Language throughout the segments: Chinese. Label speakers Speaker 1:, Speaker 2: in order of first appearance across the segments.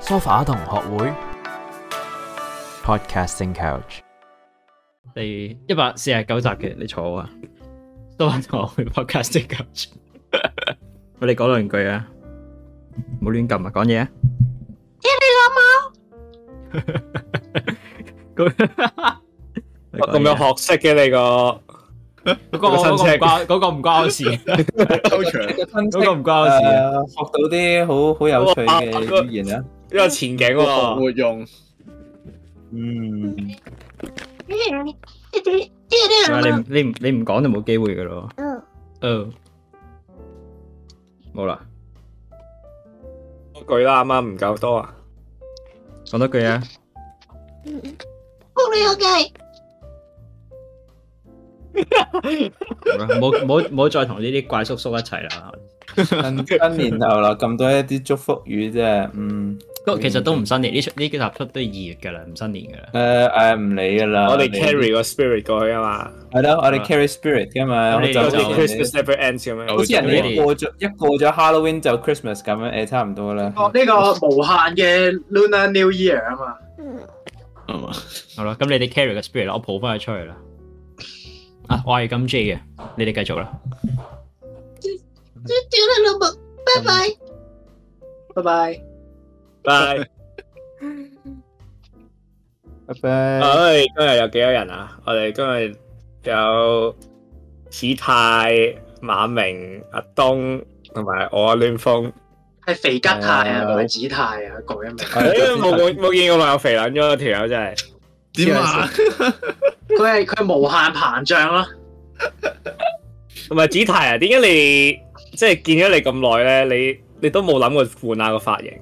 Speaker 1: sofa 同學會 Podcasting Couch。
Speaker 2: 第一百四十九集嘅，你坐我啊，都話同我去 podcast 嘅 couch 喂，你講兩句啊，唔好亂撳啊，講嘢啊。 你老
Speaker 3: 啊
Speaker 2: 母。
Speaker 4: 咁有學識嘅你個，
Speaker 2: 嗰個
Speaker 4: 有
Speaker 2: 嗰
Speaker 4: 新
Speaker 2: 個唔
Speaker 4: 車
Speaker 2: 關嗰個唔關我 事，
Speaker 3: 收場。
Speaker 2: 嗰個唔關我事啊。
Speaker 5: 誒學呃到啲好好有趣嘅語言啊！
Speaker 4: 呢個前景喎，
Speaker 3: 活用，
Speaker 5: 嗯，
Speaker 2: 係啊你唔你唔你唔講就冇機會噶咯。嗯，冇啦，
Speaker 4: 嗰句啦，啱啱唔夠多啊，
Speaker 2: 講多句啊。好啦唔好唔好唔好再同呢啲怪叔叔一齊啦。
Speaker 5: 新新年頭啦，咁多一啲祝福語啫。嗯，
Speaker 2: 都其實都唔新年，呢出呢幾集出都二月㗎啦，唔新年㗎啦。
Speaker 5: 誒誒呃唔理噶
Speaker 3: 啊
Speaker 5: 啦。
Speaker 4: 我哋
Speaker 5: 你
Speaker 4: carry 個 spirit 過去啊嘛，
Speaker 5: 係咯，我哋 carry spirit 噶嘛，
Speaker 2: 咁
Speaker 5: 就
Speaker 2: 你
Speaker 4: 好
Speaker 2: 就
Speaker 4: 似
Speaker 5: 好似人
Speaker 4: Christmas
Speaker 5: 哋
Speaker 4: never ends 咁樣，
Speaker 5: 好似人
Speaker 2: 你
Speaker 5: 哋過咗一過咗 Halloween 就 Christmas 咁樣，誒差唔多啦。
Speaker 3: 哦，呢個無限嘅 Lunar New Year 啊嘛，
Speaker 6: 係嘛？
Speaker 2: 好啦，咁你哋 carry 個 spirit 啦，我抱翻佢出去啦。
Speaker 5: 嗯
Speaker 2: 啊，我係咁 J 嘅，你哋繼續啦。
Speaker 3: 拜拜。
Speaker 4: 但係，
Speaker 5: 拜拜。
Speaker 4: 唉，啊今日有幾多人啊？我哋今日有史泰、馬明、阿東同埋我啊阿亂風，
Speaker 3: 係肥吉泰啊，
Speaker 5: 哦
Speaker 3: 唔係子泰啊，改咗名。
Speaker 4: 唉哎冇冇冇見過我有肥撚咗條友真係，
Speaker 6: 點啊？
Speaker 3: 佢係佢係無限膨脹咯，
Speaker 4: 同埋子泰啊，點解你即係見咗你咁耐咧？你你都冇諗過換下個髮型？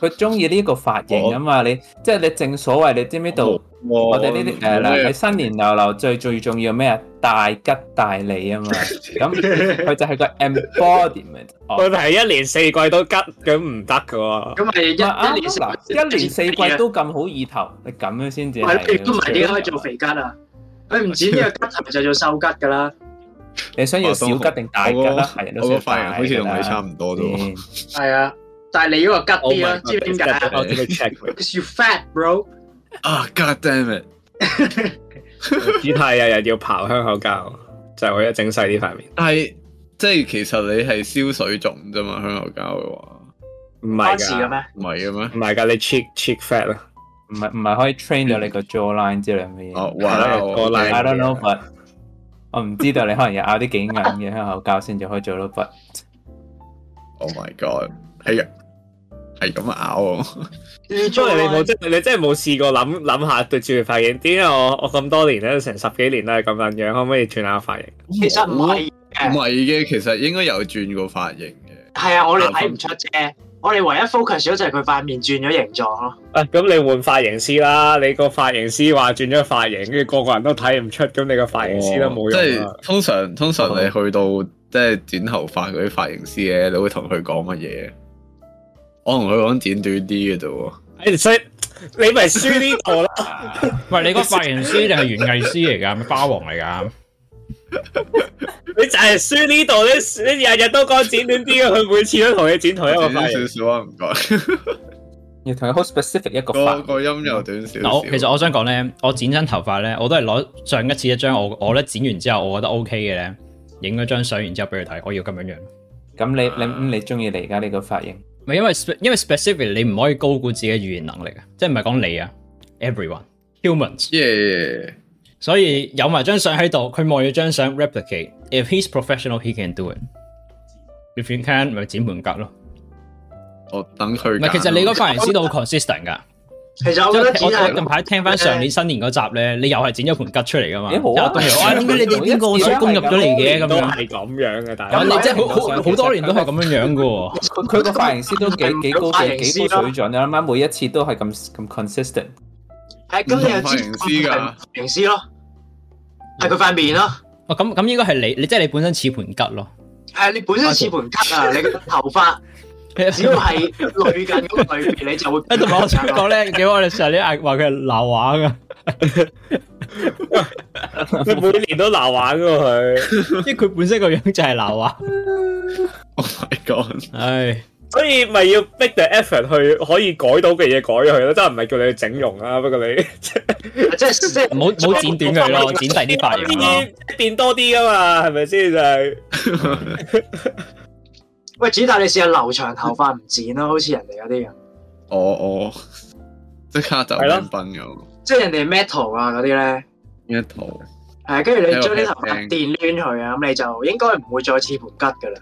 Speaker 5: 佢中意呢個髮型啊嘛，你即係你正所謂，你知唔知
Speaker 4: 哦
Speaker 5: 道？我哋呢啲誒嗱，你新年流流最最重要咩啊？大吉大利 啊嘛，咁佢就係個 embodiment of
Speaker 4: 問題係一年四季都吉咁唔得噶喎。
Speaker 3: 咁咪一
Speaker 5: 唔係啊
Speaker 3: 一年四
Speaker 5: 嗱，一年四季都咁好意頭，你咁樣先至
Speaker 3: 唔係，佢都唔係點解可以做
Speaker 5: 肥？
Speaker 3: 肥吉啊？佢唔止呢個吉頭就做瘦吉噶啦，
Speaker 5: 你想要小吉定大吉
Speaker 6: 我個
Speaker 5: 啦？係啊嗯
Speaker 6: 我個髮型好似同你差
Speaker 5: 唔
Speaker 6: 唔多啫。
Speaker 3: 係啊，但係你嗰個吉
Speaker 4: Oh my
Speaker 3: 啲啊，知唔知點解啊
Speaker 6: God，
Speaker 4: 我點去 check 佢？
Speaker 3: ？Because you fat bro，
Speaker 6: 啊，God damn it！
Speaker 4: 子泰日啊日要刨香口膠，就係為咗整細呢塊面。
Speaker 6: 但係即係其實你係燒水腫啫嘛，香口膠嘅話，
Speaker 4: 唔
Speaker 3: 關
Speaker 4: 係
Speaker 3: 事嘅
Speaker 4: 㗎，
Speaker 3: 咩？
Speaker 6: 唔係嘅咩？
Speaker 5: 嗯
Speaker 4: 唔係㗎，你 cheek cheek fat 啦。
Speaker 5: 唔係唔係可以 train 到你個 jaw line 之類嘅
Speaker 6: 哦
Speaker 5: 嘢，
Speaker 6: 哇
Speaker 4: 係啦啊
Speaker 6: 我
Speaker 4: 個拉
Speaker 5: I don't know but 我唔知道你可能要咬啲幾硬嘅香口膠先至可以做到 but
Speaker 6: Oh my god！係啊，係咁咬我。
Speaker 3: 你
Speaker 4: 因為你冇即係你真係冇試過諗諗下對住佢髮型，點解我我咁多年咧，成十幾年都係咁撚樣，可唔可以轉下髮型？
Speaker 3: 其實唔係
Speaker 5: 啊
Speaker 3: 嘅，
Speaker 6: 唔係嘅，其實應該有轉過髮型嘅。
Speaker 3: 係啊，我哋睇唔出啫。我哋唯一 focus 咗就係佢塊面轉咗形狀咯。
Speaker 4: 啊，咁你換髮型師啦，你個髮型師話轉咗髮型，跟住個個人都睇唔出，咁你個髮型師都冇
Speaker 6: 哦即
Speaker 4: 用啦
Speaker 6: 係通常通常
Speaker 5: 啊哦
Speaker 6: 你去到即係剪頭髮嗰啲髮型師嘅，你會同佢講乜嘢？我同佢講剪短啲嘅啫喎。
Speaker 4: 誒哎所以你咪輸呢度啦。
Speaker 7: 喂，你嗰個髮型師定係園藝師嚟㗎？咪花王嚟㗎？
Speaker 4: 你就係輸呢度，你你日日都講剪短啲嘅，佢每次都同你剪同一個
Speaker 6: 短
Speaker 4: 髮型。
Speaker 6: 少少啊，唔該。
Speaker 5: 要同佢好 specific 一個嗯
Speaker 6: 個
Speaker 5: 法。
Speaker 6: 個音又短少
Speaker 2: 嗱，
Speaker 6: 啊少。
Speaker 2: 我其實我想講咧，我剪親頭髮咧，我都係攞上一次一張我我咧剪完之後，我覺得 OK 嘅咧，影咗張相，然之後俾佢睇，我要咁樣樣。
Speaker 5: 咁你你咁你中意你而家呢個髮型？
Speaker 2: 唔係因為 spe- 因為 specific 你唔可以高估自己嘅語言能力啊，即係唔係講你啊，everyone humans。
Speaker 6: 耶，
Speaker 2: 所以有埋張相喺度，佢望住張相 replicate。If he's professional, he can do it. If you can，咪剪半格咯。
Speaker 6: 我等佢
Speaker 2: 唔
Speaker 6: 揀咯。
Speaker 2: 係，其實你個髮型師都好 consistent 㗎。
Speaker 3: 其實我
Speaker 2: 即
Speaker 3: 覺得啊
Speaker 2: 係
Speaker 3: 只
Speaker 2: 我我近
Speaker 3: 係
Speaker 2: 排聽翻上年新年嗰集咧，你又係剪咗盤吉出嚟噶嘛？
Speaker 5: 咦好啊
Speaker 2: 即係阿東又話點解你哋邊個手工入咗嚟嘅咁
Speaker 4: 都
Speaker 2: 樣？
Speaker 4: 係咁樣嘅，大
Speaker 2: 咁
Speaker 4: 佬
Speaker 7: 啊
Speaker 2: 你真係好好好多年都係咁樣樣嘅喎。
Speaker 5: 佢佢個髮型師 都幾幾高水幾高水準，啊你諗下每一次都係咁咁 consistent。
Speaker 3: 係咁，你又知
Speaker 6: 唔同髮型師㗎
Speaker 3: 髮型師咯，係佢塊面咯。
Speaker 2: 哦，咁咁應該係你，你即係你本身似盤吉咯。
Speaker 3: 係你本身似盤咳啊，你個頭髮只要係類近嗰個類別，你 就會
Speaker 2: 誒哎同埋我想講咧，幾好我哋上年嗌話佢係鬧啊話㗎，
Speaker 4: 佢每年都鬧玩㗎佢。
Speaker 2: 即係佢本身個樣就係鬧話。
Speaker 6: Oh my god！
Speaker 2: 唉，
Speaker 4: 所以咪要逼 the effort 去可以改到嘅嘢改咗佢咯，真係唔係叫你去整容啦。不過你
Speaker 3: 即係即係
Speaker 2: 唔好唔好剪短佢咯，剪第啲髮型啊
Speaker 7: 啊
Speaker 2: 咯。
Speaker 4: 啲變多啲噶嘛，係咪先就係？
Speaker 3: 喂，子達，你試下留長頭髮唔剪啦，好似人哋嗰啲咁，
Speaker 6: 我我即刻就
Speaker 4: 係咯
Speaker 6: 咁崩咗
Speaker 3: 即係人哋 metal 啊嗰啲咧，
Speaker 6: 呢一套。
Speaker 3: 係跟住你將啲頭
Speaker 6: 喺
Speaker 3: 髮
Speaker 6: 度
Speaker 3: 電攣佢啊，咁你就應該唔會再似盤吉噶啦。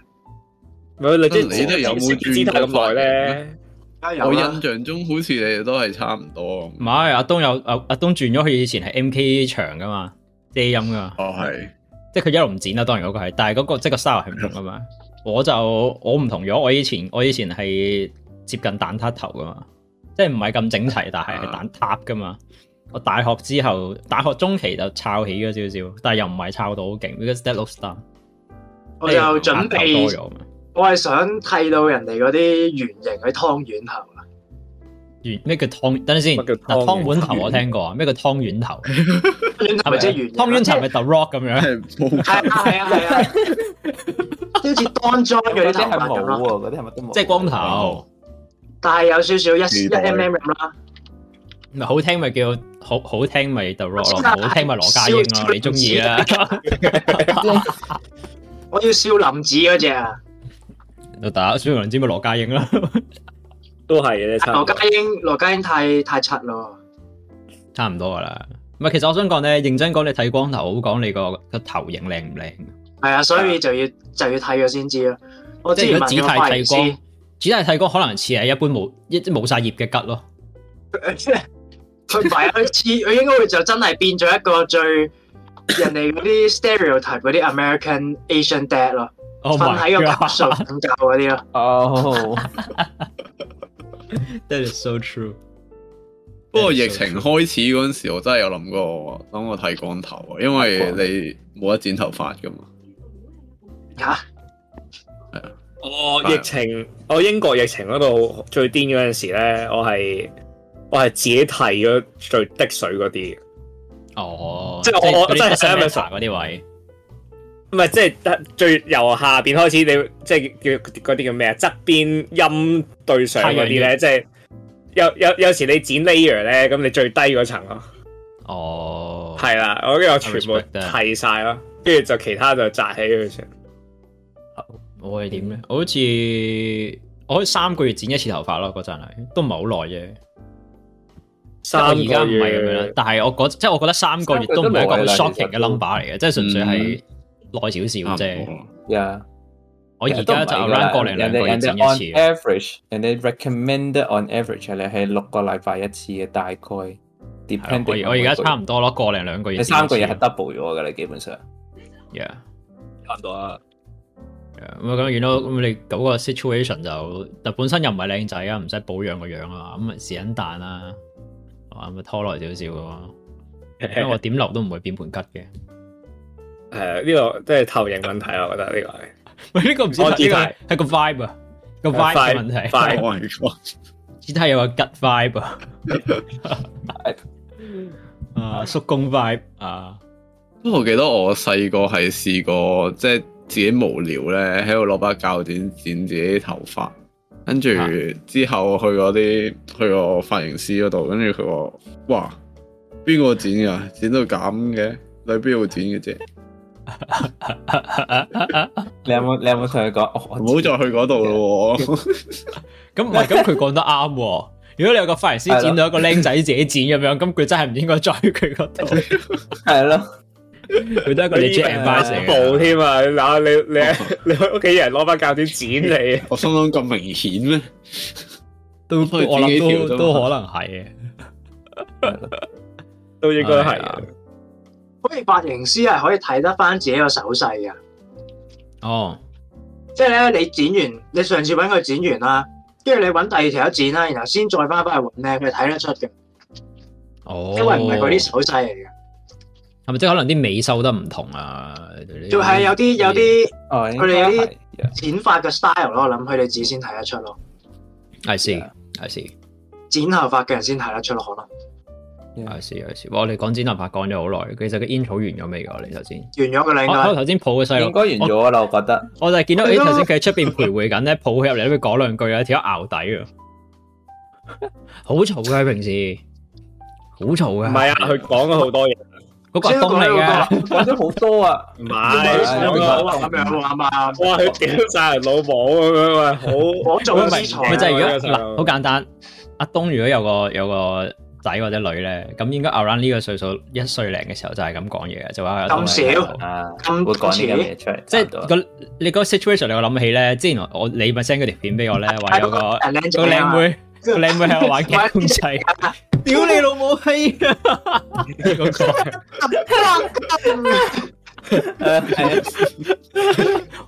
Speaker 4: 咪你
Speaker 6: 你都有冇
Speaker 4: 姿
Speaker 6: 轉
Speaker 4: 態
Speaker 6: 過
Speaker 4: 咁耐
Speaker 6: 髮
Speaker 4: 咧？
Speaker 3: 加油
Speaker 6: 我印
Speaker 3: 啦！
Speaker 6: 象中好似你哋都係差唔多。
Speaker 2: 唔係阿東有阿阿東轉咗佢以前係 M K 長噶嘛，遮音噶嘛，
Speaker 6: 哦，係
Speaker 2: 即係佢一路唔剪啦，啊當然嗰個係，但係嗰、個即係個 style 係唔同噶嘛。我就我唔同咗，我以前我以前係接近蛋撻頭噶嘛，即係唔係咁整齊，但係係蛋撻噶嘛。我大學之後，大學中期就抄起咗少少，但係又唔係抄到好勁，because that looks done。哎
Speaker 3: 我就準
Speaker 2: 多
Speaker 3: 備，
Speaker 2: 咗嘛。
Speaker 3: 我係想剃到人哋嗰啲圓形嗰啲湯圓頭啊，
Speaker 2: 圓咩叫湯？等陣先，
Speaker 4: 乜叫
Speaker 2: 嗱
Speaker 4: 湯
Speaker 2: 湯
Speaker 4: 圓
Speaker 2: 碗頭我聽過啊，咩叫湯丸 頭？
Speaker 3: 湯圓頭
Speaker 2: 係咪
Speaker 3: 咪即
Speaker 2: 啊
Speaker 3: 係圓形啊
Speaker 2: 湯丸
Speaker 3: 即
Speaker 2: 頭
Speaker 3: 係
Speaker 2: 咪 The Rock 咁 樣？
Speaker 6: 係 冇
Speaker 3: 係啊係啊係啊，即係好似 Don John 嗰
Speaker 5: 嗰
Speaker 3: 啲
Speaker 5: 啲
Speaker 3: 頭
Speaker 5: 係
Speaker 3: 髮咁
Speaker 2: 哎
Speaker 5: 冇
Speaker 2: 啊
Speaker 3: 咯，
Speaker 5: 喎，嗰啲係咪都冇？
Speaker 2: 即係光頭，
Speaker 3: 但係有少少一一
Speaker 6: 時代
Speaker 3: mm 咁啦。
Speaker 2: 咪好聽咪叫好好聽咪 The Rock 咯，唔好聽咪羅家英咯，你中意啊啦。
Speaker 3: 我要少林寺嗰只啊，
Speaker 2: 就打小龍知咪羅家英啦，
Speaker 4: 都係嘅，差唔
Speaker 3: 羅
Speaker 4: 多
Speaker 3: 家。英羅家英太太柒咯，
Speaker 2: 差唔多噶啦。唔係，其實我想講咧，認真講你剃光頭好講你個個頭型靚唔靚？
Speaker 3: 係啊，所以就要就要剃咗先知咯。我之
Speaker 2: 即係如
Speaker 3: 前
Speaker 2: 果只
Speaker 3: 問過髮
Speaker 2: 太剃
Speaker 3: 型師
Speaker 2: 光，，只太剃光可能似係一般冇一冇晒葉嘅吉咯。
Speaker 3: 佢唔係啊，佢似佢應該會就真係變咗一個最人哋嗰啲 stereotype 嗰啲 American Asian Dad 咯，
Speaker 2: 哦，
Speaker 3: 瞓喺個級數瞓覺嗰啲咯。
Speaker 5: 哦，
Speaker 2: That is so true。
Speaker 6: 不過疫情開始嗰陣時，我真係有諗過，等我剃光頭啊，因為你冇得剪頭髮噶嘛。
Speaker 3: 嚇，
Speaker 4: 我哦疫情，我英國疫情嗰度最癲嗰陣時咧，我係我係自己剃咗最滴水嗰啲嘅，
Speaker 2: 哦，
Speaker 4: 即係我我
Speaker 2: 嗰啲
Speaker 4: 真係
Speaker 2: Sylvester
Speaker 4: Amazon
Speaker 2: 嗰啲位，
Speaker 4: 唔係即係最由下邊開始，你即係叫嗰啲叫咩啊？側邊陰對上嗰啲咧，即係有有有時你剪 layer 咧，咁你最低嗰層咯，
Speaker 2: 哦，
Speaker 4: 係啦，我跟住我全部
Speaker 2: I respect that
Speaker 4: 剃晒咯，跟住就其他就紮起佢先。
Speaker 2: 我係點咧？我好似我可以三個月剪一次頭髮咯，嗰陣係都唔係好耐啫。即係我
Speaker 4: 三
Speaker 2: 而家唔係
Speaker 4: 個
Speaker 2: 咁樣啦
Speaker 4: 月，，
Speaker 2: 但係我嗰即係我覺得三個月都唔係一個好 shocking 嘅 number 嚟嘅，即係純粹係耐少少
Speaker 6: 啊
Speaker 2: 啫。
Speaker 5: 呀！
Speaker 2: 我而家就 around 個零兩個月
Speaker 5: 人哋
Speaker 2: 剪
Speaker 5: 人哋 on
Speaker 2: 一次。
Speaker 5: average，人哋 recommended on average 你係六個禮拜一次嘅，大概 depending
Speaker 2: 啊我我而家差
Speaker 5: 唔
Speaker 2: 唔多咯，個零兩個月剪一
Speaker 5: 你
Speaker 2: 次。
Speaker 5: 三個月係 double 咗㗎啦，基本上
Speaker 2: Yeah，
Speaker 5: 差唔多啊。
Speaker 2: yeah，咁啊咁然咯，咁你嗰個 situation 就，但本身又唔係靚仔啊，唔使保養個樣啊，咁咪是緊彈啦，係嘛咁咪拖耐少少咯。因為我點留都唔會變盤吉嘅。
Speaker 4: 係啊呢個即係頭型問題啊，我覺得呢個係。
Speaker 2: 喂，呢個唔知
Speaker 4: 我
Speaker 2: 呢個
Speaker 4: 知道
Speaker 2: 係係個 vibe 啊，個 vibe 嘅問題。
Speaker 4: 快
Speaker 6: 我係講
Speaker 2: 只睇有個吉 vibe 啊， 啊叔公 vibe 啊，
Speaker 6: 不過我記得我細個係試過，即係自己無聊咧，喺度攞把鉸剪剪自己頭髮，跟住
Speaker 2: 啊
Speaker 6: 之後去嗰啲去個髮型師嗰度，跟住佢話：哇，邊個剪㗎？剪到咁嘅，你邊度剪嘅啫？
Speaker 5: 你有
Speaker 2: 嗯
Speaker 5: 冇你有冇同佢講？哦我
Speaker 6: 唔好再去嗰度 咯喎。
Speaker 2: 咁唔係咁 佢講得啱喎。如果你有個髮型師剪到一個僆仔自己剪咁樣，咁佢真係唔應該再去佢嗰度，
Speaker 5: 係咯，
Speaker 2: 佢都係一個 legit advice 嚟
Speaker 4: 步
Speaker 2: 嘅。
Speaker 4: 添啊！嗱，你你你 屋企人攞把鉸剪剪 你，
Speaker 6: 我心諗咁明顯 咩？
Speaker 2: 都
Speaker 6: 都係
Speaker 2: 我
Speaker 6: 剪幾條
Speaker 2: 諗
Speaker 6: 啫
Speaker 2: 都
Speaker 6: 嘛
Speaker 2: 都可能係嘅。
Speaker 4: 都應該係
Speaker 2: 係啊
Speaker 4: 啊。
Speaker 3: 好似髮型師係可以睇得翻自己個手勢㗎。
Speaker 2: 哦，
Speaker 3: 即係咧，你剪完，你上次揾佢剪完啦，跟住你揾第二條友剪啦，然後先再翻翻去揾咧，佢睇得出嘅，
Speaker 2: 哦，
Speaker 3: 因為唔係嗰啲手勢嚟嘅，
Speaker 2: 係咪即係可能啲尾收得唔同 啊？
Speaker 3: 仲係有啲有啲
Speaker 5: 哦，
Speaker 3: 佢哋有啲
Speaker 5: 應該係
Speaker 3: 剪髮嘅 style 咯，我諗佢哋自己先睇得出咯，
Speaker 2: I see，I see。
Speaker 3: 剪頭髮嘅人先睇得出咯，可能
Speaker 2: I see I see，哇我哋講展覽拍講咗好耐，其實個 intro 完咗未㗎？我哋頭先，
Speaker 3: 完咗噶啦，應
Speaker 2: 我
Speaker 3: 該
Speaker 2: 我。頭先抱個細
Speaker 5: 應該
Speaker 2: 路，
Speaker 5: 完咗啦，我覺得。
Speaker 2: 我就係見到誒頭先佢喺出邊徘徊緊咧，抱佢入嚟都佢講兩句啊，條咬底 啊，好嘈㗎佢平時，好嘈㗎。
Speaker 4: 唔係啊，佢講咗好多嘢，
Speaker 2: 嗰個係東嚟嘅，
Speaker 5: 講咗好多啊，
Speaker 4: 唔
Speaker 5: 係
Speaker 3: 咁
Speaker 4: 係。
Speaker 3: 樣啱啱。
Speaker 4: 哇！佢屌晒人老母咁樣啊，好
Speaker 3: 我做
Speaker 4: 佢
Speaker 3: 嘅
Speaker 4: 明
Speaker 3: 之
Speaker 2: 佢
Speaker 4: 佢
Speaker 2: 就
Speaker 4: 真
Speaker 2: 係
Speaker 3: 才，
Speaker 2: 如果
Speaker 4: 係嗰啊個細
Speaker 2: 嗱
Speaker 4: 路
Speaker 2: 好簡單，阿東如果有個有個仔或者女咧，咁應該 around 呢個歲數一歲零嘅時候就係咁講嘢嘅，就話阿東
Speaker 3: 咁
Speaker 2: 係
Speaker 3: 少
Speaker 2: 老母
Speaker 5: 啊，會
Speaker 3: 咁
Speaker 5: 講呢啲
Speaker 3: 遲，
Speaker 5: 嘢出嚟，
Speaker 2: 即係
Speaker 5: 差唔多
Speaker 2: 個你嗰個 situation 令我諗起咧，之前我我你咪 send 嗰條片俾我 咧，話有個
Speaker 3: 係靚
Speaker 2: 個
Speaker 3: 仔啊
Speaker 2: 靚妹個靚妹喺度玩夾公仔，屌你老母閪啊！嗰個
Speaker 5: Ờ,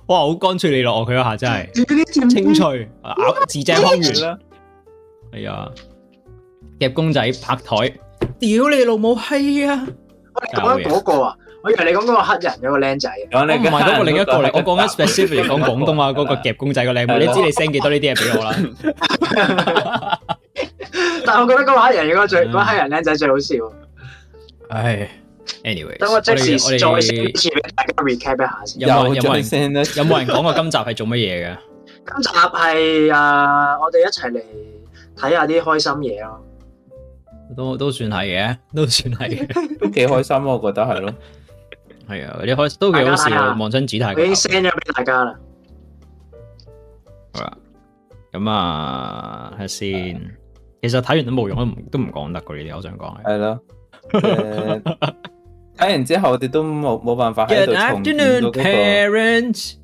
Speaker 2: 哇好乾脆利落喎佢嗰下真係清脆，咬字正腔圓啦。係啊，夾公仔拍台，屌你老母閪啊！
Speaker 3: 我哋講緊嗰個啊，我以為你講嗰個黑人有個僆仔啊，
Speaker 5: 講
Speaker 2: 我唔
Speaker 5: 你
Speaker 2: 係嗰個另一個嚟，我講緊 specific 講廣東話
Speaker 5: 話
Speaker 2: 嗰個夾公仔個靚妹，你知你 send 幾多呢啲嘢俾我啦？
Speaker 3: 但係我覺得嗰個黑人應該最，嗰個黑人僆仔最好笑。
Speaker 2: 唉，anyway，
Speaker 3: 等我即時
Speaker 2: 我哋
Speaker 3: 再先一
Speaker 2: 哋
Speaker 3: 次俾大家 recap 一下先。
Speaker 2: 有冇人
Speaker 5: 又
Speaker 2: 有冇
Speaker 5: 再
Speaker 2: 人
Speaker 5: 先啦，
Speaker 2: 有冇人講過今集係做乜嘢嘅？
Speaker 3: 今集係啊，我哋一齊嚟睇下啲開心嘢咯。
Speaker 2: 都都算係嘅，都算係嘅，
Speaker 5: 都幾開心啊，我覺得係咯。
Speaker 2: 係啊！你開都幾好笑
Speaker 3: 係啊係啊，
Speaker 2: 望親子太
Speaker 3: 我已經 send 咗俾大家啦。
Speaker 2: 好啦。咁啊，睇下先。其實睇完都冇用，都唔都唔講得嘅呢啲，我想講係。
Speaker 5: 係咯。 誒睇完之後，我哋都冇冇辦法喺度重建到嗰個
Speaker 2: parents.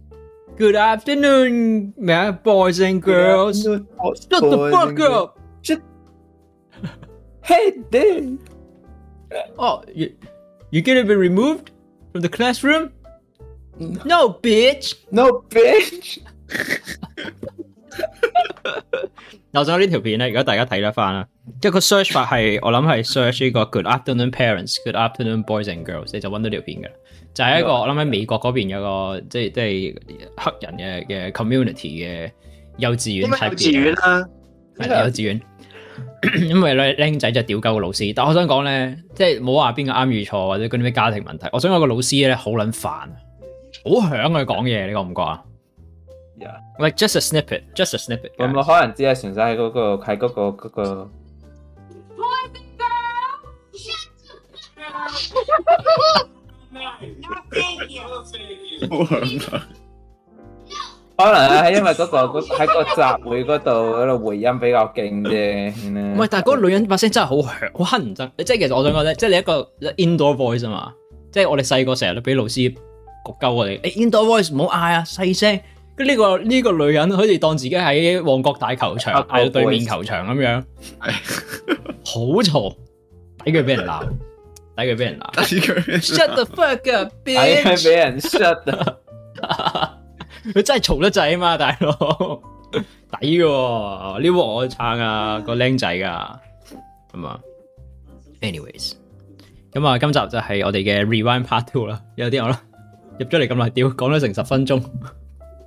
Speaker 2: Good afternoon，咩啊，boys and girls。Shut the fuck up！
Speaker 5: Hey there！
Speaker 2: 哦，you you gonna be removed from the classroom? No, bitch！
Speaker 5: No bitch！
Speaker 2: 我想呢條片咧，如果大家睇得翻啦，即係個 search 法係我諗係 search 呢個 Good afternoon parents, Good afternoon boys and girls，你就揾到條片嘅啦。就係、一啊個我諗喺美國嗰邊有個即係即係黑人嘅嘅 community 嘅幼稚園
Speaker 3: 應該
Speaker 2: 睇
Speaker 3: 啊幼稚園啦，
Speaker 2: 係啦幼稚園。 因為咧僆仔就屌鳩個老師，但我想講咧，即係冇話邊個啱與錯或者嗰啲咩家庭問題。我想講個老師咧好撚煩，啊好響佢講嘢，你覺唔覺啊
Speaker 5: Yeah.
Speaker 2: ？Like just a snippet, just a snippet。
Speaker 5: 咁我可能只係純粹喺嗰個喺嗰個嗰個。
Speaker 6: 好響啊！
Speaker 5: 可能係因為嗰、個嗰喺個集會嗰度嗰度回音比較勁啫。
Speaker 2: 唔係，但係嗰個女人把聲真係好響，好乞人憎。即係其實我想講咧，即係你一個 indoor voice 啊嘛，即係我哋細個成日都俾老師焗鳩我哋，誒、indoor voice 唔好嗌啊，細聲。跟呢、個呢、個女人好似當自己喺旺角大球場
Speaker 5: 啊
Speaker 2: 嗌到對
Speaker 5: voice
Speaker 2: 面球場咁樣，好嘈，抵佢俾人鬧，抵佢俾人鬧。
Speaker 6: 睇 佢
Speaker 2: Shut the fuck up,
Speaker 5: 係
Speaker 2: bitch！
Speaker 5: 俾人 shut 啊！
Speaker 2: 佢真係嘈得滯啊嘛，大佬，抵嘅喎，呢鑊我撐啊，個僆仔噶，咁啊，anyways，咁啊，今集就係我哋嘅 rewind part two 啦，有啲我啦，入咗嚟咁耐，屌講咗成十分鐘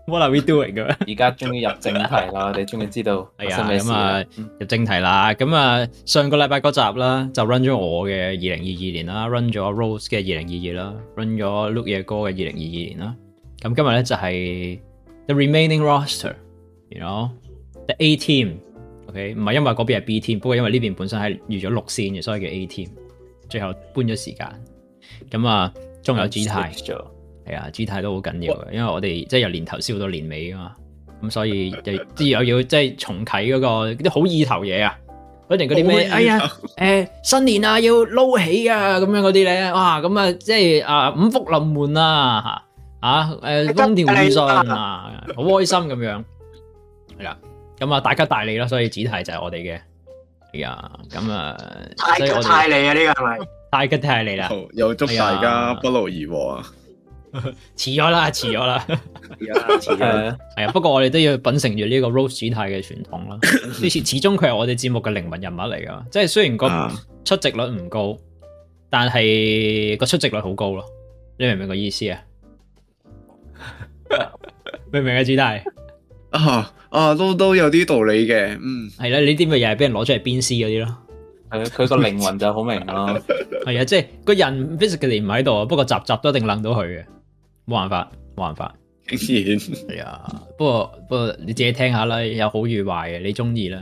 Speaker 2: ，what are we doing 嘅？
Speaker 5: 而家終於入正題 啦，我哋終於知道發
Speaker 2: 係
Speaker 5: 生
Speaker 2: 啊，
Speaker 5: 咩事
Speaker 2: 咁
Speaker 5: 啦
Speaker 2: 啊。入正題啦，咁啊上個禮拜嗰集啦，就 run 咗我嘅二零二二年啦，run 咗 Rose 嘅二零二二啦，run 咗 Luke 嘅歌嘅二零二二年啦。咁今日咧就係、the remaining roster，you know，the A team。OK，唔係因為嗰邊係 B team，不過因為呢邊本身係預咗六線嘅，所以叫 A team。最後搬咗時間，咁啊仲有 G 太。係啊，G 態都好緊要嘅，因為我哋即係由年頭燒到年尾啊嘛，咁所以就啲又要即係重啟嗰、個啲好意頭嘢啊，嗰陣嗰啲
Speaker 6: 好意
Speaker 2: 咩，
Speaker 6: 頭
Speaker 2: 哎呀，誒、新年啊要撈起啊咁樣嗰啲咧，哇咁啊即係啊五福臨門啊啊誒風調雨順啊，好開心咁樣，係啦，咁啊大吉大利啦，所以 G 態就係我哋嘅，係啊，咁啊，
Speaker 3: 太
Speaker 2: 所以我
Speaker 3: 太
Speaker 2: 哋
Speaker 3: 你啊！呢個係咪？
Speaker 2: 大吉大利啦。
Speaker 6: 好又祝大
Speaker 2: 哎
Speaker 6: 家
Speaker 2: 呀
Speaker 6: 不勞而獲啊！
Speaker 2: 遲咗啦，遲咗啦，
Speaker 5: 係啊
Speaker 2: 係啊。不過我哋都要秉承住呢個 Rose 子太嘅傳統啦。呢次始終佢係我哋節目嘅靈魂人物嚟噶，即係雖然個
Speaker 6: 啊
Speaker 2: 出席率唔高，但係個出席率好高咯。你明唔明個意思啊？明唔明啊，子太？
Speaker 6: 啊啊，都都有啲道理嘅，嗯，
Speaker 2: 係啦，你啲咪又係俾人攞出嚟鞭屍嗰啲咯。
Speaker 5: 係咯佢個靈魂就好明咯。
Speaker 2: 係啊，即係個人 physically 唔喺度啊，不過集集都一定楞到佢嘅，冇辦法，冇辦法。
Speaker 6: 竟然
Speaker 2: 係啊，不過不過你自己聽下啦，有好與壞嘅，你中意啦。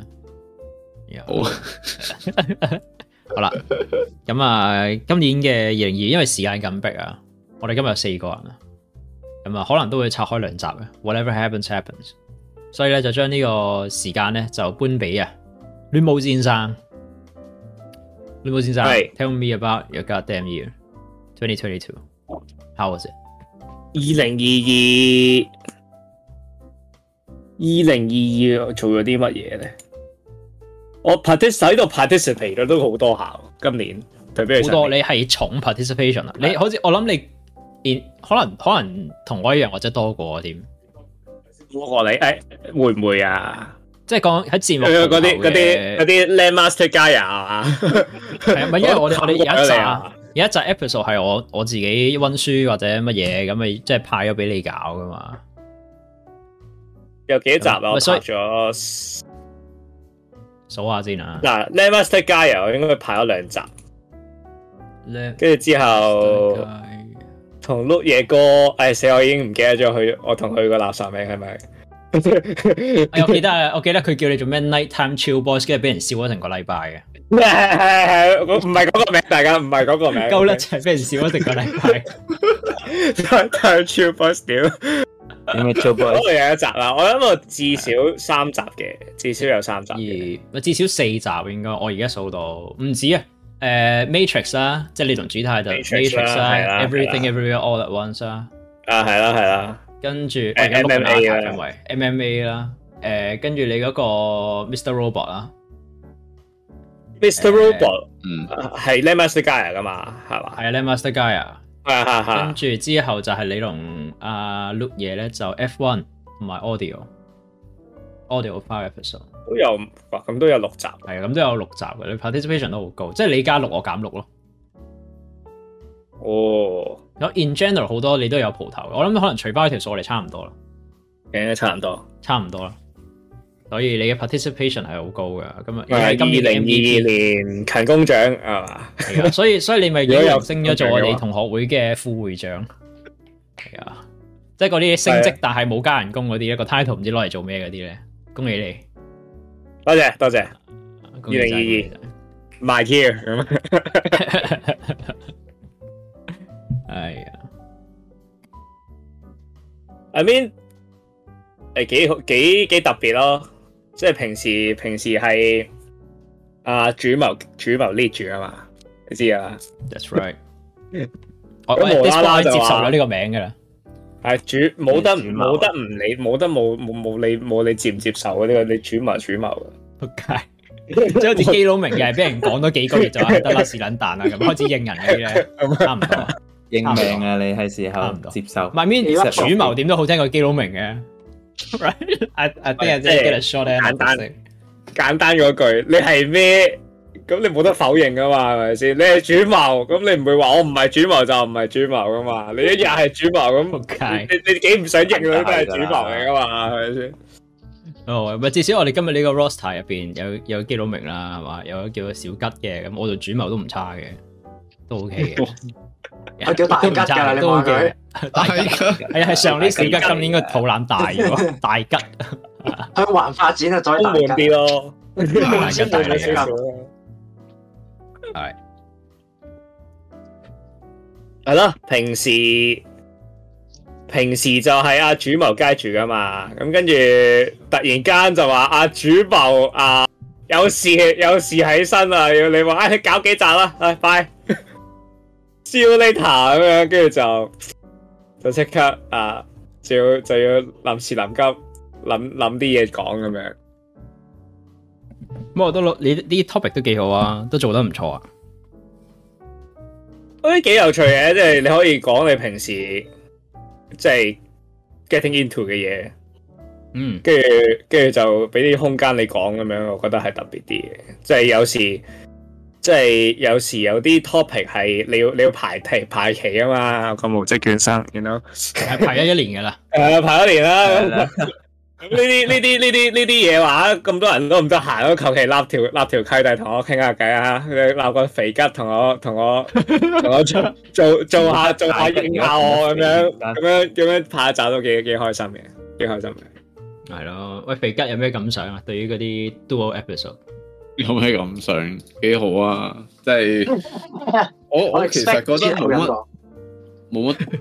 Speaker 2: 係啊
Speaker 6: 好
Speaker 2: 好啦，咁啊，今年嘅二零二，因為時間緊迫啊，我哋今日有四個人啊，咁啊，可能都會拆開兩集嘅，whatever happens happens，所以咧就將呢個時間咧就搬俾啊，亂舞先生，亂舞先生
Speaker 4: 係
Speaker 2: ，tell me about your goddamn year 2022 how was it？
Speaker 4: 二零二二，二零二二做咗啲乜嘢咧？我 participate 喺度 participate 咗都好多下喎，今年對比起
Speaker 2: 好
Speaker 4: 上
Speaker 2: 多
Speaker 4: 年
Speaker 2: 你係重 participation 啊，你好似我諗你，可能可能同我一樣或者多過我添。
Speaker 4: 多過你，誒、會唔會啊？
Speaker 2: 即係講喺節目
Speaker 4: 嗰
Speaker 2: 嗰
Speaker 4: 啲嗰啲嗰啲 landmaster 加油啊！
Speaker 2: 係啊，唔係因為 我哋我哋有一集
Speaker 4: 我都搞過
Speaker 2: 有一集 episode 係我我自己温書或者乜嘢咁咪即係派咗俾你搞噶嘛。
Speaker 4: 有幾多集啊？
Speaker 2: 喂
Speaker 4: 我拍
Speaker 2: 所以
Speaker 4: 咗
Speaker 2: 數下先啊，
Speaker 4: 嗱 landmaster 加油，應該拍咗兩集，
Speaker 2: 咧
Speaker 4: 跟住之後。同碌嘢哥，誒、死！我已經唔記得咗佢，我同佢個垃圾名係咪？
Speaker 2: 哎我記得啊我 記得佢叫你做咩 night time chill boys，跟住俾人笑咗成個禮拜嘅，
Speaker 4: 係係係唔係嗰個名，大家唔係嗰個名。
Speaker 2: 夠啦，就係俾人笑咗成個禮拜。
Speaker 4: 太超 boss 屌！
Speaker 5: 點解做
Speaker 4: 嗰
Speaker 5: boy？
Speaker 4: 度有一集啦，我諗我至少三集嘅，至少有三集嘅。
Speaker 2: 而呃至少四集應該，我而家數到唔止啊！誒、Matrix 啦，即係你同主太就
Speaker 4: Matrix 啦
Speaker 2: Matrix
Speaker 4: 係
Speaker 2: 啦
Speaker 4: 啦
Speaker 2: ，Everything
Speaker 4: 係
Speaker 2: Everywhere All at Once 啦，
Speaker 4: 啊，係啦係啦，
Speaker 2: 跟住我而家碌
Speaker 4: 誒
Speaker 2: 緊
Speaker 4: MMA 啦
Speaker 2: archive 因為 MMA 啦，誒跟住你嗰個 Mr Robot 啦，誒
Speaker 4: Mr. Robot
Speaker 6: 嗯，
Speaker 4: 係 l e m a s t e r g a 噶嘛，係嘛？
Speaker 2: 係啊咧 Master Gaia，
Speaker 4: 係係
Speaker 2: 跟
Speaker 4: 係。
Speaker 2: 住之後就係你同阿 Luke 嘢咧就 F1 同埋 Audio，Audio five episode
Speaker 4: 都有哇，咁都有六集。
Speaker 2: 係啊，咁都有六集嘅，你 participation 都好高，即係你加六我減六咯。
Speaker 4: 哦，
Speaker 2: 有 in general 好多你都有蒲頭，我諗可能除翻條數我哋差唔多啦，
Speaker 4: 應該差唔多。
Speaker 2: 差唔多啦。所以你嘅 participation 係好高嘅，咁啊，你
Speaker 4: 二
Speaker 2: 係今
Speaker 4: 零
Speaker 2: 年
Speaker 4: 二二
Speaker 2: 嘅 MVP
Speaker 4: 年勤工獎係嘛？
Speaker 2: 嚟㗎啊所以所以你咪已經
Speaker 4: 如果有
Speaker 2: 升咗做我哋同學會嘅副會長，係啊，即係嗰啲升
Speaker 4: 係啊
Speaker 2: 職但係冇加人工嗰啲，一個 title 唔知攞嚟做咩嗰啲咧，恭喜你！
Speaker 4: 多謝多謝
Speaker 2: 恭喜晒
Speaker 4: 2022 ，My Year 咁啊樣。
Speaker 2: 係啊，
Speaker 4: I mean，誒幾好幾幾特別咯，即係平時平時係啊主謀主謀 lead 住啊嘛，你知啊嘛，
Speaker 2: that's right 我。我
Speaker 4: 咁無啦啦
Speaker 2: 我接
Speaker 4: 就
Speaker 2: 受
Speaker 4: 話
Speaker 2: 咗呢個名㗎啦，
Speaker 4: 係啊主冇得唔
Speaker 5: 主謀
Speaker 4: 冇得唔理冇得冇冇冇你冇你接唔接受嘅呢個你主謀主謀啊
Speaker 2: 仆
Speaker 4: 嘅，
Speaker 2: 街！即係好似基佬明又係俾人講多幾個月就話得啦，是撚蛋啦咁，開始應人嗰啲咧，
Speaker 4: 啊
Speaker 2: 差唔多。
Speaker 5: 認命啊！你係時
Speaker 2: 差
Speaker 5: 候
Speaker 2: 唔多
Speaker 5: 接受
Speaker 2: My mean
Speaker 3: 你
Speaker 2: 主
Speaker 3: 粒
Speaker 2: 謀點都好聽過基佬明嘅，right？I I think I
Speaker 4: 即
Speaker 2: just
Speaker 4: 係
Speaker 2: get a short end。
Speaker 4: 簡單簡單嗰句你係咩？咁你冇得否認噶嘛，係咪先？你係主謀，咁你唔會話我唔係主謀就唔係主謀噶嘛？你一日係主謀咁，
Speaker 2: 仆街！
Speaker 4: 你你幾唔想認佢都係主謀嚟噶嘛？係咪先？
Speaker 2: 哦，咪至少我哋今日呢個 roster 入邊有有基佬明啦，係嘛？有叫做小吉嘅，咁我做主謀都唔差嘅，都 OK 嘅。
Speaker 3: 我叫大吉
Speaker 2: 都唔差
Speaker 3: 㗎
Speaker 2: 嘅
Speaker 3: 你
Speaker 2: 都
Speaker 3: 望
Speaker 2: OK 嘅。大
Speaker 6: 係
Speaker 2: 吉
Speaker 6: 㗎
Speaker 2: 係啊，係上年小吉，今年個肚腩大 咗，大吉。
Speaker 3: 向環發展啊，再
Speaker 4: 都
Speaker 3: 大
Speaker 4: 悶
Speaker 3: 吉。
Speaker 4: 啲咯，
Speaker 2: 大吉大利啊
Speaker 4: 少少咯。
Speaker 2: 係
Speaker 4: 係咯，平時平時就係阿主謀街住噶嘛，咁跟住突然間就話阿主謀啊有事有事喺身啊，要你話唉、你搞幾集啦，唉、拜，see you later 咁樣，跟住就就即刻啊就要就要臨時臨急諗諗啲嘢講咁樣。
Speaker 2: 咁我都攞你呢啲 topic 都幾好啊，都做得唔錯啊。
Speaker 4: 我覺得幾有趣嘅，即係你可以講你平時即係 getting into 嘅嘢，
Speaker 2: 嗯，
Speaker 4: 跟住跟住就俾啲空間你講咁樣，我覺得係特別啲嘅。即係有時，即係有時有啲 topic 係你要你要排期排期啊嘛，個無職券生，you know，
Speaker 2: 係排咗一年㗎啦。
Speaker 4: 誒排一年啦，咁咁呢啲呢啲呢啲呢啲嘢話，咁多人都唔得閒，都求其立條 立條契弟同我傾下偈啊！立個肥吉同我同我 同我做做做下做下影下我咁樣咁樣咁樣拍一集都幾幾開心嘅，幾開心嘅。
Speaker 2: 係咯，喂，肥吉有咩感想啊？對於嗰啲 dual episode，
Speaker 6: 有咩感想？幾好啊！即係 我我其實
Speaker 3: expect
Speaker 6: 覺得
Speaker 3: 之後
Speaker 6: 冇
Speaker 3: 有
Speaker 6: 乜
Speaker 2: 啊
Speaker 3: 個
Speaker 6: 冇乜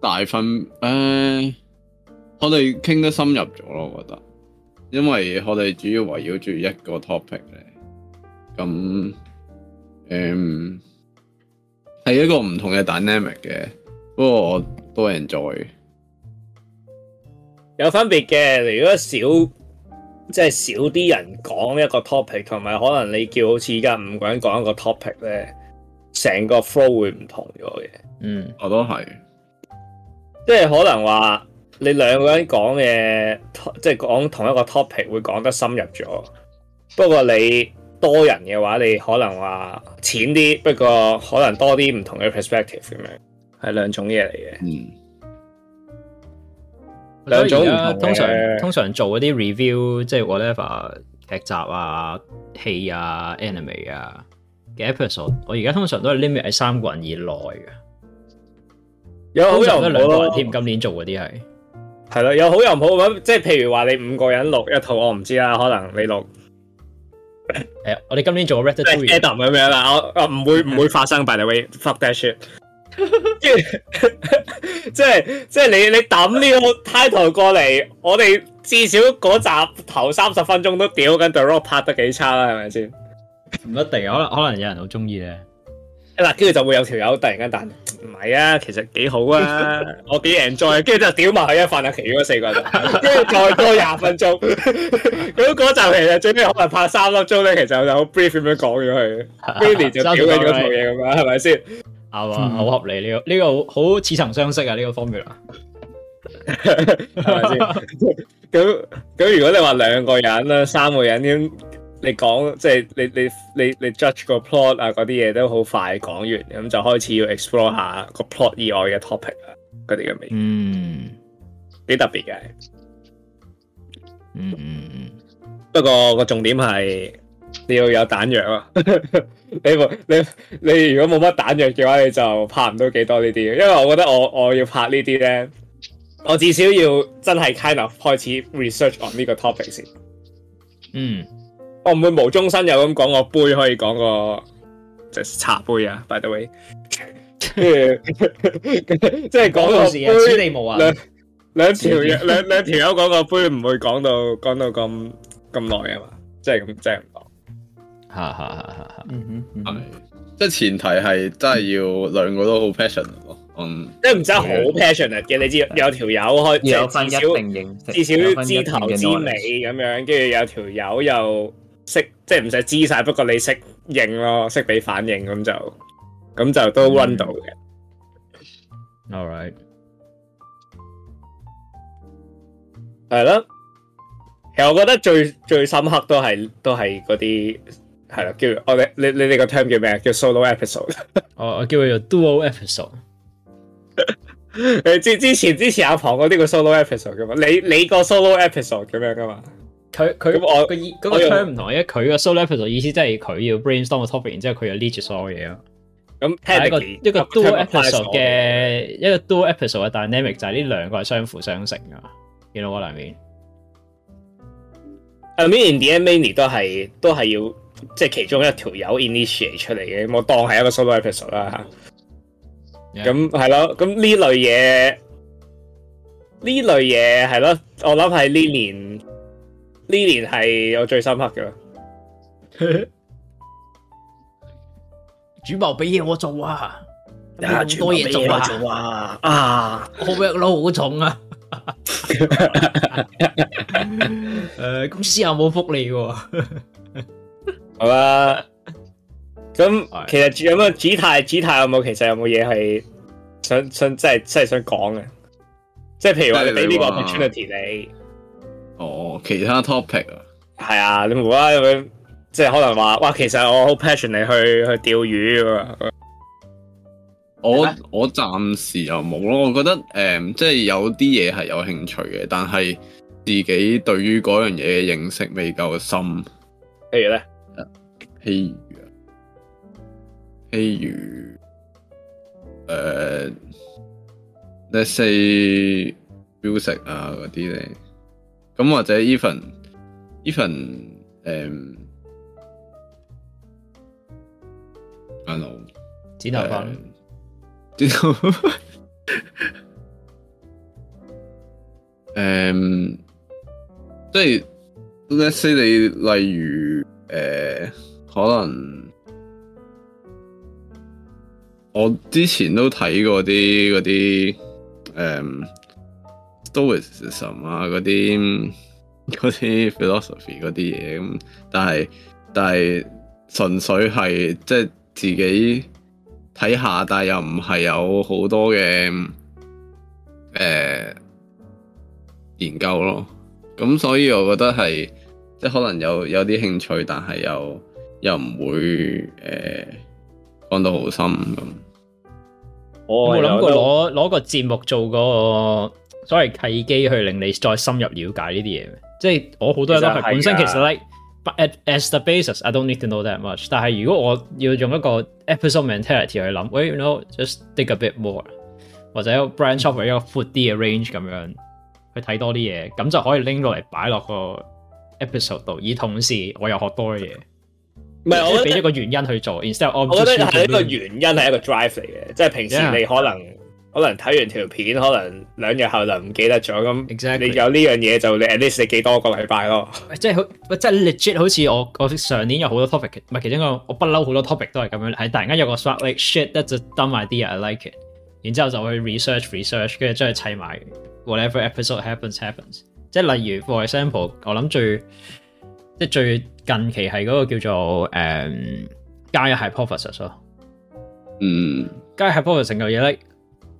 Speaker 6: 大分誒，我哋傾得深入咗咯，我覺得，因為我哋主要圍繞住一個 topic 咧，咁誒係一個唔同嘅 dynamic 嘅，不過我都 enjoy。
Speaker 4: 有分別嘅。如果少即係少啲人講一個 topic，同埋可能你叫好似依家五個人講一個 topic 咧，成個 flow 會唔同咗嘅。
Speaker 2: 嗯，
Speaker 6: 我都係，
Speaker 4: 即係可能話你兩個人講嘅，即係講同一個 topic 會講得深入咗。不過你多人嘅話，你可能話淺啲，不過可能多啲唔同嘅 perspective 咁樣，係兩種嘢嚟嘅。
Speaker 6: 嗯，
Speaker 4: 兩種唔
Speaker 2: 所以
Speaker 4: 同
Speaker 2: 而家
Speaker 4: 嘅
Speaker 2: 通常通常做嗰啲 review，即係 whatever 劇集啊、戲啊、anime 啊嘅 episode，我而家通常都係 limit 喺三個人以內嘅，
Speaker 4: 有哦好
Speaker 2: 通
Speaker 4: 有
Speaker 2: 常
Speaker 4: 唔
Speaker 2: 都
Speaker 4: 好
Speaker 2: 兩個人
Speaker 4: 咯，
Speaker 2: 添。今年做嗰啲係。
Speaker 4: 係咯，有好有唔好咁。即係譬如話你五個人錄一套，我唔知啦，可能你錄
Speaker 2: 誒，我哋今年做個
Speaker 4: 即係
Speaker 2: Ratatouille，
Speaker 4: Adam 咁樣啦，我我唔會唔會發生 by the way，fuck that shit。跟住即係即係你你抌呢個 title 過嚟，我哋至少嗰集頭三十分鐘都屌緊 The Rock 拍得幾差啦，係咪先？
Speaker 2: 唔一定，可能可能有人好中意咧。
Speaker 4: 嗱，跟住就會有條友突然間彈，唔係啊，其實幾好啊，我幾 enjoy，跟住就屌埋佢一份啊，其餘嗰四個人，跟住再多廿分鐘，咁嗰集其實最尾可能拍三粒鐘咧，其實我就好 brief 咁樣講咗佢，Billy 就屌緊嗰套嘢咁樣，係咪先？
Speaker 2: 啱
Speaker 4: 嗯
Speaker 2: 啊，好合理呢個呢個好好似曾相識啊！呢個 formula
Speaker 4: 係咪先？咁咁如果你話兩個人啦，三個人咁，你講即係你你你你 judge 個 plot 啊嗰啲嘢都好快講完，咁就開始要 explore 下個 plot 以外嘅 topic 啊，嗰啲咁嘅嘢
Speaker 2: 嗯
Speaker 4: 幾特別嘅。
Speaker 2: 嗯嗯嗯，
Speaker 4: 不過個重點係你要有彈藥啊！ 你冇你你如果冇乜彈藥嘅話，你就拍唔到幾多呢啲。因為我覺得我我要拍呢啲咧，我至少要真係 kind of 開始 research on 呢個 topic 先。
Speaker 2: 嗯，
Speaker 4: 我唔會無中生有咁講個杯可以講個即係茶杯啊，by the way，跟住即係講
Speaker 2: 講
Speaker 4: 個
Speaker 2: 到時啊，此
Speaker 4: 杯
Speaker 2: 地無
Speaker 4: 兩
Speaker 2: 銀，
Speaker 4: 兩條友兩兩條友講個杯唔會講到講到咁咁耐啊嘛，即係咁即係咁講。
Speaker 2: 哈哈哈哈哈！
Speaker 5: 嗯哼嗯
Speaker 6: 係
Speaker 5: 哼，
Speaker 6: 即係前提係真係要兩個都好 passion 咯，嗯，
Speaker 4: 即係唔使好
Speaker 2: 啊
Speaker 4: passionate 嘅，你知有條友開即
Speaker 5: 有分一
Speaker 4: 係
Speaker 5: 定形式，
Speaker 4: 至少
Speaker 5: 有
Speaker 4: 至少
Speaker 5: 分
Speaker 4: 知
Speaker 5: 一定
Speaker 4: 頭
Speaker 5: 嘅
Speaker 4: 知
Speaker 5: knowledge
Speaker 4: 尾咁樣，跟住有條友又識，即係唔使知晒，不過你識應咯，識俾反應咁就咁就都 run 到嘅。
Speaker 2: All right，
Speaker 5: 嗯
Speaker 4: 係咯。其實我覺得最最深刻都係都係嗰啲係啦，叫我哋你你你個 term 叫咩啊？叫 solo episode。
Speaker 2: 我我叫佢做 dual episode。
Speaker 4: 你之之前之前阿龐嗰啲個 solo episode 噶嘛？你你個 solo episode 咁樣噶嘛？
Speaker 2: 佢佢
Speaker 4: 咁我
Speaker 2: 個意嗰
Speaker 4: 我
Speaker 2: 個
Speaker 4: 用
Speaker 2: term 唔同，因為佢個 solo episode 意思即係佢要 brainstorm 個 topic，然之後佢又 lead 住所有嘢咯。
Speaker 4: 咁
Speaker 2: 係一個
Speaker 4: technically，
Speaker 2: 一個
Speaker 4: 個 term
Speaker 2: dual
Speaker 4: applies
Speaker 2: episode
Speaker 4: 我
Speaker 2: 嘅一個 dual episode 嘅 dynamic 就係呢兩個係相輔相成噶。You know what I mean？
Speaker 4: I mean in the end mainly 都係都係要即係其中一條友 initiate 出嚟嘅，咁我當係一個 solo episode 啦。
Speaker 2: Yeah.
Speaker 4: 咁係咯，咁呢類嘢呢類嘢係咯，我諗係呢年呢年係我最深刻嘅咯。
Speaker 2: 主謀俾嘢我做啊！
Speaker 4: 啊
Speaker 2: 咁多嘢做啊！
Speaker 4: 哇啊！
Speaker 2: 我 workload 好重 啊！誒、公司又冇福 利喎、
Speaker 4: 好啦，咁
Speaker 2: 係
Speaker 4: 其實有冇主太主太有冇其實有冇嘢係想想即係即係想講嘅？即係譬如話你俾呢個
Speaker 6: 即係你話
Speaker 4: opportunity 你。
Speaker 6: 哦，其他 topic 啊，
Speaker 4: 係啊，你無啦啦咁樣，即係可能話，哇，其實我好 passion 你去去釣魚咁啊，
Speaker 6: 我
Speaker 3: 係咩
Speaker 6: 我暫時又冇咯，我覺得誒、嗯即係有啲嘢係有興趣嘅，但係自己對於嗰樣嘢嘅認識未夠深，
Speaker 4: 譬如咧，
Speaker 6: 譬如啊譬如誒，let's say music 啊嗰啲咧，咁或者 even even 誒，I don't know。
Speaker 2: 剪頭髮，
Speaker 6: 知道。 誒、嗯即係 let's say 你例如誒、呃可能我之前都睇過啲嗰啲誒 stoicism 啊嗰啲嗰啲 philosophy 嗰啲嘢咁，但係但係純粹係即係自己睇下，但係又唔係有好多嘅誒。研究咯。咁所以我覺得係即係可能有有啲興趣，但係又又唔會誒講、到好深咁。
Speaker 4: 我哦
Speaker 2: 有冇諗過
Speaker 4: 過
Speaker 2: 攞攞個節目做個所謂契機，去令你再深入了解呢啲嘢？即係我好多嘢都
Speaker 4: 其實係啊
Speaker 2: 係
Speaker 4: 㗎
Speaker 2: 本身其實 like but at as the basis I don't need to know that much。但係如果我要用一個 episode mentality 去諗，喂，you know just dig a bit more，或者
Speaker 4: 嗯
Speaker 2: branch off 一個闊啲嘅 range 咁樣去睇多啲嘢，咁就可以拎落嚟擺落個 episode 度，而同時我又學多嘢，
Speaker 4: 唔係
Speaker 2: 即
Speaker 4: 我
Speaker 2: 係
Speaker 4: 覺
Speaker 2: 俾
Speaker 4: 得
Speaker 2: 一個原因去做，instead of
Speaker 4: 我覺得
Speaker 2: just
Speaker 4: 係一個
Speaker 2: looking
Speaker 4: 原因係一個 drive 嚟嘅，即係平時
Speaker 2: Yeah
Speaker 4: 你可能可能睇完條片，可能兩日後就唔記得咗，咁
Speaker 2: Exactly
Speaker 4: 你有呢樣嘢就你 at least 你記多個禮拜咯。
Speaker 2: 即係好，即係 legit 好似我我上年有好多 topic，唔係其中一個我不嬲好多 topic 都係咁樣，係突然間有個 spark like shit that's a dumb idea，I like it，然之後就去 research research，跟住將佢砌埋 whatever episode happens happens。即係例如 for example，我諗最即係最近期係嗰個叫做誒加一 hypothesis 咯。
Speaker 6: 嗯，
Speaker 2: 加入 p o 成嚿嘢咧，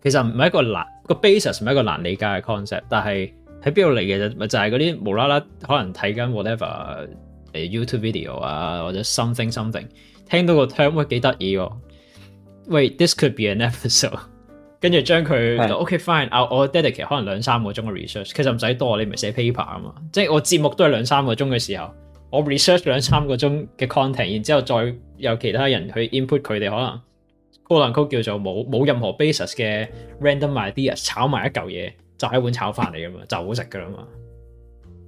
Speaker 2: 其實唔係一個難個 basis 唔係一個難理解嘅 concept，但係喺邊度嚟嘅就咪就係嗰啲無啦啦可能睇緊 whatever 誒 YouTube video 啊或者 something something，聽到個 term 喂幾得意喎，喂 this could be an episode，跟 住將佢
Speaker 5: 係
Speaker 2: 就 OK fine，啊我 dedicate 可能兩三個鐘嘅 research，其實唔使多，你咪寫 paper 啊嘛，即係我節目都係兩三個鐘嘅時候。我 research 兩三個鐘嘅 content，然之後再有其他人去 input 佢哋可能 call n call 叫做冇冇任何 basis 嘅 random ideas 炒埋一嚿嘢，就係一碗炒飯嚟噶嘛， 就好食噶啦嘛，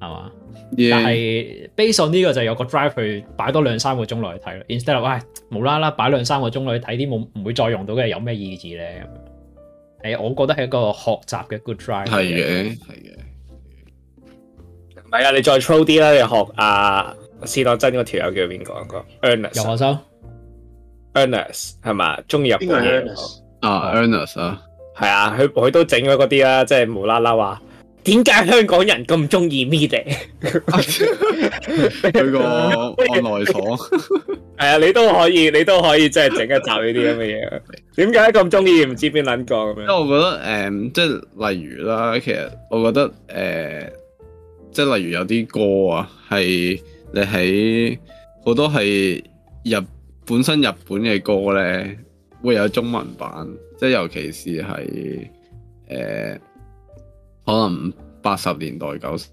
Speaker 2: 係嘛？但
Speaker 6: 耶！
Speaker 2: 係 base on 呢個就有個 drive 去擺多兩三個鐘落去睇咯，instead of 唉無啦啦擺兩三個鐘落去睇啲冇唔會再用到嘅有咩意義咧？咁樣係我覺得係一個學習嘅 good drive 嚟
Speaker 6: 係嘅，係嘅。
Speaker 4: 唔係啊，你再 throw 啲啦，你學啊斯諾真嗰條友叫邊個啊個
Speaker 2: 游
Speaker 4: Ernest
Speaker 2: 學生
Speaker 4: Ernest 係嘛？中意日本
Speaker 3: 邊個
Speaker 2: 哎
Speaker 3: 係
Speaker 4: 嘢
Speaker 3: Ernest？
Speaker 6: 啊，Ernest 啊，
Speaker 4: 係啊，佢佢都整咗嗰啲啦，即係無啦啦話點解香港人咁中意 media？
Speaker 6: 佢個按內所，
Speaker 4: 係啊，你都可以，你都可以即係整一集呢啲咁嘅嘢。點解咁中意唔知邊撚個咁
Speaker 6: 因為
Speaker 4: 樣？
Speaker 6: 我覺得誒、呃即係例如啦，其實我覺得誒、呃即係例如有啲歌啊，係你喺好多係日本身日本嘅歌咧，會有中文版，即係尤其是係誒、可能八十年代九十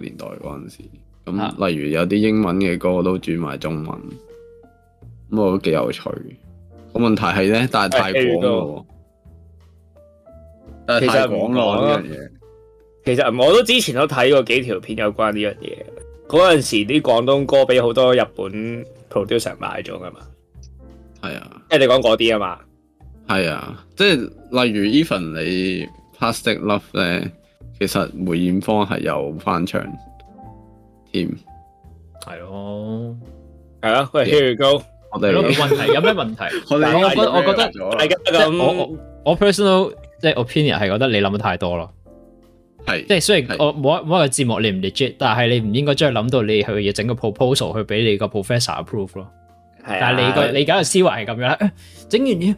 Speaker 6: 年代嗰陣時，
Speaker 2: 啊
Speaker 6: 咁例如有啲英文嘅歌都轉埋中文，咁我覺得幾有趣。個問題係咧，但係太
Speaker 4: 譬如
Speaker 6: 廣咯喎，但係太廣咯呢樣嘢。
Speaker 4: 其實我都之前都睇過幾條片有關呢樣嘢。嗰陣時啲廣東歌俾好多日本 producer 買咗噶嘛，
Speaker 6: 係啊，
Speaker 4: 即係你講嗰啲啊嘛。
Speaker 6: 係啊，即係例如 even 你 Plastic Love 咧，其實梅艷芳係有翻唱添。
Speaker 2: 係咯，
Speaker 4: 係咯，喂，Here you go，
Speaker 6: 我
Speaker 2: 係
Speaker 6: 哋
Speaker 2: 咯，冇問題有咩問題？
Speaker 6: 我哋
Speaker 2: 我覺得我覺得
Speaker 4: 大家
Speaker 2: 即係我
Speaker 4: 咁
Speaker 2: 我 我 personal 即係 opinion 係覺得你諗得太多咯。
Speaker 6: 係
Speaker 2: 即係雖然
Speaker 6: 係
Speaker 2: 我冇一冇一個節目你唔 legit，但係你唔應該將佢諗到你去要整個 proposal 去俾你個 professor approve 咯。
Speaker 4: 啊
Speaker 2: 但係你個你而家嘅思維係咁樣啦， 啊整完要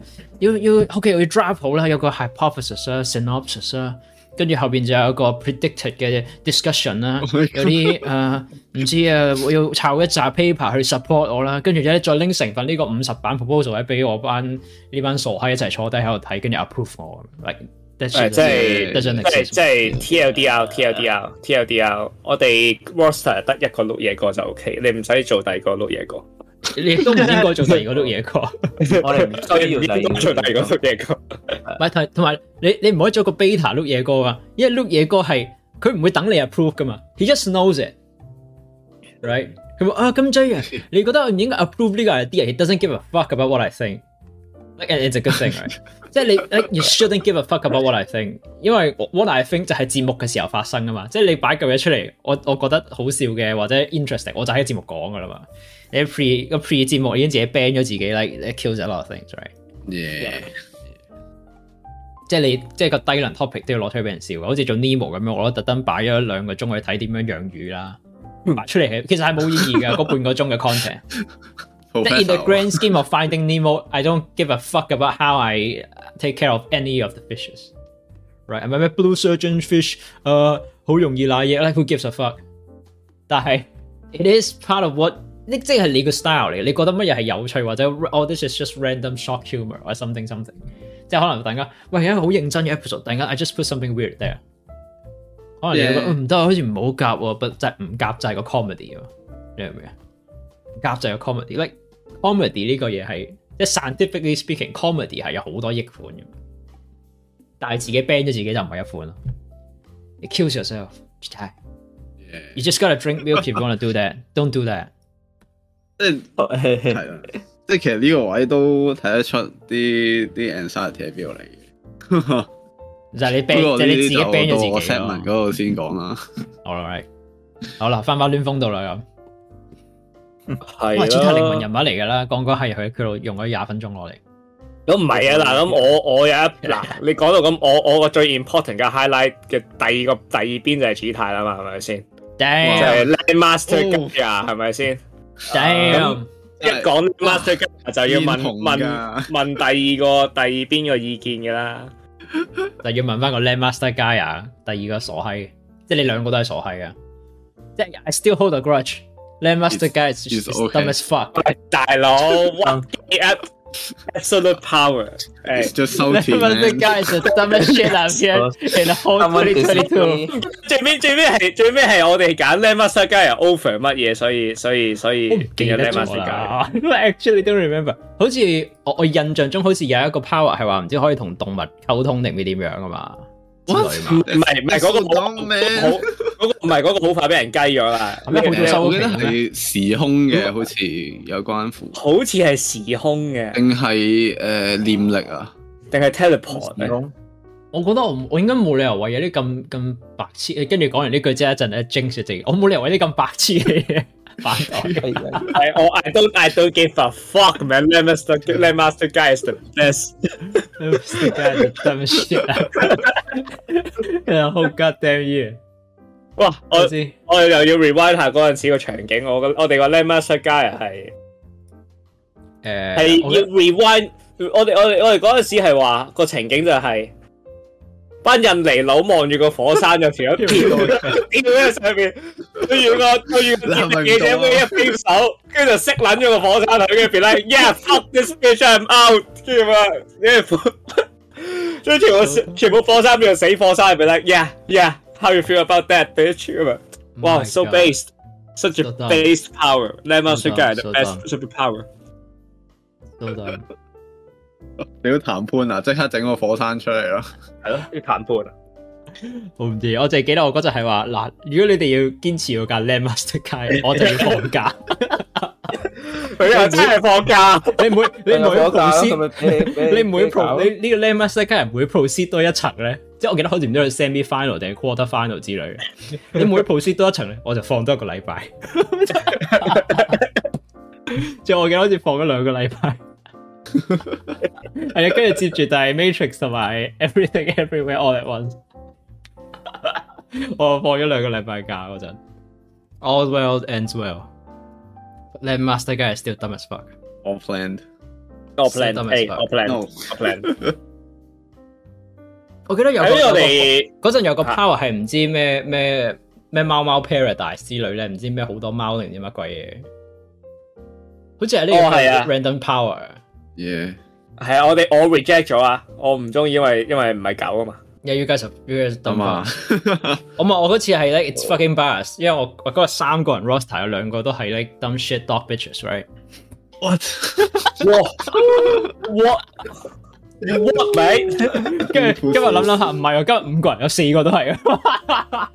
Speaker 2: 要要 OK 我要 draft 好啦，有個 hypothesis 啦、synopsis 啦，跟住後邊就有一個 predicted 嘅 discussion 啦，有啲誒唔知啊，我要抄一紮 paper 去 support 我啦，跟住咧再拎成份呢個五十版 proposal 咧俾我班呢班傻閪一齊坐低喺度睇，跟住 approve 我，like 即
Speaker 4: 誒
Speaker 2: 即
Speaker 4: 即係
Speaker 2: 係
Speaker 4: 即係即係 TLDR TLDR TLDR，我哋 roster 得一個碌嘢過就 OK，你唔使做第二個碌嘢過，
Speaker 2: 你亦都唔應該做第二個碌嘢個。
Speaker 5: 我哋唔
Speaker 4: 我
Speaker 5: 需
Speaker 4: 哋
Speaker 5: 要
Speaker 4: 唔應該做第二個碌嘢過。
Speaker 2: 唔係同同埋你你唔可以做個 beta 碌嘢哥啊，因為碌嘢哥係佢唔會等你 approve 噶嘛，he just knows it，right？佢話啊咁 J 啊，你覺得我唔應該 approve 呢個 idea？He doesn't give a fuck about what I think。Like and it's a good thing，right？即 係你 like, you shouldn't give a fuck about what I think，因為 what I think 就係節目嘅時候發生啊嘛。即係你擺嚿嘢出嚟，我我覺得好笑嘅或者 interesting，我就喺節目講噶啦嘛。你 pre 個 pre 節目已經自己 ban 咗自己，like it kills a lot of things，right？
Speaker 6: 耶，
Speaker 2: 即係你即係個低能 topic 都要攞出去俾人笑嘅，好似做 Nemo 咁樣，我都特登擺咗兩個鐘去睇點樣養魚啦，擺出嚟係其實係冇意義嘅嗰半個鐘嘅 content。即係 in the grand scheme of finding Nemo，I don't give a fuck about how I uh, take care of any of the fishes。Right？係咪咩 blue surgeon fish？誒、好容易瀨嘢咧，who gives a fuck？但係 it is part of what 呢即係你個 style 嚟嘅，你覺得乜嘢係有趣或者 oh this is just random shock humor or something something，即係可能突然間喂有一個好認真嘅 episode，突然間 I just put something weird there。可能你覺得
Speaker 6: Yeah.
Speaker 2: 嗯唔得，好似唔好夾喎，不就係唔夾就係個 comedy 咯，你明唔明啊？唔夾就係個 comedy，like comedy 呢個嘢係即係 scientifically speaking，comedy 係有好多億款嘅，但係自己 ban 咗自己就唔係一款咯。It kills yourself，係。You just gotta drink milk if you wanna do that. Don't do that.
Speaker 6: 即係
Speaker 5: 做。
Speaker 6: 係啦，即係其實呢個位都睇得出啲啲 anxiety 喺邊度嚟嘅。
Speaker 2: 就係你 ban，
Speaker 6: 不
Speaker 2: 就
Speaker 6: 過呢
Speaker 2: 係你自
Speaker 6: 啲
Speaker 2: 己
Speaker 6: 就
Speaker 2: ban
Speaker 6: 到
Speaker 2: 咗
Speaker 6: 我
Speaker 2: 自己啊
Speaker 6: set 文嗰
Speaker 2: 咯。
Speaker 6: 度先講 啦。
Speaker 2: 好啦，right，好啦，翻返亂風度啦
Speaker 6: 啊
Speaker 2: 咁。哇，
Speaker 4: 係
Speaker 2: 主題靈
Speaker 4: 咯
Speaker 2: 魂。人物嚟㗎啦，剛剛係佢佢度用咗廿分鐘落嚟。
Speaker 4: 咁唔係
Speaker 2: 嗯
Speaker 4: 啊，嗱咁我我有 一嗱，你講到咁，我我個最 important 嘅 highlight 嘅第二個第二邊就係主態啦嘛，係咪先？就
Speaker 2: Damn，damn，
Speaker 4: 係 Landmaster
Speaker 2: 哦
Speaker 4: Gaia 係咪先？一講 Landmaster Gaia 就要問
Speaker 6: 面紅
Speaker 4: 問
Speaker 6: 㗎
Speaker 4: 問第二個第二邊個意見㗎啦。
Speaker 2: 就要問翻個 Landmaster Gaia，第二個傻閪，即係你兩個都係傻閪㗎。即係 I still hold a grudge。Landmaster Gaia is
Speaker 6: It's- it's
Speaker 2: is dumb
Speaker 6: okay.
Speaker 2: as fuck。
Speaker 4: 喂，大 佬，what the app absolute power？誒
Speaker 6: It's，just 收錢
Speaker 2: Landmaster Gaia is the dumbest shit I've seen in the whole 2022。
Speaker 4: 最尾最尾係最尾係我哋揀 Landmaster Gaia over 乜嘢，所以所以所以
Speaker 2: 我唔記
Speaker 4: 變咗
Speaker 2: 得咗
Speaker 4: Landmaster Gaia。
Speaker 2: 啦。Actually don't remember。好似我我印象中好似有一個 power 係話唔知可以同動物溝通定唔知點樣啊嘛。
Speaker 6: What？
Speaker 2: 之類
Speaker 4: 唔
Speaker 2: 嘛
Speaker 4: 係唔係嗰個好
Speaker 6: 當咩？
Speaker 4: 好嗰個唔係嗰個好快俾人雞咗啦，
Speaker 2: 係咩好
Speaker 6: 誒
Speaker 2: 早收
Speaker 6: 我記得
Speaker 2: 皮咩
Speaker 6: 係時空嘅，好似有關乎，
Speaker 4: 好似係時空嘅，
Speaker 6: 定係誒念力啊？
Speaker 4: 定係 teleport 咧？
Speaker 2: 我覺得我唔我應該冇理由為有啲咁咁白痴，跟住講完呢句之後一陣咧 jinx 咗自己，我冇理由為啲咁白痴嘅嘢 反台。
Speaker 4: 係我 I don't I don't give a fuck man. Lemaster Lemaster guy is the best。
Speaker 2: Oh, Dumb shit 啊！Oh god damn you！
Speaker 4: 哇！
Speaker 2: 我
Speaker 4: 我
Speaker 2: 知
Speaker 4: 我又要 oh, rewind 下嗰陣時個場景，我我哋個 Lemaster guy 係
Speaker 2: 誒
Speaker 4: 係
Speaker 2: 我
Speaker 4: 要 rewind。我哋我哋我哋嗰陣時係話個情景就係班印尼佬望住個火山就條咗跳。屌喺上面，對住個對住個接力記者妹一飛手，跟住就熄撚咗個火山頭，跟住 be like yeah fuck this bitch I'm out，跟住話跟住 將全部全部火山變成死火山，be like yeah yeah how you feel about that bitch 咁啊，哇 so based。Such a
Speaker 2: Oh So dumb.
Speaker 4: based power, Lemon
Speaker 2: So dumb,
Speaker 4: Sugar the
Speaker 2: so
Speaker 4: best
Speaker 2: dumb.
Speaker 4: super power。
Speaker 2: 都得。
Speaker 6: 你要談判啊！即刻整個火山出嚟咯！
Speaker 4: 係咯，要談判啊！
Speaker 2: 我唔知，我淨係記得我嗰陣係話嗱，如果你哋要堅持要架 Landmaster 街，我就要放假。
Speaker 4: 佢又真係放假，
Speaker 2: 你每你每
Speaker 5: 啊
Speaker 2: proceed，你
Speaker 5: 你
Speaker 2: 每 pro 你呢個 Landmaster 街每 proceed 多一層咧，即係我記得好似唔知係 semi final 定係 quarter final 之類嘅。 你每 proceed 多一層咧，我就放多一個禮拜。 即係我記得好似放咗兩個禮拜。係啊，跟住接住就係 Matrix 同埋 Everything Everywhere All at Once。我放咗兩個禮拜假嗰陣。All well ends well. Let master guy is still dumb as fuck.
Speaker 6: On planned，
Speaker 4: 我 plan
Speaker 2: Dumb as
Speaker 4: A，
Speaker 2: fuck
Speaker 4: 我 plan，
Speaker 6: No
Speaker 4: 我 plan。
Speaker 2: 我記得有個
Speaker 4: 喺我
Speaker 2: 嗰
Speaker 4: 哋
Speaker 2: 陣有個
Speaker 4: 啊
Speaker 2: power 係唔知咩咩咩貓貓 paradise 之類咧，唔知咩好多貓定唔知乜鬼嘢。好似係
Speaker 4: 哦係啊
Speaker 2: 呢個 random power。
Speaker 6: 耶！
Speaker 4: à? 係啊，我哋我 reject 咗啊，我唔中意，因為因為唔係狗啊嘛。
Speaker 2: Yeah, you guys are you guys are
Speaker 6: 啊
Speaker 2: dumb
Speaker 6: 嘛
Speaker 2: fuck.，我 咪我嗰次係咧，it's fucking bias，因為我我嗰日三個人 roster 有兩個都係 like dumb shit dog bitches，right？跟住今日諗諗下，唔係喎，今日五個人有四個都係喎。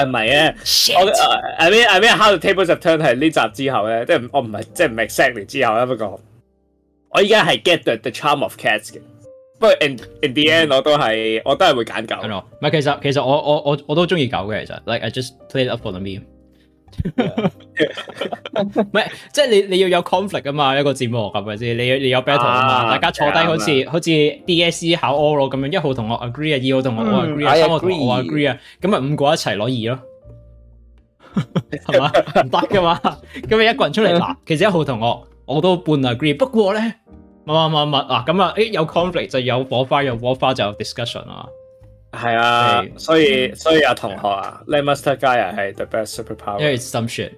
Speaker 4: 唔係啊，我啊 I mean I mean how the tables have turned 係呢集之後咧，即係唔我唔係即係唔 exactly 之後啦，不過我依家係 get the the charm of cats 嘅，不過 in in the end 我都係我都係會揀
Speaker 2: 係
Speaker 4: 狗，
Speaker 2: 咯，唔係其實其實我我我我都中意狗嘅，其實，like I just play it up for the meme。唔 係，即係你你要有 conflict 啊嘛，一個節目係咪先？你要你有 battle 啊嘛，
Speaker 4: 啊
Speaker 2: 大家坐低好似好似 DSE 考 oral 咁樣，一號同學 agree 啊，二號同
Speaker 4: 嗯
Speaker 2: 學我 agree 啊，
Speaker 5: I
Speaker 2: 三號同學我
Speaker 5: agree
Speaker 2: agree 啊，咁咪五個一齊攞二咯，係 嘛？唔得噶嘛，咁你一個人出嚟
Speaker 4: 嗯
Speaker 2: 嗱，其實一號同學我都半 agree，不過咧乜乜乜乜啊，咁啊，誒有 conflict 就有火花，有火花就有 discussion 啊。
Speaker 4: 係啊，
Speaker 2: 係
Speaker 4: 所以所以啊同學啊 l e m a s t e r Gaia 係 the best superpower。
Speaker 2: 因為 it's some shit。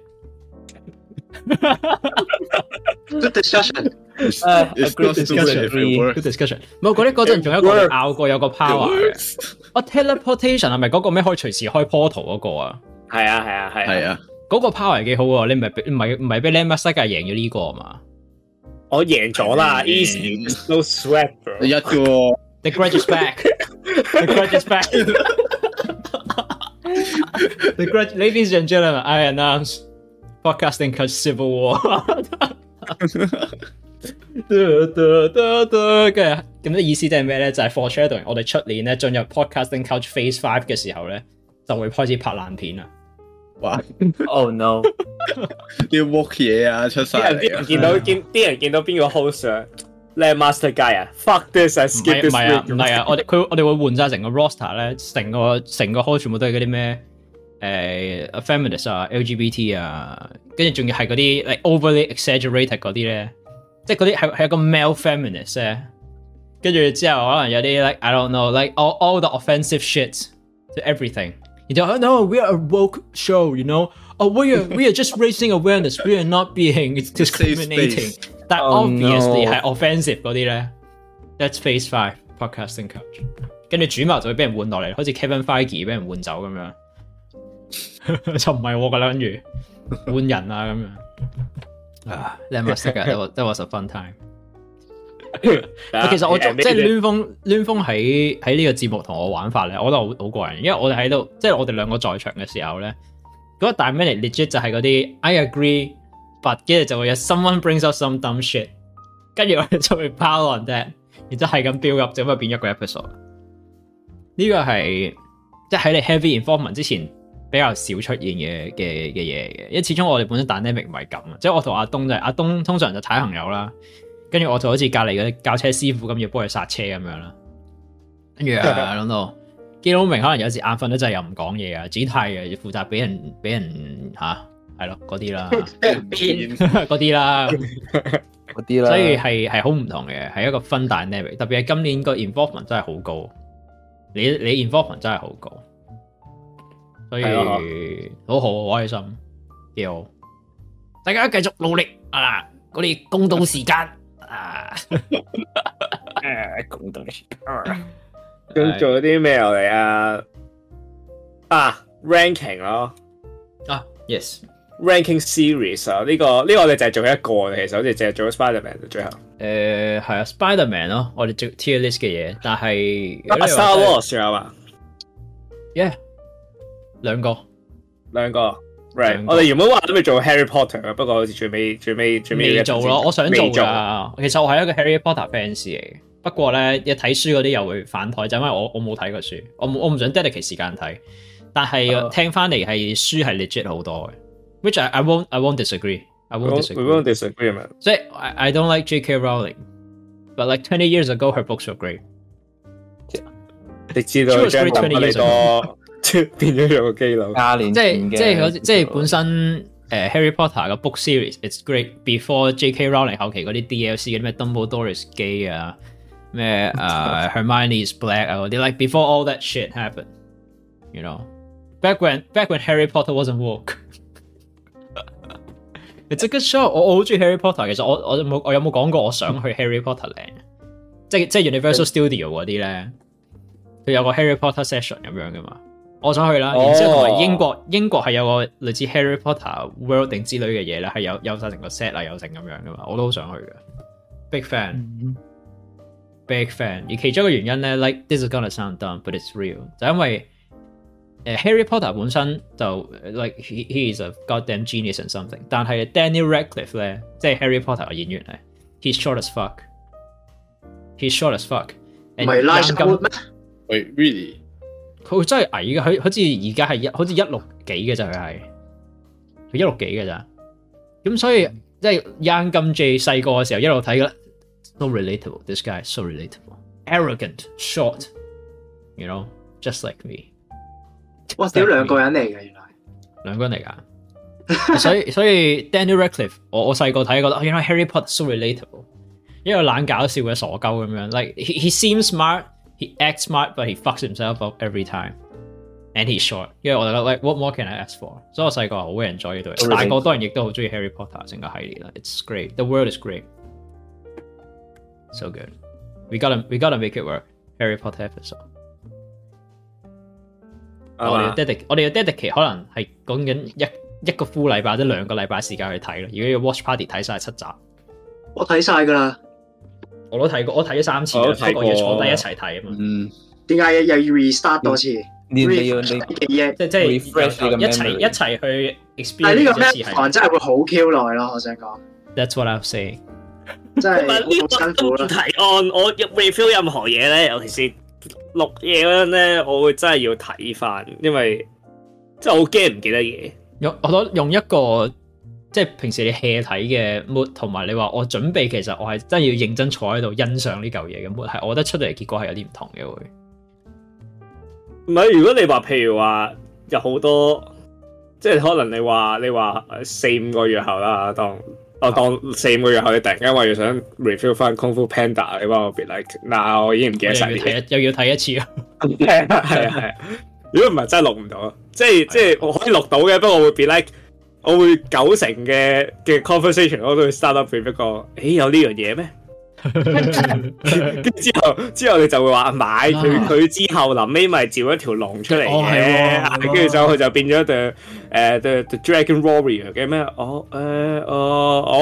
Speaker 3: Good discussion。
Speaker 6: It's-
Speaker 2: Uh,
Speaker 5: Ah,
Speaker 6: it's
Speaker 5: agree
Speaker 6: not
Speaker 5: to
Speaker 6: stupid if
Speaker 5: disagree.
Speaker 6: it
Speaker 2: Good
Speaker 6: works.
Speaker 2: discussion。唔係我覺得嗰陣仲有一
Speaker 4: It
Speaker 2: 個
Speaker 4: works.
Speaker 2: 拗過有個
Speaker 6: It
Speaker 2: power 嘅。
Speaker 6: works.
Speaker 2: 我 teleportation 係咪嗰個咩可以隨時開 portal 嗰個啊？
Speaker 4: 係啊係啊係
Speaker 6: 係
Speaker 4: 啊！
Speaker 6: 啊，
Speaker 2: 嗰個 power 幾好喎！你唔係俾唔係唔係俾 Lemma 世界贏咗呢個啊嘛
Speaker 4: 我贏咗啦
Speaker 6: 嗯
Speaker 4: ，easy is no sweat bro。
Speaker 6: 一個
Speaker 2: ？The grudge is back。The grudge is back。The grudge, ladies and gentlemen, I announce podcasting c u t civil war。跟住咁嘅意思即係咩咧？就係 foreshadowing，我哋出年咧進入 podcasting couch phase five 嘅時候咧，就會開始拍爛片啦。
Speaker 6: 哇，
Speaker 5: Oh no！
Speaker 6: 啲 work 嘢啊出
Speaker 4: 啲
Speaker 6: 晒
Speaker 4: 人啲
Speaker 6: 嚟
Speaker 4: 人
Speaker 6: 啊！
Speaker 4: 見到見啲人見到邊個 host 啊？Land Master Guy 啊？Fuck this！I
Speaker 2: 唔係
Speaker 4: skip
Speaker 2: 唔
Speaker 4: this
Speaker 2: 係啊，
Speaker 4: week。
Speaker 2: 唔 係啊，我哋佢我哋會換晒成個 roster 咧，成個成個 hall 全部都係嗰啲咩誒 feminist 啊、LGBT 啊，跟住仲要係嗰啲 like overly exaggerated 嗰啲咧，即係嗰啲係係一個 male feminist 咧，跟住之後可能有啲 like I don't know like all all the offensive shit to everything，然之後 oh, no we are a woke show you know oh we are we are just raising awareness we are not being discriminating，但
Speaker 5: Oh,
Speaker 2: obviously
Speaker 5: no.
Speaker 2: 係 offensive 嗰啲咧。That's Phase Five podcasting couch，跟住主謀就會俾人換落嚟，好似 Kevin Feige 俾人換走咁樣， 就唔係我噶啦，跟住換人啊咁樣。 啊，That was that was that was a fun time。其
Speaker 4: 啊
Speaker 2: 啊 實我即係
Speaker 4: 亂
Speaker 2: 亂風亂風喺喺呢個節目同我玩法咧，我覺得好好過癮，因為我哋喺度，即係我哋兩個在場嘅時候咧，嗰個大 mini legit 就係嗰啲 I agree，but 跟住就會有 someone brings up some dumb shit，跟住我哋就會 pile on that，然之後係咁 build up，就咁就變一個 episode。呢個係即係喺你 heavy informant 之前比較少出現嘅嘅嘅嘢嘅，因為始終我哋本身 dynamic 唔係咁啊，即係我同阿東就係、阿東通常就睇朋友啦。跟住我就好似隔離嗰啲教車師傅咁，要幫佢剎車咁樣啦。跟 住啊，諗到基佬明可能有時眼瞓得滯又唔講嘢啊，只太啊，負責俾人俾人吓，係咯嗰 啲啦，
Speaker 3: 變
Speaker 2: 嗰啲啦，
Speaker 5: 嗰啲啦，
Speaker 2: 所以係係好唔同嘅，係一個分 dynamic。特別係今年個 involvement 真係好高，你你 involvement 真係好高，所以
Speaker 4: 係啊
Speaker 2: 好好好開心，幾好。大家繼續努力啊！嗰啲公道時間啊！
Speaker 5: 誒共同嘅
Speaker 4: 咁
Speaker 2: Uh,
Speaker 4: 做咗啲咩嚟啊？啊，ranking ah, 咯
Speaker 2: 啊，yes，
Speaker 4: ，ranking series uh, 啊，呢個呢個我哋就係做一個嘅，其實我哋淨係做咗 Spiderman 最後。
Speaker 2: 誒係啊，Spiderman 咯，我哋做 tier list 嘅嘢，但係如果你
Speaker 4: 啊
Speaker 2: 話
Speaker 4: Star
Speaker 2: 真係
Speaker 4: Wars 仲有嘛？
Speaker 2: ，yeah，兩個
Speaker 4: 兩個。Right，
Speaker 2: 兩個
Speaker 4: 我哋原本話準備做 Harry Potter 嘅，不過好似最尾最尾最尾
Speaker 2: 未做咯，我想做
Speaker 4: 未
Speaker 2: 㗎。其實我係一個 Harry Potter fans 嚟嘅，不過咧一睇書嗰啲又會反台，就因為我我冇睇過書，我冇我唔想 dedicate 時間睇，但係
Speaker 4: 啊
Speaker 2: 聽翻嚟係書係 legit 好多嘅，which I I won't I won't disagree，I
Speaker 4: We
Speaker 2: won't
Speaker 4: won't- Oh， we won't
Speaker 2: disagree。
Speaker 4: disagreement。
Speaker 2: 所以 I I don't like J.K. Rowling，but like twenty years ago her books were great。
Speaker 4: 你知道
Speaker 2: She was
Speaker 4: 將
Speaker 2: great
Speaker 4: 咁
Speaker 2: 20
Speaker 4: 你
Speaker 2: years
Speaker 4: 多變咗做個基佬。
Speaker 5: 加年
Speaker 2: 即係
Speaker 5: 前嘅
Speaker 2: 即係嗰即係本身誒 Harry Potter 嘅 book series，it's great before J.K. Rowling 後期嗰啲 DLC 嗰啲咩 Dumbledore is gay 啊， 咩誒 Hermione is black 啊嗰啲，like before all that shit happened，you know，back when back when Harry Potter wasn't woke。It's a good show 我。我好中意 Harry Potter。其實我我有冇我有冇講過我想去 Harry Potter 咧？即係即係 Universal Studio 嗰啲咧，佢有個 Harry Potter session 咁樣噶嘛，我想去啦。然之後同埋英國，英國係有個類似 Harry Potter World 定之類嘅嘢啦，係有有晒成個 set 啊，有成咁樣噶嘛，我都好想去嘅。Big fan，big fan。而其中一個原因咧，like this is gonna sound dumb，but it's real，就因為誒 Harry Potter 本身就 like he he is a goddamn genius and something，但係 Daniel Radcliffe 咧，即係 Harry Potter 嘅演員咧，he's short as fuck，he's short as fuck。
Speaker 3: 唔係拉手咩？
Speaker 6: 喂，really？
Speaker 2: 佢真係矮嘅，佢好似而家係一好似一六幾嘅咋，佢係佢一六幾嘅咋。咁所以即係 Young 金 J 細個嘅時候一路睇嘅，so relatable this guy is so relatable arrogant short you know just like me
Speaker 3: 哇！屌兩個人嚟嘅原來，
Speaker 2: 兩個人嚟㗎。所以所以 Daniel Radcliffe 我我細個睇覺得，哦原來 Harry Potter so relatable，一個懶搞笑嘅傻鳩咁樣，like he he seems smart。he acts smart but he fucks himself up every time and he's short 因為我就覺得 like what more can I ask for 所以我細個係好 enjoy 呢度，大個當然亦都好中意 Harry Potter 成個系列啦 it's great the world is great so good we gotta we gotta make it work Harry Potter episode 啊我哋要 dedicate 我哋要 dedicate 可能係講緊一一個 full 禮拜或者兩個禮拜時間去睇咯如果要 watch party 睇晒七集
Speaker 3: 我睇晒㗎啦，
Speaker 2: 我都睇過我睇咗三次啦
Speaker 6: 我都睇
Speaker 2: 不過要坐
Speaker 6: 過
Speaker 2: 低一齊睇啊嘛
Speaker 6: 嗯，
Speaker 3: 點解又要 restart
Speaker 2: 嗯
Speaker 3: 多次？
Speaker 5: 你你要
Speaker 3: Refresh
Speaker 5: 你
Speaker 3: 啲記憶，
Speaker 2: 即即係
Speaker 5: Refresh 你嘅
Speaker 2: 一齊
Speaker 5: memory
Speaker 2: 一齊去
Speaker 3: 但係呢
Speaker 2: experience
Speaker 3: 個咩
Speaker 2: 一次係
Speaker 3: 行真係會好 Q 耐咯，我想講，
Speaker 2: That's what I'm saying。
Speaker 3: 真
Speaker 4: 唔係呢
Speaker 3: 係好啊辛
Speaker 4: 個
Speaker 3: 苦
Speaker 4: 問
Speaker 3: 啦。
Speaker 4: 題案，我 review 任何嘢咧，尤其是錄嘢嗰陣咧，我會真係要睇翻，因為即係我好驚唔記得嘢。
Speaker 2: 用我覺得用一個即係平時你 hea 睇嘅 mood，同埋你話我準備其實我係真係要認真坐喺度欣賞呢嚿嘢嘅 mood，係我覺得出到嚟結果係有啲唔同嘅會。
Speaker 4: 唔係，如果你話譬如話有好多，即係可能你話你話呃四五個月後啦，當我當四五個月後，你突然間話要想 review 翻《功夫 Panda》，你幫我 be like，嗱，我已經唔記
Speaker 2: 又
Speaker 4: 得
Speaker 2: 要
Speaker 4: 晒啲嘢
Speaker 2: 睇一又要睇一 次啊！
Speaker 4: 係啊係啊係啊！如果唔係真係錄唔到啊，即係即係我可以錄到嘅，不過我會 be like，我會九成嘅嘅 conversation 我都會 start up with 一個，誒有呢樣嘢 咩？跟住之後之後你就會話買佢佢之後臨尾咪照一條龍出嚟
Speaker 2: 啊哦係
Speaker 4: 嘅
Speaker 2: 喎，
Speaker 4: 係跟住就佢就變咗對誒對對 Dragon Warrior 嘅咩？哦誒哦哦哦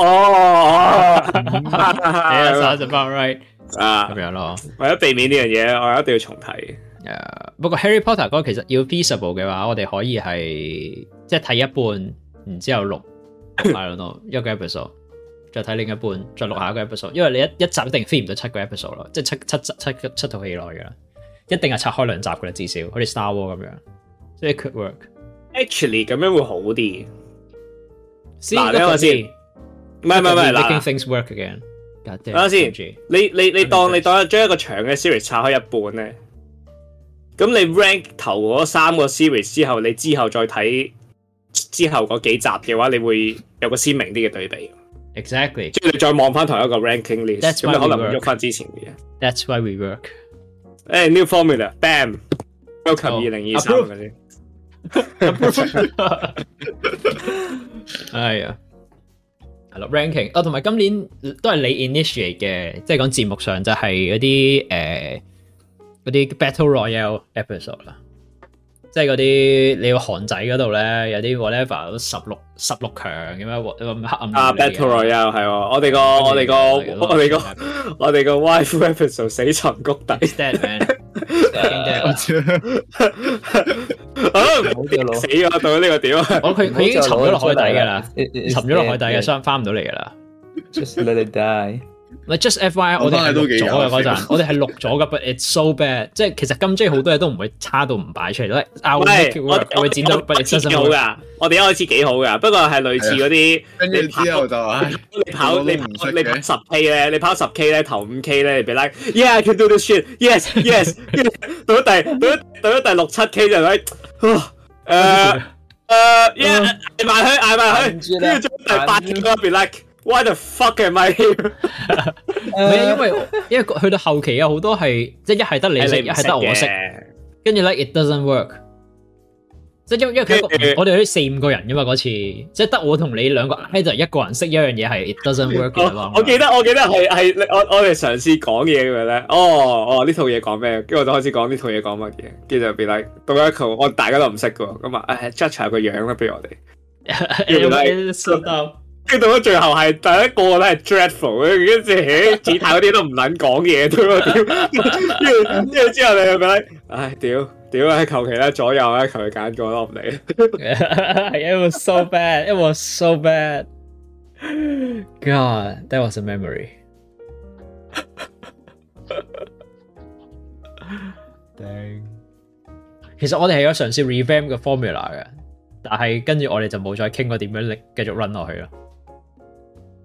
Speaker 4: 哦
Speaker 2: ，yeah
Speaker 4: 哦
Speaker 2: sounds about right
Speaker 4: 啊
Speaker 2: 咁！樣咯。
Speaker 4: 為咗避免呢樣嘢，我一定要重睇。
Speaker 2: 誒，呃不過 Harry Potter 嗰個其實要 feasible 嘅話，我哋可以係即係睇一半，然之後 錄 I don't know 一個 episode，再睇另一半，再錄下一個 episode。因為你一一集一定 fit 唔到七個 episode 咯，即係七七集七七七套戲內㗎啦，一定係拆開兩集㗎啦，至少好似 Star War 咁樣，所以 it could work。
Speaker 4: Actually 咁樣會好啲。
Speaker 2: See,
Speaker 4: 嗱
Speaker 2: look
Speaker 4: 你
Speaker 2: at
Speaker 4: 我先
Speaker 2: me.
Speaker 4: 唔係唔係唔
Speaker 2: Look
Speaker 4: 係
Speaker 2: at me
Speaker 4: 嗱
Speaker 2: making，things work again。God
Speaker 4: 等下
Speaker 2: damn，
Speaker 4: 先
Speaker 2: Benji
Speaker 4: 你你你當你當將一個長嘅 series 拆開一半咧，咁你 rank 頭嗰三個 series 之後，你之後再睇之後嗰幾集嘅話，你會有個鮮明啲嘅對比。
Speaker 2: Exactly.
Speaker 4: 即係你再望翻同一個 ranking list，
Speaker 2: That's
Speaker 4: 咁
Speaker 2: why
Speaker 4: 你可
Speaker 2: we
Speaker 4: 能會
Speaker 2: work
Speaker 4: 喐翻之前嘅嘢。
Speaker 2: That's why we work.
Speaker 4: 誒 new formula，bam，welcome 二零二三
Speaker 2: Oh， approve 嗯
Speaker 4: 嗰啲。
Speaker 2: 哎呀，系咯 ranking 啊，同埋今年都係你 initiate 嘅，即係講節目上就係嗰啲诶嗰啲 battle royale episode 啦，即係嗰啲你個韓仔嗰度咧有啲 whatever 都十六十六強咁樣咁黑暗
Speaker 4: 啊
Speaker 2: 料理嘅
Speaker 4: ，Battle Royale 係喎，我哋個我哋個我哋個我哋個 wife episode 死沉谷 底。
Speaker 2: It's dead man，Fucking dead
Speaker 4: 啊
Speaker 5: 唔好叫老
Speaker 4: 死咗到呢啊個屌！
Speaker 2: 我佢佢已經沉咗落海底㗎啦，沉咗落海底嘅，
Speaker 5: 嘅
Speaker 2: 所以翻唔到嚟㗎啦。
Speaker 5: ，just let it die。
Speaker 2: 咪 just FYI，我哋係錄咗嘅嗰 陣，我哋係錄咗嘅，but it's so bad。即係其實金 J 好多嘢都唔會差到唔擺出嚟咧。啊，
Speaker 4: 唔
Speaker 2: 我
Speaker 4: 係，我
Speaker 2: 我會剪到
Speaker 4: 我
Speaker 2: ，but
Speaker 4: 一
Speaker 2: it's
Speaker 4: 開始
Speaker 2: just
Speaker 4: 幾好
Speaker 2: work
Speaker 4: 噶，我哋一開始幾好噶，不過係類似嗰啲
Speaker 6: 跟住之後就唉
Speaker 4: 你跑
Speaker 6: 我都
Speaker 4: 你
Speaker 6: 唔
Speaker 4: 跑
Speaker 6: 識
Speaker 4: 你跑
Speaker 6: 嘅
Speaker 4: 十 K 咧，你跑十 K 咧，頭五 K 咧，你俾 like，yeah I can do this shit，yes yes，yes 到咗第到咗到咗第六七 K 就喺誒誒 yeah 嗌埋佢嗌埋
Speaker 5: 唔知
Speaker 4: 佢，
Speaker 5: 啦
Speaker 4: 跟住到第八 K 嗰邊 like why the fuck am I here？
Speaker 2: 唔係啊因 為因為去到後期有好多係即係一係得你識，一係得我識，
Speaker 4: 嘅，
Speaker 2: 跟住咧 it doesn't work。即係因為因為佢一個我哋嗰啲四五個人噶嘛嗰次，即係得我同你兩個 i d 一個人識一樣嘢係 it doesn't work 嘅
Speaker 4: 哦我我記得我記得係係我我哋嘗試講嘢咁樣咧，哦哦呢套嘢講咩？跟住我就開始講呢套嘢講乜嘢，跟住就變 like 到一球，我大家都唔識嘅喎，咁啊誒 judge 下個樣啦，俾我哋。原來
Speaker 2: long
Speaker 4: 跟住到咗最後係第一個咧係 dreadful，跟住誒子太嗰啲都唔撚講嘢都屌，跟住跟住之後你係咪咧？唉屌屌啊！求其啦，左右啦，求其揀咗啦，我唔理。
Speaker 2: it was so bad. It was so bad. God, that was a memory. Dang. 其實我哋係有嘗試 revamp 嘅 formula 嘅，但係跟住我哋就冇再傾過點樣力繼續 run 落去啦。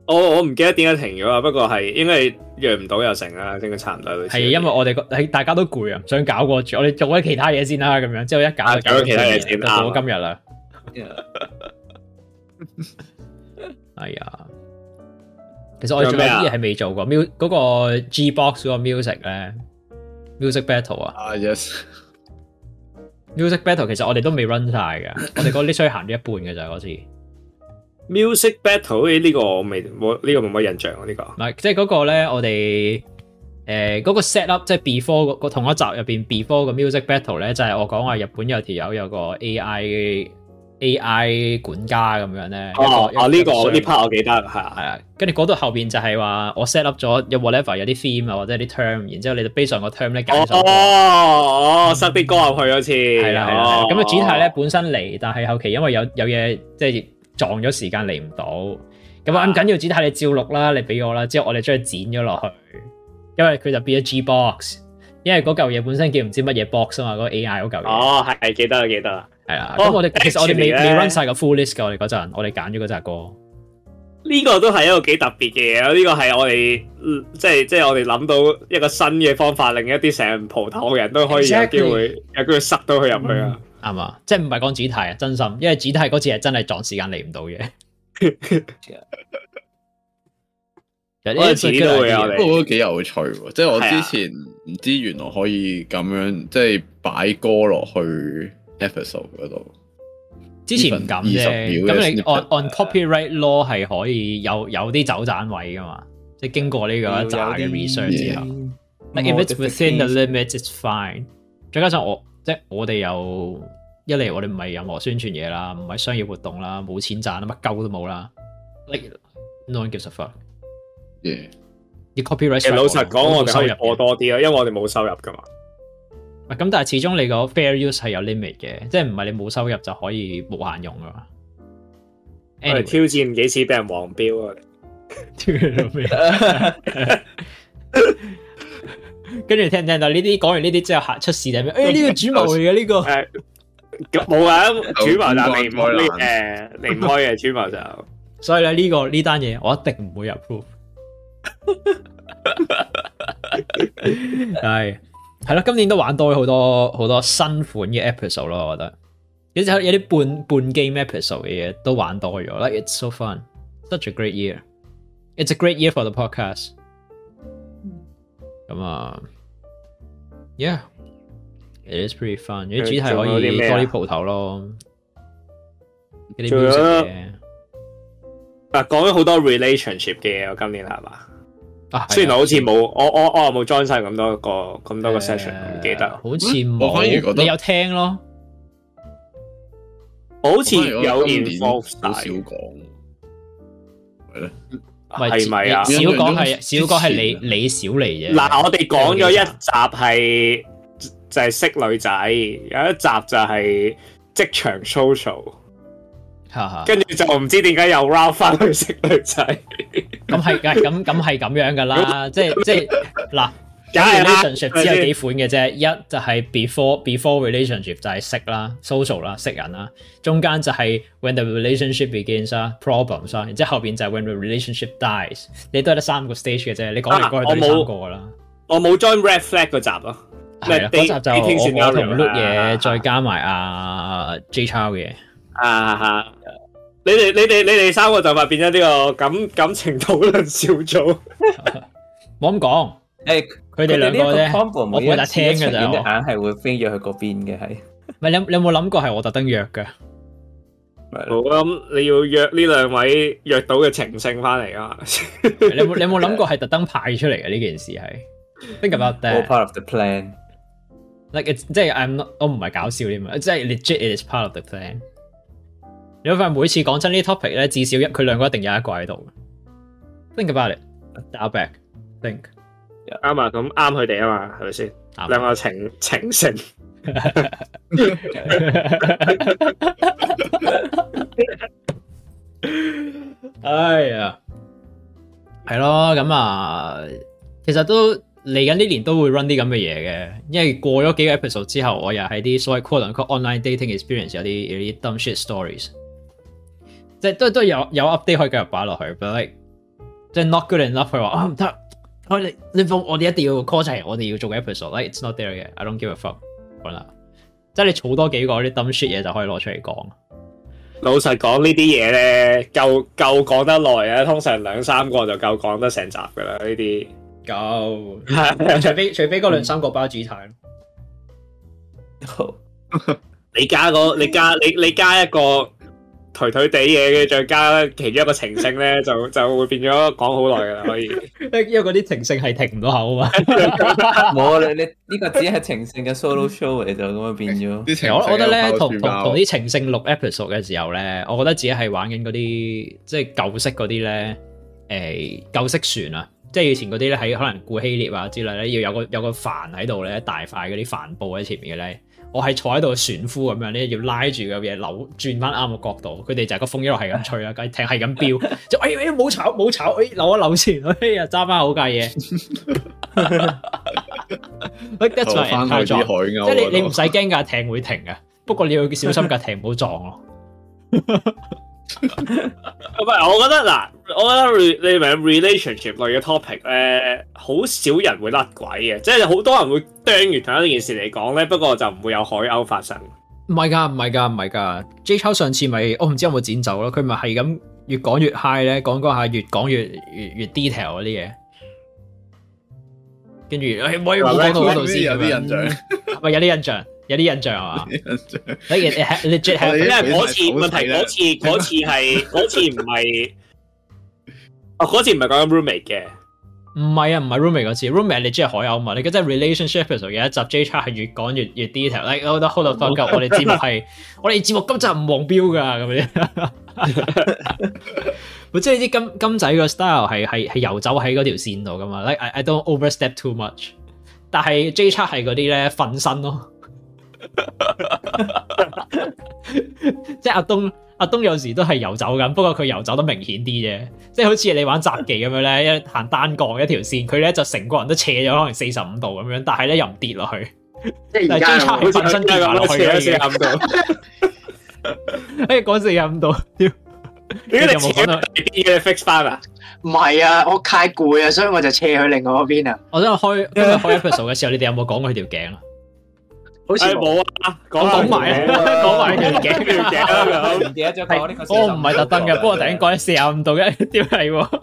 Speaker 4: 我我唔記得點解停咗啊啦，不過係應該係約唔到又成啦，應該差唔多類似。
Speaker 2: 係因為我哋個係大家都攰啊，唔想搞過住，我哋做咗其他嘢先啦，咁樣之後一搞就
Speaker 4: 啊做咗其他嘢先
Speaker 2: 就到
Speaker 4: 啱啊
Speaker 2: 今日啦。 哎呀，其實我哋
Speaker 4: 啊
Speaker 2: 仲有啲嘢係未做過，mu 嗰個 G box 嗰個 music 咧，music battle 啊
Speaker 6: 啊 yes，
Speaker 2: ，music battle 其實我哋都未 run 晒嘅，我哋嗰啲衰行咗一半嘅咋嗰次，唔
Speaker 4: music battle 咦呢個我未冇呢個冇乜印象啊呢個。
Speaker 2: 係即係嗰個咧，我哋誒嗰個 set up 即係 before 個同一集入邊 before 個 music battle 咧，就係我講話日本有條友有個 AI AI 管家咁樣咧，一個
Speaker 4: 哦哦呢個
Speaker 2: 一
Speaker 4: 呢 part 我記得係啊
Speaker 2: 係啊，跟住嗰度後邊就係話我 set up 咗有 whatever 有啲 theme 啊或者有啲 term，然之後你就 base on 個 term 咧
Speaker 4: 哦
Speaker 2: 揀首歌。
Speaker 4: 哦哦，塞啲歌入去嗰次，哦
Speaker 2: 係
Speaker 4: 係
Speaker 2: 啦係啦，係啦咁啊主題咧本身嚟，但係後期因為有有嘢即係撞咗時間嚟唔到，咁啊
Speaker 4: 啊
Speaker 2: 唔緊要，主題你照錄啦，你俾我啦，之後我哋將佢剪咗落去，因為佢就變咗 G box，因為嗰嚿嘢本身叫唔知乜嘢 box 啊嘛，嗰個 AI 嗰嚿嘢
Speaker 4: 哦係係記得啦記得啦，
Speaker 2: 係啦，
Speaker 4: 哦
Speaker 2: 咁我哋其實我哋未
Speaker 4: actually
Speaker 2: 未
Speaker 4: 咧
Speaker 2: run 晒個 full list 嘅，我哋嗰陣我哋揀咗嗰扎歌。
Speaker 4: 呢個都係一個幾特別嘅嘢啊，呢個係我哋嗯即係即係我哋諗到一個新嘅方法，令一啲成日蒲頭嘅人都可以有
Speaker 2: Exactly
Speaker 4: 機會有機會塞到佢入去啊！
Speaker 2: 啱啊，即係唔係講主題啊，真心，因為主題嗰次係真係撞時間嚟唔到 嘅。有
Speaker 4: 我哋自己都會啊我
Speaker 6: 不
Speaker 4: 哋
Speaker 6: 過都幾有趣喎。即係我
Speaker 4: 係啊
Speaker 6: 之前唔知原來可以咁樣，即係擺歌落去 episode 嗰度。
Speaker 2: 之前唔敢啫，
Speaker 6: 20秒
Speaker 2: 咁
Speaker 6: 嘅
Speaker 2: 你
Speaker 6: snippet
Speaker 2: 按按 copyright law 係可以有有啲走盞位噶嘛？即係經過呢個一扎嘅 research 之後，like if it's within the limit, it's fine。再加上我即係我哋又一嚟我哋唔係任何宣傳嘢啦，唔係商業活動啦，冇錢賺啦，乜鳩都冇啦。Like no one gives a fuck。
Speaker 6: Yeah，
Speaker 2: 啲 copyright
Speaker 4: 其實
Speaker 2: strike
Speaker 4: 老實講，我
Speaker 2: 冇
Speaker 4: 哋
Speaker 2: 收
Speaker 4: 可
Speaker 2: 入
Speaker 4: 以播
Speaker 2: 嘅。
Speaker 4: 多啲咯，因為我哋冇收入噶嘛。
Speaker 2: 唔係咁，但係始終你個 fair use 係有 limit 嘅，即係唔係你冇收入就可以無限用噶嘛。
Speaker 4: 我哋
Speaker 2: Anyway
Speaker 4: 挑戰幾次俾人黃標啊！
Speaker 2: 跟住聽唔聽到呢啲講完呢啲之後，嚇出事定咩？誒、哎呢、個主謀嚟嘅呢個，
Speaker 4: 誒，咁冇啊，主謀就離 唔開
Speaker 6: 有公關災
Speaker 4: 誒離唔開嘅主謀就
Speaker 2: 所以咧呢、個呢單嘢我一定唔會 approve。係係咯，今年都玩多咗好多好多新款嘅 episode 咯，我覺得有啲有啲半半 game episode 嘅嘢都玩多咗，like it's so fun, such a great year. It's a great year for the podcast. 咁啊，yeah, it is pretty fun. 啲主題
Speaker 4: 仲有
Speaker 2: 可以
Speaker 4: 啲咩啊
Speaker 2: 多啲鋪頭咯，嗰啲
Speaker 4: 仲有
Speaker 2: music 嘢
Speaker 4: 啊講咗好多 relationship 嘅嘢喎，今年係嘛？
Speaker 2: 啊，係啊
Speaker 4: 雖然我好似冇，我我我又冇 join 晒咁多個咁多個
Speaker 2: 誒
Speaker 4: session，唔記得。
Speaker 2: 好似冇。
Speaker 6: 我反而覺得
Speaker 2: 你有聽咯，
Speaker 4: 我好似有
Speaker 6: 今年好
Speaker 4: involve
Speaker 6: 少
Speaker 4: 晒，
Speaker 6: 講。
Speaker 2: 咪
Speaker 4: 係咪啊
Speaker 2: 你？少講係
Speaker 6: 因為
Speaker 2: 少講係
Speaker 6: 之啊
Speaker 2: 你你少嚟啫。
Speaker 4: 嗱，我哋講咗一
Speaker 2: 有幾
Speaker 4: 集係就係識女仔，有一集就係職場 social，
Speaker 2: 啊哈哈
Speaker 4: 跟住就唔知點解又 round 翻去識女 仔，
Speaker 2: 咁係梗係咁咁係咁樣噶 啦，即係即係嗱
Speaker 4: 梗係啊啦。
Speaker 2: relationship 只有幾款嘅啫，一就係 before before relationship 就係識啦、social 啦、識人啦，中間就係 when the relationship begins 啦、problems 啦，然之後後邊就係 when the relationship dies，你都係得三個 stage 嘅啫，你講嚟講去都係
Speaker 4: 啊
Speaker 2: 三
Speaker 4: 我冇
Speaker 2: 個噶啦。
Speaker 4: 我冇 join red flag 嗰集咯，
Speaker 2: 係啦，嗰
Speaker 4: 咩
Speaker 2: 集就
Speaker 4: dating
Speaker 2: 我我
Speaker 4: scenario
Speaker 2: 同 Luke
Speaker 4: 啊
Speaker 2: 嘢，再加埋阿呃 J 超嘅。
Speaker 4: 啊哈！你哋你哋你哋三個就咪變咗呢個感感情討論小組，
Speaker 2: 冇咁講，
Speaker 5: 誒，
Speaker 2: 佢哋兩個啫，
Speaker 5: combo
Speaker 2: 我負責聽嘅咋我
Speaker 5: 硬係會飛咗去嗰邊嘅係。
Speaker 2: 唔係你有你有冇諗過係我特登約㗎？
Speaker 4: 好咁，你要約呢兩位約到嘅情聖翻嚟啊！
Speaker 2: 你有冇你有冇諗過係特登派出嚟嘅呢件事係？Think about
Speaker 5: all
Speaker 2: that。
Speaker 5: part of the plan。
Speaker 2: Like it's 即係 I'm not, 我唔係搞笑添啊！即係 legit it is part of the plan。你會發現每次講真呢啲 topic 咧，至少一佢兩個一定有一個喺度。Think about it。Dial back。Think。
Speaker 4: 啱啊，咁啱佢哋啊嘛，係咪先？
Speaker 2: 啱
Speaker 4: 兩個情情聖，
Speaker 2: 哎呀，係咯，咁啊，其實都嚟緊呢年都會 run 啲咁嘅嘢嘅，因為過咗幾個 episode 之後，我又喺啲所謂 quote unquote online dating experience 有啲有啲 dumb shit stories，即係都都有有 update 可以繼續擺落去，but like 即係 not good enough 佢話啊唔得，我哋你放我哋一定要 call 齊我哋要做嘅 episode，like it's not there 嘅，I don't give a fuck，好啦，即係你儲多幾個啲 dumb shit 嘢就可以攞出嚟講。
Speaker 4: 老實講呢啲嘢咧，夠夠講得耐啊，通常兩三個就夠講得成集噶啦，呢啲
Speaker 2: 夠，
Speaker 4: 係
Speaker 2: 除非除非嗰兩三個包主題咯。
Speaker 4: 你加個你加你你加一個頹頹地嘢，跟住再加其中一個情聖咧，就就會變咗講好耐噶啦，可以。
Speaker 2: 因為因為嗰啲情聖係停唔到口啊嘛。
Speaker 5: 冇啊！你你呢個只係情 聖嘅 solo show 嚟就咁樣變咗。
Speaker 6: 啲情
Speaker 2: 我我覺得咧，
Speaker 6: 喺度
Speaker 2: 同
Speaker 6: 拋
Speaker 2: 同
Speaker 6: 書
Speaker 2: 同
Speaker 6: 包
Speaker 2: 啲情聖錄 episode 嘅時候咧，我覺得自己係玩緊嗰啲即係舊式嗰啲咧，誒、舊式船啊，即係以前嗰啲咧喺可能古希臘啊之類咧，要有個有個帆喺度咧，大塊嗰啲帆布喺前面嘅咧，我係坐喺度船夫咁樣咧，要拉住個嘢扭轉翻啱個角度，佢哋就係個風一路係咁吹啊 啦，架艇係咁飆，就哎哎冇炒冇炒，哎扭一扭先，哎呀揸翻好架 嘢。Like, that's
Speaker 6: 投
Speaker 2: my
Speaker 6: 翻去
Speaker 2: entire
Speaker 6: 啲
Speaker 2: job
Speaker 6: 海鷗
Speaker 2: 即係你你唔
Speaker 6: 嗰
Speaker 2: 使驚架艇會停嘅，不過你要小心架艇唔好撞咯。
Speaker 4: 唔係，我覺得嗱，我覺得 re, 你明唔明 relationship 類嘅 topic 咧，好少人會甩軌嘅，即係好多人會啄完同一件事嚟講咧，不過就唔會有海鷗發生。
Speaker 2: 唔係㗎，唔係㗎，唔係㗎。J 超上次咪我唔知有冇剪走咯，佢咪係咁越講越 high 咧，講講下越講越越越 detail 嗰啲嘢，跟住誒我冇講到 嗰度先
Speaker 6: 有
Speaker 2: 咁
Speaker 6: 啲
Speaker 2: 樣，
Speaker 6: 印象，
Speaker 2: 係咪有啲印象？有啲印象係嘛？
Speaker 6: 印象
Speaker 2: 你 legit
Speaker 6: 我哋
Speaker 4: 因為
Speaker 2: happen
Speaker 4: 嗰次
Speaker 6: 俾
Speaker 4: 問
Speaker 6: 晒手
Speaker 4: 題，
Speaker 6: 勢啦
Speaker 4: 嗰次嗰次係 嗰次唔係，哦嗰次唔係講緊 roommate 嘅，
Speaker 2: 唔係啊，唔係 roommate 嗰次，roommate 你知係海鷗嘛？你嗰真係 relationship 嘅時候有一集 J 叉係越講越越 detail，like 我覺得 hold the fuck up，我哋節目係我哋節目今集唔黃標噶咁樣。 我即係啲金金仔個 style 係係係游走喺嗰條線度噶嘛，like I I don't overstep too much。但係 J 叉係嗰啲咧瞓身咯， 即係阿東阿東有時都係游走緊，不過佢游走得明顯啲啫。即係好似你玩雜技咁樣咧，一行單槓一條線，佢咧就成個人都斜咗可能四十五度咁樣，但係咧又唔跌落去。
Speaker 3: 即係而
Speaker 2: 但係
Speaker 3: 家
Speaker 2: J
Speaker 3: 有
Speaker 2: 叉
Speaker 3: 冇
Speaker 2: 係瞓身跌埋落
Speaker 4: 好
Speaker 2: 去
Speaker 4: 似有
Speaker 2: 嘅
Speaker 4: 一
Speaker 2: 已經
Speaker 4: 次，暗 到，
Speaker 2: 哎講四廿五度，屌！
Speaker 4: 點解
Speaker 2: 有冇
Speaker 4: 你自
Speaker 2: 講
Speaker 4: 己
Speaker 2: 到？
Speaker 4: 啲嘢 fix 翻啊？
Speaker 3: 唔係啊，我太攰啊，所以我就斜去另外嗰邊啊。
Speaker 2: 我想 開今日開 episode 嘅時候，你哋有冇講過佢條頸啊？
Speaker 3: 好似
Speaker 4: 誒
Speaker 3: 冇
Speaker 4: 冇啊，講
Speaker 2: 我講
Speaker 4: 啦
Speaker 2: 埋啊，講埋條
Speaker 4: 講
Speaker 2: 頸。
Speaker 4: 條頸啦咁
Speaker 5: 唔記得咗講呢個。
Speaker 2: 我哦唔係特登嘅，不過我突然
Speaker 5: 講。
Speaker 2: 講咗四廿五度嘅，屌係 喎。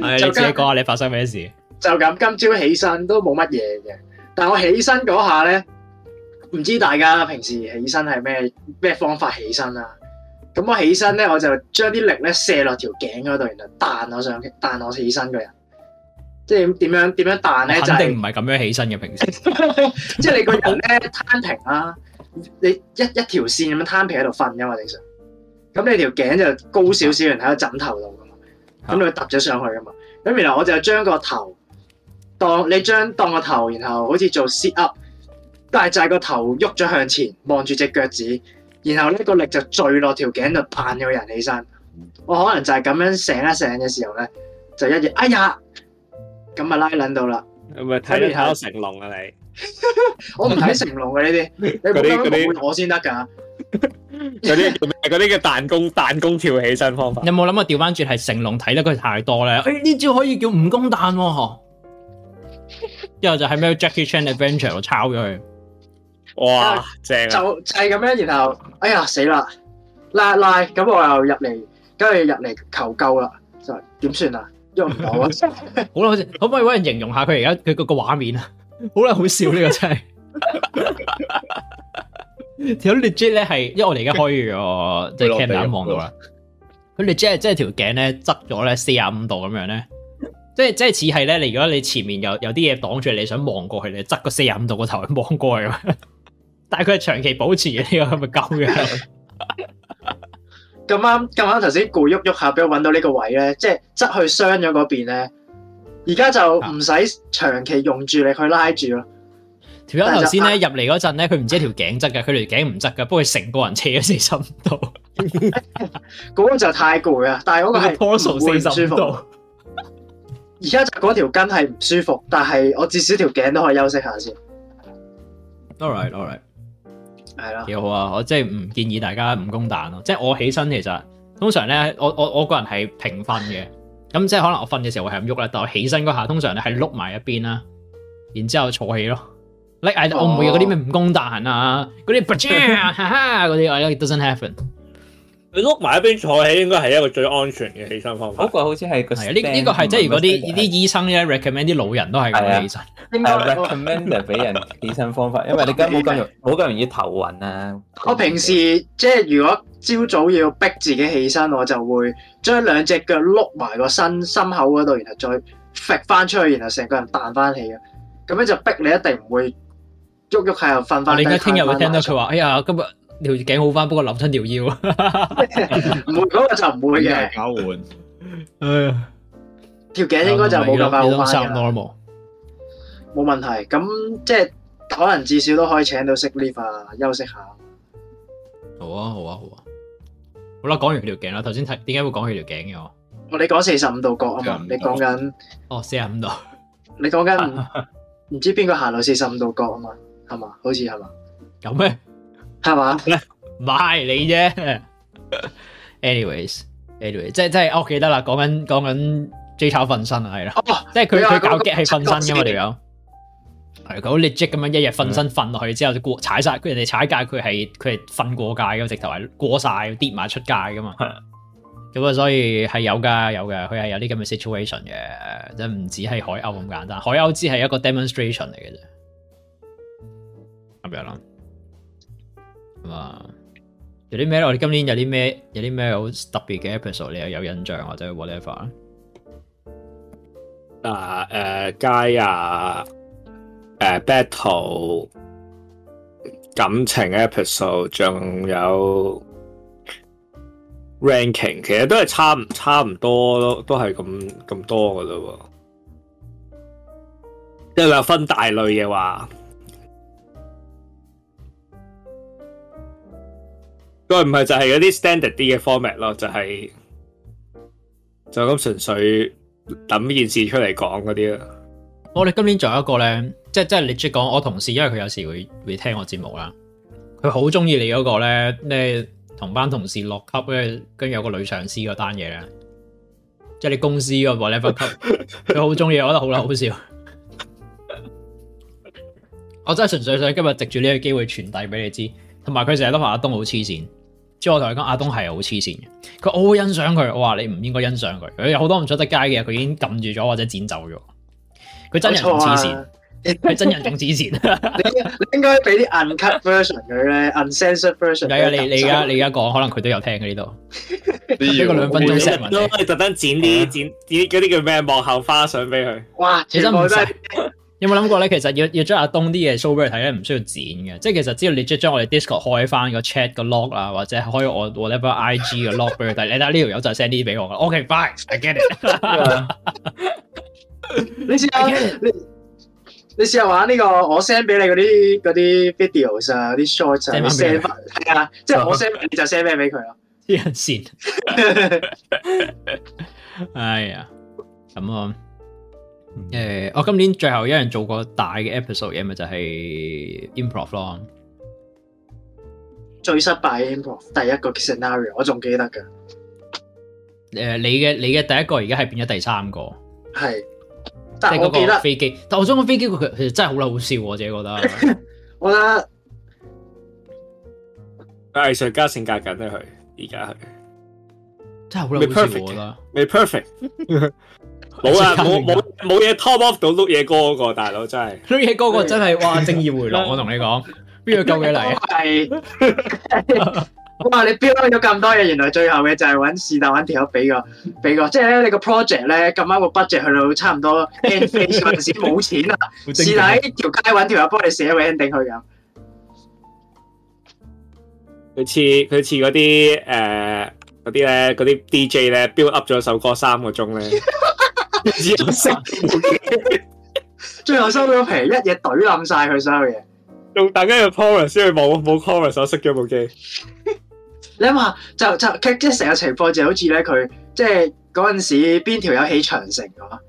Speaker 2: 係你自己講下你發生咩事？
Speaker 3: 就咁今朝起身都冇乜嘢嘅，但我起身嗰下咧，唔知大家平時起身係咩咩方法起身啦、咁我起身咧，我就將啲力咧射落條頸嗰度，然後彈我上彈我起身個人。即係點樣點樣彈
Speaker 2: 我
Speaker 3: 咧？就
Speaker 2: 肯
Speaker 3: 係、
Speaker 2: 定唔係咁樣起身嘅，平時。
Speaker 3: 即係你個人咧攤平啦，你一一條線咁樣攤平喺度瞓噶嘛，正常。咁你條頸就高少少，然後喺個枕頭度噶嘛，咁你會揼咗上去噶嘛。咁然後我就將個頭當你將當個頭，然後好似做 sit up，但係就係個頭喐咗向前，望住隻腳趾，然後呢個力就墜落條頸度彈個人起身。我可能就係咁樣醒一醒嘅時候咧，就一夜哎呀，咁咪拉撚到啦。
Speaker 4: 係咪睇你睇到成龍啊你？
Speaker 3: 我唔睇成龍嘅呢啲，你冇
Speaker 4: 嗰啲嗰啲
Speaker 3: 咁誤會我先得㗎。
Speaker 4: 嗰啲叫咩？嗰啲叫彈弓彈弓跳起身方法。
Speaker 2: 有冇諗過調翻轉係成龍睇得佢太多咧？誒呢招可以叫蜈蚣彈喎、嗬之後就喺咩 Jackie Chan Adventure 度抄咗佢。
Speaker 4: 哇，正啊！
Speaker 3: 就就係咁樣，然後哎呀死啦，拉一拉，咁我又入嚟，跟住入嚟求救啦，就話點算啊？喐唔到啊！
Speaker 2: 好啦，好似可唔可以揾人形容下佢而家佢個個畫面啊？好啦，好笑呢、個真係。條 legit 咧係，因為我哋而家開咗即係 cam 眼望到啦。佢 legit 係即係條頸咧側咗咧四十五度咁樣咧，即係即係似係咧。你如果你前面有有啲嘢擋住你，想望過去，你側個四十五度個頭去望過去咁樣。但係佢係長期保持嘅呢個咁嘅鳩嘅。
Speaker 3: 咁啱咁啱頭先攰喐喐下，俾我揾到呢個位咧，即係側去傷咗嗰邊咧。而家就唔使長期用住力去拉住咯。
Speaker 2: 條友頭先咧入嚟嗰陣咧，佢唔知條頸側㗎，佢條頸唔側㗎，不過佢成個人斜咗四十五度，
Speaker 3: 嗰個就太攰啊！但係嗰個係唔會唔
Speaker 2: 四
Speaker 3: 舒
Speaker 2: 十
Speaker 3: 服。
Speaker 2: 度。
Speaker 3: 而家就嗰條筋係唔舒服，但係我至少條頸都可以休息下先。
Speaker 2: All right, all right，
Speaker 3: 係啦，
Speaker 2: 幾好啊！我即係唔建議大家五公蛋咯。即係我起身其實通常咧，我我我個人係平瞓嘅，咁即係可能我瞓嘅時候會係咁喐啦，但我起身嗰下通常咧係碌埋一邊啦，然之後坐起咯。Like I-
Speaker 3: 哦
Speaker 2: 我唔會有嗰啲咩五公蛋啊，嗰 啲 哈哈嗰啲，I- it doesn't happen。
Speaker 4: 你碌埋一邊坐起，應該係一個最安全嘅起身方法
Speaker 5: 嗰。個好似係個
Speaker 2: 係啊，呢呢個係即係如果啲啲
Speaker 5: 啲
Speaker 2: 醫生咧 recommend 啲老人都係咁
Speaker 5: 係啊
Speaker 2: 嘅起身。
Speaker 3: 應該
Speaker 5: 係 recommend 啊俾人起身方法，因為你而家冇咁容冇咁容易頭暈啊。
Speaker 3: 我平時即係如果朝早要逼自己起身，我就會將兩隻腳碌埋個身心口嗰度，然後再揈翻出去，然後成個人彈翻起嘅。咁樣就逼你一定唔會喐喐下又瞓
Speaker 2: 我
Speaker 3: 翻
Speaker 2: 哋
Speaker 3: 低。
Speaker 2: 而家聽日會聽到佢
Speaker 3: 話
Speaker 2: 話：哎呀，今日條頸好翻，不過扭親條 腰。
Speaker 3: 唔會，嗰個就唔會嘅，
Speaker 6: 交換。
Speaker 3: 條啊頸應該就冇咁快好翻
Speaker 2: Sound
Speaker 3: 嘅啦，
Speaker 2: normal。
Speaker 3: 冇問題。咁即係可能至少都可以請到 sick leave 啊，休息下。
Speaker 2: 好啊，好啊，好啊。好啦，講完佢條頸啦。頭先睇點解會講佢條頸嘅我？
Speaker 3: 我哋講四十五度角啊嘛，
Speaker 6: 45
Speaker 3: 你講緊
Speaker 2: 哦，四十五度。
Speaker 3: 你講緊唔唔知邊個行到四十五度角啊嘛，係嘛？好似係嘛？
Speaker 2: 咁咩？
Speaker 3: 係嘛？
Speaker 2: 唔係你啫。Anyways，anyway，即係即係哦我記得啦，講緊講緊 J 炒瞓身啊，係啦。
Speaker 3: 哦，
Speaker 2: 即係佢
Speaker 3: 佢
Speaker 2: 佢
Speaker 3: 話嗰
Speaker 2: 搞
Speaker 3: 個
Speaker 2: 激係瞓身
Speaker 3: 七角
Speaker 2: 噶嘛，
Speaker 3: 線
Speaker 2: 條友係佢好 legit 咁樣一日瞓
Speaker 3: 嗯
Speaker 2: 身瞓落去之後就過踩晒，佢人哋踩界佢係佢係瞓過界嘅，直頭係過晒跌埋出界噶嘛。咁啊，所以係有噶有嘅，佢係有啲咁嘅 situation 嘅，即係唔止係海鷗咁簡單，海鷗只係一個 demonstration 嚟嘅啫，咁樣啦。咁啊，有啲咩呢我哋今年有啲咩有啲咩好特別嘅 episode 你又有印象或者 whatever 啊
Speaker 4: 啊誒街啊誒 battle 感情 episode，仲有 ranking，其實都係差唔差唔多咯，都係咁咁多噶咯喎。即係話分大類嘅話，再唔係就係嗰啲 standard 啲嘅 format 咯，就係、就咁純粹。抌件事出嚟講嗰啲啊，
Speaker 2: 我哋今年仲有一個咧，即係即係你即講，我同事因為佢有時會會聽我節目啦，佢好中意你嗰個咧，咩同班同事落級咧，跟住有個女上司嗰單嘢咧，即係你公司個 whatever 級，佢好中意，我覺得好啦，好笑。我真係純粹想今日藉住呢個機會傳遞俾你知，同埋佢成日都話阿東好黐線，之後我同佢講阿東係好黐線嘅，佢話我好欣賞佢，我話你唔應該欣賞佢，佢有好多唔出得街嘅，佢已經撳住咗或者剪走咗，佢真人仲
Speaker 3: 冇
Speaker 2: 黐
Speaker 3: 錯啊
Speaker 2: 線。佢真人仲黐線，
Speaker 3: 你應該俾啲 uncut version 佢咧，uncensored version。
Speaker 2: 係啊！你你而家你而家講，可能佢都有聽嘅呢度。
Speaker 6: 呢
Speaker 2: 個兩分鐘
Speaker 4: 你
Speaker 2: set 埋
Speaker 4: 特
Speaker 2: 你，
Speaker 4: 登特登剪啲剪剪嗰啲叫咩幕後花絮俾佢，
Speaker 3: 哇，
Speaker 2: 其
Speaker 3: 全
Speaker 2: 實
Speaker 3: 部
Speaker 2: 唔
Speaker 3: 都
Speaker 2: 使
Speaker 3: 係。
Speaker 2: 有冇諗過咧？其實要要將阿東啲嘢 show 俾佢睇咧，唔需要剪嘅。即係其實只要你即係將我哋 Discord 開翻個 chat 個 log 啊，或者開我 whatever IG 嘅 log 俾佢睇。你睇呢條友就 send 呢啲俾我㗎。OK，bye，I get it。
Speaker 3: 你試下你你試下玩呢個我 send 俾你嗰啲嗰啲 videos 啊，啲 shorts 啊，你
Speaker 2: send
Speaker 3: send 翻係啊，即係我 send 俾你就 send 咩俾佢咯。
Speaker 2: 黐人線。哎呀，咁啊，誒，我今年最後一樣做過大嘅 episode 嘢咪就係 improv 咯。
Speaker 3: 最失敗嘅 improv 第一個 scenario 我仲記得㗎，
Speaker 2: 誒，你嘅你嘅第一個而家係變咗第三個。
Speaker 3: 係，
Speaker 2: 即
Speaker 3: 但
Speaker 2: 係
Speaker 3: 我記
Speaker 2: 嗰個
Speaker 3: 得
Speaker 2: 飛機，但我想講飛機佢佢其實真係好撚好笑喎，我自己覺得。
Speaker 3: 我覺得
Speaker 4: 藝術家性格緊咧佢，而家佢
Speaker 2: 真係好撚好笑喎我覺得。
Speaker 4: 未 perfect，冇啊，冇冇冇嘢 top off 到碌嘢哥嗰個大佬真係。
Speaker 2: 呢嘢嗰個真係哇正義回 廊，我同你講，邊個救你嚟啊？
Speaker 3: 係， 哇！你標咗咁多嘢，原來最後嘅就係揾是但揾條友俾個俾個，即係咧你個 project 咧咁啱個 budget 去到差唔多 end phase 嗰陣時冇錢啦，
Speaker 2: 好精
Speaker 3: 是
Speaker 2: 準
Speaker 3: 但喺條街揾條友幫你寫個 ending 去咁。
Speaker 4: 佢似佢似嗰啲誒嗰啲咧，嗰啲 DJ 咧 build up 咗首歌三個鐘咧，只有識
Speaker 3: 最後收咗皮，一嘢懟冧晒佢所有嘢。
Speaker 4: 用大家嘅 chorus，因為冇冇 chorus，我熄咗部機。
Speaker 3: 你諗下，就就佢即係成個情況就好似咧，佢即係嗰陣時邊條友起長城啊嘅話，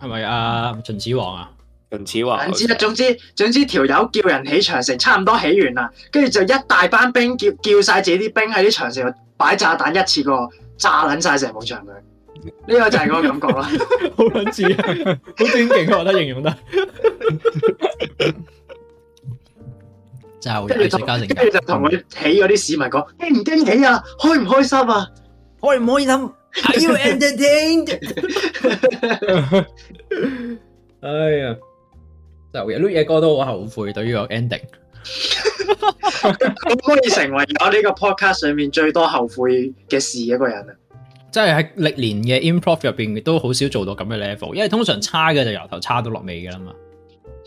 Speaker 2: 係咪啊？秦始皇啊？
Speaker 4: 秦始皇
Speaker 3: 唔 知啦。總之總之條友叫人起長城，差唔多起完啦，跟住就一大班兵叫叫晒自己啲兵喺啲長城度擺炸彈，一次過炸撚晒成埲牆佢。呢個就係嗰個感覺 啦。
Speaker 2: 好撚似啊！好正勁啊，我覺得形容 得。真係好
Speaker 3: 跟住
Speaker 2: 嘢，
Speaker 3: 就
Speaker 2: 石嘉誠
Speaker 3: 跟住就同佢起嗰啲市民講：驚唔驚喜啊？開唔開心啊？
Speaker 2: 開唔開心？Are you entertained？哎呀，就嘢，碌嘢哥都好後悔對於個 ending。
Speaker 3: 可唔可以成為我呢個 podcast 上面最多後悔嘅事嘅一個人啊？
Speaker 2: 即係喺歷年嘅 improv 入邊都好少做到咁嘅 level，因為通常差嘅就由頭差到落尾嘅啦嘛。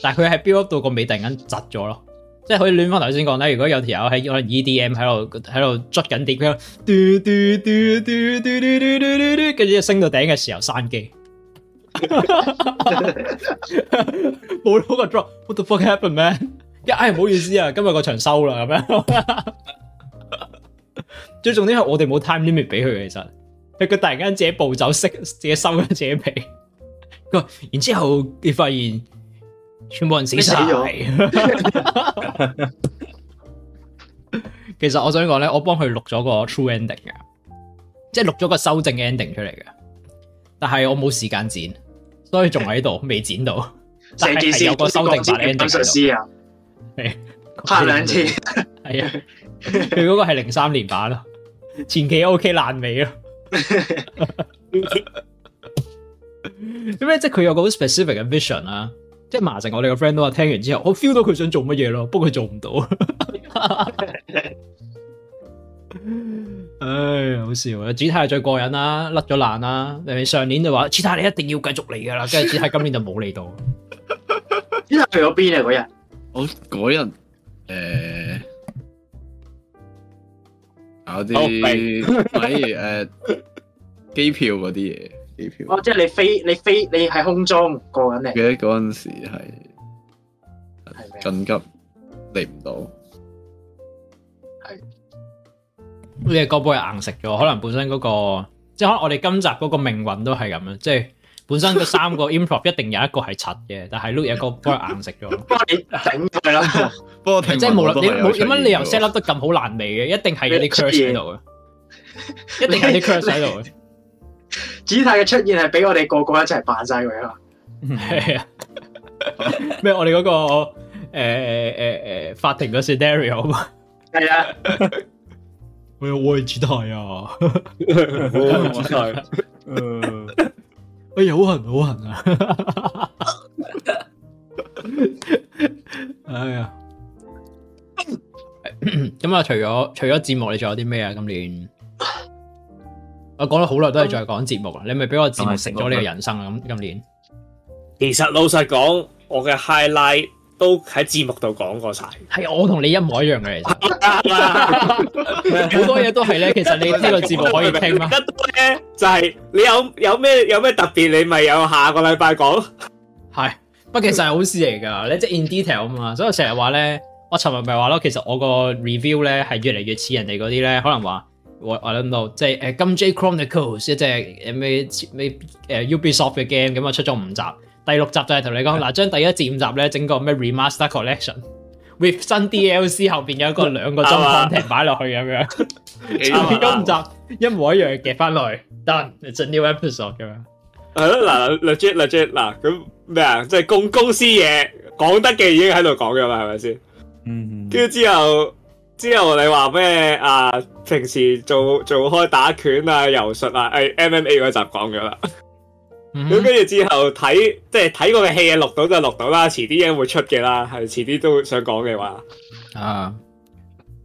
Speaker 2: 但係佢係 build up 到個尾突然間窒咗咯，即係好似亂翻頭先講咧。如果有條友喺可能 EDM 喺度喺度捽緊碟，佢嘟嘟嘟嘟嘟嘟嘟嘟嘟嘟，跟住升到頂嘅時候閂機， 冇咗個 drop。What the fuck happened man？一唉唔好意思啊，今日個場收啦咁樣。 最重點係我哋冇 time limit 俾佢，其實。佢佢突然間自己暴走，識自己收咗自己皮。佢話然之後你發現全部人死晒
Speaker 3: 死。
Speaker 2: 其實我想講咧，我幫佢錄咗個 true ending 嘅，即係錄咗個修正嘅 ending 出嚟嘅。但係我冇時間剪，所以仲喺度未剪到。
Speaker 3: 成件事
Speaker 2: 但係有個修訂版 ending 喺度
Speaker 3: 講術師啊，拍 兩次。
Speaker 2: 係啊，佢嗰個係零三年版咯，前期 O K 爛尾啊咯。咁咧，即係佢有個好 specific 嘅 vision 啦。即係麻成我哋個 friend 都話聽完之後，我 feel 到佢想做乜嘢咯，不過佢做唔到。唉，好笑啊！主太最過癮啦，甩咗爛啦。明明上年就話主太你一定要繼續嚟噶啦，跟住主太今年就冇嚟到。
Speaker 3: 因為去咗邊啊？嗰日
Speaker 6: 我嗰日誒搞
Speaker 4: 好
Speaker 6: 啲，例誒機票嗰啲嘢，機票。
Speaker 3: 哦，即係你飛，你飛，你喺空中過緊
Speaker 6: 記
Speaker 3: 嚟，啊
Speaker 6: 得嗰陣時係
Speaker 3: 係 咩？
Speaker 6: 緊急嚟唔到，
Speaker 2: 呢只歌杯硬食咗，可能本身嗰、個，即係可能我哋今集嗰個命運都係咁樣，即係本身嗰三個 improv 一定有一個係柒嘅，但係呢只歌杯硬 食咗，
Speaker 3: 幫你整佢啦，
Speaker 6: 不過聽
Speaker 2: 即係
Speaker 6: 聞
Speaker 2: 無
Speaker 6: 我
Speaker 2: 論
Speaker 6: 都
Speaker 2: 你
Speaker 6: 係
Speaker 2: 冇有乜理由
Speaker 6: 出
Speaker 2: set
Speaker 6: 現
Speaker 2: up 得咁好爛尾嘅，一定係有啲 curse 喺度嘅，一定係有啲 curse 喺度嘅，
Speaker 3: 子泰嘅出現係俾我哋個個一齊扮晒佢啊！
Speaker 5: 嗯
Speaker 2: 係啊，咩我哋嗰、個誒誒誒法庭嘅 scenario 啊嘛，
Speaker 3: 係啊，
Speaker 2: 喂喂主題啊，
Speaker 4: 好真係
Speaker 2: 哎呀好痕好痕啊， 哎呀〜咁啊，除咗除咗節目，你仲有啲咩啊？今年我講咗好耐都係再講節目啦，啊你咪俾我節目食咗你嘅人生啦。啊咁今年
Speaker 4: 其實老實講，我嘅 highlight 都喺節目度講過晒。
Speaker 2: 係我同你一模一樣嘅，其實好多嘢都係咧。其實 你呢個節目可以聽啦
Speaker 4: 得，咧就係你有有咩有咩特別，你咪有下個禮拜講。
Speaker 2: 係不過其實係好事嚟㗎。你即係 in detail 啊嘛，所以我成日話咧，我尋日咪話咯，其實我個 review 咧係越嚟越似人哋嗰啲咧，可能話我我諗到即係誒《金 J Chronicles》一隻誒咩咩誒 Ubisoft 嘅 game 咁啊，出咗五集。第六集就係同你講嗱，將第一至五集咧整個咩 remaster collection with 新 DLC 後邊有一個兩個鐘
Speaker 4: 啱啊
Speaker 2: content 擺落去咁樣，
Speaker 6: 幾
Speaker 4: 啊
Speaker 2: 後
Speaker 6: 萬
Speaker 2: 邊
Speaker 4: 啱啊
Speaker 2: 嗰五集一模一樣夾翻落去，done it's a new episode 咁樣。
Speaker 4: 係咯，嗱，legit legit 嗱，咁咩啊？即係公公司嘢講得嘅已經喺度講㗎嘛，係咪先？
Speaker 5: 嗯，
Speaker 4: 跟住之後，之後你話咩啊？平時做做開打拳啊、柔術啊，誒 MMA 嗰集講咗啦。
Speaker 2: 嗯
Speaker 4: 咁跟住之後睇，即係睇過嘅戲嘅錄到就錄到啦，遲啲應該會出嘅啦，係遲啲都會想講嘅話，
Speaker 2: 啊，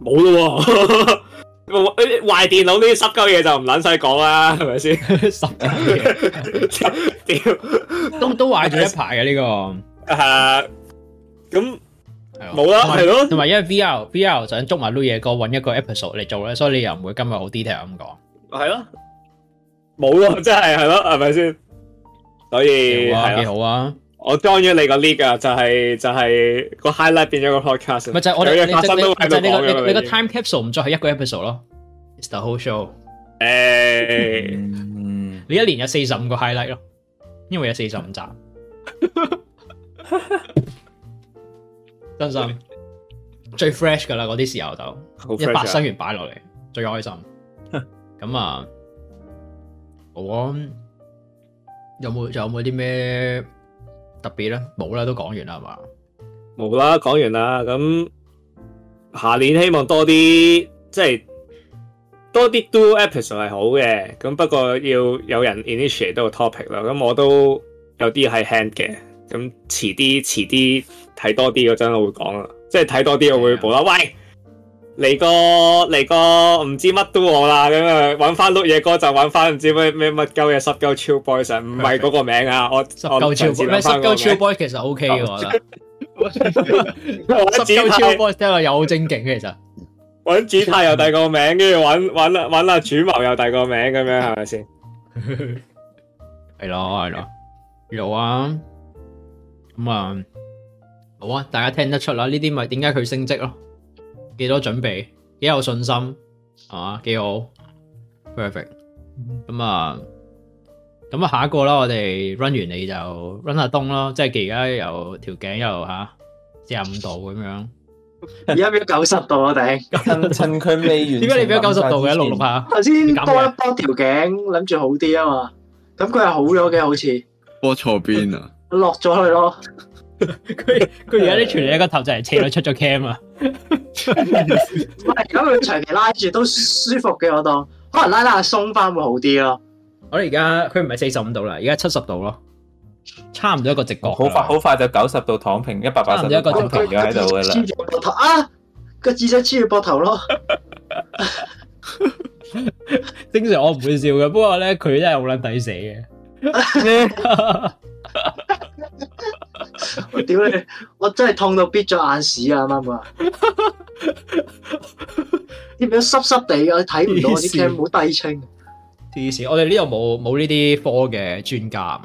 Speaker 4: 冇咯喎。 壞電腦呢啲濕鳩嘢就唔撚使講啦，係咪先？
Speaker 2: 十幾
Speaker 4: 屌，
Speaker 2: 嘢 都都壞咗一排嘅呢個
Speaker 4: 係咁
Speaker 2: 係咯，
Speaker 4: 冇啦，係咯，
Speaker 2: 同埋因為 VR VR 想捉埋 Lu 嘢哥揾一個 episode 嚟做咧，所以你又唔會今日好 detail 咁講。
Speaker 4: 係咯，冇咯，真係係咯，係咪先？所以
Speaker 2: 幾好啊，
Speaker 4: 係
Speaker 2: 幾
Speaker 4: 啦，
Speaker 2: 好啊！
Speaker 4: 我 join 咗你個 league 啊，就係就係個 highlight 變咗個 podcast，
Speaker 2: 咪就係我哋
Speaker 4: 有
Speaker 2: 你
Speaker 4: 嘢發生
Speaker 2: 你
Speaker 4: 都喺
Speaker 2: 你
Speaker 4: 度
Speaker 2: 就係你
Speaker 4: 講
Speaker 2: 個
Speaker 4: 嘅嘛
Speaker 2: 你你個
Speaker 4: 已經
Speaker 2: time capsule 唔再係一個 episode 咯，it's the whole show。
Speaker 4: 誒，
Speaker 5: 嗯，
Speaker 2: 你一年有四十五個 highlight 咯，因為有四十五 集。真心最 fresh 噶啦，嗰啲時候就
Speaker 4: 好
Speaker 2: 一
Speaker 4: fresh
Speaker 2: 百
Speaker 4: 啊
Speaker 2: 生完擺落嚟最開心。咁啊，好啊，有冇仲有冇啲咩特別咧？冇啦，都講完啦，係嘛？
Speaker 4: 哦冇啦，講完啦。咁下年希望多啲，即係多啲 do episode 係好嘅。咁不過要有人 initiate 到個 topic 啦。咁我都有啲係 hand 嘅。咁遲啲遲啲睇多啲嗰陣，我會講啦。即係睇多啲，我會無啦，喂，嚟個嚟個唔知乜都我啦。咁啊，揾翻碌嘢歌就揾翻唔知咩咩乜鳩嘢濕鳩超 boys 啊，唔係嗰個名啊。我
Speaker 2: 十鳩超 boy，咩十鳩超
Speaker 4: boy，
Speaker 2: boy 其實 OK
Speaker 4: 哦
Speaker 2: 嘅，我覺得。
Speaker 4: 我
Speaker 2: 十
Speaker 4: 只
Speaker 2: 鳩超
Speaker 4: 係
Speaker 2: boy 聽落又好正經嘅，其實。
Speaker 4: 揾主太又第二個名，跟住揾揾揾阿主謀又第二個名咁樣，係咪先？
Speaker 2: 系咯系咯，有啊，咁啊，好啊，大家聽得出啦，呢啲咪點解佢升職咯？幾多準備，幾有信心，係嘛？幾好，perfect。咁啊，咁啊，下一個啦，我哋 run 完你就 run 下東咯，即係既而家又條頸又吓四廿五度咁樣，
Speaker 3: 而家變咗九十度啊！頂，
Speaker 5: 趁趁佢未完，
Speaker 2: 點 解你俾咗九十度嘅？六六？下，
Speaker 3: 頭先
Speaker 2: 你
Speaker 3: 多一
Speaker 2: 減
Speaker 3: 波
Speaker 2: 嘅
Speaker 3: 條頸，諗住好啲啊嘛。咁佢係好咗嘅，好似
Speaker 6: 波錯 邊啊？
Speaker 3: 落咗去咯。
Speaker 2: 佢佢而家啲傳你個頭就係斜咗出咗 cam 啊！
Speaker 3: 唔係，咁佢長期拉住都舒服嘅，我當可能拉拉下鬆翻會好啲咯。
Speaker 2: 我哋而家佢唔係四十五度啦，而家七十度咯，差唔多一個直角㗎啦。
Speaker 5: 好快好快就九十度躺平，一百八
Speaker 2: 差唔
Speaker 5: 十
Speaker 2: 多一個
Speaker 5: 度躺平咗喺度噶 啦
Speaker 3: 黐。住膊頭啊！個智仔黐住膊頭咯，
Speaker 2: 正常我唔會笑嘅，不過咧佢真係好撚抵死嘅。
Speaker 3: 我屌你！我真係痛到逼咗眼屎啊！啱唔 啱啊？啲樣濕濕地嘅，睇唔到我啲
Speaker 2: 黐線
Speaker 3: cam 好低清。
Speaker 2: 黐線，我哋呢度冇冇呢啲科嘅專家，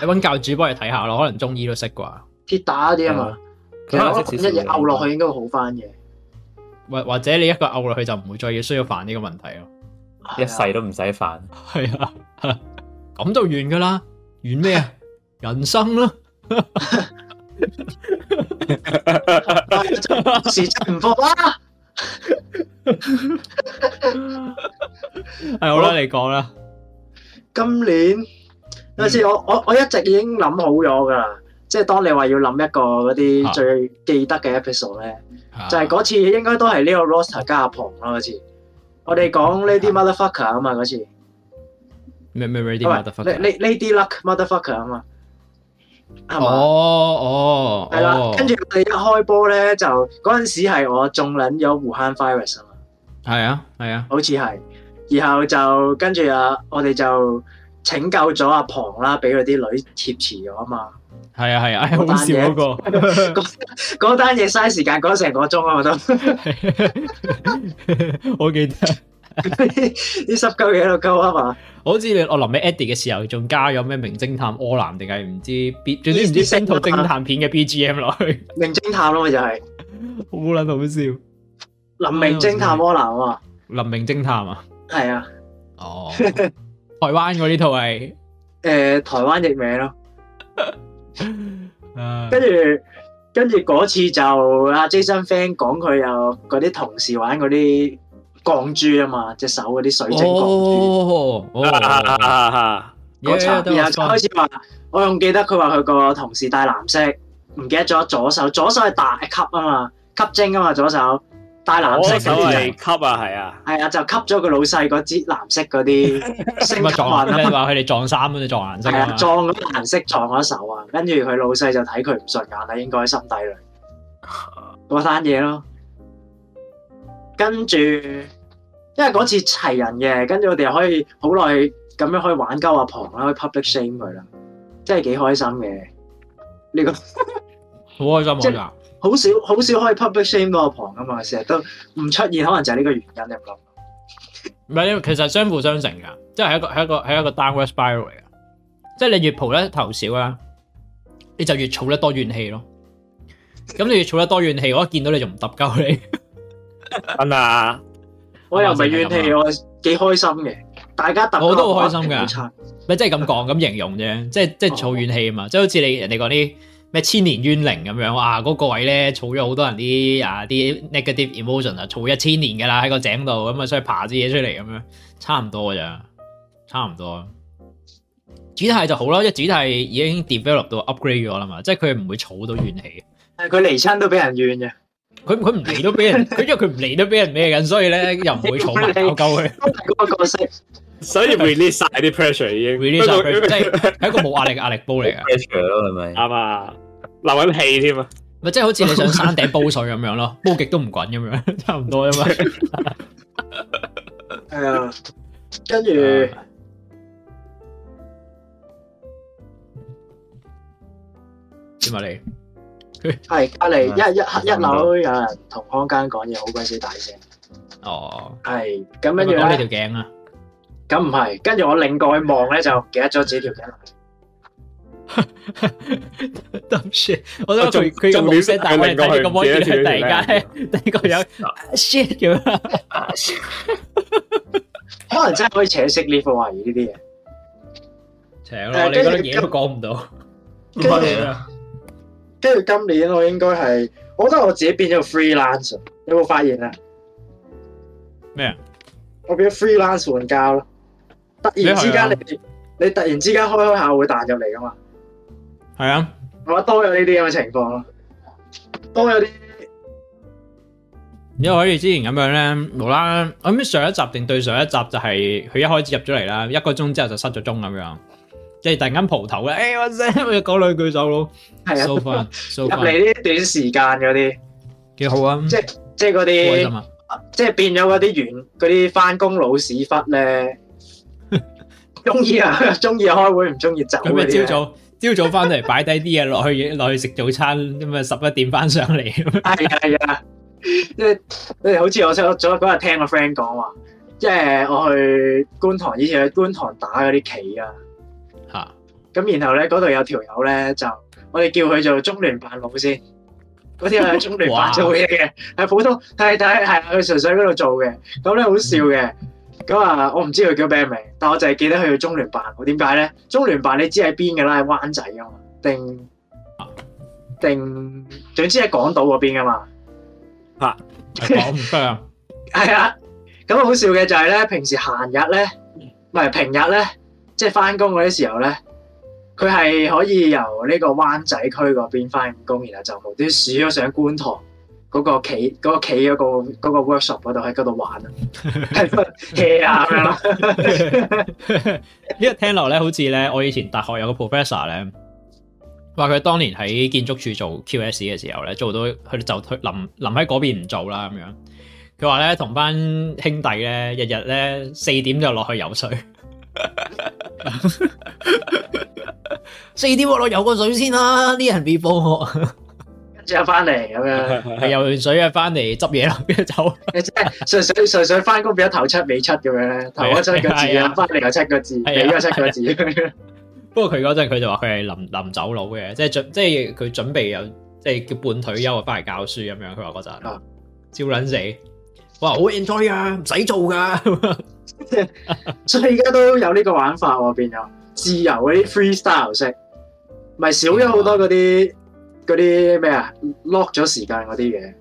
Speaker 2: 你揾教主幫你睇下咯，可能中醫都識啩，
Speaker 3: 鐵打嗰啲啊嘛，其
Speaker 5: 佢
Speaker 3: 實
Speaker 5: 可
Speaker 3: 我
Speaker 5: 能
Speaker 3: 覺
Speaker 5: 識
Speaker 3: 得
Speaker 5: 啊少
Speaker 3: 一嘢
Speaker 5: 少
Speaker 3: 拗落去應該會好翻嘅。
Speaker 2: 或或者你一個嘔落去就唔會再要需要犯呢個問題咯。
Speaker 5: 一世都唔使 煩。
Speaker 2: 係啊，咁就完噶啦，完咩 啊？人生啦，
Speaker 3: 啊時真唔服啊啦，
Speaker 2: 係好啦，你講啦，
Speaker 3: 今年有時我我我一直已經諗好咗噶啦，即係當你話要諗一個嗰
Speaker 2: 啊
Speaker 3: 啲最記得嘅 episode 咧。就係嗰次應該都係呢個 roster 加阿龐啦嗰次，我哋講呢啲 motherfucker 啊嘛嗰次，
Speaker 2: 咩咩咩啲
Speaker 3: 唔係
Speaker 2: motherfucker
Speaker 3: 呢呢啲 luck motherfucker 啊嘛，係嘛？
Speaker 2: 哦哦，
Speaker 3: 係啦
Speaker 2: 哦，
Speaker 3: 跟住我哋一開波咧就嗰陣時係我中撚咗胡坑 virus 啊嘛，
Speaker 2: 係啊係啊，
Speaker 3: 好似係，然後就跟住啊我哋就拯救咗阿龐啦，俾嗰啲女挾持咗啊嘛，
Speaker 2: 係啊係啊，唉好笑嗰個，
Speaker 3: 嗰單嘢嘥時間講成個鐘啊我都，
Speaker 2: 我 記得。
Speaker 3: 啲濕鳩嘢喺度鳩啊嘛，
Speaker 2: 好似你我臨尾 Eddie 嘅時候，仲加咗咩名偵探柯南定係唔知 B，總之唔知星途偵探片嘅 BGM 落去，
Speaker 3: 名偵探咯咪就係
Speaker 2: 好撚好笑。
Speaker 3: 林明偵探柯南啊嘛，
Speaker 2: 林明偵探啊，
Speaker 3: 係啊。
Speaker 2: 哦， 台灣嗰呢套係，
Speaker 3: 誒、台灣譯名咯，
Speaker 2: 啊
Speaker 3: 跟住跟住嗰次就阿 Jason Fan 講佢有嗰啲同事玩嗰啲鋼珠啊嘛，隻手嗰啲水晶鋼
Speaker 2: 哦哦，
Speaker 3: 珠 嗰層，然後就開
Speaker 2: 始
Speaker 3: 始話，我仲記得佢話佢個同事戴藍色，唔記得咗左手，左手係大級啊嘛，吸精啊嘛左手，戴藍
Speaker 4: 我
Speaker 3: 色
Speaker 4: 嗰手
Speaker 3: 嗰啲
Speaker 4: 係
Speaker 3: 就
Speaker 4: 吸啊，係啊，
Speaker 3: 係啊，就吸咗佢老細嗰支藍色嗰啲星
Speaker 2: 咪
Speaker 3: 級啊
Speaker 2: 撞
Speaker 3: 運
Speaker 2: 你
Speaker 3: 啦，
Speaker 2: 話佢哋撞衫嗰啲撞顏色
Speaker 3: 係
Speaker 2: 啊
Speaker 3: 啊，
Speaker 2: 嘛，
Speaker 3: 撞嗰顏色撞咗手啊，跟住佢老細就睇佢唔順眼啦，應該心底裏嗰單嘢咯。跟住，因為嗰次齊人嘅，跟住我哋可以好耐咁樣可以玩鳩阿龐啦，可以 public shame 佢啦，真係幾開心嘅。呢、個
Speaker 2: 好開心啊
Speaker 3: 即
Speaker 2: 好
Speaker 3: 係
Speaker 2: 㗎。
Speaker 3: 好少好少可以 public shame 到阿龐噶嘛，成日都唔出現，可能就係呢個原因你有冇諗？
Speaker 2: 唔係，因為其實相輔相成㗎，即係係一個係一個係一個 downward spiral 嚟㗎。即係你越蒲得頭少啦，你就越儲得多怨氣咯。咁你越儲得多怨氣，我一見到你就唔揼鳩你。
Speaker 4: 真啊，
Speaker 3: 我又唔係怨氣，我幾開心嘅。大家揼
Speaker 2: 啊我都好開心㗎
Speaker 3: 好差
Speaker 2: 咪即係咁講咁形容啫，即係即係儲怨氣啊嘛，即係好似你人哋講啲咩千年冤靈咁樣啊，嗰、個位咧儲咗好多人啲啊啲 negative emotion 啊，儲一千年㗎啦喺個井度，咁啊所以爬啲嘢出嚟咁樣，差唔多㗎咋，差唔多。主題就好啦，因為主題已經 develop 到 upgrade 咗啦嘛，即係佢唔會儲到怨氣，
Speaker 3: 但係佢離親都俾人怨嘅，
Speaker 2: 佢佢唔嚟都俾人，佢因為佢唔嚟都俾人咩緊，所以咧又唔會儲埋搞鳩佢
Speaker 3: 都係嗰個角色。
Speaker 4: 所以 release 晒啲 pressure 已經
Speaker 2: release 晒
Speaker 4: 不過
Speaker 2: pressure，即係係一個冇壓力嘅壓力煲嚟㗎。
Speaker 5: pressure 咯，係咪？
Speaker 4: 啱啊，流緊氣添啊，
Speaker 2: 咪即係好似你上山頂煲水咁樣 咯，煲極都唔滾咁樣， 差唔多啫嘛。
Speaker 3: 係啊，跟住
Speaker 2: 嗯點啊你？
Speaker 3: 係隔離一一一
Speaker 5: 嗯
Speaker 3: 樓有人同康間講嘢好鬼死大聲，
Speaker 2: 哦，
Speaker 3: 係咁
Speaker 2: 咁
Speaker 3: 跟住
Speaker 2: 講你條
Speaker 3: 咧，
Speaker 2: 頸啊？
Speaker 3: 咁唔係，跟住我擰過去望咧就唔記得咗自己條頸。
Speaker 2: Dumb shit！我覺得佢
Speaker 4: 我仲
Speaker 2: 佢個
Speaker 4: 仲
Speaker 2: 冇聲，但係我哋睇住個
Speaker 4: 仲
Speaker 2: mon
Speaker 4: 亂
Speaker 2: 突
Speaker 4: 亂
Speaker 2: 然間咧，第 二個有 shit 咁 樣。
Speaker 3: 可能真係可以扯熄呢副懷疑呢啲嘢。
Speaker 2: 邪
Speaker 3: 誒
Speaker 2: 咯，你覺得
Speaker 3: 跟住
Speaker 2: 嘢都講唔到。
Speaker 3: 跟住
Speaker 2: 啊
Speaker 3: 跟住今年我應該係，我覺得我自己變咗個 freelancer，有冇發現啊？
Speaker 2: 咩啊？
Speaker 3: 我變咗 freelance 玩家咯，突然之間
Speaker 2: 啊
Speaker 3: 你你突然之間開開下會彈入嚟噶嘛？
Speaker 2: 係啊，
Speaker 3: 我覺得多咗呢啲咁嘅情況咯，多咗啲
Speaker 2: 因為好似之前咁樣咧，無啦啦，我諗上一集定對上一集就係佢一開始入咗嚟啦，一個鐘之後就失咗蹤咁樣，即係突然間蒲頭咧， 誒我聲，我要講兩句走佬
Speaker 3: 係啊
Speaker 2: ，so fun，so
Speaker 3: 入
Speaker 2: fun，
Speaker 3: 嚟啲短時間嗰啲，
Speaker 2: 幾好啊，
Speaker 3: 即係
Speaker 2: 開
Speaker 3: 嗰啲
Speaker 2: 心啊！
Speaker 3: 即係變咗嗰啲員嗰啲翻工老屎 忽咧，中意啊中意開會唔中意走
Speaker 2: 咁
Speaker 3: 嗰
Speaker 2: 咪
Speaker 3: 啲啊
Speaker 2: 朝
Speaker 3: 呢。
Speaker 2: 早朝早翻嚟擺低啲嘢落去落去食早餐，咁啊十一點翻上嚟 咁
Speaker 3: 係啊係啊，即係即係好似我想我早嗰日聽個 friend 講話，即係我去觀塘以前去觀塘打嗰啲棋啊。
Speaker 2: 嚇。
Speaker 3: 咁然後咧，嗰度有條友咧就，我哋叫佢做中聯辦佬先。嗰條友喺中聯辦做嘢嘅，係普通，係係係佢純粹喺嗰度做嘅。咁咧好笑嘅，咁啊我唔知佢叫咩名，但我就係記得佢叫中聯辦佬。點解咧？中聯辦你知喺邊㗎啦，喺灣仔㗎嘛，定定總之喺港島嗰邊㗎嘛。
Speaker 2: 係講唔得啊！
Speaker 3: 係啊，咁好笑嘅就係咧，平時閒日咧，唔係平日咧，即係翻工嗰啲時候咧，佢係可以由呢個灣仔區嗰邊翻工，然後就無端鼠咗上觀塘嗰個企嗰、個企嗰、個嗰個 workshop 嗰度喺嗰 度玩啊， 喺度 hea 啊咁樣咯。
Speaker 2: 呢個聽落咧，好似咧，我以前大學有個 professor 咧，話佢當年喺建築署做 QS 嘅時候咧，做到佢就推臨臨喺嗰邊唔做啦咁樣。佢話咧，同班兄弟咧，日日咧四點就落去游水， 四點我落游個水先啦，啲人未放學，
Speaker 3: 跟住又翻嚟咁樣，
Speaker 2: 係 游完水啊，翻嚟執嘢啦，跟住走。
Speaker 3: 你即係純粹純粹翻工變咗頭七尾七咁樣咧，頭嗰七個字
Speaker 2: 係啊
Speaker 3: 啊，翻嚟又七個字，
Speaker 2: 係啊
Speaker 3: 尾嗰七個字咁樣。
Speaker 2: 不過佢嗰陣佢就話佢係臨臨走佬嘅，即係準即係佢準備有即係叫半退休啊，翻嚟教書咁樣。佢話嗰陣
Speaker 3: 啊
Speaker 2: 照撚死，哇好 enjoy 啊，唔使做噶。
Speaker 3: 所以而家都有呢個玩法喎，變咗自由嗰啲 freestyle 式，咪少咗好多嗰啲嗰啲咩啊 lock 咗時間嗰啲嘢。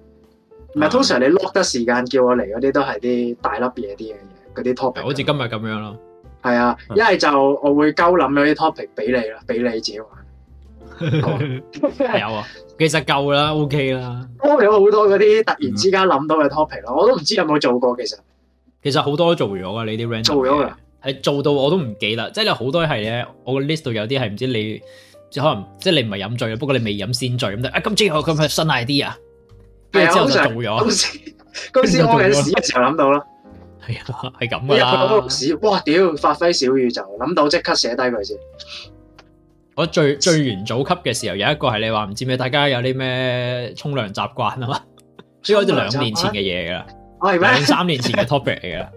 Speaker 3: 唔
Speaker 2: 啊
Speaker 3: 係通常你 lock 得時間叫我嚟嗰啲都係啲大粒嘢啲嘅嘢，嗰啲 topic。
Speaker 2: 好似今啊日咁樣 咯，
Speaker 3: 係啊，一係就我會鳩諗咗啲 topic 俾你啦，俾你自己玩。
Speaker 2: 有啊，其實夠啦，OK 啦。
Speaker 3: 多咗好多嗰啲突然之間諗到嘅 topic 咯，我都唔知有冇做過其實。
Speaker 2: 嗯其實好多都做咗啊，你啲 random
Speaker 3: 做咗㗎
Speaker 2: 嘅，係做到我都唔記得，即係你好多係咧，我個 list 度有啲係唔知你，即係可能即係你唔係飲醉，不過你未飲先醉咁就啊，咁之後佢咪新 idea，跟
Speaker 3: 啊
Speaker 2: 住之後就做
Speaker 3: 嗰
Speaker 2: 咗，
Speaker 3: 時嗰時屙緊屎嘅時候諗到啦，
Speaker 2: 係啊，係咁噶
Speaker 3: 一個屙
Speaker 2: 啦
Speaker 3: 到。屎，哇屌！發揮小宇宙，諗到即刻寫低佢先。
Speaker 2: 我最最元祖級嘅時候，有一個係你話唔知咩，大家有啲咩沖涼習慣 啊嘛，呢個好似兩年前嘅嘢㗎啦，
Speaker 3: 我哦係
Speaker 2: 兩
Speaker 3: 咩？
Speaker 2: 三年前嘅 topic 嚟㗎 啦。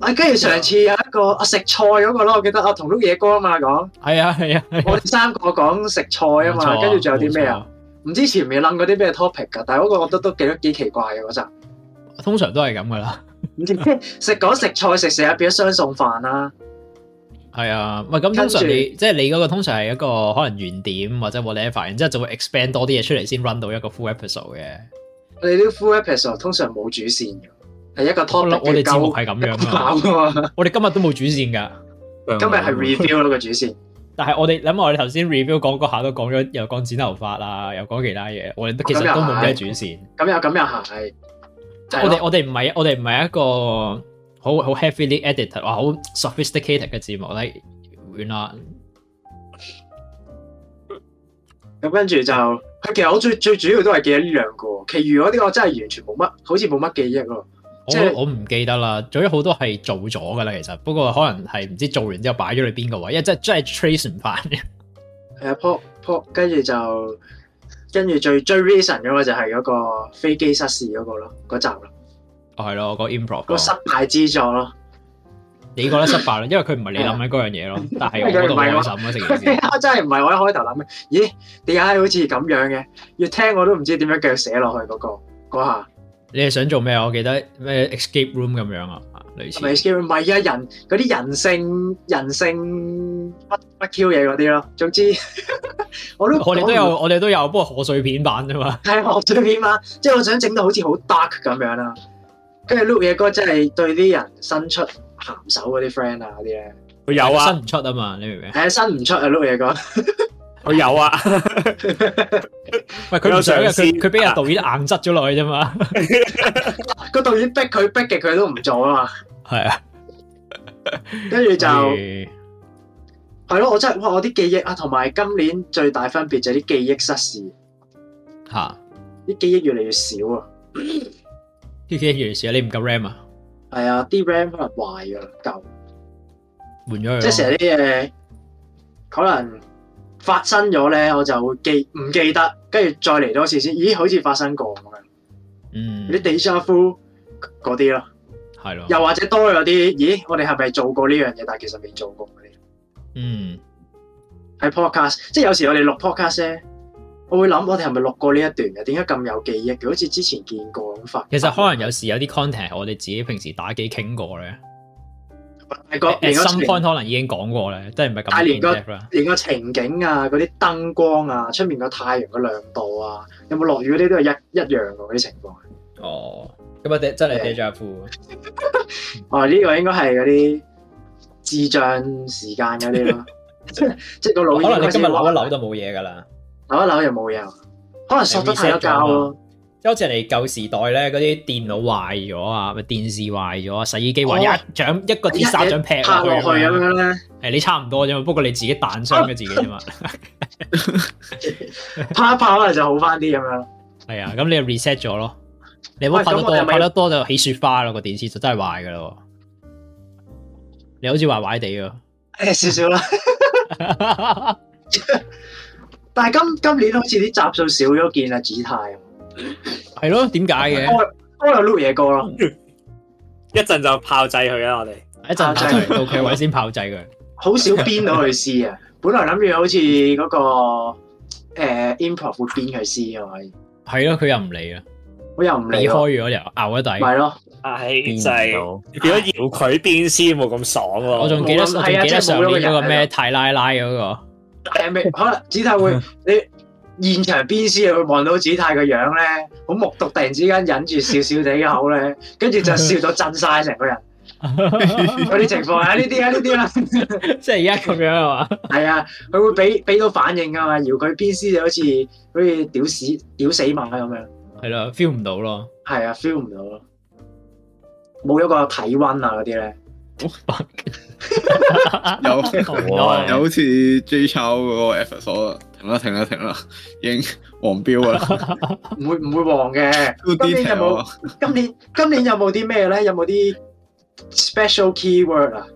Speaker 3: 啊，跟住上次有一個啊食菜嗰個咯，我記得啊同碌野哥啊嘛講，
Speaker 2: 係啊係啊，
Speaker 3: 我哋三個講食菜啊
Speaker 2: 冇錯
Speaker 3: 嘛，跟住仲有啲咩啊？？唔知前面諗嗰啲咩 topic 㗎，但係嗰個我覺得都幾得幾奇怪嘅嗰陣。
Speaker 2: 冇錯通常都係咁㗎啦。
Speaker 3: 唔知 食講食菜食食下變咗雙餸飯啊啦，
Speaker 2: 係啊，唔係咁通常
Speaker 3: 跟
Speaker 2: 你即係你嗰個通常係一個可能原點或者 whatever，然之後就會 expand 多啲嘢出嚟先 run 到一個 full episode 嘅。
Speaker 3: 我哋啲 full episode 通常冇主線嘅，係一個
Speaker 2: 我
Speaker 3: topic
Speaker 2: 我哋
Speaker 3: 嘅
Speaker 2: 節目
Speaker 3: 夠
Speaker 2: 係咁樣啊
Speaker 3: 跑
Speaker 2: 㗎，
Speaker 3: 㗎啊嘛。
Speaker 2: 我哋今日都冇主線㗎。
Speaker 3: 今日係 review 咯個主線，
Speaker 2: 但係我哋諗下，我哋頭先 review 講嗰下都講咗，又講剪頭髮啦，又講其他嘢，我哋都其
Speaker 3: 哦
Speaker 2: 實都冇咩主線。
Speaker 3: 咁又咁又係。
Speaker 2: 即係我哋我哋唔係我哋唔係一個好好 heavily edited 哇好 sophisticated 嘅節目咧，原來
Speaker 3: 咁跟住就，佢其實我最最主要都係記得呢兩個，其餘嗰啲我真係完全冇乜，好似冇乜記憶咯。
Speaker 2: 哦
Speaker 3: 即係
Speaker 2: 我我唔記得啦，總之好多係做咗噶啦，其實不過可能係唔知做完之後擺咗你邊個位，因為真真係 trace 唔翻嘅。
Speaker 3: 係啊，pop pop，跟住就，跟住最最 reason 嗰個就係嗰個飛機失事嗰個咯，嗰集咯，
Speaker 2: 哦係咯，個 improv
Speaker 3: 個失
Speaker 2: 咯
Speaker 3: 敗之 作咯。
Speaker 2: 你覺得失敗啦，因為佢唔係你諗緊嗰樣嘢咯，但係我嗰度開心啊成件事。
Speaker 3: 我真係唔係我一開頭諗嘅，咦？點解好似咁樣嘅？越聽我都唔知點樣繼續寫落去嗰、個嗰下，
Speaker 2: 你係想做咩啊？我記得咩 escape room 咁樣啊，類
Speaker 3: 係咪
Speaker 2: 似
Speaker 3: s 唔係啊，人嗰啲人性人性乜乜 Q 嘢嗰啲咯。總之 我都
Speaker 2: 我哦哋都有我哋都有，不過賀歲片版啫嘛。
Speaker 3: 係賀歲片嘛，即係我想整到好似好 dark 咁樣啦。跟住 Luke 嘢哥真係對啲人伸出鹹手嗰啲 friend 啊嗰啲咧，
Speaker 4: 佢有啊，
Speaker 2: 新唔出啊嘛，你明唔明？
Speaker 3: 係啊伸唔出啊 Luke 嘢哥，
Speaker 4: 佢有啊，
Speaker 2: 喂，佢唔想嘅，
Speaker 4: 有嘗試
Speaker 2: 佢佢俾人導演硬質咗落去啫嘛。
Speaker 3: 個導演逼佢逼極佢都唔做啊嘛。
Speaker 2: 係啊，
Speaker 3: 跟住就。
Speaker 2: 係
Speaker 3: 係咯，我真係哇！我啲記憶啊，同埋今年最大分別就係啲記憶失事，
Speaker 2: 吓
Speaker 3: 啲記憶越嚟越少啊。
Speaker 2: T K 越嚟越少，你唔夠 RAM 啊，
Speaker 3: 係啊，啲 RAM 可能壞噶啦，舊，
Speaker 2: 換咗佢
Speaker 3: 即
Speaker 2: 咯。
Speaker 3: 係成日啲嘢可能發生咗咧，我就會記唔記得，跟住再嚟多次先，咦，好似發生過咁樣，
Speaker 2: 嗯，
Speaker 3: 啲 deja vu 嗰啲咯，
Speaker 2: 係咯，
Speaker 3: 又或者多咗啲，咦，我哋係咪做過呢樣嘢，但係其實未做過嗰啲，
Speaker 2: 嗯，
Speaker 3: 喺 podcast，即係有時我哋錄 podcast 咧，我會諗我哋係咪錄過呢一段嘅？點解咁有記憶嘅？好似之前見過咁發。
Speaker 2: 其實可能有時有啲 content 係我哋自己平時打機傾過咧，
Speaker 3: 係個
Speaker 2: 誒
Speaker 3: 連個
Speaker 2: some
Speaker 3: 情
Speaker 2: point 可能已經講過咧，即係唔係
Speaker 3: 但
Speaker 2: 咁
Speaker 3: 係連
Speaker 2: in
Speaker 3: 個
Speaker 2: depth 啦。
Speaker 3: 連個情景啊，嗰啲燈光啊，出面個太陽嘅亮度啊，有冇落雨嗰啲都係一一樣嘅嗰啲情況。
Speaker 2: 哦，咁啊，真真係 deja vu。
Speaker 3: 哦，呢、個應該係嗰啲智障時間嗰 啲咯，即係即係個腦已經
Speaker 2: 可能你今日
Speaker 3: 開始
Speaker 2: 扭一扭就冇嘢㗎啦。
Speaker 3: 扭一扭又冇嘢啊，可能索得太多膠咯。
Speaker 2: 即係好似人哋舊時代咧，嗰啲電腦壞咗啊，咪電視壞咗啊，洗衣機壞咗，
Speaker 3: 哦
Speaker 2: 一掌一個鐵砂掌劈
Speaker 3: 拍落去
Speaker 2: 去
Speaker 3: 咁
Speaker 2: 啊嘛
Speaker 3: 樣咧，
Speaker 2: 係你差唔多啫嘛，不過你自己彈傷咗自己啫嘛。
Speaker 3: 拍一拍可能就好翻啲咁 樣。
Speaker 2: 係啊，咁你就 reset 咗咯。你唔好拍得多
Speaker 3: 喂咁我哋，咪
Speaker 2: 拍得多就起雪花咯，個電視就真係壞噶咯。你好似壞壞地
Speaker 3: 誒少少啦，
Speaker 2: 啊，
Speaker 3: 但係今今年好似啲集數少咗見啊，紫太
Speaker 2: 係咯？點解嘅？
Speaker 3: 多咗 look 嘢歌咯。
Speaker 4: 一陣就炮製佢啦，我哋
Speaker 2: 一陣炮製到佢位先炮製佢。
Speaker 3: 好少編到佢詩啊！本來諗住好似嗰、個呃 improv 會編佢詩啊嘛，
Speaker 2: 係咯，佢又唔理啊，
Speaker 3: 我又唔理
Speaker 2: 避開
Speaker 3: 喎，
Speaker 2: 咗又拗一底。
Speaker 3: 咪咯，
Speaker 4: 唉，
Speaker 5: 變
Speaker 4: 就
Speaker 5: 唔
Speaker 4: 係
Speaker 5: 到
Speaker 4: 變咗搖佢邊先冇咁爽喎。
Speaker 2: 我仲記得，我
Speaker 3: 冇諗
Speaker 2: 仲
Speaker 3: 係啊
Speaker 2: 記得
Speaker 3: 即係
Speaker 2: 上
Speaker 3: 冇咗個
Speaker 2: 年嗰個
Speaker 3: 人喺度
Speaker 2: 咩泰拉拉嗰 個，
Speaker 3: 誒未可能子泰會你現場編詩，會望到子泰個樣咧，好目讀，突然之間忍住笑笑地嘅口咧，跟住就笑到震晒成個人，有啲情況啊，呢啲啊，呢啲啦，
Speaker 2: 即係而家咁樣啊嘛，
Speaker 3: 係啊，佢會俾俾到反應啊嘛，搖佢偏私就好似好似屌屎屌死馬咁樣，
Speaker 2: 係啦，feel 唔到咯，
Speaker 3: 係啊，feel 唔到咯，冇咗個體温啊嗰啲咧，
Speaker 2: 哦
Speaker 6: 有
Speaker 5: 哇
Speaker 6: 有好似 J 超嗰個 episode 停啦停啦停啦， 已經黃標 啦，
Speaker 3: 唔會唔會黃嘅。
Speaker 6: 都
Speaker 3: 今年有
Speaker 6: detail
Speaker 3: 冇
Speaker 6: 啊，
Speaker 3: 今年今年有冇啲咩咧？有冇啲 special keyword 啊？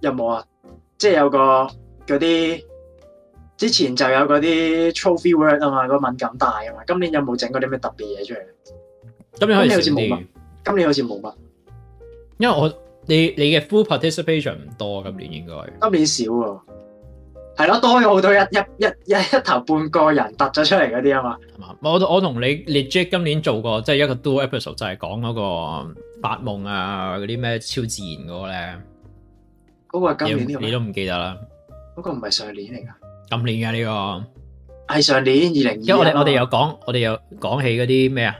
Speaker 3: 有冇啊？即係有個嗰啲之前就有嗰啲 trophy word 啊嘛，嗰個敏感帶啊嘛。今年有冇整嗰啲咩特別嘢出嚟？
Speaker 2: 咁你可以少
Speaker 3: 咁你好似冇
Speaker 2: 啲
Speaker 3: 乜，今年好似冇乜，
Speaker 2: 因為我你你嘅 full participation 唔多，今年應該
Speaker 3: 今年少喎。係咯，多咗好多一一一一一頭半個人突咗出嚟嗰啲啊嘛。
Speaker 2: 係嘛？我我同你你 Jack 今年做過即係一個 do episode 就係講嗰個發夢啊嗰啲咩超自然嗰個咧，
Speaker 3: 嗰個係今年
Speaker 2: 你
Speaker 3: 呢
Speaker 2: 都你
Speaker 3: 個咩，
Speaker 2: 都唔記得啦，
Speaker 3: 嗰個唔係上年嚟㗎，
Speaker 2: 今年嘅呢個。
Speaker 3: 係上年二啊零
Speaker 2: 因為
Speaker 3: 二。
Speaker 2: 我哋我哋有講，我哋有講起嗰啲咩啊？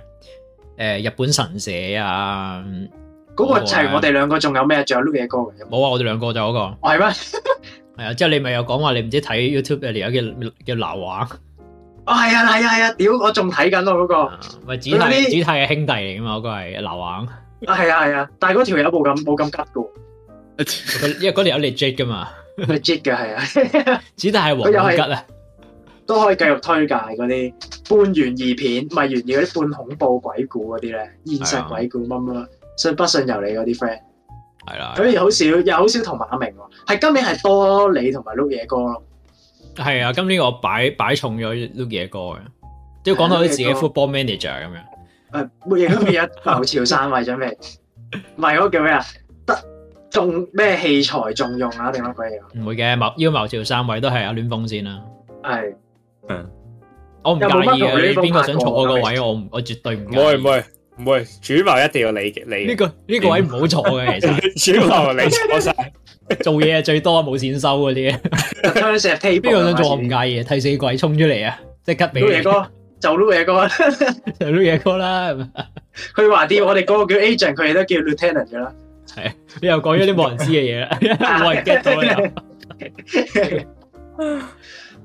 Speaker 2: 誒、日本神社啊，嗯
Speaker 3: 嗰個就係我哋兩個仲有咩？仲有 Luke 嘅歌嘅，哦
Speaker 2: 冇啊！我哋兩個就嗰、個
Speaker 3: 我係咩？
Speaker 2: 係啊。之後你咪有講話你唔知睇 YouTube 嘅有嘅嘅流話，
Speaker 3: 哦，係啊，係啊，係啊，屌，我仲睇緊我嗰個，啊，
Speaker 2: 啊咪子泰
Speaker 3: 嗰啲
Speaker 2: 子泰嘅兄弟嚟噶嘛？嗰個係流話，
Speaker 3: 係啊，係啊，但係嗰條友冇咁冇咁急噶
Speaker 2: 佢因為嗰條有 legit 噶嘛，
Speaker 3: 喎，legit 嘅係啊，
Speaker 2: 子泰係
Speaker 3: 佢又
Speaker 2: 黃
Speaker 3: 係
Speaker 2: 金吉啊，
Speaker 3: 都可以繼續推介嗰啲半懸疑片、咪懸疑嗰啲半恐怖鬼故嗰啲咧，現實鬼故乜乜，信不信由你嗰啲 friend，
Speaker 2: 係啦，
Speaker 3: 咁又好少，又好少同馬明喎，係今年係多你同埋 Luke 嘢歌咯，
Speaker 2: 係啊。今年我擺擺重咗 Luke 嘅歌嘅，都要講到好似自己
Speaker 3: 係，Luke 嘅
Speaker 2: football manager 咁樣。
Speaker 3: 誒，每亦都未有劉朝散為準備，唔係嗰個叫咩啊？得仲咩器材重用啊？定乜鬼 嘢啊？
Speaker 2: 唔會嘅，某要謀朝三位都係阿亂風先啦。
Speaker 3: 係。
Speaker 2: 我唔介意
Speaker 3: 有冇乜同
Speaker 2: 嘅，
Speaker 3: Luke
Speaker 2: 邊個想坐我個
Speaker 3: 拍
Speaker 2: 位，我唔我絕對唔
Speaker 4: 唔
Speaker 2: 介
Speaker 4: 會
Speaker 2: 意
Speaker 4: 唔。會唔會，主謀一定要你
Speaker 2: 呢、
Speaker 4: 你
Speaker 2: 個呢、個位唔好坐 嘅，其實
Speaker 4: 主謀你錯晒，
Speaker 2: 做嘢最多冇錢收嗰 啲，啊
Speaker 3: 槍石 table
Speaker 2: 邊個想做我唔介 意嘅，替死鬼衝出嚟啊！即刻俾
Speaker 3: 撈嘢
Speaker 2: 你
Speaker 3: 哥就撈嘢哥，
Speaker 2: 就呢嘢歌啦，咁
Speaker 3: 佢話啲我哋嗰個叫 agent，佢哋都叫 lieutenant 噶啦。
Speaker 2: 你又講咗啲冇人知嘅嘢啦，冇人 get 到你。啊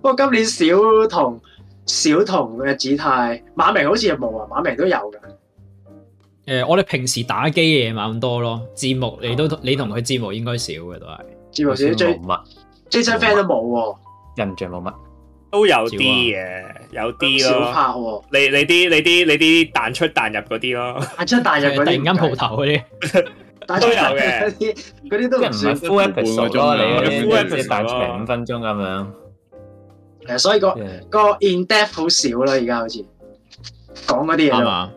Speaker 3: 不過今年小童小童嘅子泰馬明好似冇啊，馬明都有㗎。
Speaker 2: 誒、我哋平時打機嘅嘢咪咁多咯，節目你都你同佢節目應該少嘅都係，
Speaker 3: 節目少
Speaker 5: 冇
Speaker 3: 追
Speaker 5: 乜
Speaker 3: Jason fan 都冇
Speaker 5: 印象冇乜，
Speaker 4: 都有啲嘅，有
Speaker 3: 喎，
Speaker 4: 啲
Speaker 3: 少
Speaker 4: 咯。
Speaker 3: 拍喎，
Speaker 4: 你你啲你啲你啲彈出彈入嗰啲咯，
Speaker 3: 彈出彈入
Speaker 2: 突
Speaker 3: 啊嗰啲
Speaker 2: 然
Speaker 3: 唔計，啊
Speaker 2: 間鋪頭嗰啲，
Speaker 3: 彈
Speaker 4: 都
Speaker 3: 出
Speaker 4: 有
Speaker 3: 彈入
Speaker 4: 嘅
Speaker 3: 嗰啲 嗰啲
Speaker 5: 即
Speaker 3: 都
Speaker 5: 係
Speaker 3: 唔
Speaker 5: 唔
Speaker 3: 算
Speaker 5: 係。full episode 咯，你嗰
Speaker 4: 半個鐘啊
Speaker 5: 啲即係大成五分鐘咁樣。
Speaker 3: 誒，所以個
Speaker 5: 即係
Speaker 3: 個 in depth 好少啦，而家好似講嗰啲嘢
Speaker 2: 啱啊
Speaker 3: 啫，
Speaker 2: 嘛？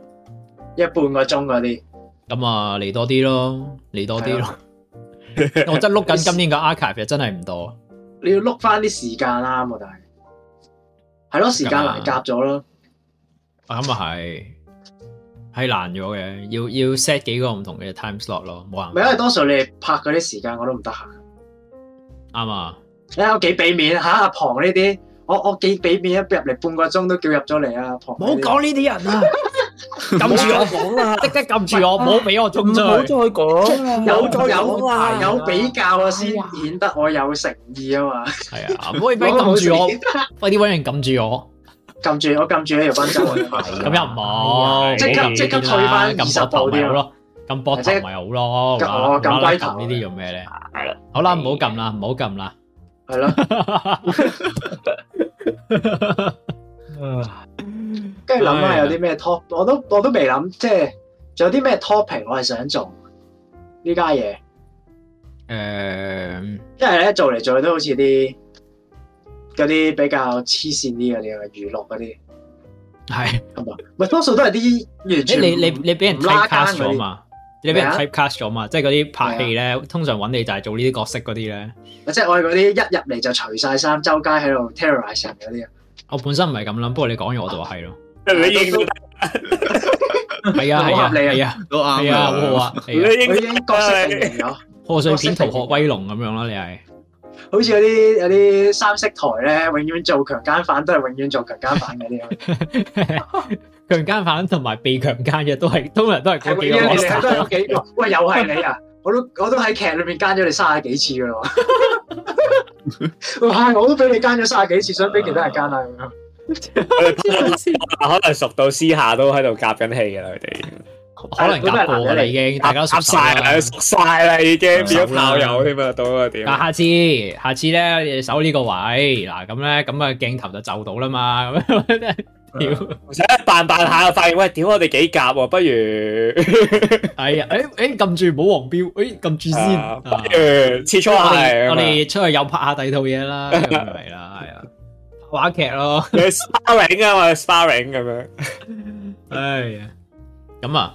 Speaker 3: 一半個鐘嗰啲。
Speaker 2: 咁啊嚟多啲咯，嚟多啲咯。 我真係碌緊今年個 archive 又真係唔多，
Speaker 3: 你要碌翻啲時間啱喎，但係係咯，時間難夾咗咯。
Speaker 2: 啊咁啊係係難咗嘅，要要 set 幾個唔同嘅 time slot 咯，冇辦啊
Speaker 3: 咪
Speaker 2: 法
Speaker 3: 因為多數你哋拍嗰啲時間我都唔得閒。
Speaker 2: 啱啊！
Speaker 3: 你睇我幾俾面嚇阿龐呢啲，我我幾俾面一入嚟半個鐘都叫入咗嚟啊！龐呢啲，
Speaker 2: 呢啲人啊！
Speaker 4: 撳住我
Speaker 2: 講啦， 即刻撳住我，唔好俾我
Speaker 5: 唔
Speaker 2: 中
Speaker 5: 好
Speaker 2: 咗
Speaker 5: 再講啦，
Speaker 3: 有
Speaker 5: 再
Speaker 3: 有
Speaker 5: 講啦
Speaker 3: 有比較啊，
Speaker 2: 哎
Speaker 3: 先顯得我有誠意啊嘛。
Speaker 2: 係啊，唔好俾撳住我，快啲揾人撳住我，
Speaker 3: 撳住我撳住呢條啊賓 州，
Speaker 2: 咁又唔好，
Speaker 3: 即刻
Speaker 2: 冇撳
Speaker 3: 即刻
Speaker 2: 呢啲啦
Speaker 3: 退返
Speaker 2: 撳
Speaker 3: 20
Speaker 2: 膊頭
Speaker 3: 步
Speaker 2: 咪
Speaker 3: 啲
Speaker 2: 好
Speaker 3: 啊
Speaker 2: 咯，撳膊頭咪好咯，無啦
Speaker 3: 即係
Speaker 2: 啦
Speaker 3: 我撳
Speaker 2: 無啦
Speaker 3: 龜頭
Speaker 2: 啦撳呢啲做咩咧？
Speaker 5: 係啦，
Speaker 2: 好啦，唔好撳啦，唔好撳啦，
Speaker 3: 係咯。跟住諗下有啲咩 top，我都我都未諗，即係仲有啲咩 topic 我係想做呢家嘢。
Speaker 2: 誒，
Speaker 3: 因為咧做嚟做去都好似啲嗰啲比較黐線啲嗰啲啊，娛樂嗰啲
Speaker 2: 係，
Speaker 3: 係嘛？唔係多數都係啲完
Speaker 2: 誒
Speaker 3: 全
Speaker 2: 你你你俾人
Speaker 3: 唔拉更
Speaker 2: typecast
Speaker 3: 嗰
Speaker 2: 咗
Speaker 3: 啲，
Speaker 2: 嘛？你俾人
Speaker 3: 咩啊
Speaker 2: typecast 咗嘛？即係嗰啲拍戲咧，通常揾你就係做呢啲角色嗰啲咧。
Speaker 3: 即係我哋嗰啲一入嚟就除晒衫，周街喺度 terrorize 人嗰啲啊。
Speaker 2: 我本身唔係咁諗，不過你講完我就話 係咯，
Speaker 4: 你認到
Speaker 2: 係啊係
Speaker 3: 好
Speaker 2: 啊
Speaker 3: 合理啊
Speaker 2: 係啊
Speaker 6: 都啱
Speaker 2: 係啊，好好啊，
Speaker 6: 嘅，
Speaker 4: 你
Speaker 2: 係啊。
Speaker 3: 佢已
Speaker 4: 應
Speaker 3: 經角色定型咗，
Speaker 2: 賀歲片逃學威龍咁樣啦，你係
Speaker 3: 好似嗰啲有啲 三色台咧，永遠做強奸犯都係永遠做強奸犯嗰啲啊。
Speaker 2: 強奸犯同埋被強奸嘅都 係通常都係
Speaker 3: 係
Speaker 2: 嗰
Speaker 3: 永
Speaker 2: 幾個
Speaker 3: 遠你哋
Speaker 2: monster
Speaker 3: 都有幾個？喂，又係你啊！我都我都喺劇裏面奸咗你三十幾次 噶啦喎！哇！我都俾你奸咗三十幾次，想俾其他人奸啊咁樣。
Speaker 4: 我哋可能熟到私下都喺度夾緊戲㗎啦，佢哋
Speaker 2: 可能夾過㗎啦已經，大家熟
Speaker 4: 夾
Speaker 2: 手
Speaker 4: 晒啦，
Speaker 2: 啦。
Speaker 4: 熟晒啦，已經變
Speaker 2: 熟
Speaker 4: 咗
Speaker 2: 啦
Speaker 4: 炮友添啊，到啊點？
Speaker 2: 嗱，下次下次咧，你守呢個位，嗱咁咧，咁啊鏡頭就就到啦嘛，咁樣 真係屌，
Speaker 4: 唔使一扮扮下，發現喂，屌我哋幾夾喎，不如
Speaker 2: 係啊，誒誒撳住唔好黃標，誒撳住先
Speaker 4: 啊，不
Speaker 2: 啊
Speaker 4: 如切磋
Speaker 2: 我
Speaker 4: 下
Speaker 2: 哋
Speaker 4: 咁
Speaker 2: 我
Speaker 4: 啊
Speaker 2: 哋出去又拍下第二套嘢 啦，咁咪啦，係啊，拍話劇咯，
Speaker 4: 你 sparring 啊嘛，sparring 咁樣。
Speaker 2: 唉呀，咁啊，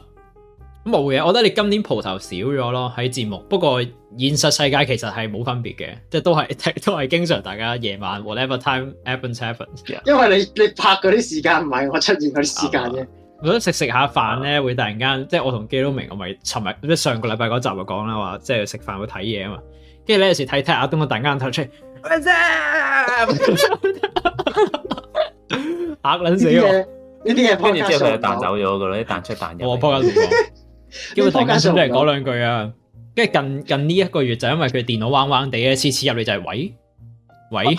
Speaker 2: 咁冇嘢，我覺得你今年蒲頭少咗咯喺節目，不過現實世界其實係冇分別嘅，即係 都係都係經常大家夜晚 whatever time happens happens，
Speaker 3: 因為你你拍嗰啲時間唔係我出現嗰啲時間啫。
Speaker 2: 我覺得食食下飯咧，會突然間，即係我同基佬明，我咪尋日即係上個禮拜嗰集就講啦，話即係食飯會睇嘢啊嘛。跟住咧有時睇睇下，東我突然間透出嚟， 咩啫？嚇撚
Speaker 3: 呢啲
Speaker 2: 死
Speaker 3: 嘢呢啲
Speaker 5: 跟
Speaker 3: 嘢
Speaker 5: 住
Speaker 3: 撲
Speaker 5: 之
Speaker 3: 街
Speaker 5: 後佢就
Speaker 3: 上
Speaker 5: 彈
Speaker 3: 唔
Speaker 5: 走
Speaker 3: 到。
Speaker 5: 咗㗎啦，啲彈出彈
Speaker 2: 我！
Speaker 5: 入。
Speaker 2: 我仆街亂講，跟住突然間出嚟講兩句啊。跟住近近呢一個月就因為佢電腦彎彎地咧，次次入嚟就係喂喂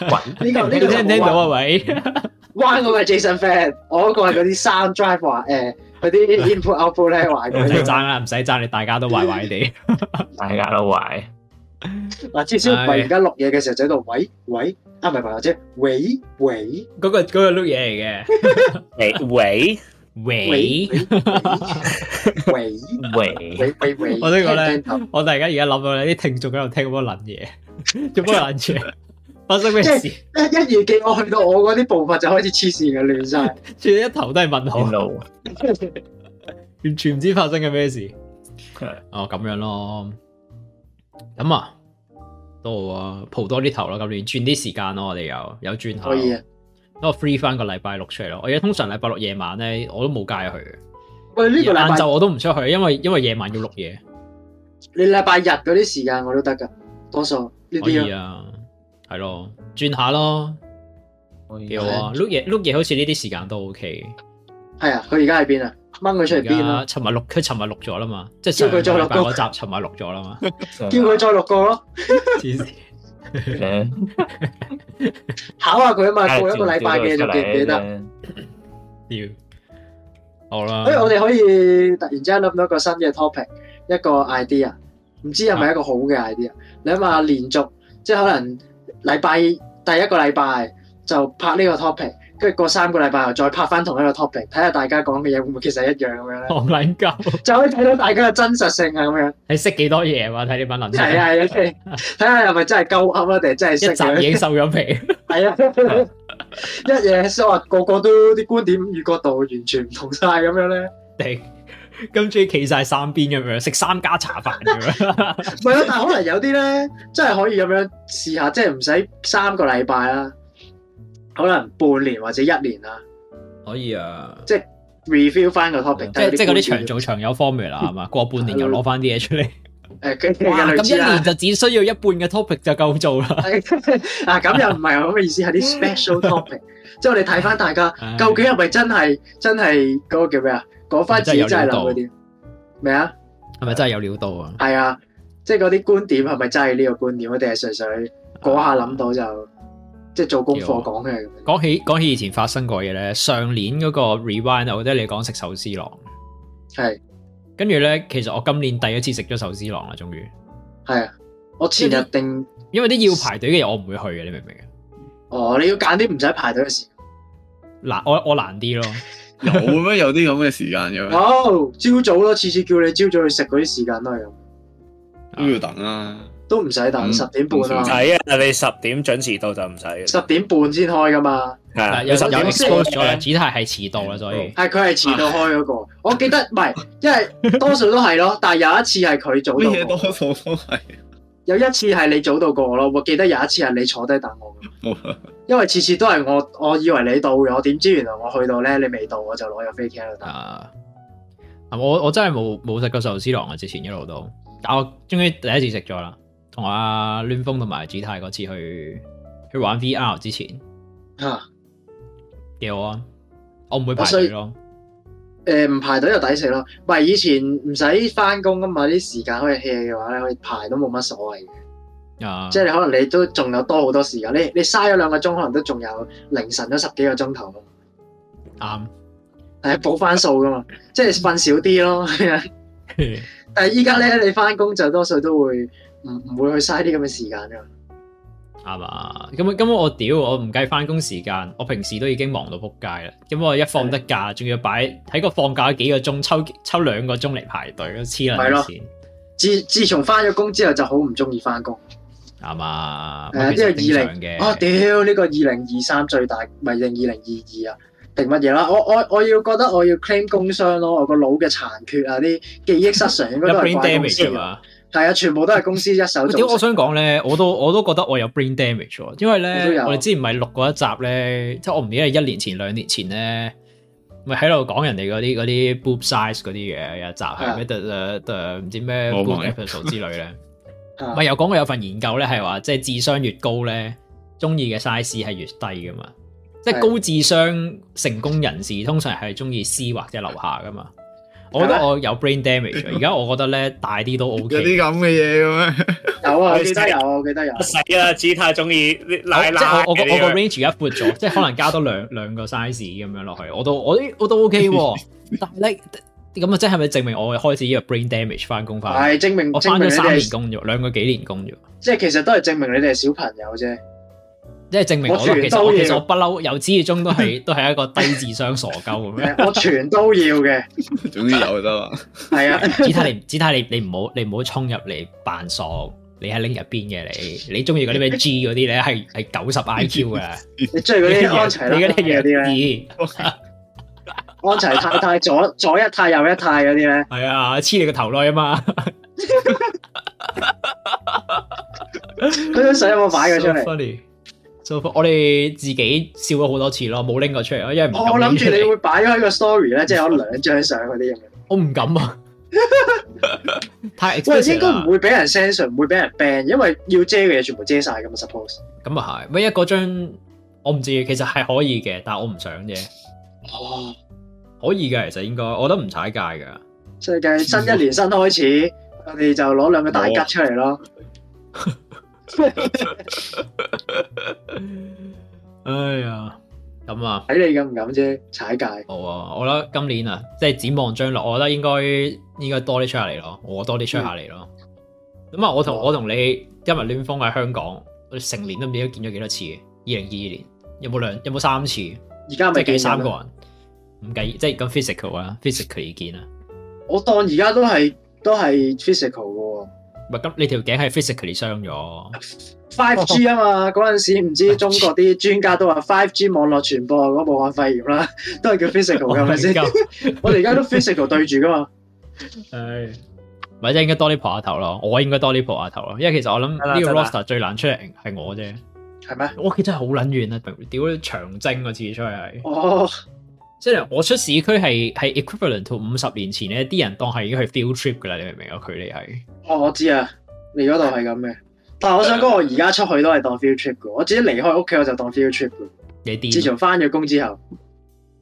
Speaker 2: 喂，
Speaker 3: 呢哦個呢
Speaker 2: 你
Speaker 3: 個
Speaker 2: 聽唔聽到啊？喂！
Speaker 3: 彎嗰個係 Jason Fan，我嗰個係嗰啲 Sound Drive 話誒嗰啲 input output 咧話
Speaker 2: 唔使
Speaker 3: 佢
Speaker 2: 爭啦，唔使 爭，你大家都壞壞 地。
Speaker 5: 大家都壞，
Speaker 3: 嗱，至少唔係而家錄嘢嘅時候就喺度喂喂啊，唔係唔係或者喂 喂
Speaker 2: 嗰個嗰個碌嘢嚟嘅，
Speaker 4: 喂喂，
Speaker 2: 喂
Speaker 3: 喂。喂
Speaker 5: 喂，
Speaker 3: 喂喂喂，
Speaker 2: 我呢個咧
Speaker 3: 聽唔聽
Speaker 2: 我突然間而家諗到咧，啲聽眾喺度聽乜撚嘢，做乜撚嘢？發生咩事？
Speaker 3: 到一一二記我去到我嗰啲步伐就開始黐線嘅亂晒。
Speaker 2: 全一頭都係問號，
Speaker 5: 天路
Speaker 2: 完全唔知發生緊咩事。哦，咁樣咯。咁啊，都好啊，蒲多啲頭咯。咁年轉啲時間咯，我哋又有轉下。
Speaker 3: 可以啊！
Speaker 2: 等我 free 翻個禮拜六出嚟咯。我而家通常禮拜六夜晚咧，我都冇街去嘅。
Speaker 3: 喂，呢個
Speaker 2: 晏
Speaker 3: 禮拜
Speaker 2: 晝我都唔出去，因為因為夜晚要錄嘢。
Speaker 3: 你禮拜日嗰啲時間我都得㗎，多數呢
Speaker 2: 可
Speaker 3: 啲
Speaker 2: 以
Speaker 3: 啊。
Speaker 2: 啊，係咯，轉下咯，幾好啊。碌嘢碌嘢，好似呢啲時間都 OK 嘅。
Speaker 3: 係啊，佢而家喺邊啊？掹佢出嚟邊
Speaker 2: 而家
Speaker 3: 啦？
Speaker 2: 尋日錄，佢尋日錄咗啦嘛，即係
Speaker 3: 叫
Speaker 2: 上個
Speaker 3: 佢再
Speaker 2: 禮拜
Speaker 3: 錄多
Speaker 2: 嗰集尋日錄咗啦嘛，
Speaker 5: 叫
Speaker 3: 叫佢再錄過咯，
Speaker 2: 黐線
Speaker 3: 考下佢啊嘛，過一個禮拜嘅仲記唔記得？
Speaker 2: 屌，好啦，
Speaker 3: 所以我哋可以突然之間諗到一個新嘅 topic，一個 idea，唔知係
Speaker 2: 啊
Speaker 3: 咪一個好嘅 idea？你諗下連續，即係可能禮拜第一個禮拜就拍呢個 topic，跟住過三個禮拜又再拍翻同一個 topic，睇下大家講嘅嘢會唔會其實一樣咁 樣咧，
Speaker 2: 我撚鳩，
Speaker 3: 就可以睇到大家嘅真實性係咁樣。
Speaker 2: 你識幾多嘢嘛？睇呢班撚
Speaker 3: 係
Speaker 2: 仔，
Speaker 3: 啊，有啲睇下係咪真係鳩噏啦，定係真係識
Speaker 2: 一集已
Speaker 3: 嘅？
Speaker 2: 經收咗皮，
Speaker 3: 係啊， 一嘢所以話個個都啲觀點與角度完全唔同晒咁樣咧。
Speaker 2: 定今朝企晒三邊咁樣，食三家茶飯咁樣，
Speaker 3: 唔係啊，但係可能有啲咧，真係可以咁樣試下，即係唔使三個禮拜啦，可能半年或者一年啦
Speaker 2: 可以啊，
Speaker 3: ，review 翻個 topic，
Speaker 2: 即係即係嗰啲長
Speaker 3: 做
Speaker 2: 做長有 formula 係嘛，過半年又攞翻啲嘢出 嚟，
Speaker 3: 誒佢哋
Speaker 2: 哇，
Speaker 3: 嘅類
Speaker 2: 咁
Speaker 3: 似
Speaker 2: 一年
Speaker 3: 啦。
Speaker 2: 就只需要一半嘅 topic 就夠做啦，
Speaker 3: 係啊，咁又唔係咁嘅意思，係 啲 special topic，即係我哋睇翻大家
Speaker 2: 唉
Speaker 3: 究竟係咪真係真係嗰個叫咩啊？講翻自己真係諗嗰啲咩啊？
Speaker 2: 係咪真係有料到啊？
Speaker 3: 係啊，即係嗰啲觀點係咪真係呢個觀點？我哋係純粹嗰下諗到
Speaker 2: 啊
Speaker 3: 就即係做功課講嘅咁樣。
Speaker 2: 講起講起以前發生過嘢咧，上年嗰個 rewind，我覺得你講食壽司郎，
Speaker 3: 係
Speaker 2: 跟住咧，其實我今年第一次食咗壽司郎啦，終於，
Speaker 3: 係啊，我前日定。
Speaker 2: 因為啲要排隊嘅嘢我唔會去嘅，你明唔明啊？
Speaker 3: 哦，你要揀啲唔使排隊嘅事。
Speaker 2: 難我我難啲咯，啊
Speaker 6: 有咩有啲咁嘅時間嘅咩？
Speaker 3: 哦，朝早咯，次次叫你朝早去食嗰啲時間都係咁，
Speaker 6: 都要等啊！
Speaker 3: 都唔使等
Speaker 6: 嗯
Speaker 3: 十點半
Speaker 4: 唔
Speaker 3: 啊，
Speaker 4: 使啊！你十點準時到就唔使嘅。
Speaker 3: 十點半先開噶嘛。
Speaker 4: 係啊，
Speaker 2: 嗱有有
Speaker 4: 十點
Speaker 3: 時
Speaker 2: expose 咗啦，只係係遲到啦，所以
Speaker 3: 係佢係遲到開嗰個，我記得唔係，因為多數都係咯，但係有一次係佢早
Speaker 6: 乜嘢
Speaker 3: 到
Speaker 6: 多
Speaker 3: 過，
Speaker 6: 數都係
Speaker 3: 有一次係你早到過我咯。我記得有一次係你坐低等我㗎，
Speaker 6: 冇啊啦
Speaker 3: 因為次次都係我，我以為你到嘅，我點知原來我去到咧，你未到，我就攞咗飛機喺度等。
Speaker 2: 啊，我我真係冇冇食過壽司郎啊，之前一路都，但我終於第一次食咗啦，同阿亂峰同埋子泰嗰次去去玩 VR 之前，
Speaker 3: 嚇，
Speaker 2: 幾好啊！我唔會排隊咯。
Speaker 3: 誒唔排隊就抵死咯。唔係以前唔使翻工噶嘛，啲時間可以 hea 嘅話咧，可以排都冇乜所謂嘅。
Speaker 2: 啊，
Speaker 3: 即係你可能你都仲有多好多時間，你你嘥咗兩個鐘，可能都仲有凌晨都十幾個鐘頭咯。
Speaker 2: 啱。
Speaker 3: 係補翻數噶嘛，即係瞓少啲咯。 但係依家咧，你翻工就多數都會唔唔會去嘥啲咁嘅時間噶。
Speaker 2: 啱啊！咁咁我屌，我唔計翻工時間，我平時都已經忙到撲街啦。咁我一放得假，仲要擺喺個放假幾個鐘，抽抽兩個鐘嚟排隊，黐
Speaker 3: 係
Speaker 2: 撚
Speaker 3: 咯
Speaker 2: 線。
Speaker 3: 自自從翻咗工之後，就好唔中意翻工。
Speaker 2: 啱啊！
Speaker 3: 誒
Speaker 2: 其實
Speaker 3: 因為
Speaker 2: 正常嘅。
Speaker 3: 啊屌！呢個二零二三最大，咪定二零二二啊，定乜嘢啦？我我我要覺得我要 claim 工傷咯，我個腦嘅殘缺啊，啲記憶失常應該
Speaker 2: 有
Speaker 3: 都
Speaker 2: brain
Speaker 3: 係怪公
Speaker 2: damage
Speaker 3: 司
Speaker 2: 啊。嘛？
Speaker 3: 係啊，全部都係公司一手
Speaker 2: 喂屌！
Speaker 3: 造
Speaker 2: 我
Speaker 3: 成。
Speaker 2: 想講咧，我都我都覺得我有 brain damage 喎，因為
Speaker 3: 我都
Speaker 2: 咧
Speaker 3: 有
Speaker 2: 我哋之前咪錄過一集咧，即係我唔記得係一年前兩年前咧，咪喺度講人哋嗰啲嗰啲 boob size 嗰啲嘢，有一集係咩特特唔知咩
Speaker 6: 我
Speaker 2: boob
Speaker 6: 明
Speaker 2: episode 之類咧，
Speaker 3: 啊
Speaker 2: 咪有講過有份研究咧係話，即係智商越高咧，中意嘅 size 係越低噶嘛，即係
Speaker 3: 係
Speaker 2: 高智商成功人士通常係中意 C 或者樓下噶嘛。我覺得我有 brain damage，而啊 家我覺得咧大啲都 OK。
Speaker 6: 有啲咁嘅嘢嘅咩？
Speaker 3: 有啊，
Speaker 4: 我
Speaker 3: 我
Speaker 4: 哋
Speaker 3: 記得有啊，我記得有。
Speaker 4: 不使啊，子太中意啲奶
Speaker 2: 即係
Speaker 4: 奶
Speaker 2: 我我個
Speaker 4: 嘅
Speaker 2: 我個
Speaker 4: 呢
Speaker 2: range 而家闊咗，即 係可能加多兩兩個 size 咁樣落去，我都我我都 OK 喎。但係咧咁啊，即係咪證明我開始呢個 brain damage 翻工翻？
Speaker 3: 係證明
Speaker 2: 啊我
Speaker 3: 證
Speaker 2: 翻
Speaker 3: 明
Speaker 2: 咗
Speaker 3: 你
Speaker 2: 三年
Speaker 3: 哋，
Speaker 2: 工啫，兩個幾年工啫，
Speaker 3: 即係其實都係證明你哋係小朋友啫。
Speaker 2: 即係證明
Speaker 3: 我
Speaker 2: 我都
Speaker 3: 全
Speaker 2: 其實我
Speaker 3: 都要
Speaker 2: 其實我不嬲，由始至終都係 都係一個低智商傻鳩咁 樣。
Speaker 3: 誒我全都要嘅，
Speaker 6: 總之有就 得啦。
Speaker 3: 係啊，
Speaker 2: 子太你子太你你唔好你唔好衝入嚟扮傻，你係拎入邊嘅你，你中意嗰啲 咩 G 嗰啲咧係係九十 IQ 嘅，
Speaker 3: 你追 嗰
Speaker 2: 你
Speaker 3: 啲安齊啦
Speaker 2: 你嗰
Speaker 3: 嗰
Speaker 2: 啲
Speaker 3: 啲啊
Speaker 2: 弱
Speaker 3: 咧，
Speaker 2: 智。
Speaker 3: 安齊 太太左左一太右一太嗰啲咧，
Speaker 2: 系啊，黐你個頭內啊嘛，
Speaker 3: 嗰張相有冇擺佢出
Speaker 2: So
Speaker 3: 嚟？
Speaker 2: funny。So fun- 我哋自己笑咗好多次咯，冇拎過出嚟咯，因為唔
Speaker 3: 我
Speaker 2: 敢
Speaker 3: 諗住
Speaker 2: 拎出
Speaker 3: 你
Speaker 2: 嚟
Speaker 3: 會擺咗喺個 story 咧，即係有兩張相嗰啲咁樣。
Speaker 2: 我唔敢 啊，太
Speaker 3: 喂，
Speaker 2: expensive
Speaker 3: 應該
Speaker 2: 啦
Speaker 3: 唔。會俾人 censor，唔會俾人 ban，因為要遮嘅嘢全部遮晒㗎嘛。Suppose
Speaker 2: 咁啊係，唯一嗰張我唔知，其實係可以嘅，但我唔想啫。
Speaker 3: 哦，
Speaker 2: 可以嘅，其實應該，我覺得唔踩界噶。
Speaker 3: 世界新一年新開始，我哋就攞兩個大吉出嚟咯。
Speaker 2: 哎呀，咁啊，
Speaker 3: 睇你敢唔敢啫，踩界。
Speaker 2: 好啊，我覺得今年啊，即係展望將來，我覺得應該應該多啲出下嚟咯，我多啲出下嚟咯。咁啊，我同我同你今日亂風喺香港，我哋成年都唔知見咗幾多次嘅。二零二二年有冇兩有冇三次？即
Speaker 3: 而家咪
Speaker 2: 係計
Speaker 3: 見
Speaker 2: 三
Speaker 3: 人
Speaker 2: 個啊
Speaker 3: 咯。
Speaker 2: 人，唔計即係咁 physical 啊，physically 見啊。
Speaker 3: 我當而家都係都係 physical
Speaker 2: 唔係咁，你條頸係 physically 傷咗。
Speaker 3: 嘅喎，five G 啊嘛，嗰陣時唔知中國啲專家都話 five G 網絡傳播嗰個武漢肺炎啦， 都係叫 physical 㗎係咪 先？
Speaker 2: 哦
Speaker 3: 我哋而家都 physical 對住㗎嘛，
Speaker 2: 唉，咪即係應該多啲蒲下頭咯，我應該多啲蒲下頭咯，因為其實我諗
Speaker 3: 係啦
Speaker 2: 呢個
Speaker 3: 真係
Speaker 2: roster 最難出嚟係我啫，
Speaker 3: 係咩？
Speaker 2: 我屋企真係好撚遠啊！屌你長征嗰次出去係。
Speaker 3: 哦，
Speaker 2: 即係我出市區係係 equivalent to 五十年前咧，啲人當係已經去 field trip 噶啦，你明唔明啊？距離係
Speaker 3: 哦我知啊，你嗰度係咁嘅。但係我想講，我而家出去都係當 field trip 嘅，我自己離開屋企我就當 field trip 嘅。
Speaker 2: 你
Speaker 3: 自
Speaker 2: 癲咯，
Speaker 3: 從翻咗工之後，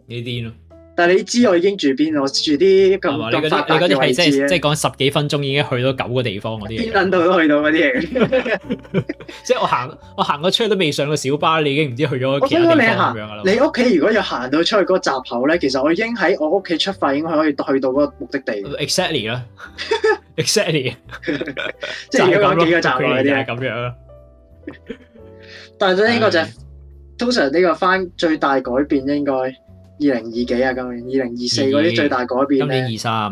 Speaker 2: 你癲咯，
Speaker 3: 但係你知我已經住邊，我住啲咁
Speaker 2: 係嘛？你
Speaker 3: 咁
Speaker 2: 嗰
Speaker 3: 發
Speaker 2: 啲
Speaker 3: 達
Speaker 2: 你嗰啲
Speaker 3: 嘅位
Speaker 2: 係
Speaker 3: 置
Speaker 2: 即係即係
Speaker 3: 咧，
Speaker 2: 講十幾分鐘已經去到九個地方嗰啲嘢，
Speaker 3: 邊撚度都去到嗰啲嘢。
Speaker 2: 即係我行我行咗出去都未上過小巴，你已經唔知去咗
Speaker 3: 我
Speaker 2: 其
Speaker 3: 想
Speaker 2: 他
Speaker 3: 講
Speaker 2: 地
Speaker 3: 你
Speaker 2: 方
Speaker 3: 行
Speaker 2: 咁樣噶啦。
Speaker 3: 你屋企如果要行到出去嗰個閘口咧，其實我已經喺我屋企出發，應該可以去到嗰個目的地。
Speaker 2: 呃 exactly 啦，exactly
Speaker 3: 即係如果
Speaker 2: 咁
Speaker 3: 講幾個
Speaker 2: 咯距離
Speaker 3: 站啊內嗰啲
Speaker 2: 就係
Speaker 3: 咧，
Speaker 2: 咁樣啦。
Speaker 3: 但係呢個就係
Speaker 2: 唉
Speaker 3: 通常呢個翻最大改變應該二零二幾啊，今年二零二四嗰啲最大改
Speaker 2: 今
Speaker 3: 變
Speaker 2: 年
Speaker 3: 咧，
Speaker 2: 二三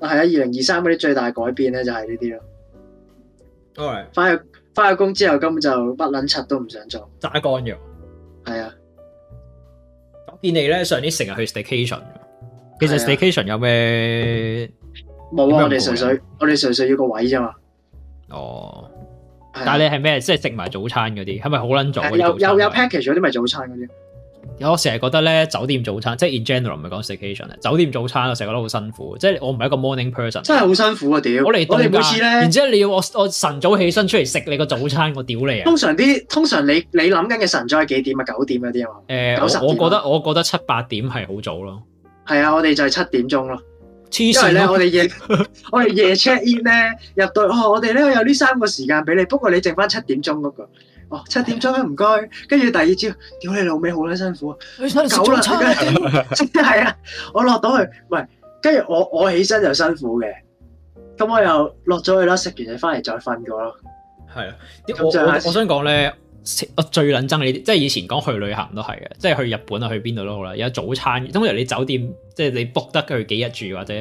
Speaker 3: 係啊，二零二三嗰啲最大改變咧就係呢啲咯。
Speaker 2: ，alright，
Speaker 3: 翻去翻咗工之後根本就乜撚柒都唔想做，
Speaker 2: 揸乾咗。
Speaker 3: 係啊。
Speaker 2: 我見你咧上年成日去 staycation，其實
Speaker 3: 係啊
Speaker 2: staycation 有咩？
Speaker 3: 冇啊！我
Speaker 2: 點
Speaker 3: 哋
Speaker 2: 解唔
Speaker 3: 純
Speaker 2: 冇
Speaker 3: 粹我哋純粹要個位啫嘛。
Speaker 2: 哦。
Speaker 3: 係啊
Speaker 2: 但係你係咩？即係食埋早餐嗰啲，係咪好撚早嗰啊
Speaker 3: 係
Speaker 2: 啲
Speaker 3: 有有有
Speaker 2: 早餐
Speaker 3: package 嗰啲咪早餐嗰啲，
Speaker 2: 我成日覺得咧酒店早餐，即係 in general 唔係講 staycation 啊，酒店早餐我成日覺得好辛苦，即係我唔係一個 morning person。
Speaker 3: 真係好辛苦啊！屌，
Speaker 2: 我嚟
Speaker 3: 我哋
Speaker 2: 度
Speaker 3: 每
Speaker 2: 假
Speaker 3: 次
Speaker 2: 然
Speaker 3: 咧，
Speaker 2: 之後你要我我晨早起身出嚟食你個早餐，我屌你啊！
Speaker 3: 通常啲通常你你諗緊嘅晨早係幾點啊？九點嗰啲啊嘛。
Speaker 2: 誒、
Speaker 3: 90
Speaker 2: 我我
Speaker 3: 點啊
Speaker 2: 覺得我覺得七八點係好早咯，
Speaker 3: 係啊，我哋就係七點鐘咯。
Speaker 2: 黐
Speaker 3: 因為咧，
Speaker 2: 線
Speaker 3: 我
Speaker 2: 咯，
Speaker 3: 哋夜 我哋夜 check in 咧，入到哦，我哋咧有呢三個時間俾你，不過你剩翻七點鐘嗰個。哦，七點鐘啊唔該。跟住第二朝，屌你老味，好撚辛苦啊！
Speaker 2: 你想食
Speaker 3: 九
Speaker 2: 早
Speaker 3: 啦，
Speaker 2: 餐啊？
Speaker 3: 跟住 係啊，我落到去，唔係，跟住我我起身就辛苦嘅。咁我又落咗去啦，食完嘢翻嚟再瞓過咯。
Speaker 2: 係啊，啲我
Speaker 3: 咁就
Speaker 2: 我
Speaker 3: 係
Speaker 2: 我想講咧，食我最撚憎你啲，即係以前講去旅行都係嘅，即係去日本啊，去邊度都好啦，有早餐。通常你酒店即係你 book 得佢幾日住或者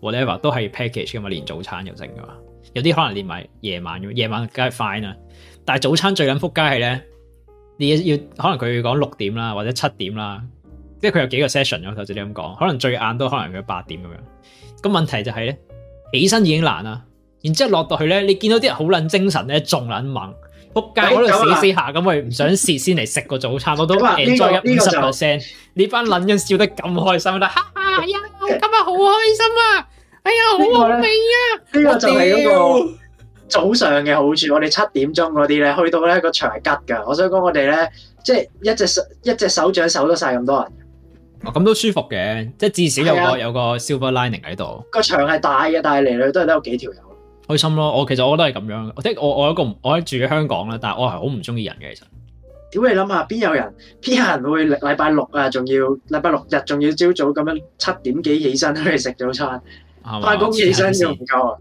Speaker 2: whatever 都係 package 噶嘛，連早餐又剩噶嘛。有啲可能連埋夜晚咁，夜晚梗係 fine 啦。但係早餐最撚撲街係咧，你要可能佢講六點啦，或者七點啦，即係佢有幾個 session 啊咁頭先你咁講，可能最晏都可能佢八點咁樣。咁問題就係咧，起身已經難啦。然之後落到去咧，你見到啲人好撚精神咧，仲撚猛，仆街
Speaker 3: 咁
Speaker 2: 嗰度
Speaker 3: 咁啊
Speaker 2: 死死下咁，佢唔想蝕先嚟食個早餐，我都
Speaker 3: 咁啊呢個
Speaker 2: enjoy
Speaker 3: 呢
Speaker 2: 一五
Speaker 3: 個
Speaker 2: 十
Speaker 3: 就
Speaker 2: percent。呢班撚人笑得咁開心啦，哈哈哎呀，我今日好開心啊！哎呀，
Speaker 3: 呢
Speaker 2: 好
Speaker 3: 個
Speaker 2: 好
Speaker 3: 呢
Speaker 2: 味啊！
Speaker 3: 呢個就係嗰
Speaker 2: 我
Speaker 3: 個早上嘅好處。我哋七點鐘嗰啲咧，去到咧個場係吉㗎。我想講我哋咧，即係一隻手一隻手掌手得晒咁多人，
Speaker 2: 哦咁都舒服嘅，即係至少有
Speaker 3: 係
Speaker 2: 個
Speaker 3: 啊
Speaker 2: 有個 silver lining 喺度。
Speaker 3: 個場係大嘅，但係嚟嚟去都係得有幾條友。
Speaker 2: 開心咯！我其實我覺得係咁樣嘅，即係我我有一個唔我喺住喺香港啦，但係我係好唔中意人嘅，其實
Speaker 3: 屌你諗下，邊有人邊有人會禮拜六啊，仲要禮拜六日仲要朝早咁樣七點幾起身去食早餐，
Speaker 2: 係嘛
Speaker 3: 翻工 起身仲唔
Speaker 2: 黐
Speaker 3: 夠啊？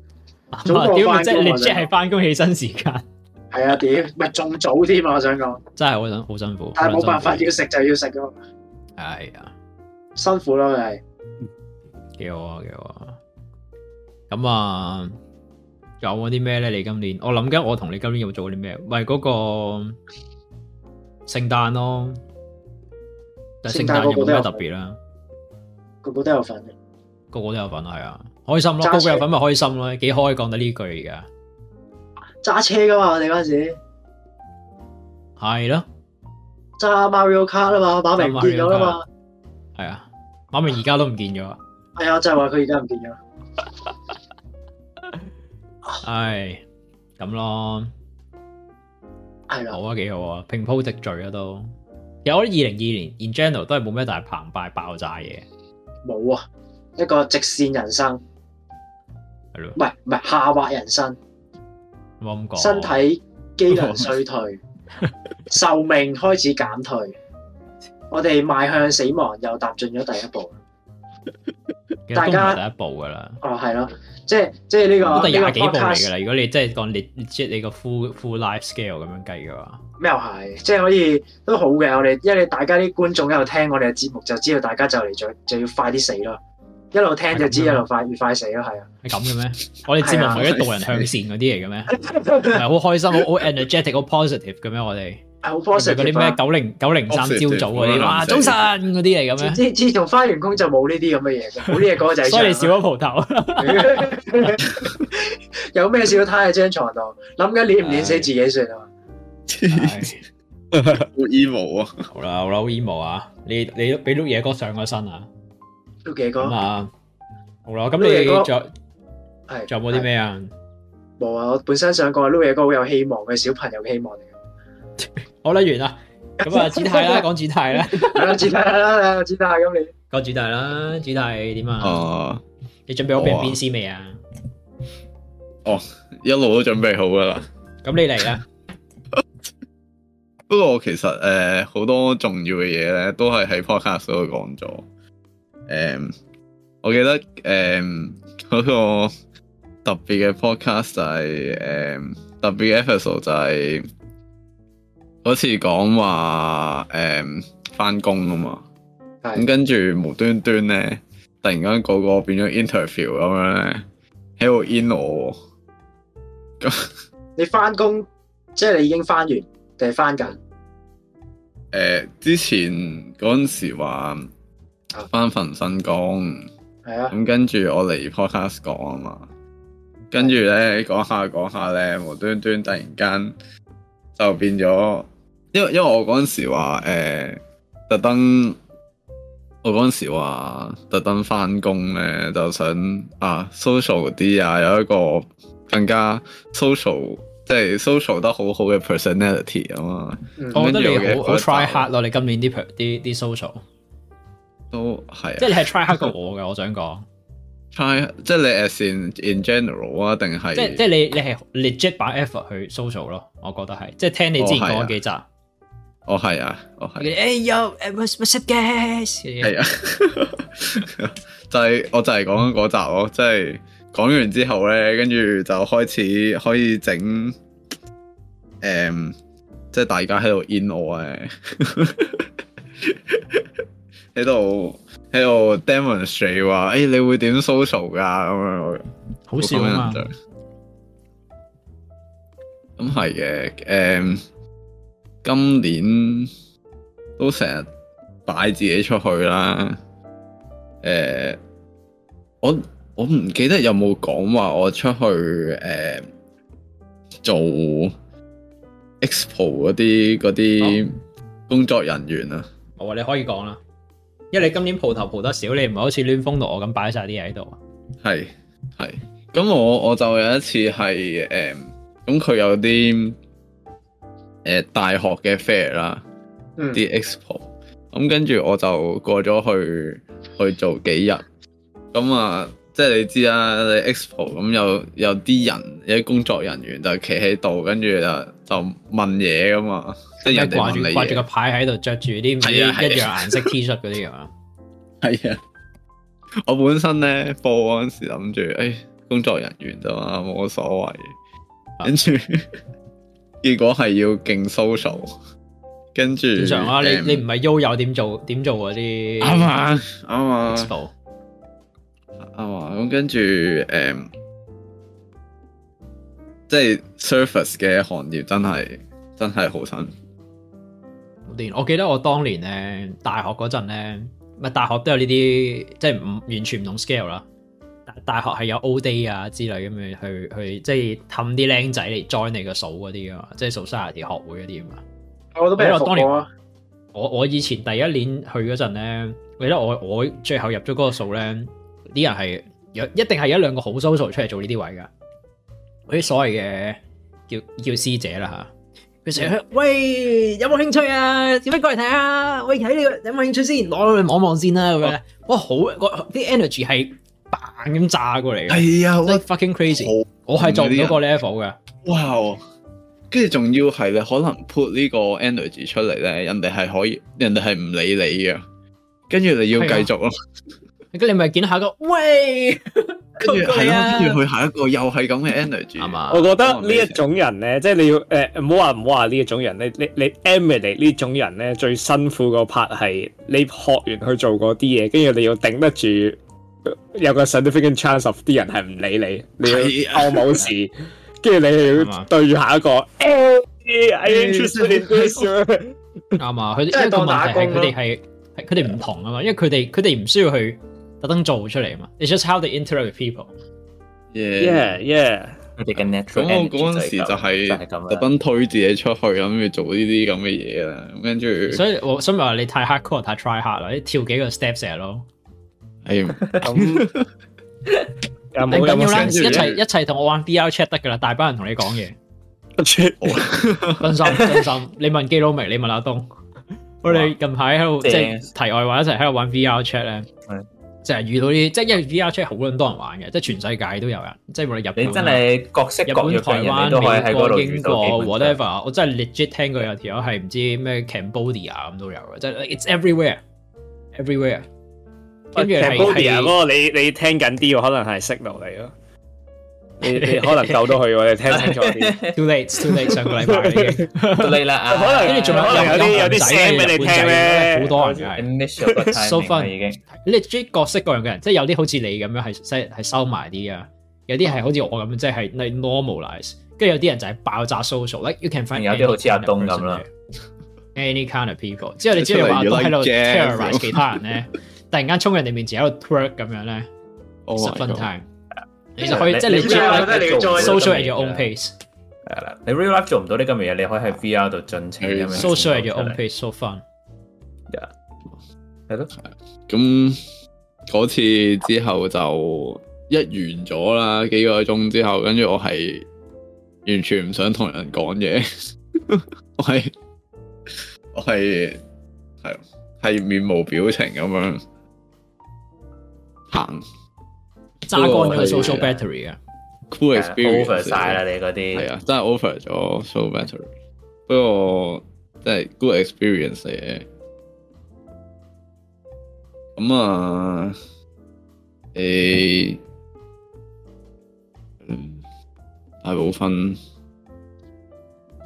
Speaker 2: 撚線
Speaker 3: 早過
Speaker 2: 屌咪
Speaker 3: 返
Speaker 2: 即係
Speaker 3: 工
Speaker 2: 你
Speaker 3: 啊
Speaker 2: 即係翻工起身時間，
Speaker 3: 係啊，屌咪仲早添啊！我想講，
Speaker 2: 真係好辛好辛苦。
Speaker 3: 但係冇辦法，
Speaker 2: 好辛
Speaker 3: 要食就要食㗎嘛，
Speaker 2: 苦係啊，
Speaker 3: 辛苦咯，係
Speaker 2: 幾好啊，幾好啊！咁啊，有冇啲咩咧？你今年我諗緊，我同你今年有冇做過啲咩？咪嗰個聖誕咯，但係聖
Speaker 3: 聖誕
Speaker 2: 誕
Speaker 3: 個
Speaker 2: 有
Speaker 3: 個
Speaker 2: 冇
Speaker 3: 都
Speaker 2: 咩
Speaker 3: 有
Speaker 2: 特別啦？
Speaker 3: 個個都有份嘅。
Speaker 2: 個個都有份係啊，開心咯，個
Speaker 3: 揸
Speaker 2: 個有
Speaker 3: 車
Speaker 2: 份咪開心咯，幾開講得呢句而家
Speaker 3: 揸車㗎嘛，我哋嗰陣時
Speaker 2: 係咯。
Speaker 3: 揸 Mario Kart 啊嘛，馬明唔見咗啦嘛，
Speaker 2: 系啊，馬明而家都唔見咗啊，
Speaker 3: 係啊，就係話佢而家唔見咗。
Speaker 2: 唉，咁咯，
Speaker 3: 係啦
Speaker 2: 好，啊，幾好啊，平鋪直敍啊都。其實我覺得二零二年 in general 都係冇咩大澎湃爆炸嘢，
Speaker 3: 冇啊，一個直線人生，唔
Speaker 2: 係咯，
Speaker 3: 係唔係下滑人生，
Speaker 2: 冇咁講。
Speaker 3: 身體機能衰 退，壽命開始減退，我哋邁向死亡又踏進咗第一步。
Speaker 2: 其實都唔
Speaker 3: 大
Speaker 2: 係
Speaker 3: 家
Speaker 2: 第一步噶啦，
Speaker 3: 哦，係咯，即係即係呢
Speaker 2: 都
Speaker 3: 個
Speaker 2: 第
Speaker 3: 呢個
Speaker 2: 廿幾步嚟噶
Speaker 3: podcast
Speaker 2: 啦。如果你真係當你即你個 full full life scale 咁樣計嘅話，
Speaker 3: 咩又係，即係可以都好嘅。我哋因為大家啲觀眾一路聽我哋嘅節目，就知道大家就嚟咗就要快啲死咯。一路聽就知，一路快越快死咯，係啊。
Speaker 2: 係咁嘅 咩？我哋節
Speaker 3: 啊
Speaker 2: 目唔係啲導人向善嗰啲嚟嘅咩？唔係好開心，好好 energetic，好 positive 嘅咩？我哋
Speaker 3: 係好
Speaker 2: 唔係
Speaker 3: positive
Speaker 2: 嗰啲咩
Speaker 3: 啊
Speaker 2: 九零九零三朝
Speaker 6: Positive，
Speaker 2: 早嗰啲，哇
Speaker 6: 好
Speaker 2: 早
Speaker 6: 撚
Speaker 2: 晨嗰啲嚟嘅咩？
Speaker 3: 自自從翻完工就冇呢啲咁嘅 嘢嘅，冇呢嘢講就係
Speaker 2: 所以你
Speaker 3: 長
Speaker 2: 少咗蒲頭。
Speaker 3: 啦 有咩事要攤喺張床度，諗緊碾唔碾死自己算啊？
Speaker 2: 唉
Speaker 6: 好 evil 啊！
Speaker 2: 好啦好啦，好 emo 啊！你你俾碌嘢哥上咗身啊！
Speaker 3: 都幾
Speaker 2: 咁
Speaker 3: 個
Speaker 2: 啊，好啦，咁
Speaker 3: 碌
Speaker 2: 你
Speaker 3: 嘢哥
Speaker 2: 仲有
Speaker 3: 係
Speaker 2: 仲有冇啲？咩啊？
Speaker 3: 係冇啊！我本身想講 Lou 嘢哥好有希望嘅小朋友嘅希望嚟嘅。
Speaker 2: 好啦，完 啦。咁啊，子泰啦，講子泰啦，
Speaker 3: 係啦，子太啦，子太咁你
Speaker 2: 講子泰啦，子泰點啊？
Speaker 6: 啊，
Speaker 2: 你準備好俾人
Speaker 6: 我啊
Speaker 2: 鞭屍未啊？
Speaker 6: 一路都準備好噶啦。
Speaker 2: 咁你嚟 啦，
Speaker 6: 不過其實诶好、多重要嘅嘢咧，都係喺 podcast 嗰度講咗。诶、我記得诶嗰、個特別嘅 podcast 就係誒特別嘅 episode 就係嗰次講話誒翻工啊嘛。咁
Speaker 3: 係
Speaker 6: 跟住無端端咧，突然間個個變咗 interview 咁樣咧，喺度 in 我喎。
Speaker 3: 你翻工，即係你已經翻完定係翻緊？
Speaker 6: 誒、呃之前嗰陣時話翻份新工，
Speaker 3: 係啊，
Speaker 6: 咁跟住我嚟 podcast 講啊嘛，跟住咧講下講下咧，無端端突然間就變咗，因為因為我嗰陣時話誒、呃特登，我嗰阵时话特登翻工咧，就想啊 social 啲啊，有一個更加 social，即係 social 得好好嘅 personality 啊嘛，
Speaker 3: 嗯
Speaker 2: 我覺得你好好
Speaker 6: 跟住我嘅
Speaker 2: try hard 咯，你今年啲 per- 啲啲 social，
Speaker 6: 都係
Speaker 2: 即係
Speaker 6: 啊
Speaker 2: 你係 try hard 過 我嘅，我想講，
Speaker 6: try，即係你 as in in general 啊，定係
Speaker 2: 即係即係你你係 legit 把 effort 去 social 咯，我覺得係，即係聽你之前
Speaker 6: 哦係啊
Speaker 2: 講嗰幾集，
Speaker 6: 我係啊，我係啊。
Speaker 2: 你誒 yo what's what's up guys，
Speaker 6: 系啊， 就係我就係講緊嗰集咯，即係講完之後咧，跟住就開始可以整诶、誒即係大家喺度 in 啊我咧，喺度喺度 demonstrate 話，诶、你會點 social 噶咁樣，
Speaker 2: 好笑啊嘛，
Speaker 6: 咁係嘅，诶、今年都成日擺自己出去啦。诶、我我唔記得有冇講話我出去诶、誒做 expo 嗰啲嗰啲
Speaker 2: 哦
Speaker 6: 工作人員啊。
Speaker 2: 我哦話你可以講啦，因為你今年蒲頭蒲得少，你唔係好似亂風度我咁擺晒啲嘢喺度啊，
Speaker 6: 係係，咁我我就有一次係誒，咁、佢有啲誒、大學嘅 fair 啦，
Speaker 3: 嗯
Speaker 6: 啲 expo，咁跟住我就過咗去去做幾日，咁啊，即係你知啦，你 expo 咁有有啲人有啲工作人員就企喺度，跟住就就問嘢噶嘛，即係人哋
Speaker 2: 掛
Speaker 6: 問
Speaker 2: 住
Speaker 6: 你
Speaker 2: 掛住個
Speaker 6: 嘢，
Speaker 2: 牌喺度，着住啲唔知一
Speaker 6: 係啊係啊
Speaker 2: 樣顏色 T 恤嗰啲啊。
Speaker 6: 係啊，我本身咧報嗰陣時諗住，誒、哎工作人員啫嘛，冇乜所謂。
Speaker 2: 啊
Speaker 6: 跟住 結果係要勁 social，跟住
Speaker 2: 正常啊，你
Speaker 6: 誒
Speaker 2: 你唔係 U 友點做點做嗰啲
Speaker 6: 啱啊啱啊
Speaker 2: expo？
Speaker 6: 啱啊，咁跟住誒，即係 service 嘅行業真係真係好辛苦，
Speaker 2: 連我記得我當年咧大學嗰陣咧，咪大學都有呢啲，即係唔完全唔同 scale 啦。大大學係有 O day 啊之類咁樣去去，即係氹啲僆仔嚟 join 你個數嗰啲啊嘛，即係 society 學會嗰啲啊嘛。
Speaker 3: 我都俾人服過啊，
Speaker 2: 我我以前第一年去嗰陣咧，記得我我最後入咗嗰個數咧，啲人係有一定係有一兩個好 social 出嚟做呢啲位噶，嗰啲所謂嘅叫叫師姐啦嚇，佢成日去喂有冇興趣啊？點樣過嚟睇下？喂睇你有冇興趣先，攞去望一望先啦咁
Speaker 6: 哦
Speaker 2: 樣。哇好個啲 energy 係棒咁炸過嚟嘅，
Speaker 6: 係啊，
Speaker 2: 真係 fucking crazy！我係做唔到個 level 嘅。
Speaker 6: 哇！跟住仲要係你可能 put 呢個 energy 出嚟咧，人哋係可以，人哋係唔理你嘅，跟住你要
Speaker 2: 啊
Speaker 6: 繼 續咯。
Speaker 2: 咁你咪見下個喂，
Speaker 6: 跟住係
Speaker 2: 過嚟啊
Speaker 6: 咯，跟住佢下一個又係咁嘅 energy，
Speaker 5: 啊
Speaker 2: 啱嘛？
Speaker 4: 我覺
Speaker 6: 哦
Speaker 4: 得呢一種人咧，即係你要诶，唔好話唔好話呢一種人，你你你 emulate 呢種人咧，最辛苦個 part 係你學完去做嗰啲嘢，跟住你要頂得住呃有個 significant chance of 啲人係唔理你，你
Speaker 6: 係
Speaker 4: 要
Speaker 6: 啊
Speaker 4: 當冇 事，跟住你
Speaker 2: 啱
Speaker 4: 要
Speaker 2: 啊
Speaker 4: 對住下一個誒，I interested in this 咁樣
Speaker 2: 啱啊，佢
Speaker 3: 即係
Speaker 2: 因為個
Speaker 3: 當打
Speaker 2: 問題係
Speaker 3: 工
Speaker 2: 佢
Speaker 3: 咯
Speaker 2: 哋係係佢哋唔同啊嘛，因為佢哋佢哋唔需要去特登做出嚟啊嘛。It's just how they interact with people。
Speaker 4: ，yeah
Speaker 6: Yeah
Speaker 4: yeah。
Speaker 5: 佢哋嘅 natural
Speaker 6: 咁我
Speaker 5: energy
Speaker 6: 嗰陣時就
Speaker 5: 係咁
Speaker 6: 係
Speaker 5: 就係
Speaker 6: 特
Speaker 5: 咁啦。
Speaker 6: 登推自己出去，諗住做呢啲咁嘅嘢啦。咁跟住，
Speaker 2: 所以我所以咪話你太 hardcore 太 try hard 啦，你跳幾個 steps 成日咯。
Speaker 6: 哎呀，
Speaker 4: 咁又
Speaker 2: 唔
Speaker 4: 冇
Speaker 2: 緊
Speaker 4: 有
Speaker 2: 要啦，一
Speaker 6: 跟住
Speaker 2: 齊一齊同我玩 VR chat 得噶啦，大班人同你講嘢。
Speaker 4: 冇
Speaker 2: 真心真心，你問基佬明，你問阿東。我哋近排喺度即
Speaker 5: 正
Speaker 2: 係題外話一齊喺度玩 VR chat 咧
Speaker 5: 係，
Speaker 2: 就係遇到啲即係因為 VR chat 好撚多人玩嘅，即係全世界都有人，即係我哋日本
Speaker 5: 你
Speaker 2: 啊
Speaker 5: 真係各式
Speaker 2: 日
Speaker 5: 各
Speaker 2: 本、
Speaker 5: 樣
Speaker 2: 台
Speaker 5: 嘅人，
Speaker 2: 灣、
Speaker 5: 你都可以喺
Speaker 2: 美
Speaker 5: 嗰度
Speaker 2: 國、
Speaker 5: 遇
Speaker 2: 英
Speaker 5: 到
Speaker 2: 國
Speaker 5: 基本上。
Speaker 2: whatever，我真係 legit 聽過有條友係唔知咩 Cambodia 咁都有嘅，即係 it's everywhere，everywhere。跟住係
Speaker 4: Cambodia
Speaker 2: 係
Speaker 4: 嗰個你你聽緊啲喎，可能係 signal 嚟咯。你你可能救到佢喎，你聽清楚啲。
Speaker 2: too late，too late 上個禮拜已 經，
Speaker 5: 到你啦，啊
Speaker 4: 可能
Speaker 2: 跟住仲有
Speaker 4: 可能有啲有啲聲俾你聽咧
Speaker 2: 好多 人嘅係。
Speaker 5: initial 個
Speaker 2: So
Speaker 5: timing 啦
Speaker 2: fun
Speaker 5: 已經。
Speaker 2: legit 各式各樣嘅人，即係有啲好似你咁樣係即係係收埋啲啊，有啲係好似我咁樣即係你 normalize，跟住有啲人就係爆炸 social，like you can find
Speaker 5: 有啲好似阿東咁啦
Speaker 2: any kind of person there，any kind of people。之後你知道有阿
Speaker 6: 出
Speaker 2: 東
Speaker 6: 嚟
Speaker 2: 喺度
Speaker 6: 越嚟
Speaker 2: terrorize 其他人 咧，突然間衝人哋面前喺度 twerk 咁樣咧，
Speaker 6: 我
Speaker 2: 十分 time，你就可以即係
Speaker 3: 你
Speaker 2: 你
Speaker 3: 知我覺
Speaker 2: legit
Speaker 3: 得你嘅 joy-
Speaker 2: social at your own pace，social
Speaker 5: 係啦，你 real life 做唔到呢咁嘅嘢，你可以喺 VR 度盡情咁樣
Speaker 2: at your own pace，so fun。
Speaker 5: 係咯，
Speaker 6: 咁嗰次之後就一完咗啦，幾個鐘之後，跟住我係完全唔想同人講嘢， 我係我係係係面無表情咁樣行
Speaker 2: 揸乾咗個 social
Speaker 6: 不過哦係
Speaker 2: battery 啊！
Speaker 6: cool experience
Speaker 5: over 晒啦，你嗰
Speaker 6: 係
Speaker 5: 啲
Speaker 6: 啊，真係 offer 咗 so battery，不過真係 good experience 嚟嘅。咁啊，誒、嗯大部分。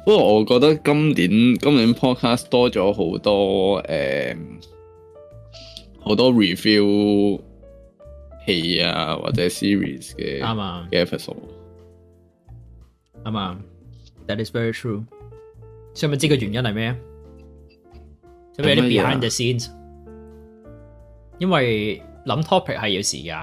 Speaker 6: 不過我覺得今年今年 podcast 多咗好多誒好、多 review 戲啊或者 series 嘅
Speaker 2: 啱啊，
Speaker 6: 嘅 episode。
Speaker 2: 啱啊，That is very true。想唔想知個原因係咩啊？想唔想有啲
Speaker 6: 係乜嘢啊
Speaker 2: behind the scenes？因為諗 topic 係要時間，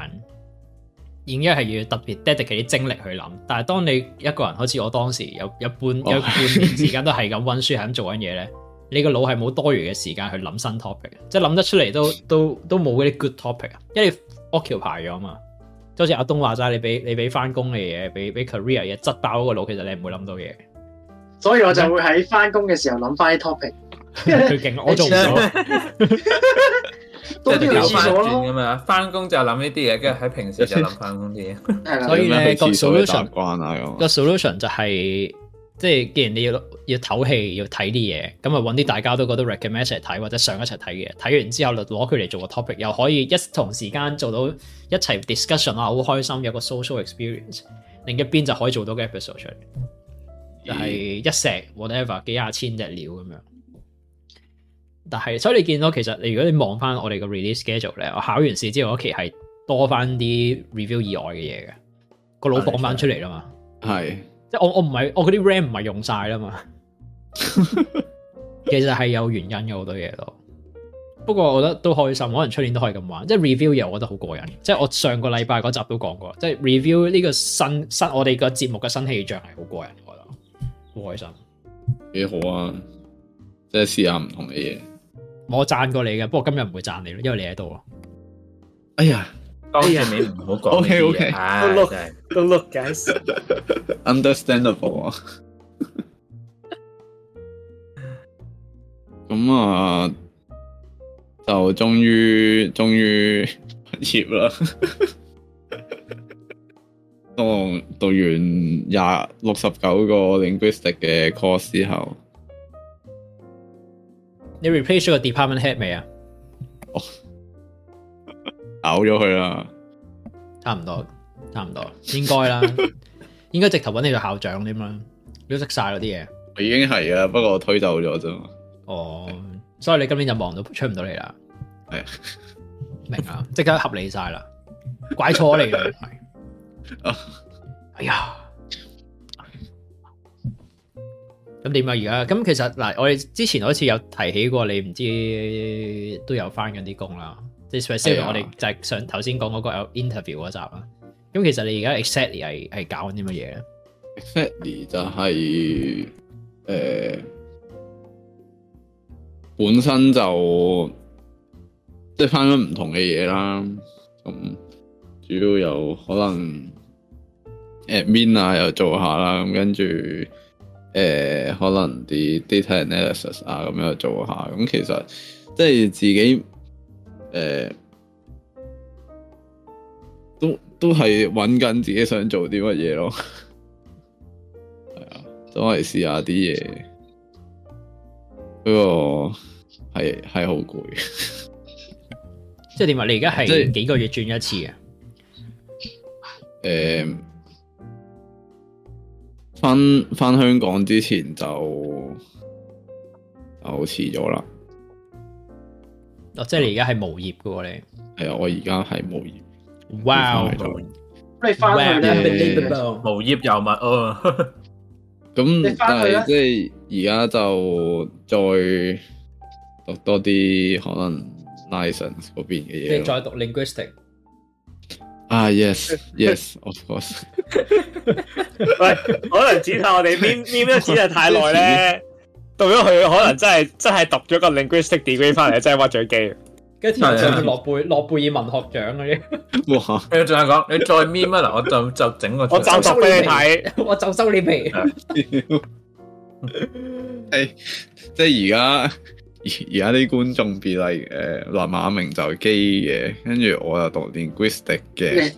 Speaker 2: 然之後係要特別 dedicate 啲精力去諗。但係當你一個人，好似我當時有有半
Speaker 6: 哦
Speaker 2: 有半年時間都係咁温書，係咁做緊嘢咧，你個腦係冇多餘嘅時間去諗新 topic，即係諗得出嚟都都都冇嗰啲 good topic 啊，因為你 occupy 咗啊嘛。即好似阿東話齋，你俾你俾翻工嘅嘢，俾俾 career 嘢，執爆嗰個腦，其實你唔會諗到嘢。
Speaker 3: 所以我就會喺翻工嘅時候諗翻啲 topic，
Speaker 2: 佢勁，我做唔到。
Speaker 3: 多
Speaker 5: 即係
Speaker 3: 啲去
Speaker 5: 有
Speaker 3: 廁
Speaker 5: 翻
Speaker 3: 所
Speaker 5: 轉
Speaker 2: 啊
Speaker 3: 咯，
Speaker 5: 噶嘛，翻工就諗呢啲嘢，跟住喺平時就諗翻工啲嘢。
Speaker 3: 係啦
Speaker 2: 所。以咧個
Speaker 6: 個
Speaker 2: solution
Speaker 6: 習慣啊咁
Speaker 2: 個 solution 就係、即係既然你要要唞氣，要睇啲嘢，咁咪揾啲大家都覺得 recommend 一齊睇，或者上一齊睇嘅。睇完之後就攞佢嚟做個 topic，又可以一同時間做到一齊 discussion 啊，好開心，有個 social experience。另一邊就可以做到嘅 episode 出嚟，就係、一石 whatever 幾廿千隻料咁樣。但係所以你見到其實你如果你望翻我哋個 release schedule 咧，我考完試之後嗰期係多翻啲 review 以外嘅嘢嘅，個腦放翻出嚟啦嘛。
Speaker 6: 係
Speaker 2: 即係我我唔係我嗰啲 RAM 唔係用晒啦嘛，其實係有原因嘅好多嘢都。不過我覺得都開心，可能出年都可以咁玩。即係 review 嘢，我覺得好過癮。即係我上個禮拜嗰集都講過，即係 review 呢個新新我哋個節目嘅新氣象係好過癮，我覺得好開心。
Speaker 6: 幾好啊！即係試下唔同嘅嘢。
Speaker 2: 我讚過你嘅，不過今日唔會讚你咯，因為你喺度啊。
Speaker 6: 哎呀
Speaker 5: 當然你唔好講呢啲
Speaker 6: OK，OK
Speaker 5: 嘢，唉真係
Speaker 4: 都 look guys，
Speaker 6: ，understandable 啊！咁啊，就終於終於畢業啦！當我讀完廿六十九個 linguistic 嘅 course 之後，
Speaker 2: 你 replace 咗個 department head 未啊？
Speaker 6: 咬咗佢啦。
Speaker 2: 差唔多，差唔多，應該啦，應該直頭揾你做校長添啦，你都識晒嗰啲嘢。
Speaker 6: 我已經係啊，不過我推走咗啫嘛。
Speaker 2: 哦，所以你今年就忙到出唔到嚟啦。
Speaker 6: 係啊
Speaker 2: 明啊， 即刻合理晒啦，怪錯你啦。係
Speaker 6: 啊
Speaker 2: 哎呀，咁點啊？而家咁其實嗱，我哋之前好似有提起過，你唔知都有翻緊啲工啦。即係 s p e
Speaker 6: 係啊
Speaker 2: 我哋就係上頭先講嗰個有 interview 嗰集啦。咁其實你而家 exactly 係係搞緊啲乜嘢咧？
Speaker 6: exactly 就係、呃本身就呃即係翻緊唔同嘅嘢啦，咁主要有可能 admin 啊又做下啦，咁跟住誒可能啲 data analysis 啊咁樣做下，咁其實即係自己誒、呃都都係揾緊自己想做啲乜嘢咯。都係試下啲嘢，不過係係好攰。
Speaker 2: 即係點啊？你而家
Speaker 6: 即
Speaker 2: 係
Speaker 6: 係
Speaker 2: 幾個月轉一次啊？
Speaker 6: 诶、翻翻香港之前就就遲咗啦。
Speaker 2: 哦，即係你而家係無業嘅喎，你。
Speaker 6: 係啊，我而家係冇業。
Speaker 2: 哇！
Speaker 6: 要返去做
Speaker 3: 咁你
Speaker 2: 啊
Speaker 3: 翻去咧，
Speaker 5: 無業遊民哦，
Speaker 6: 咁
Speaker 3: 你返
Speaker 6: 但
Speaker 3: 去啊啦
Speaker 6: 係即係而家就再讀多啲可能 license 嗰邊嘅嘢咯。
Speaker 2: 讀 linguistic，
Speaker 6: 啊，yes yes of course。
Speaker 4: 喂，可能只睇我哋黏黏咗只係太耐咧，到咗佢可能真係真係讀咗個 linguistic degree 翻嚟，真係屈咗機。
Speaker 2: 跟住條上
Speaker 5: 啊
Speaker 2: 要諾貝諾貝爾文學獎嗰啲，
Speaker 6: 哇！
Speaker 5: 你仲係講你再搣乜嗱？我就就整個出嚟
Speaker 4: 我就執俾你睇，
Speaker 2: 我就收你皮。
Speaker 6: 即係而家 而家啲觀眾比例誒，嗱馬明就機嘅，跟住我又讀 linguistic 嘅，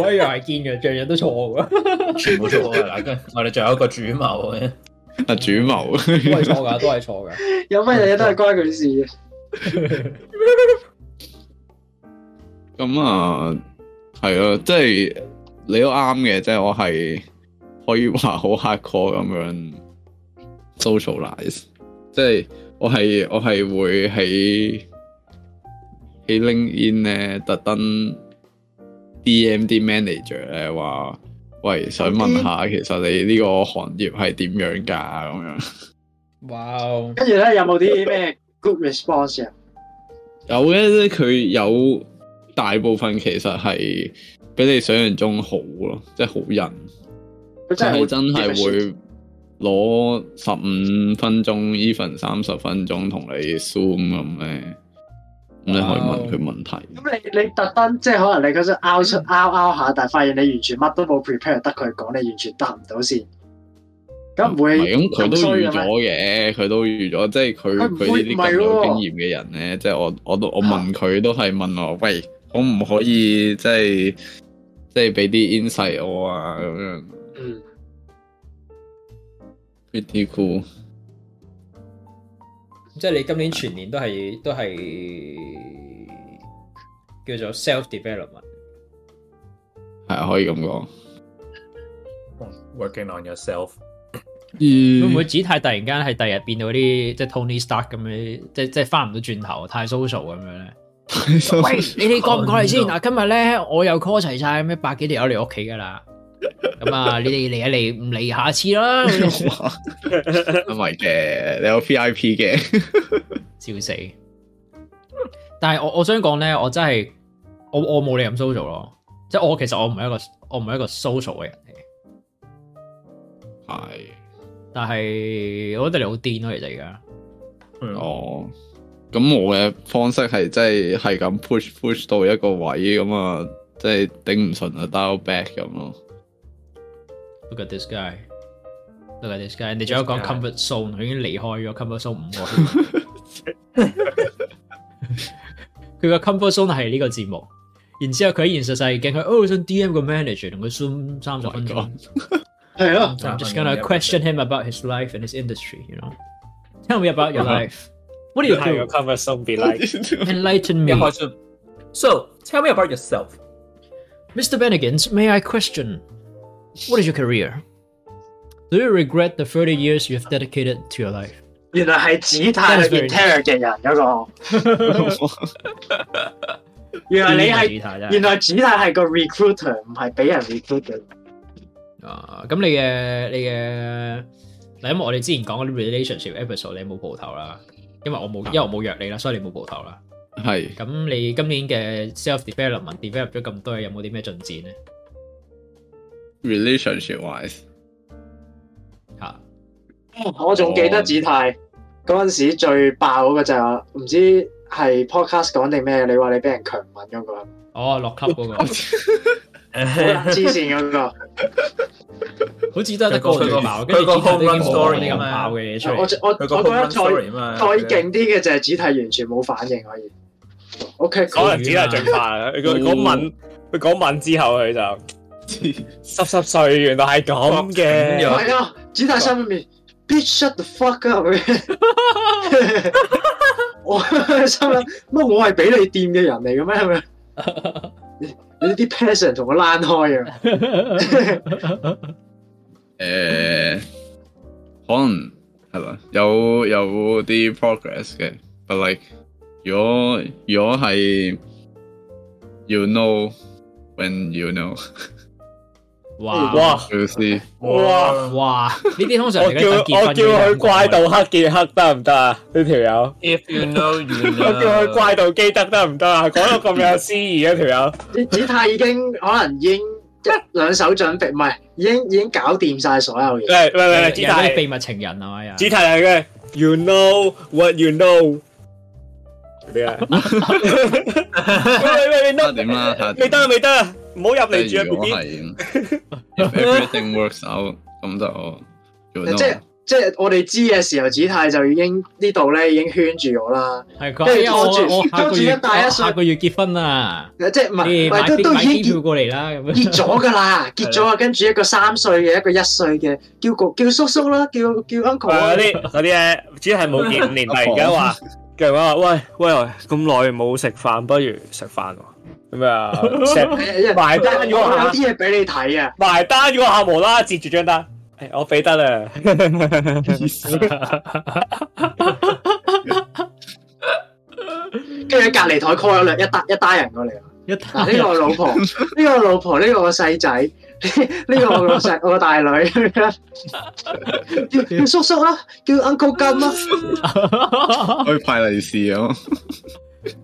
Speaker 2: 我一樣係堅嘅，樣樣都錯㗎，
Speaker 5: 全部錯㗎嗱。跟住我哋仲有一個主謀嘅，
Speaker 6: 啊主謀
Speaker 2: 都係錯㗎，都係錯㗎。
Speaker 3: 有乜嘢都係關佢事嘅。
Speaker 6: 咁啊，係啊，即係你都啱嘅，即係我係可以話好 hardcore 咁樣 socialize，即係我係我係會喺喺 LinkedIn 咧特登 DM 啲 manager 咧話，喂，想問下其實你呢個行業係點樣㗎咁樣。
Speaker 2: 哇！
Speaker 3: 跟住咧，有冇啲咩 good response 啊？
Speaker 6: 有嘅，佢有大部分其實係比你想象中好咯，即係好人，
Speaker 3: 佢
Speaker 6: 即
Speaker 3: 真係
Speaker 6: 係
Speaker 3: 會
Speaker 6: 真係會攞十五分鐘，even 三十分鐘同你 zoom 咁咧，咁你可以
Speaker 3: 哦
Speaker 6: 問佢問題。
Speaker 3: 咁你你特登即係可能你嗰陣拗
Speaker 6: 嗯
Speaker 3: 出拗拗下，但係發現你完全乜都冇 prepare，得佢講，你完全答唔到先。咁唔會
Speaker 6: 嗯係咁，佢都
Speaker 3: 咁衰
Speaker 6: 預
Speaker 3: 嘅
Speaker 6: 咗
Speaker 3: 咩？
Speaker 6: 嘅，佢都預咗，即係佢
Speaker 3: 佢唔
Speaker 6: 佢
Speaker 3: 會
Speaker 6: 呢啲
Speaker 3: 唔係
Speaker 6: 咁有
Speaker 3: 喎
Speaker 6: 經驗嘅人咧，即係我我都我問佢都係問我，喂，可唔可以即係即係俾啲 insight 我啊咁樣
Speaker 3: 嗯，
Speaker 6: ，pretty cool。
Speaker 2: 即係你今年全年都係都係叫做 self development。
Speaker 6: 係可以咁講。
Speaker 5: working on yourself。
Speaker 2: 會唔
Speaker 6: 嗯
Speaker 2: 會 子太突然間係第日變到嗰啲即係 Tony Stark 咁樣，即係即係翻唔到轉頭，太 social 咁樣咧？ 喂，你哋過唔過嚟先？嗱，今日咧我又 call 齊晒咩百幾條友嚟屋企噶啦。咁啊，你哋嚟啊嚟，唔嚟下次啦。
Speaker 6: 唔係嘅，你有 VIP 嘅，
Speaker 2: 笑死！但係我我想講咧，我真係我我冇你咁 social 咯，即係我其實我唔係一個我唔係一個 social 嘅人嚟，
Speaker 6: 係
Speaker 2: 但係我覺得你好癲咯，其實而家
Speaker 4: 嗯
Speaker 6: 哦。咁我嘅方式係即係係咁 push push 到一個位咁啊，即係頂唔順啊 dial back 咁咯。
Speaker 2: look at this guy，look at this guy，人哋仲有講 comfort zone，佢已經離開咗 comfort zone 五個 圈，佢個 comfort zone 係呢個節目，然之後佢喺現實世界佢哦想 DM 個 manager 同佢 zoom 三
Speaker 6: Oh
Speaker 2: 十分鐘。
Speaker 3: 係咯，
Speaker 2: So I'm just gonna question him about his life and his industry, you know. Tell me about your life. What do you
Speaker 4: 係
Speaker 2: do?
Speaker 4: 個 cover song be like。
Speaker 2: Enlighten me.
Speaker 5: 一開始，so tell me about yourself。
Speaker 2: Mr. Bennigan's, may I question? What is your career? Do you regret the 30 years you've dedicated to your life?
Speaker 3: 原來係子太去 inter 嘅人嗰個。原來你係原來子太係個 recruiter，唔係俾人 recruit 嘅。
Speaker 2: 啊，咁你嘅你嘅嗱，因為我哋之前講嗰啲 relationship episode，你冇蒲頭啦，因為我冇，因為我冇約你啦，所以你冇蒲頭啦。
Speaker 6: 係
Speaker 2: 咁你今年嘅 self development develop 咗咁多嘢，有冇啲咩進展咧？
Speaker 6: relationship wise，
Speaker 2: 嚇、
Speaker 3: 我仲記得子泰嗰陣時最爆嗰個就係話唔知係 podcast 講定咩？你話你俾人強吻 嗰個，好
Speaker 2: 哦，落級嗰、個，
Speaker 3: 撚黐線嗰個。
Speaker 2: 好似都係得個最爆，跟
Speaker 5: 佢
Speaker 2: 住
Speaker 5: 個
Speaker 2: 其他都已經
Speaker 5: home
Speaker 2: 冇啲
Speaker 5: run story 啊
Speaker 2: 咁
Speaker 5: 嘛
Speaker 2: 爆嘅嘢出
Speaker 3: 我
Speaker 2: 嚟。
Speaker 3: 我
Speaker 5: 佢個
Speaker 3: 我覺得
Speaker 5: home
Speaker 3: 再
Speaker 5: story 啊嘛，
Speaker 3: 再勁啲嘅就係子泰完全冇反應可以。OK，
Speaker 4: 可能只係進化啦。佢佢講問，佢講問之後，佢就濕濕碎，原來係咁
Speaker 5: 咁
Speaker 4: 嘅
Speaker 5: 樣。
Speaker 3: 係啊，子泰心裏面，bitch shut the fuck up 咁樣我 心諗乜？我係俾你掂嘅人嚟嘅咩？係咪？你你啲 passion 同我躝開啊！
Speaker 6: 誒，可能係啦，有有啲 progress 嘅，but like 如果如果係 you know when you know
Speaker 2: 哇
Speaker 4: 哇
Speaker 6: you see。
Speaker 4: 哇！
Speaker 2: 哇！呢啲通常
Speaker 4: 我
Speaker 2: 嚟
Speaker 4: 叫
Speaker 2: 緊結
Speaker 4: 我
Speaker 2: 婚
Speaker 4: 叫
Speaker 2: 嘅
Speaker 4: 佢
Speaker 2: 人
Speaker 4: 怪盜黑傑克得唔得啊？呢條友，
Speaker 5: If you know you
Speaker 4: 我
Speaker 5: know，
Speaker 4: 叫佢怪盜基德得唔得啊？講到咁有詩意嘅條友，
Speaker 3: 子子太已經可能已經一兩手準備，唔係已經已經搞掂晒所有嘢。
Speaker 4: 喂喂喂，
Speaker 2: 有
Speaker 4: 子
Speaker 2: 啲
Speaker 4: 泰，
Speaker 2: 秘密情人係咪啊？
Speaker 4: 子泰係嘅，You know what you know。嗰啲啊。喂喂喂，
Speaker 6: 睇下
Speaker 4: 得
Speaker 6: 點啦，睇下點
Speaker 4: 未得啊未得啊，唔好入嚟
Speaker 6: 即
Speaker 4: 住啊
Speaker 6: 係
Speaker 4: ，B B
Speaker 6: 如果。係 if everything works out，咁就做得
Speaker 3: 即 係即係我哋知嘅時候，子泰就已經呢度咧已經圈住我啦。
Speaker 2: 係佢
Speaker 3: 跟住
Speaker 2: 哎呀我
Speaker 3: 拖住
Speaker 2: 我下個
Speaker 3: 拖
Speaker 2: 月
Speaker 3: 住一大一
Speaker 2: 我
Speaker 3: 歲
Speaker 2: 下個月結婚啦，
Speaker 3: 即係唔係
Speaker 2: 你
Speaker 3: 唔
Speaker 2: 買
Speaker 3: 係都
Speaker 2: 機
Speaker 3: 都
Speaker 2: 買
Speaker 3: 已
Speaker 2: 機
Speaker 3: 經
Speaker 2: 票過嚟啦 咁
Speaker 3: 結
Speaker 2: 樣。
Speaker 3: 結咗㗎啦，結咗啊！跟住一個三歲嘅，一個一歲嘅，叫哥叫叔叔啦，叫叫 uncle 啊
Speaker 4: 嗰啲嗰啲咧，主要係冇見五年，突然間話，跟住話喂喂，咁耐冇食飯，不如食飯喎。咁啊，食埋單
Speaker 3: 我
Speaker 4: 嗰
Speaker 3: 有
Speaker 4: 下，
Speaker 3: 啲嘢俾你睇啊！
Speaker 4: 埋單嗰下無啦啦截住張單，誒我俾得啦。
Speaker 3: 跟住喺隔離台 call 咗兩一單一單人過 嚟啊！
Speaker 2: 一
Speaker 3: 嗱，
Speaker 2: 打
Speaker 3: 呢個我老婆，呢個我老婆，呢個我細仔， 呢呢個我老 細，我個大女，叫叫叔叔啦，叫 uncle 金啊啦。
Speaker 6: 可以派利是啊！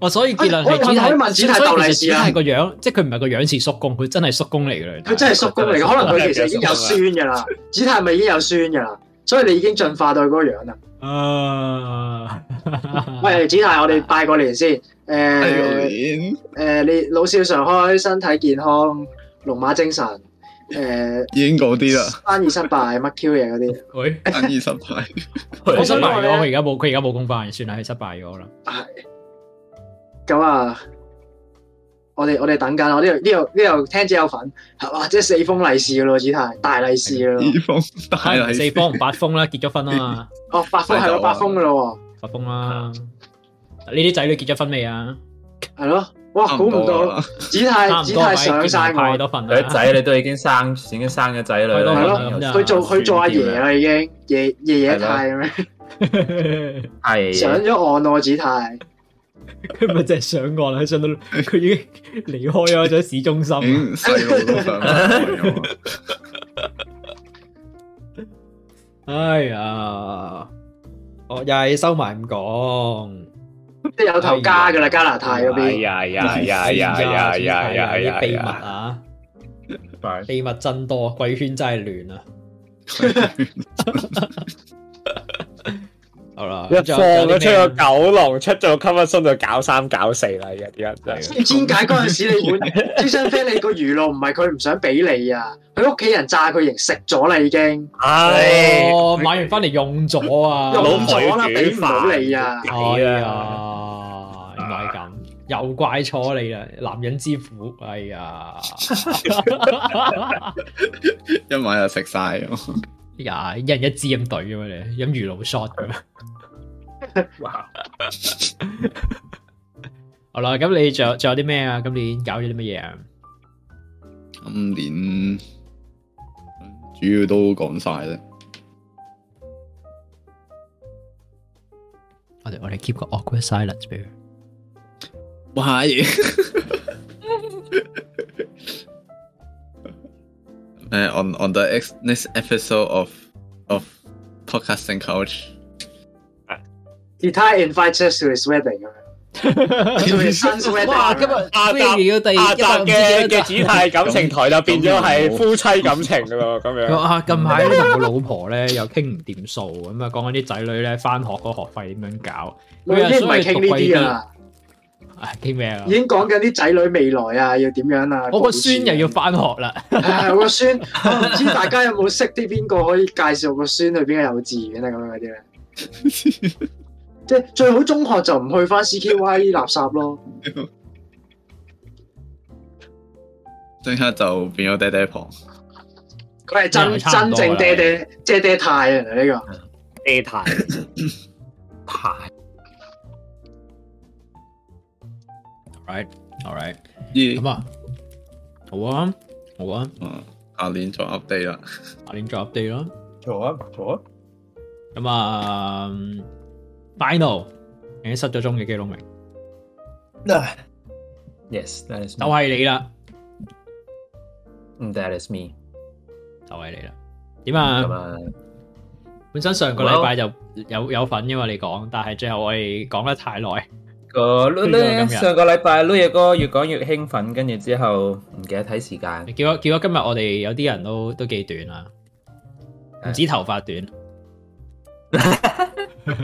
Speaker 2: 我所以結論係
Speaker 3: 哎我
Speaker 2: 只
Speaker 3: 我可以
Speaker 2: 係，
Speaker 3: 問子泰鬥利
Speaker 2: 所
Speaker 3: 是啊
Speaker 2: 以其實只係個樣，即係佢唔係個樣似叔公，佢真係叔公嚟㗎啦。
Speaker 3: 佢真係叔公嚟啊嘅，可能佢其實已經有孫㗎啦，子泰咪已經有孫㗎啦，所以你已經進化到嗰個樣啦。
Speaker 2: 啊！
Speaker 3: 喂，子泰，我哋拜個年先。誒
Speaker 6: 年
Speaker 3: 誒，呃你老少常開，身體健康，龍馬精神。誒，
Speaker 6: 已經嗰啲啦，
Speaker 3: 生意失敗，乜 Q 嘢嗰啲。
Speaker 2: 喂，
Speaker 6: 生意失敗，
Speaker 2: 我失敗咗，佢而家冇，佢而家冇公翻，算係失敗咗啦。
Speaker 3: 咁啊，我哋我哋等緊，啊我呢度呢度呢度聽者有份，哇！即係四封利是咯，子泰大利是咯，
Speaker 6: 二封大利
Speaker 2: 四
Speaker 6: 是，
Speaker 2: 封唔八封啦，結咗 婚啦嘛，
Speaker 3: 哦八封係
Speaker 6: 啊
Speaker 3: 咯，八封噶咯
Speaker 2: 八封啦。你啲仔女結咗婚未啊？
Speaker 3: 喎，係咯，哇！
Speaker 6: 差
Speaker 3: 估
Speaker 6: 唔
Speaker 3: 唔
Speaker 6: 多
Speaker 3: 到
Speaker 6: 啊啦，
Speaker 3: 子
Speaker 2: 差
Speaker 3: 泰
Speaker 2: 唔
Speaker 3: 子
Speaker 2: 多
Speaker 3: 泰
Speaker 2: 咪
Speaker 3: 上
Speaker 2: 結
Speaker 3: 晒
Speaker 2: 埋派
Speaker 3: 我，
Speaker 2: 多份
Speaker 5: 佢
Speaker 2: 啦
Speaker 5: 啲。仔你都已經生，已經生咗仔女啦，
Speaker 2: 係
Speaker 3: 咯
Speaker 5: 已經有
Speaker 3: 佢做佢
Speaker 2: 啊
Speaker 3: 做阿爺
Speaker 5: 孫
Speaker 3: 啊
Speaker 5: 添啦，
Speaker 3: 啦已經，爺爺爺泰咁樣，
Speaker 5: 係
Speaker 3: 上咗岸咯，子泰，
Speaker 2: 佢咪就係上岸啦，上到佢已經離開咗咗市中
Speaker 6: 已
Speaker 2: 心。
Speaker 6: 經細路都 上嚟啊！
Speaker 2: 哎呀，我又係收埋唔講。
Speaker 3: 即係有頭家噶啦，加拿大嗰
Speaker 6: 啊
Speaker 3: 邊，
Speaker 4: 呀哎
Speaker 2: 哎
Speaker 4: 呀呀呀呀呀呀呀！
Speaker 2: 秘密啊，秘密真多，貴圈真係亂啊！好啦，
Speaker 4: 一
Speaker 2: 仲
Speaker 4: 放
Speaker 2: 有
Speaker 4: 咗出個
Speaker 2: 啲咩啊
Speaker 4: 九龍，出咗 c o m m o n 就搞三搞四啦，而家而家
Speaker 3: 知唔知點解嗰陣時 你本朱生飛你個娛樂唔係佢唔想俾你啊，佢屋企人炸佢型食咗啦已經。
Speaker 4: 唉，
Speaker 2: 哦，買完翻嚟用咗啊，
Speaker 3: 老
Speaker 4: 老婆
Speaker 3: 用婆
Speaker 4: 要
Speaker 3: 要
Speaker 4: 煮
Speaker 3: 煮飯
Speaker 2: 哎
Speaker 4: 係啊，
Speaker 2: 呀，原來係咁，又怪錯你啦，男人之苦，哎呀，
Speaker 6: 一晚就食晒咯，
Speaker 2: 哎呀，一人一支咁隊咁樣你，飲魚露 shot 咁樣。
Speaker 5: 哇！
Speaker 2: 好啦，咁你仲有仲有啲咩啊？今年搞咗啲乜嘢啊？
Speaker 6: 今年主要都講晒啦。
Speaker 2: 我哋我哋 keep 個 awkward silence 俾佢。
Speaker 6: 哇嘢！誒，on Uh, on the ex- next episode of of podcasting couch，
Speaker 3: Guitar invites us to his wedding 咁樣，to his son's wedding。
Speaker 2: 哇！今日
Speaker 4: 下集
Speaker 2: 要第
Speaker 4: 下集嘅嘅主題感情台就變咗係
Speaker 6: 咁
Speaker 4: 夫妻感情噶咯， 咁樣。
Speaker 2: 啊，近排咧同我老婆咧又傾唔掂數咁啊，講緊啲仔女咧翻學嗰個學費點樣搞，
Speaker 3: 我已經唔係傾呢啲啊，
Speaker 2: 啊傾咩啊
Speaker 3: 已？經講緊啲仔女未來啊，要點樣啊？
Speaker 2: 我個孫又要 翻學啦，
Speaker 3: 唉，我個孫，啊我唔知大家有冇識啲邊個可以介紹個孫去邊個幼稚園啊咁樣嗰啲咧？即係最好中學就唔去翻 CQY 呢啲垃圾咯。
Speaker 6: 即刻就變咗爹爹婆。
Speaker 3: 佢係
Speaker 2: 又
Speaker 3: 真
Speaker 2: 差唔
Speaker 3: 真
Speaker 2: 多
Speaker 3: 正
Speaker 2: 啦
Speaker 3: 爹爹爹爹太啊！呢個
Speaker 4: A 題
Speaker 5: 排
Speaker 2: All right，
Speaker 6: 咦
Speaker 2: 咁啊，好啊，好啊，
Speaker 6: 嗯，下年再 update 啦。
Speaker 2: 下年再 update 咯。
Speaker 5: 做啊做啊！
Speaker 2: 咁啊嗯，final 已經失咗蹤嘅基隆明，
Speaker 5: 嗱，yes，that is
Speaker 2: 就
Speaker 5: me，
Speaker 2: 係你啦，
Speaker 5: 嗯，that is me。
Speaker 2: 就係你啦。點啊
Speaker 5: 咁？啊，
Speaker 2: 本身上個禮拜就有有份嘅嘛，你講，但係最後我哋講得太耐，
Speaker 5: 個
Speaker 2: 呢個今日
Speaker 5: 上個禮拜 Lu 嘢哥越講越興奮，跟住之後唔記得睇時間，
Speaker 2: 結果結果今日我哋有啲人都都幾短啊啦，唔止頭髮短，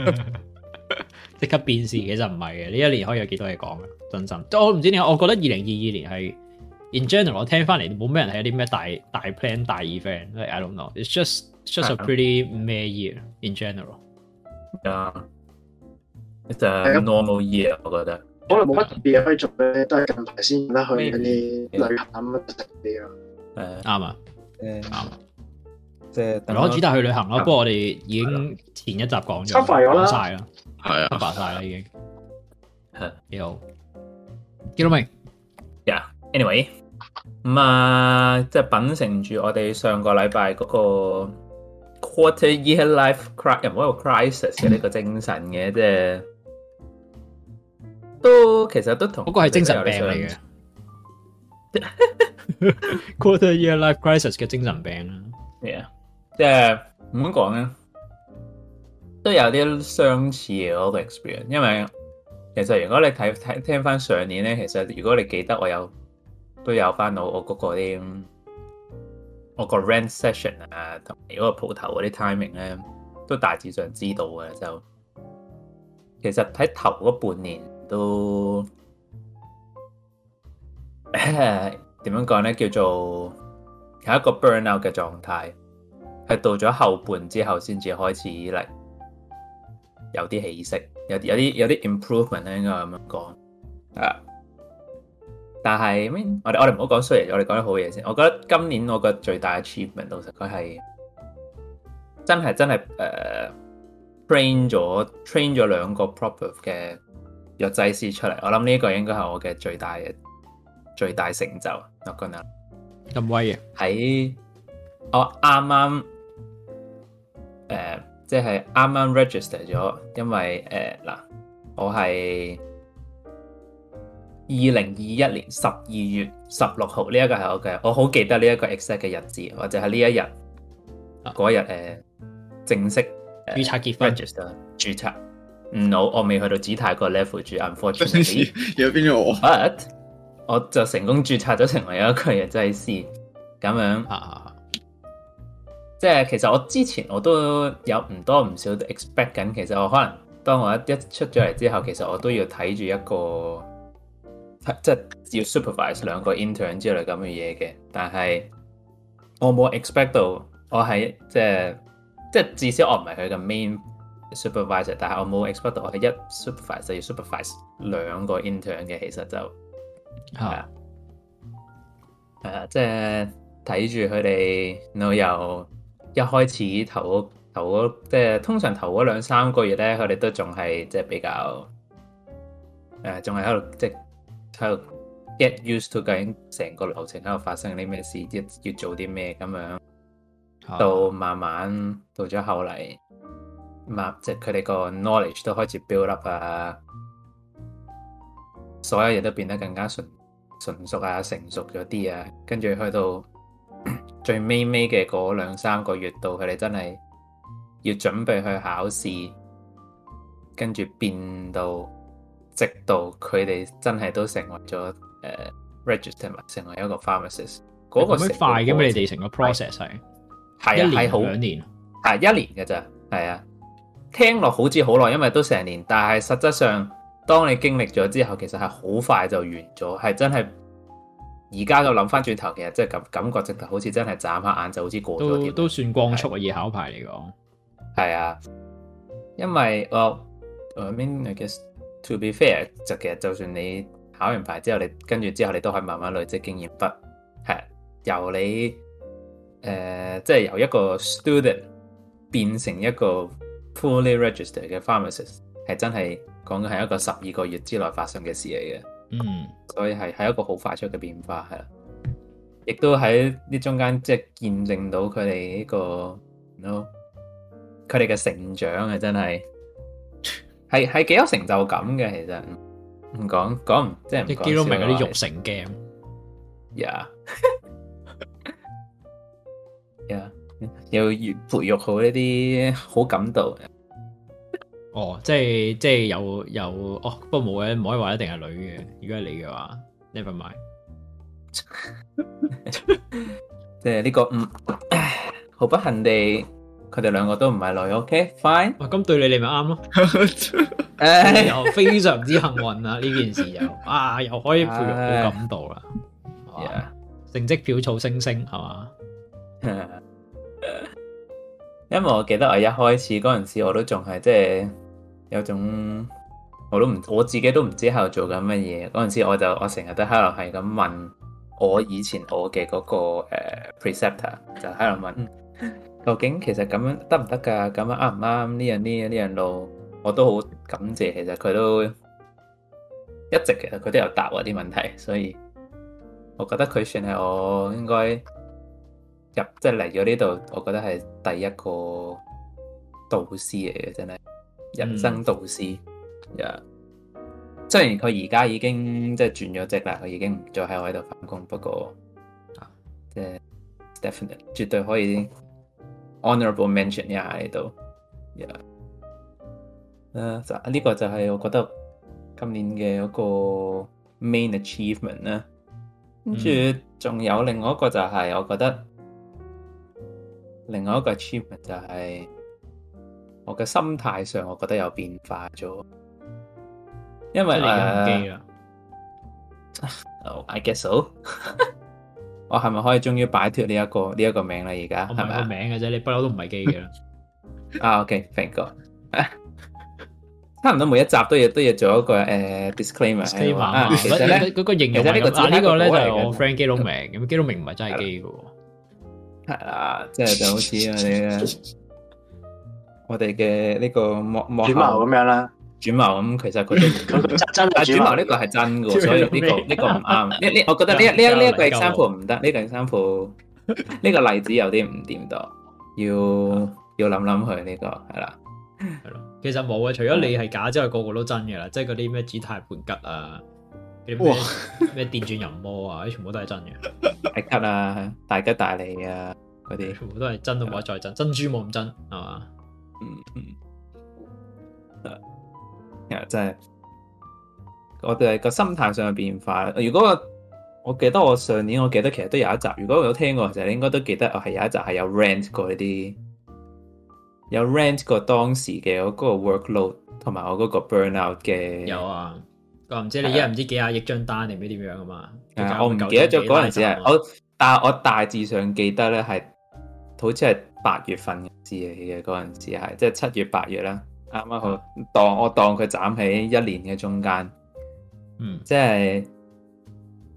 Speaker 2: 即刻變事，其實唔係嘅。呢一年可以有幾多嘢講啊？真心，我唔知點解，我覺得二零二二年係 in general，我聽翻嚟冇咩人係有啲咩大大 plan 大 event。Like, I don't know. It's just just a
Speaker 5: 係啊
Speaker 2: pretty 咩 year in general。
Speaker 5: 啊，it's a
Speaker 3: 啊
Speaker 5: normal year，我覺得。
Speaker 3: 可能冇乜特別嘢可以做咧，都係近排先有得去嗰啲旅行啊咁樣食啲咯。
Speaker 5: 誒
Speaker 2: 啱啊，
Speaker 5: 誒
Speaker 2: 啱，
Speaker 5: 即係等
Speaker 2: 攞主題去旅行咯。
Speaker 5: 啊
Speaker 2: 不過我哋已經前一集講咗，
Speaker 3: Cover 咗啦
Speaker 2: 講晒啦
Speaker 6: 係啊，
Speaker 2: ，cover 晒啦已經
Speaker 5: 係。
Speaker 2: 幾好，見到明？
Speaker 5: Yeah，anyway，咁啊，即係品承住我哋上個禮拜嗰個 quarter year life crisis，又唔好話 crisis 嘅呢個精神嘅，即係都其實都同
Speaker 2: 嗰個係精神病嚟嘅。Quarter year life crisis 嘅精神病啦，
Speaker 5: Yeah，即係點講咧，都有啲相似嘅我個 experience，因為其實如果你睇睇聽翻上年咧，其實如果你記得我有都有翻到我嗰個啲我個 rent session 啊，同埋嗰個鋪頭嗰啲 timing 咧，都大致上知道嘅就其實喺頭嗰半年都點樣講咧，叫做係一個 burnout 嘅狀態，係到咗後半之後先至開始嚟有啲起色，有啲有啲有啲 improvement 啊咧，應該咁樣講啊。但係 I mean，我哋我哋唔好講衰嘢，我哋講啲好嘢先。我覺得今年我個最大嘅 achievement，老實講係真係真係誒、呃 train 咗 train 咗兩個 proper 嘅藥劑師出嚟。我諗呢個應該係我嘅最大嘅最大成就。我覺得。
Speaker 2: 咁威嘅，
Speaker 5: 喺我啱啱誒，即係啱啱 register 咗，因為誒嗱、我係二零二一年十二月十六號呢一個係我嘅，我好記得呢一個 exact 嘅日子，或者係呢一日啊嗰日誒正式誒
Speaker 2: 註冊結婚
Speaker 5: register 註冊。唔好，我未去到紫泰個 level 住，unfortunately。
Speaker 6: 有邊個我
Speaker 5: but 我就成功註冊咗成為一個藥劑師，咁樣
Speaker 2: 啊，
Speaker 5: 即係其實我之前我都有唔多唔少 expect 緊，其實我可能當我一一出咗嚟之後，其實我都要睇住一個即係要 supervise 兩個 intern 之類咁嘅嘢嘅，但係我冇 expect 到我係即係即係至少我唔係佢嘅 main supervisor，但係我冇 expect 到我係一 supervise 就要 supervise 兩個 intern 嘅，其實就。係
Speaker 2: 啊
Speaker 5: 啊，係啊，即係睇住佢哋，然後由一開始頭嗰頭嗰即係通常頭嗰兩三個月咧，佢哋都仲係即係比較誒，仲係喺度即係喺度 get used to 究竟成個流程喺度發生啲咩事，要要做啲咩咁樣。
Speaker 2: 啊
Speaker 5: 到慢慢到咗後嚟，慢即係佢哋個 knowledge 都開始 build up 啊，所有嘢都變得更加純純熟啊、成熟咗啲啊，跟住去到 最尾尾嘅嗰兩三個月度，佢哋真係要準備去考試，跟住變到直到佢哋真係都成為咗誒、呃 register 成為一個 pharmacist 嗰個
Speaker 2: 咁樣
Speaker 5: 成個
Speaker 2: 快嘅咩？
Speaker 5: 過
Speaker 2: 你哋成個 process 係
Speaker 5: 係
Speaker 2: 一
Speaker 5: 啊，
Speaker 2: 年
Speaker 5: 係好
Speaker 2: 兩年，
Speaker 5: 係一年嘅咋，係啊。聽落好似好耐，因為都成年，但係實質上，當你經歷咗之後，其實係好快就完咗，係真係。而家就諗翻轉頭，其實即係感感覺直頭好似真係眨下眼就好似過咗
Speaker 2: 都
Speaker 5: 添。
Speaker 2: 都算光速啊！以考牌嚟講，
Speaker 5: 係啊，因為我、well, I mean I guess to be fair，就其實就算你考完牌之後，你跟住之後你都可以慢慢累積經驗，不係啊由你誒、呃即係由一個 student 變成一個 fully registered 嘅 pharmacist，係真係講緊係一個十二個月之內發生嘅事嚟嘅。
Speaker 2: 嗯，
Speaker 5: 所以係係一個好快速嘅變化，係啦。亦都喺呢中間即係見證到佢哋呢個 you know，佢哋嘅成長啊，真係係係幾有成就感嘅。其實唔講講唔即係唔
Speaker 2: 即係
Speaker 5: 講
Speaker 2: 基佬明
Speaker 5: 笑
Speaker 2: 嗰
Speaker 5: 啦
Speaker 2: 啲育成 game，
Speaker 5: 呀呀，要越培育好呢啲好感度。
Speaker 2: 哦，即係即係有有哦，不過冇嘅，唔可以話一定係女嘅。如果係你嘅話，never mind。
Speaker 5: 即係呢個唔好不幸地，佢哋兩個都唔係女，OK，fine。
Speaker 2: 哇咁對你你咪啱咯，
Speaker 5: 誒，
Speaker 2: 又非常之幸運啦！呢件事 又啊，又可以培育到咁度啦，係嘛成績表草星星係嘛？
Speaker 5: 因為我記得我一開始嗰陣時，我都仲係即係有種我都唔我自己都唔知喺度做緊乜嘢。嗰陣時我就我成日都喺度係咁問我以前我嘅嗰、個、呃 preceptor，就喺度問、嗯究竟其實咁樣得唔得㗎？咁樣啱唔啱呢樣呢樣呢樣路？我都好感謝，其實佢都一直其實佢都有答我啲問題，所以我覺得佢算係我應該入即係嚟咗呢度，我覺得係第一個導師嚟嘅，真係人生導師。呀、雖然佢而家已經即係轉咗職啦，佢已經唔再喺我呢度返工，不過啊，即係 definite 絕對可以 honorable mention 一下喺度。呀、啊就呢、個就係我覺得今年嘅嗰個 main achievement 啦。
Speaker 2: 嗯
Speaker 5: 跟住仲有另外一個就係我覺得另外一個 achievement 就係我嘅心態上，我覺得有變化咗，
Speaker 2: 即
Speaker 5: 因為
Speaker 2: 係你而家唔
Speaker 5: 誒
Speaker 2: 記。啦，
Speaker 5: 哦 I guess so 。 我係咪可以終於擺脱呢一個呢一、個名啦？而家
Speaker 2: 我
Speaker 5: 係
Speaker 2: 問
Speaker 5: 咪
Speaker 2: 個
Speaker 5: 啊？
Speaker 2: 名嘅啫，你不嬲都唔係基 嘅啦。
Speaker 5: 啊，OK，thank God。差唔多每一集都要都要做一個誒、disclaimer 喺
Speaker 2: disclaimer
Speaker 5: 度
Speaker 2: 啊
Speaker 5: 啊
Speaker 2: 嘛，
Speaker 5: 其實咧
Speaker 2: 嗰個形
Speaker 5: 其
Speaker 2: 容
Speaker 5: 實呢
Speaker 2: 係
Speaker 5: 個
Speaker 2: 咁啊，
Speaker 5: 只係
Speaker 2: 呢
Speaker 5: 一個
Speaker 2: 個咧就
Speaker 5: 稿嚟
Speaker 2: 係
Speaker 5: 嘅
Speaker 2: 我 friend 基佬明，咁基佬明唔係真係基嘅喎。
Speaker 5: 係啦，即係就好似我哋嘅我哋嘅呢個幕幕後
Speaker 3: 主謀咁樣啦，
Speaker 5: 主謀咁，其實佢都
Speaker 3: 佢真真
Speaker 5: 但
Speaker 3: 係
Speaker 5: 係
Speaker 3: 主
Speaker 5: 主謀
Speaker 3: 謀
Speaker 5: 呢個係真
Speaker 2: 主
Speaker 5: 嘅，
Speaker 2: 謀
Speaker 5: 所以呢、
Speaker 2: 咩
Speaker 5: 個呢個唔啱。呢呢，我覺得呢呢呢一個 example 唔得，呢、個 example 呢個例子有啲唔掂到，要要諗諗佢呢個係啦。
Speaker 2: 係咯，其實冇啊，除咗
Speaker 5: 哦
Speaker 2: 你係假之外，個個都真嘅啦，即係嗰啲咩紫太半吉啊，嗰啲 咩咩電轉人魔啊，啲全部都係真 嘅，
Speaker 5: 大吉啊，大吉大利啊，嗰啲，
Speaker 2: 全部都係真到冇得再真，珍珠冇咁真係嘛？
Speaker 5: 嗯嗯，啊，真係，我哋個心態上嘅變化。如果我我記得我上年，我記得其實都有一集，如果我有聽過，其實你應該都記得，我係有一集係有 rant 過呢啲，有 rant 過當時嘅我嗰個 workload 同埋我嗰個 burnout 嘅。
Speaker 2: 有啊，我唔知你一日唔知幾廿億張單定唔知點樣啊嘛，
Speaker 5: 啊我唔記得咗嗰陣時係我，但係我大致上記得咧係，好似係八月份嘅事嚟嘅嗰陣時係，即係七月八月啦，啱啱好當我當佢斬喺一年嘅中間，
Speaker 2: 嗯
Speaker 5: 即係誒、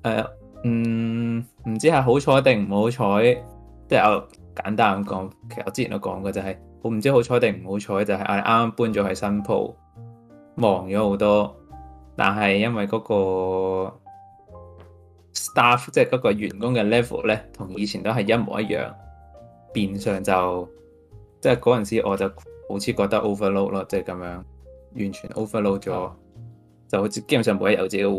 Speaker 5: 呃嗯唔知係好彩定唔好彩，即係我簡單咁講，其實我之前都講過就係、我唔知好彩定唔好彩，就係、我哋啱啱搬咗去新鋪，忙咗好多，但係因為嗰、個 staff 即係嗰個員工嘅 level 咧，同以前都係一模一樣，變相就即係嗰陣時我就好似覺得 overload 咯，即係咁樣完全 overload 咗，就好似基本上每一日有自己好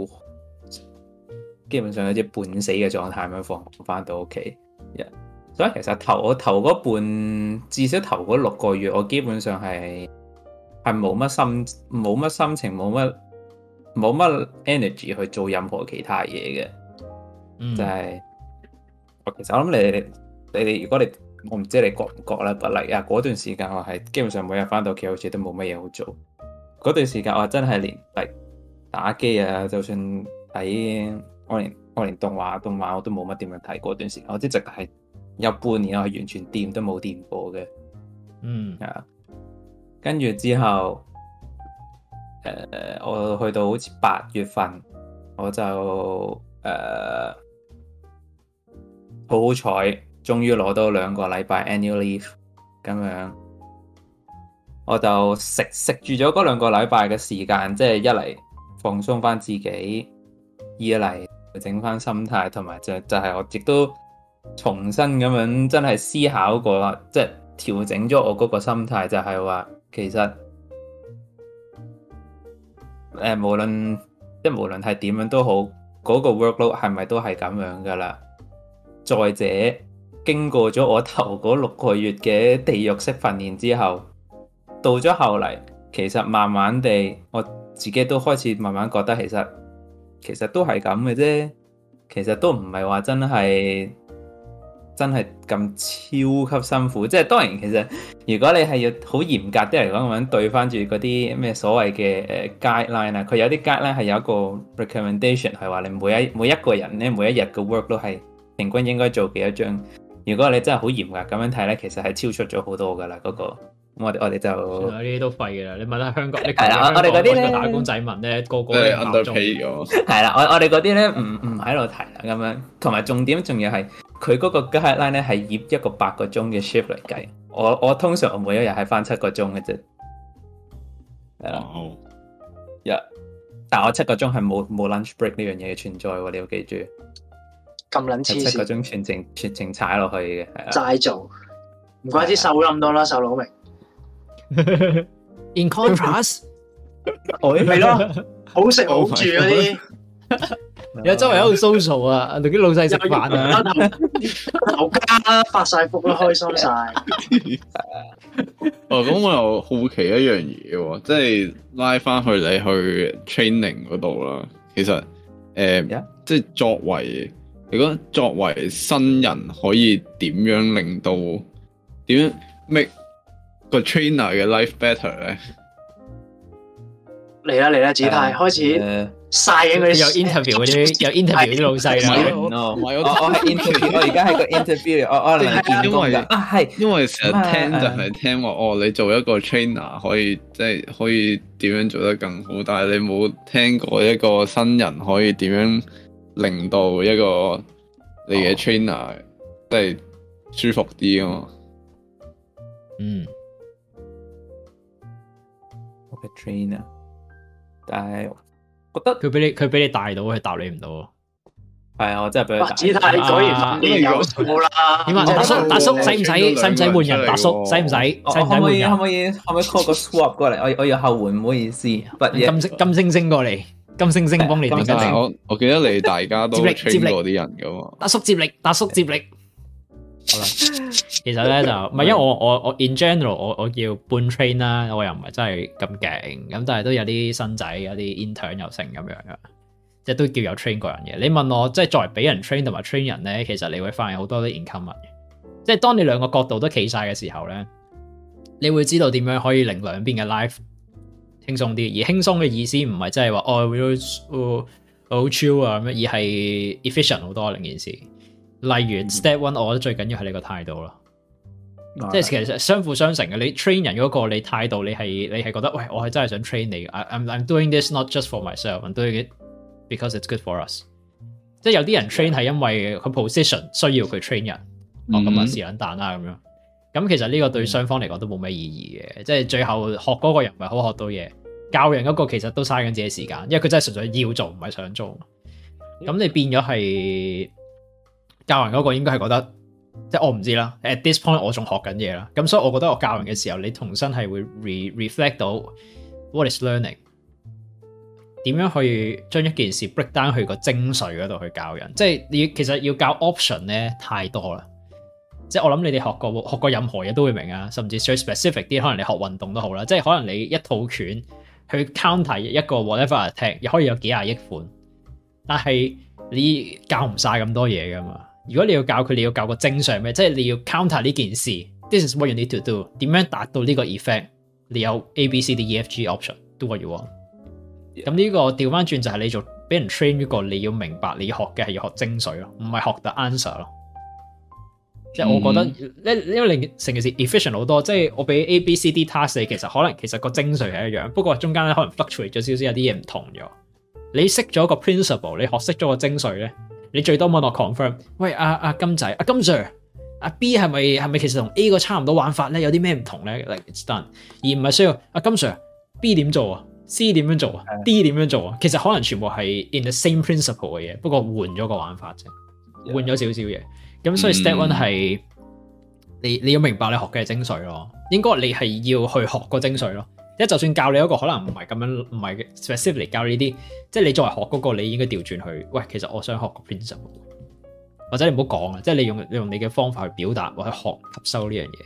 Speaker 5: 基本上有啲半死嘅狀態咁樣放翻到屋企。Yeah. 所以其實頭我頭嗰半至少頭嗰六個月，我基本上係係冇乜心冇乜心情冇乜冇乜 energy 去做任何其他嘢嘅。
Speaker 2: 嗯
Speaker 5: 就係、我其實我諗你哋你哋如果你我唔知你覺唔覺啦，不例啊嗰段時間我係基本上每日翻到屋企好似都冇乜嘢好做，嗰段時間我真係連嚟打機啊，就算睇我連我連動畫動畫我都冇乜點樣睇嗰段時間，我即直係有半年我係完全掂都冇掂過嘅。
Speaker 2: 嗯
Speaker 5: 啊，跟住之後，誒、我去到好似八月份，我就誒、好好彩，終於攞到兩個禮拜 annual leave 咁樣，我就食食住咗嗰兩個禮拜嘅時間，即係一嚟放鬆翻自己，二嚟整翻心態，同埋就就係、我亦都重新咁樣真係思考過啦，即係調整咗我嗰個心態，就係話其實誒、呃、無論即係無論係點樣都好，嗰、個 workload 係咪都係咁樣噶啦？再者，經過咗我頭嗰六個月嘅地獄式訓練之後，到咗後嚟，其實慢慢地我自己都開始慢慢覺得其實其實都係咁嘅啫，其實都唔係話真係真係咁超級辛苦。即係當然，其實如果你係要好嚴格啲嚟講咁樣對翻住嗰啲咩所謂嘅誒 guideline 啊，佢有啲 guideline 係有一個 recommendation 係話你每一每一個人咧每一日嘅 work 都係平均應該做幾多張。如果你真係好嚴格咁樣睇咧，其實係超出咗好多噶啦嗰個。咁我哋我哋就
Speaker 2: 呢啲都廢嘅啦。你問下香港，你
Speaker 5: 係啦我我哋嗰啲咧
Speaker 2: 香港打工仔問咧，個個都
Speaker 6: 即係
Speaker 2: 有鬧
Speaker 6: under
Speaker 2: 鐘
Speaker 6: pay 咗。
Speaker 5: 係啦，我我哋嗰啲咧唔唔喺度提啦，咁樣，同埋重點仲要係佢嗰個 guideline 咧係以一個八個鐘嘅 shift 嚟計，我我通常我每一日係翻七個鐘嘅啫，係啦，
Speaker 6: 哦
Speaker 5: 一，但我七個鐘係冇冇 lunch break 呢樣嘢嘅存在喎，你要記住，
Speaker 3: 咁撚黐
Speaker 5: 係七個
Speaker 3: 線，
Speaker 5: 鐘全程全程踩落去嘅，係啦，
Speaker 3: 齋
Speaker 2: 啊
Speaker 3: 做，唔怪之瘦咗咁多啦，瘦佬明。
Speaker 2: In contrast，
Speaker 5: 哦
Speaker 3: 咪咯，好食
Speaker 2: Oh
Speaker 3: 好住嗰啲，
Speaker 2: 有周圍喺度 social 啊，同啲老細食飯 啊，
Speaker 3: 有頭家啦，發晒福啦，開心 晒。
Speaker 6: 哦，咁我又好奇一樣嘢喎，即係拉翻去你去 training 嗰度啦。其實誒、呃
Speaker 5: Yeah.
Speaker 6: 即係作為你覺得作為新人可以點樣令到點樣 make 個 trainer 嘅 life better 咧？
Speaker 3: 嚟啦嚟啦，子泰
Speaker 5: 誒
Speaker 3: 開始
Speaker 5: 誒
Speaker 3: 晒影
Speaker 2: 啊有
Speaker 3: 嗰啲
Speaker 2: interview 嗰啲， 有 interview 啲老細啊
Speaker 6: 係
Speaker 2: 啦
Speaker 6: 咯。
Speaker 5: no，
Speaker 6: 唔係
Speaker 5: 我
Speaker 6: 我
Speaker 5: 我係 interview，我而家 係個 interview，我我嚟見工
Speaker 6: 因為
Speaker 5: 㗎，啊係。
Speaker 6: 因為成日
Speaker 5: 咁啊
Speaker 6: 聽就
Speaker 2: 嗯
Speaker 5: 誒
Speaker 6: 係聽話哦，你做一個 trainer 可以即係可以點樣做得更好，但係你冇聽過一個新人可以點樣令到一個你
Speaker 2: 哦
Speaker 6: 嘅 trainer 即係舒服啲啊嘛。
Speaker 2: 嗯，
Speaker 5: 我嘅 trainer，但係覺得
Speaker 2: 佢俾你佢俾你帶到，佢答你唔到啊。
Speaker 5: 係啊，我真係俾
Speaker 3: 哇！子
Speaker 5: 佢打。
Speaker 3: 泰果然訓練有數啦。
Speaker 2: 點啊？
Speaker 6: 我
Speaker 2: 大叔
Speaker 6: 我
Speaker 2: 大叔
Speaker 6: 我
Speaker 2: 使唔使
Speaker 6: 我
Speaker 2: 使唔使換人？大叔
Speaker 6: 我
Speaker 2: 使唔使
Speaker 5: 我
Speaker 2: 使唔
Speaker 5: 我哦可
Speaker 2: 使
Speaker 5: 唔可
Speaker 2: 換
Speaker 5: 以可唔
Speaker 2: 人？
Speaker 5: 可以可唔可以 call 個 swap 過嚟？我我要後援，唔好意思。不嘢
Speaker 2: 金星金星星過嚟，金星星幫你點
Speaker 5: 金
Speaker 2: 緊
Speaker 5: 星
Speaker 6: 但
Speaker 5: 星
Speaker 6: 係我我記得你大家啊都
Speaker 2: 接力接
Speaker 6: train
Speaker 2: 力
Speaker 6: 過啲人噶嘛。
Speaker 2: 大叔接力，大叔接力。好啦，其實咧就唔係，因為我我我 in general 我我要半 train 啦，我又唔係真係咁勁，咁但係都有啲新仔，有啲 intern 又成咁樣嘅，即係都叫有 train 過人嘅。你問我即係作為俾人 train 同埋 train 人咧，其實你會發現好多啲 income 嘅，即係當你兩個角度都企晒嘅時候咧，你會知道點樣可以令兩邊嘅 life 輕鬆啲，而輕鬆嘅意思唔係真係話哦，我好 chill 啊咁樣，而係 efficient 好多另一件事。例如 step one，我覺得最緊要係你個態度咯，即係其實相輔相成嘅。你 train 人嗰個你態度，你係你係覺得喂，我係真係想 train 你嘅。I- I'm I'm doing this not just for myself, I'm doing it because it's good for us。即係有啲人 train 係因為佢 position 需要佢 train 人，哦咁啊
Speaker 6: 嗯
Speaker 2: 是撚蛋啦咁樣。咁其實呢個對雙方嚟講都冇咩意義嘅，即係最後學嗰個人唔係好學到嘢，教人嗰個其實都嘥緊自己時間，因為佢真係純粹要做唔係想做。咁你變咗係教人嗰個應該係覺得，即係我唔知啦。At this point 我仲學緊嘢啦，咁所以我覺得我教人嘅時候，你重新係會 re reflect 到 what is learning，點樣去將一件事 break down 去個精髓嗰度去教人。即係你其實要教 option 咧太多啦。即係我諗你哋學過學過任何嘢都會明啊，甚至最 specific 啲，可能你學運動都好啦。即係可能你一套拳去 counter 一個 whatever attack，又可以有幾廿億款。但係你教唔晒咁多嘢噶嘛？如果你要教佢，你要教個精髓咩？即係你要 counter 呢件事，this is what you need to do。點樣達到呢個 effect？你有 A、B、C、D、E、F、G option，do what you want。咁呢個調翻轉就係你做俾人 train 嗰個，你要明白你學嘅係要學精髓咯，唔係學得 answer 咯。即係我覺得，因因為令成件事 efficient 好多，即係我俾 A、B、C、D task 你，其實可能其實個精髓係一樣，不過中間咧可能 fluctuate 咗少少，有啲嘢唔同咗。你識咗個 principle，你學識咗個精髓咧，你最多問我 confirm，喂阿阿、啊金仔，阿、金 Sir，阿、B 啊係咪係咪其實同 A 個差唔多玩法咧？有啲咩唔同咧？Like it's done，而唔係需要阿、啊金 Sir B 點做啊？C 點樣做啊？D 點樣做啊？其實可能全部係 in the same principle 嘅嘢，不過換咗個玩法啫，換咗少少嘢。咁所以 step one
Speaker 6: 嗯
Speaker 2: 係、你你要明白你學嘅係精髓咯，應該你係要去學個精髓咯。即係就算教你嗰個可能唔係咁樣，唔係 specifically 教你呢啲，即係你作為學嗰個，你應該調轉去，喂，其實我想學個 principle，或者你唔好講啊，即係你用你用你嘅方法去表達或者學吸收呢樣嘢。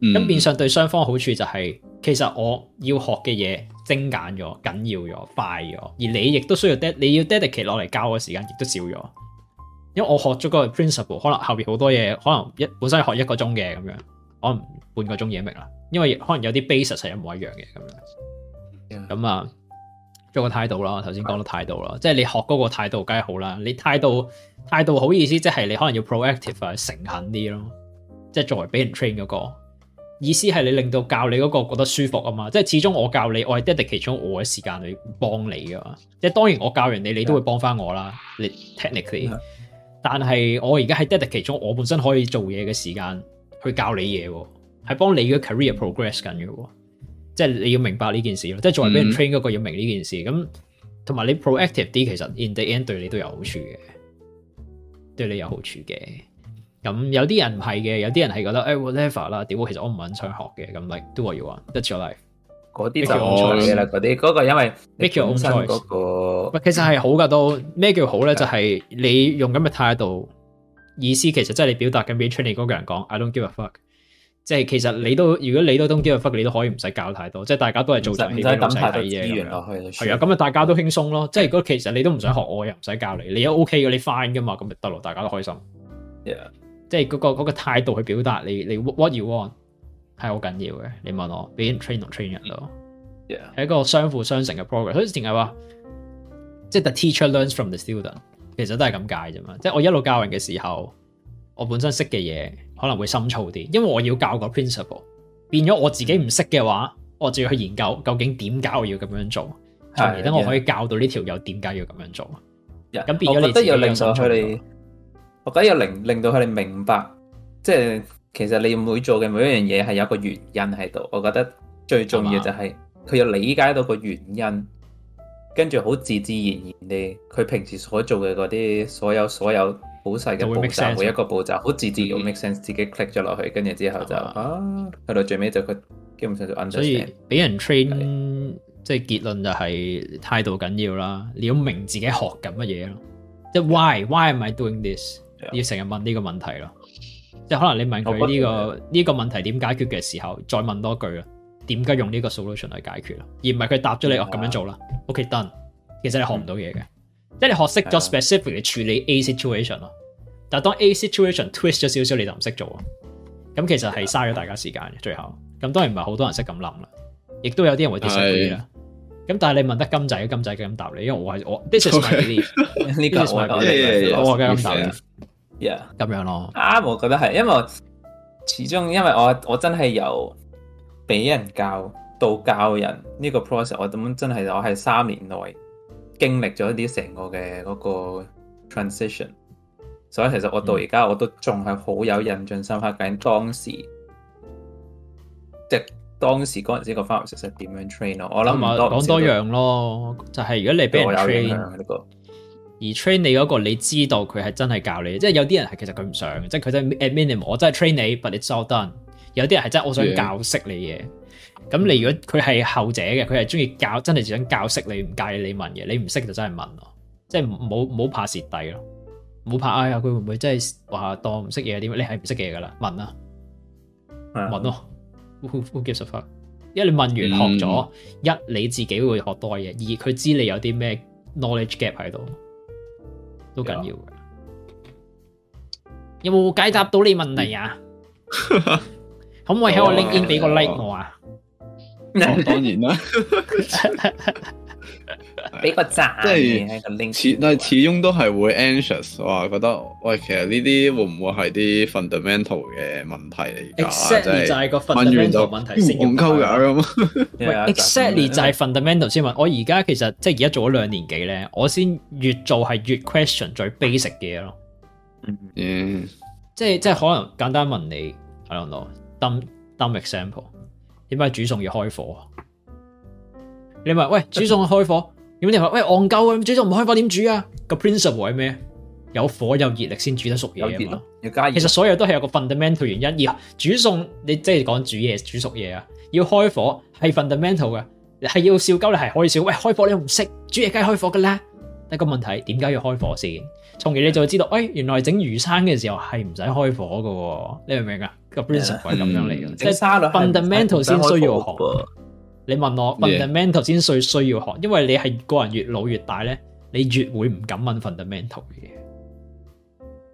Speaker 6: 嗯
Speaker 2: 咁變相對雙方好處就係、其實我要學嘅嘢精簡咗、緊要咗、快咗，而你亦都需要 ded 你要 dedicate 落嚟教嘅時間亦都少咗，因為我學咗個 principle，可能後邊好多嘢，可能一本身係學一個鐘嘅咁樣，可能半個鐘已經明啦。因為可能有啲 basis 係一模一樣嘅咁樣。咁啊，做個態度啦，頭先講到態度啦，即係你學嗰個態度梗係好啦。你態度態度好意思，即係你可能要 proactive 啊，誠懇啲咯。即係作為俾人 train 嗰個意思係你令到教你嗰個覺得舒服啊嘛。即係始終我教你，我係 dedicate 咗我嘅時間去幫你噶嘛。即係當然我教完你，你都會幫翻我啦。你 technically。但係我而家喺 dedicate 咗我本身可以做嘢嘅時間去教你嘢喎，係幫你嘅 career progress 緊嘅喎，即係你要明白呢件事咯，即係作為俾人
Speaker 6: 嗯
Speaker 2: train 嗰個要明呢件事，咁同埋你 proactive 啲，其實 in the end 對你都有好處嘅，對你有好處嘅。咁有啲人唔係嘅，有啲人係覺得誒、哎 whatever 啦，屌，其實我唔係很想學嘅，咁 like do what you want，that's your life。
Speaker 5: 嗰啲就好彩嘅啦，嗰啲嗰個因為你
Speaker 2: Make your own
Speaker 5: 本身
Speaker 2: choice
Speaker 5: 嗰個
Speaker 2: 喂，其實係好噶都咩叫好咧？就係、你用咁嘅態度，意思其實即係你表達緊俾 train 你嗰個人講，I don't give a fuck。即係其實你都如果你都 don't give a fuck，你都可以唔使教太多，即係大家都係
Speaker 5: 唔
Speaker 2: 做
Speaker 5: 使
Speaker 2: 場
Speaker 5: 唔
Speaker 2: 戲
Speaker 5: 使
Speaker 2: 俾老
Speaker 5: 抌
Speaker 2: 細
Speaker 5: 太多
Speaker 2: 睇
Speaker 5: 資
Speaker 2: 嘢咁
Speaker 5: 源
Speaker 2: 樣
Speaker 5: 落去就算
Speaker 2: 係啊，咁啊大家都輕鬆咯。即係如果其實你都唔想學我，又唔使教你，你都 OK 嘅，你 fine 噶嘛，咁咪得咯，大家都開心。
Speaker 5: Yeah
Speaker 2: 即係嗰、個嗰、個態度去表達你你 what you want 係好緊要嘅。你問我，俾人 train 同 train 人咯。
Speaker 5: Yeah
Speaker 2: 係一個相輔相成嘅 program，所以淨係話，即係 the teacher learns from the student，其實都係咁解啫嘛。即係我一路教人嘅時候，我本身識嘅嘢可能會深造啲，因為我要教個 principle，變咗我自己唔識嘅話，我就要去研究究竟點解我要咁樣做，從而等我
Speaker 5: 啊
Speaker 2: 可以教到呢條友點解要咁樣做。
Speaker 5: Yeah，
Speaker 2: 咁變咗
Speaker 5: 我
Speaker 2: 你
Speaker 5: 覺
Speaker 2: 自
Speaker 5: 得
Speaker 2: 己
Speaker 5: 要
Speaker 2: 有
Speaker 5: 令
Speaker 2: 心
Speaker 5: 到佢
Speaker 2: 做
Speaker 5: 哋，我覺得要令令到佢哋明白，即係其實你每做嘅每一樣嘢係有一個原因喺度。我覺得最重要就係佢要理解到個原因，跟住好自自然然地，佢平時所做嘅嗰啲所有所有好細嘅
Speaker 2: 就會
Speaker 5: 步
Speaker 2: make sense
Speaker 5: 驟，每一個步驟好自自然
Speaker 6: 嗯
Speaker 5: make sense，自己 click 咗落去，跟住之後就
Speaker 2: 係嘛
Speaker 5: 啊，去到最尾就佢基本上就 understand。
Speaker 2: 所以俾人 train 即係結論就係態度緊要啦，你要明自己學緊乜嘢咯，即係 why why am I doing this？
Speaker 5: Yeah.
Speaker 2: 要成日問呢個問題咯，即啊係可能你問
Speaker 5: 我
Speaker 2: 佢
Speaker 5: 覺
Speaker 2: 呢
Speaker 5: 得
Speaker 2: 個呢個問題點解決嘅時候，再問多句啦，點解用呢個 solution 去解決咯，而唔係佢答咗你哦咁樣做啦，OK done。其實你學唔到嘢嘅，即嗯係你啊學識咗 specific 處理 A situation 咯，但係當 A situation twist 咗少少，你就唔識做啊。咁其實係嘥咗大家時間嘅，最後咁當然唔係好多人識咁諗啦，亦都有啲人會 disagree 啦。咁但係你問得金仔，金仔梗咁答你，因為我 係我 this is my belief，
Speaker 5: 呢個
Speaker 2: This is
Speaker 5: 我
Speaker 2: my
Speaker 5: 我
Speaker 6: belief.
Speaker 2: 我梗咁答你
Speaker 5: Yeah.
Speaker 2: 咁樣咯。
Speaker 5: 啱，我覺得係，因為我始終因為我我真係由俾人教到教人呢個 process，我咁真係我係三年內經歷咗啲成個嘅嗰個 transition，所以其實我
Speaker 2: 嗯
Speaker 5: 到而家我都仲係好有印象深刻緊當時，即係當時嗰陣時個 pharmacist 係點樣 train 我，我諗
Speaker 2: 咁啊，
Speaker 5: 唔多唔
Speaker 2: 講
Speaker 5: 少
Speaker 2: 多
Speaker 5: 都
Speaker 2: 樣咯，就係如果你俾
Speaker 5: 對
Speaker 2: 人
Speaker 5: 我有影
Speaker 2: train
Speaker 5: 響。嘅呢個。
Speaker 2: 而 train 你嗰個，你知道佢係真係教你，即係有啲人係其實佢唔想嘅，即係佢真係 at minimum，我真係 train 你，but it's all done。有啲人係真係我想
Speaker 6: Yeah.
Speaker 2: 教識你嘢。咁你如果佢係後者嘅，佢係中意教，真係想教識你，唔介意你問嘅，你唔識就真係問咯，即係唔好唔好怕蝕底咯，唔好怕哎呀佢會唔會真係話當唔識嘢點？你係唔識嘢噶啦，問啦問咯，who who gives a fuck？因為你問完學
Speaker 6: 嗯
Speaker 2: 咗，一你自己會學多嘢，二佢知你有啲咩 knowledge gap 喺度，都緊要嘅。有冇解答到你問題啊？ 可唔可以喺我
Speaker 6: 啊
Speaker 2: LinkedIn 俾個 like 我啊？
Speaker 6: 哦當然啦，
Speaker 2: 嗯
Speaker 5: 俾個讚
Speaker 6: 即係
Speaker 5: 嘅喺個 link，
Speaker 6: 始但係始終都係會 anxious，話覺得喂，其實呢啲會唔會係啲 fundamental 嘅問題嚟㗎？
Speaker 2: Exactly 就
Speaker 6: 啊即係
Speaker 2: 係個
Speaker 6: 問完
Speaker 2: fundamental
Speaker 6: 就
Speaker 2: 問題先要
Speaker 6: 嗯戇鳩㗎咁。
Speaker 2: 喂
Speaker 5: 啊
Speaker 2: exactly 就係 fundamental 先問。我而家其實即係而家做咗兩年幾咧，我先越做係越 question 最 basic 嘅嘢咯。
Speaker 6: 嗯
Speaker 2: 即係即係可能簡單問你，I don't know，dumb dumb example，點解煮餸要開火啊？你問喂煮餸要開火，咁你話喂戇鳩啊，煮餸唔開火點煮啊？個 principle 係咩？有火有熱力先煮得熟嘢
Speaker 5: 有熱
Speaker 2: 啊嘛
Speaker 5: 咯。，要加熱
Speaker 2: 其實所有都係有個 fundamental 原因，而煮餸你即係講煮嘢、煮熟嘢啊，要開火係 fundamental 嘅，係要笑鳩你係可以笑，喂開火你又唔識煮嘢梗係開火㗎啦。但個問題點解要開火先？從而你就會知道，哎原來整魚生嘅時候係唔使開火㗎喎，你明唔明啊？個 principle 係咁樣嚟嘅，即
Speaker 5: 嗯整
Speaker 2: 係
Speaker 5: 沙律係唔使
Speaker 2: fundamental 先需要學
Speaker 5: 唔使開火嘅
Speaker 2: 你問我
Speaker 6: Yeah.
Speaker 2: fundamental 先需需要學，因為你係個人越老越大咧，你越會唔敢問 fundamental 嘅嘢。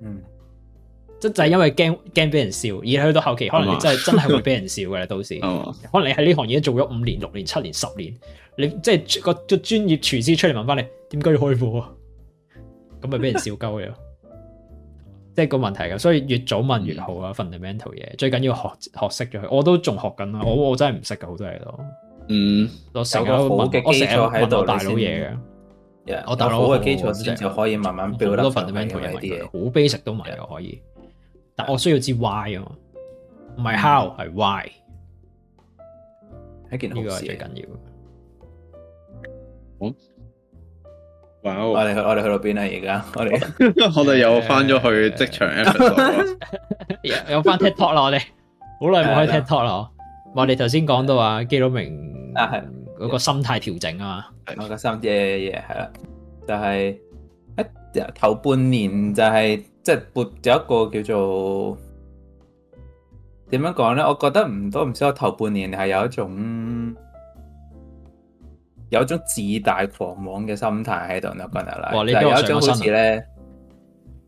Speaker 5: 嗯，
Speaker 2: 即就係因為驚驚俾人笑，而去到後期可能你真係真係會俾人笑嘅啦。到時
Speaker 6: 係嘛？
Speaker 2: 可能你喺呢行已經做咗五年、六年、七年、十年，你即係個個專業廚師出嚟問翻你點解要開課啊？咁咪俾人笑鳩嘅咯， 即係個問題㗎。所以越早問越好啊，fundamental 嘢最緊要學學識咗佢。我都仲學緊啦，我我真係唔識嘅好多嘢都，
Speaker 6: 嗯，
Speaker 2: 我成日
Speaker 5: 有
Speaker 2: 都
Speaker 5: 個好嘅
Speaker 2: 問，我成日
Speaker 5: 基礎喺度
Speaker 2: 問我大
Speaker 5: 你
Speaker 2: 佬
Speaker 5: 先
Speaker 2: 嘢嘅。我大
Speaker 5: 有
Speaker 2: 佬
Speaker 5: 好
Speaker 2: 好
Speaker 5: 嘅基礎先
Speaker 2: 真係
Speaker 5: 至可以慢慢 build
Speaker 2: 好多
Speaker 5: up 上
Speaker 2: fundamental
Speaker 5: 去
Speaker 2: 嘢
Speaker 5: 呢啲
Speaker 2: 問佢，。
Speaker 5: 嘢
Speaker 2: 好 basic 都問嘅可以，但我需要知 why 啊嘛，唔
Speaker 5: 嗯
Speaker 2: 係 how 係 why，
Speaker 5: 係一件
Speaker 2: 呢個
Speaker 5: 好
Speaker 2: 係
Speaker 5: 事
Speaker 2: 最
Speaker 5: 嚟㗎。
Speaker 2: 緊要。
Speaker 6: 哇！
Speaker 5: 我
Speaker 6: 我
Speaker 5: 哋去我哋去到邊啊？而家我哋
Speaker 6: 哋又翻咗去職場 episode 啊啦
Speaker 2: 有 有翻 TikTok 啦，我哋好耐冇開 TikTok 啦。我哋頭先講到話基佬明
Speaker 5: 嗯啊係
Speaker 2: 嗰個心態調整啊
Speaker 5: 我個三隻嘢係啦，就係、一頭半年就係即係撥有一個叫做點樣講咧？我覺得唔多唔少，我頭半年係有一種有一種自大狂妄嘅心態喺度啦，講得啦，
Speaker 2: 哇
Speaker 5: 就
Speaker 2: 你
Speaker 5: 係
Speaker 2: 俾我
Speaker 5: 有一
Speaker 2: 上
Speaker 5: 種
Speaker 2: 咗身
Speaker 5: 好
Speaker 2: 啊
Speaker 5: 似咧，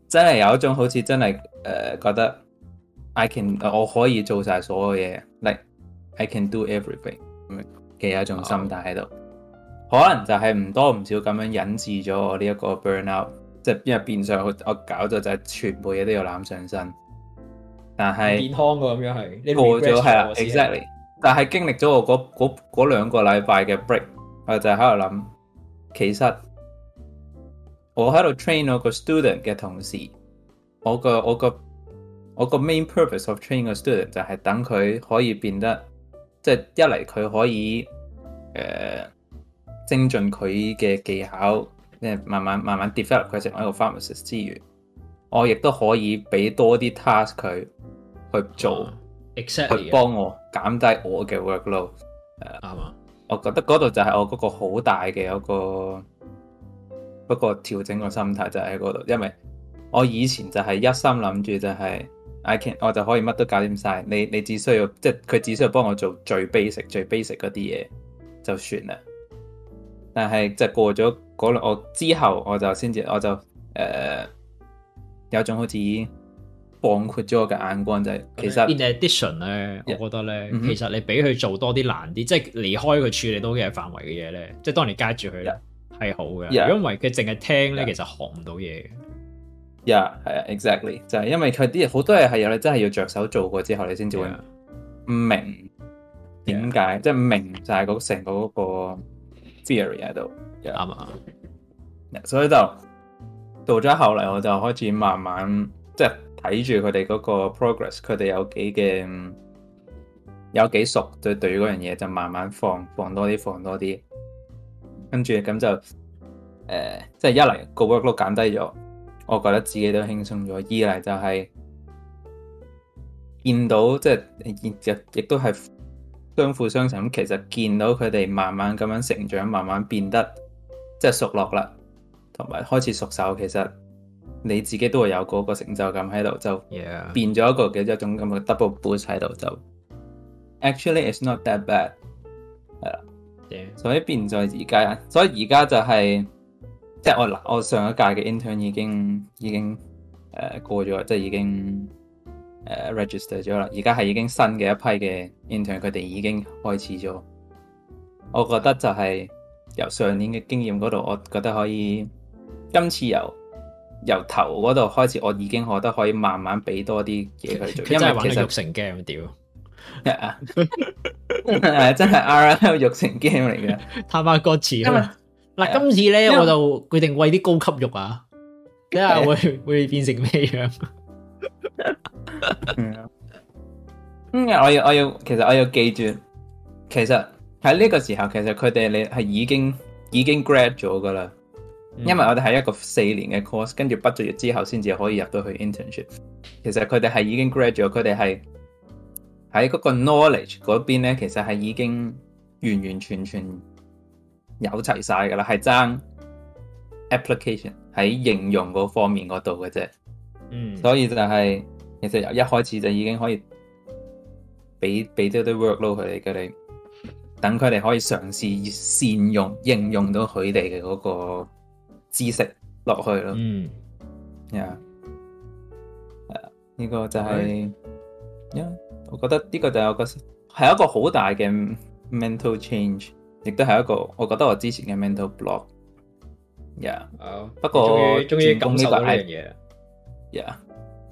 Speaker 5: 真係有一種好似真係誒、呃、覺得 I can 呃我可以做晒所有嘢，like I can do everything 咁樣嘅有一種心態喺度。可能就係唔多唔少咁樣引致咗我呢一個 burnout，即係因為變相我我搞咗就係全部嘢都要攬上身，但
Speaker 2: 嘛，
Speaker 5: 係
Speaker 2: 康噶咁樣係，你
Speaker 5: 過咗係啦，exactly。但
Speaker 2: 啊
Speaker 5: 係經歷咗我嗰嗰嗰兩個禮拜嘅 break，我就喺度諗，其實我喺度 train 我個 student 嘅同時，我個我個我個 main purpose of train 個 student 就係等佢可以變得，即、係、一嚟佢可以誒、呃精進佢嘅技巧，即係慢慢慢慢 develop 佢成為一個 pharmacist 之餘，我亦都可以俾多啲 task 佢去做。
Speaker 2: exactly
Speaker 5: 去
Speaker 2: 嘅
Speaker 5: 幫我減低我嘅 workload。
Speaker 2: 啱啊，
Speaker 5: 我覺得嗰度就係我嗰個好大嘅一個，不過調整個心態就喺嗰度，因為我以前就係一心諗住就係、I can 我就可以乜都搞掂晒，你你只需要即係佢只需要幫我做最 basic 最 basic 嗰啲嘢就算啦。但係就過咗嗰兩我之後，我就先至我就誒、呃有種好似放闊咗我嘅眼光，就係、其實
Speaker 2: in addition 咧，
Speaker 5: Yeah
Speaker 2: 我覺得咧，
Speaker 5: 嗯哼
Speaker 2: 其實你俾佢做多啲難啲，即係離開佢處理到嘅範圍嘅嘢咧，即係當你街住佢
Speaker 5: Yeah
Speaker 2: 係好嘅。
Speaker 5: Yeah
Speaker 2: 如果唔係佢淨係聽咧，
Speaker 5: Yeah
Speaker 2: 其實學唔到嘢嘅。
Speaker 5: Yeah，係啊，exactly，就係因為佢啲好多嘢係有你真係要着手做過之後，你先至會
Speaker 2: Yeah
Speaker 5: 明點解，即係明晒嗰成個嗰個 theory 喺度。
Speaker 2: 啱啊，
Speaker 5: 所以就到咗後嚟，我就開始慢慢即係睇住佢哋嗰個 progress，佢哋有幾嘅嗯有幾熟，對對於嗰樣嘢就慢慢放放多啲，放多啲，跟住咁就誒、呃即係一嚟個 workload 減低咗，我覺得自己都輕鬆咗；二嚟就係見到即係亦亦都係相輔相成，咁其實見到佢哋慢慢咁樣成長，慢慢變得即係熟落啦，同埋開始熟手，其實你自己都會有嗰個成就感喺度，就
Speaker 2: yeah。
Speaker 5: 變咗一個嘅一種咁嘅 double boost 喺度，就 actually it's not that bad。所以變咗而家，所以而家就係、即係我嗱，我上一屆嘅 intern 已經已經誒、呃、過咗，即係已經誒、呃 register 咗啦。而家係已經新嘅一批嘅 intern，佢哋已經開始咗。我覺得就係由上年嘅經驗嗰度，我覺得可以今次由由頭嗰度開始，我已經覺得可以慢慢俾多啲嘢佢做，
Speaker 2: 佢真
Speaker 5: 因
Speaker 2: 係
Speaker 5: 為
Speaker 2: 玩
Speaker 5: 其
Speaker 2: 到
Speaker 5: 實
Speaker 2: 育成 game 屌，
Speaker 5: 啊， 真係 RL 育成 game 嚟嘅。
Speaker 2: 他媽哥次
Speaker 5: 因為
Speaker 2: 嗱，今次咧
Speaker 5: 因為
Speaker 2: 我就決定喂啲高級肉啊，睇 下會會變成咩樣。
Speaker 5: 嗯，嗯我要我要，其實我要記住，其實喺呢個時候，其實佢哋你係已經已經 grad 咗噶啦，
Speaker 2: 嗯
Speaker 5: 因為我哋係一個四年嘅 course，跟住畢咗業之後先至可以入到去 internship。其實佢哋係已經 grad 咗，佢哋係喺嗰個 knowledge 嗰邊咧，其實係已經完完全全有齊晒噶啦，係爭 application 喺應用嗰方面嗰度嘅啫。
Speaker 2: 嗯，
Speaker 5: 所以就係、其實由一開始就已經可以俾俾多啲 workload 佢哋佢哋，等佢哋可以嘗試善用應用到佢哋嘅嗰個知識落去咯。
Speaker 2: 嗯，啊
Speaker 5: Yeah，啊呢個就係、Yeah，我覺得呢個就係我個係一個好大嘅 mental change，亦都係一個我覺得我之前嘅 mental block。Yeah，
Speaker 2: 好，
Speaker 5: 不過
Speaker 2: 終於終於
Speaker 5: 轉
Speaker 2: 感
Speaker 5: 工呢
Speaker 2: 受
Speaker 5: 個
Speaker 2: 到呢樣
Speaker 5: I-
Speaker 2: 嘢啦。
Speaker 5: yeah，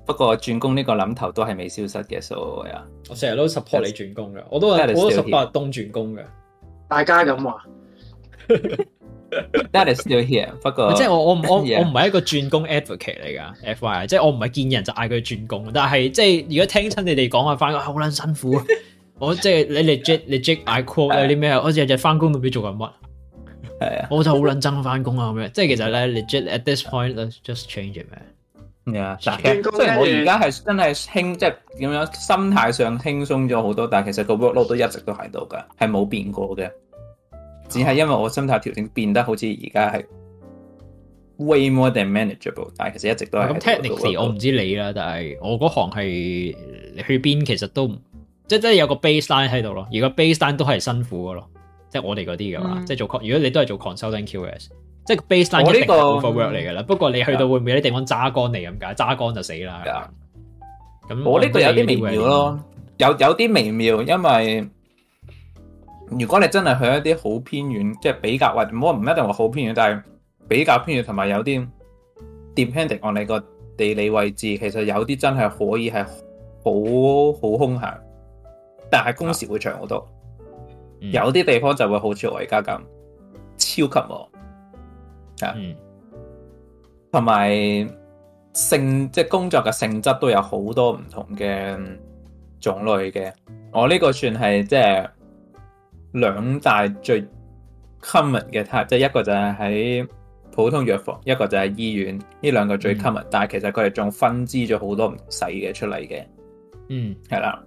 Speaker 5: 不過轉工呢個諗頭都係未消失嘅，so yeah。
Speaker 2: 我成日都 support 你轉工嘅，我都我
Speaker 5: That is
Speaker 2: 都
Speaker 5: still
Speaker 2: support 東轉工嘅。
Speaker 3: 大家咁話，
Speaker 5: That is still here，不過
Speaker 2: 即係我我唔我
Speaker 5: 哦 Yeah
Speaker 2: 我唔係一個轉工 advocate 嚟㗎，F Y，即係我唔係見人就嗌佢轉工，但係即係如果聽親你哋講啊，翻工好撚辛 苦啊，我即係你 legit legit I quote 有啲咩啊，我日日翻工都唔知做緊乜，
Speaker 5: 係啊
Speaker 2: 我就好撚憎翻工啊咁樣。即係其實咧 legit at this point，let's just change it man。
Speaker 5: ，yeah。嗱，
Speaker 2: 轉
Speaker 3: 工
Speaker 5: 雖然我
Speaker 3: 跟住
Speaker 5: 而家係真係輕，即係點樣心態上輕鬆咗好多，但係其實個 workload 都一直都喺度㗎，係冇變過嘅。只係因為我心態調整變得好似而家係 way more than manageable，但係其實一直都係喺
Speaker 2: 咁
Speaker 5: 度
Speaker 2: technically
Speaker 5: 個 workload
Speaker 2: 我唔知你啦，但係我嗰行係你去邊其實都唔即係即係有個 baseline 喺度咯，而個 baseline 都係辛苦嘅咯，即係我哋嗰啲嘅話，
Speaker 5: 嗯
Speaker 2: 即係做 con- 如果你都係做 consulting QS，即係個 baseline 一
Speaker 5: 我呢
Speaker 2: 定係
Speaker 5: 個啊
Speaker 2: overwork 嚟㗎啦。不過你去到會唔會有啲地方揸乾嚟咁解？揸乾就死啦。咁
Speaker 5: 我呢個有啲
Speaker 2: 唔知
Speaker 5: 微
Speaker 2: 你會係
Speaker 5: 妙咯，有有啲微妙，因為如果你真係去一啲好偏遠，即係比較或唔好唔一定話好偏遠，但係比較偏遠同埋有啲 depending on 你個地理位置，其實有啲真係可以係好好空閒，但係工時會長好多。
Speaker 2: 點樣。
Speaker 5: 有啲地方就會好似我而家咁超級忙，啊
Speaker 2: 嗯，
Speaker 5: 同埋性即係工作嘅性質都有好多唔同嘅種類嘅。我呢個算係即係兩大最 common 嘅 type，即係一個就係喺普通藥房，一個就係醫院，呢兩個最
Speaker 2: 嗯
Speaker 5: common、但係其實佢哋仲分支咗好多唔細嘅出嚟嘅。
Speaker 2: 嗯
Speaker 5: 係啦，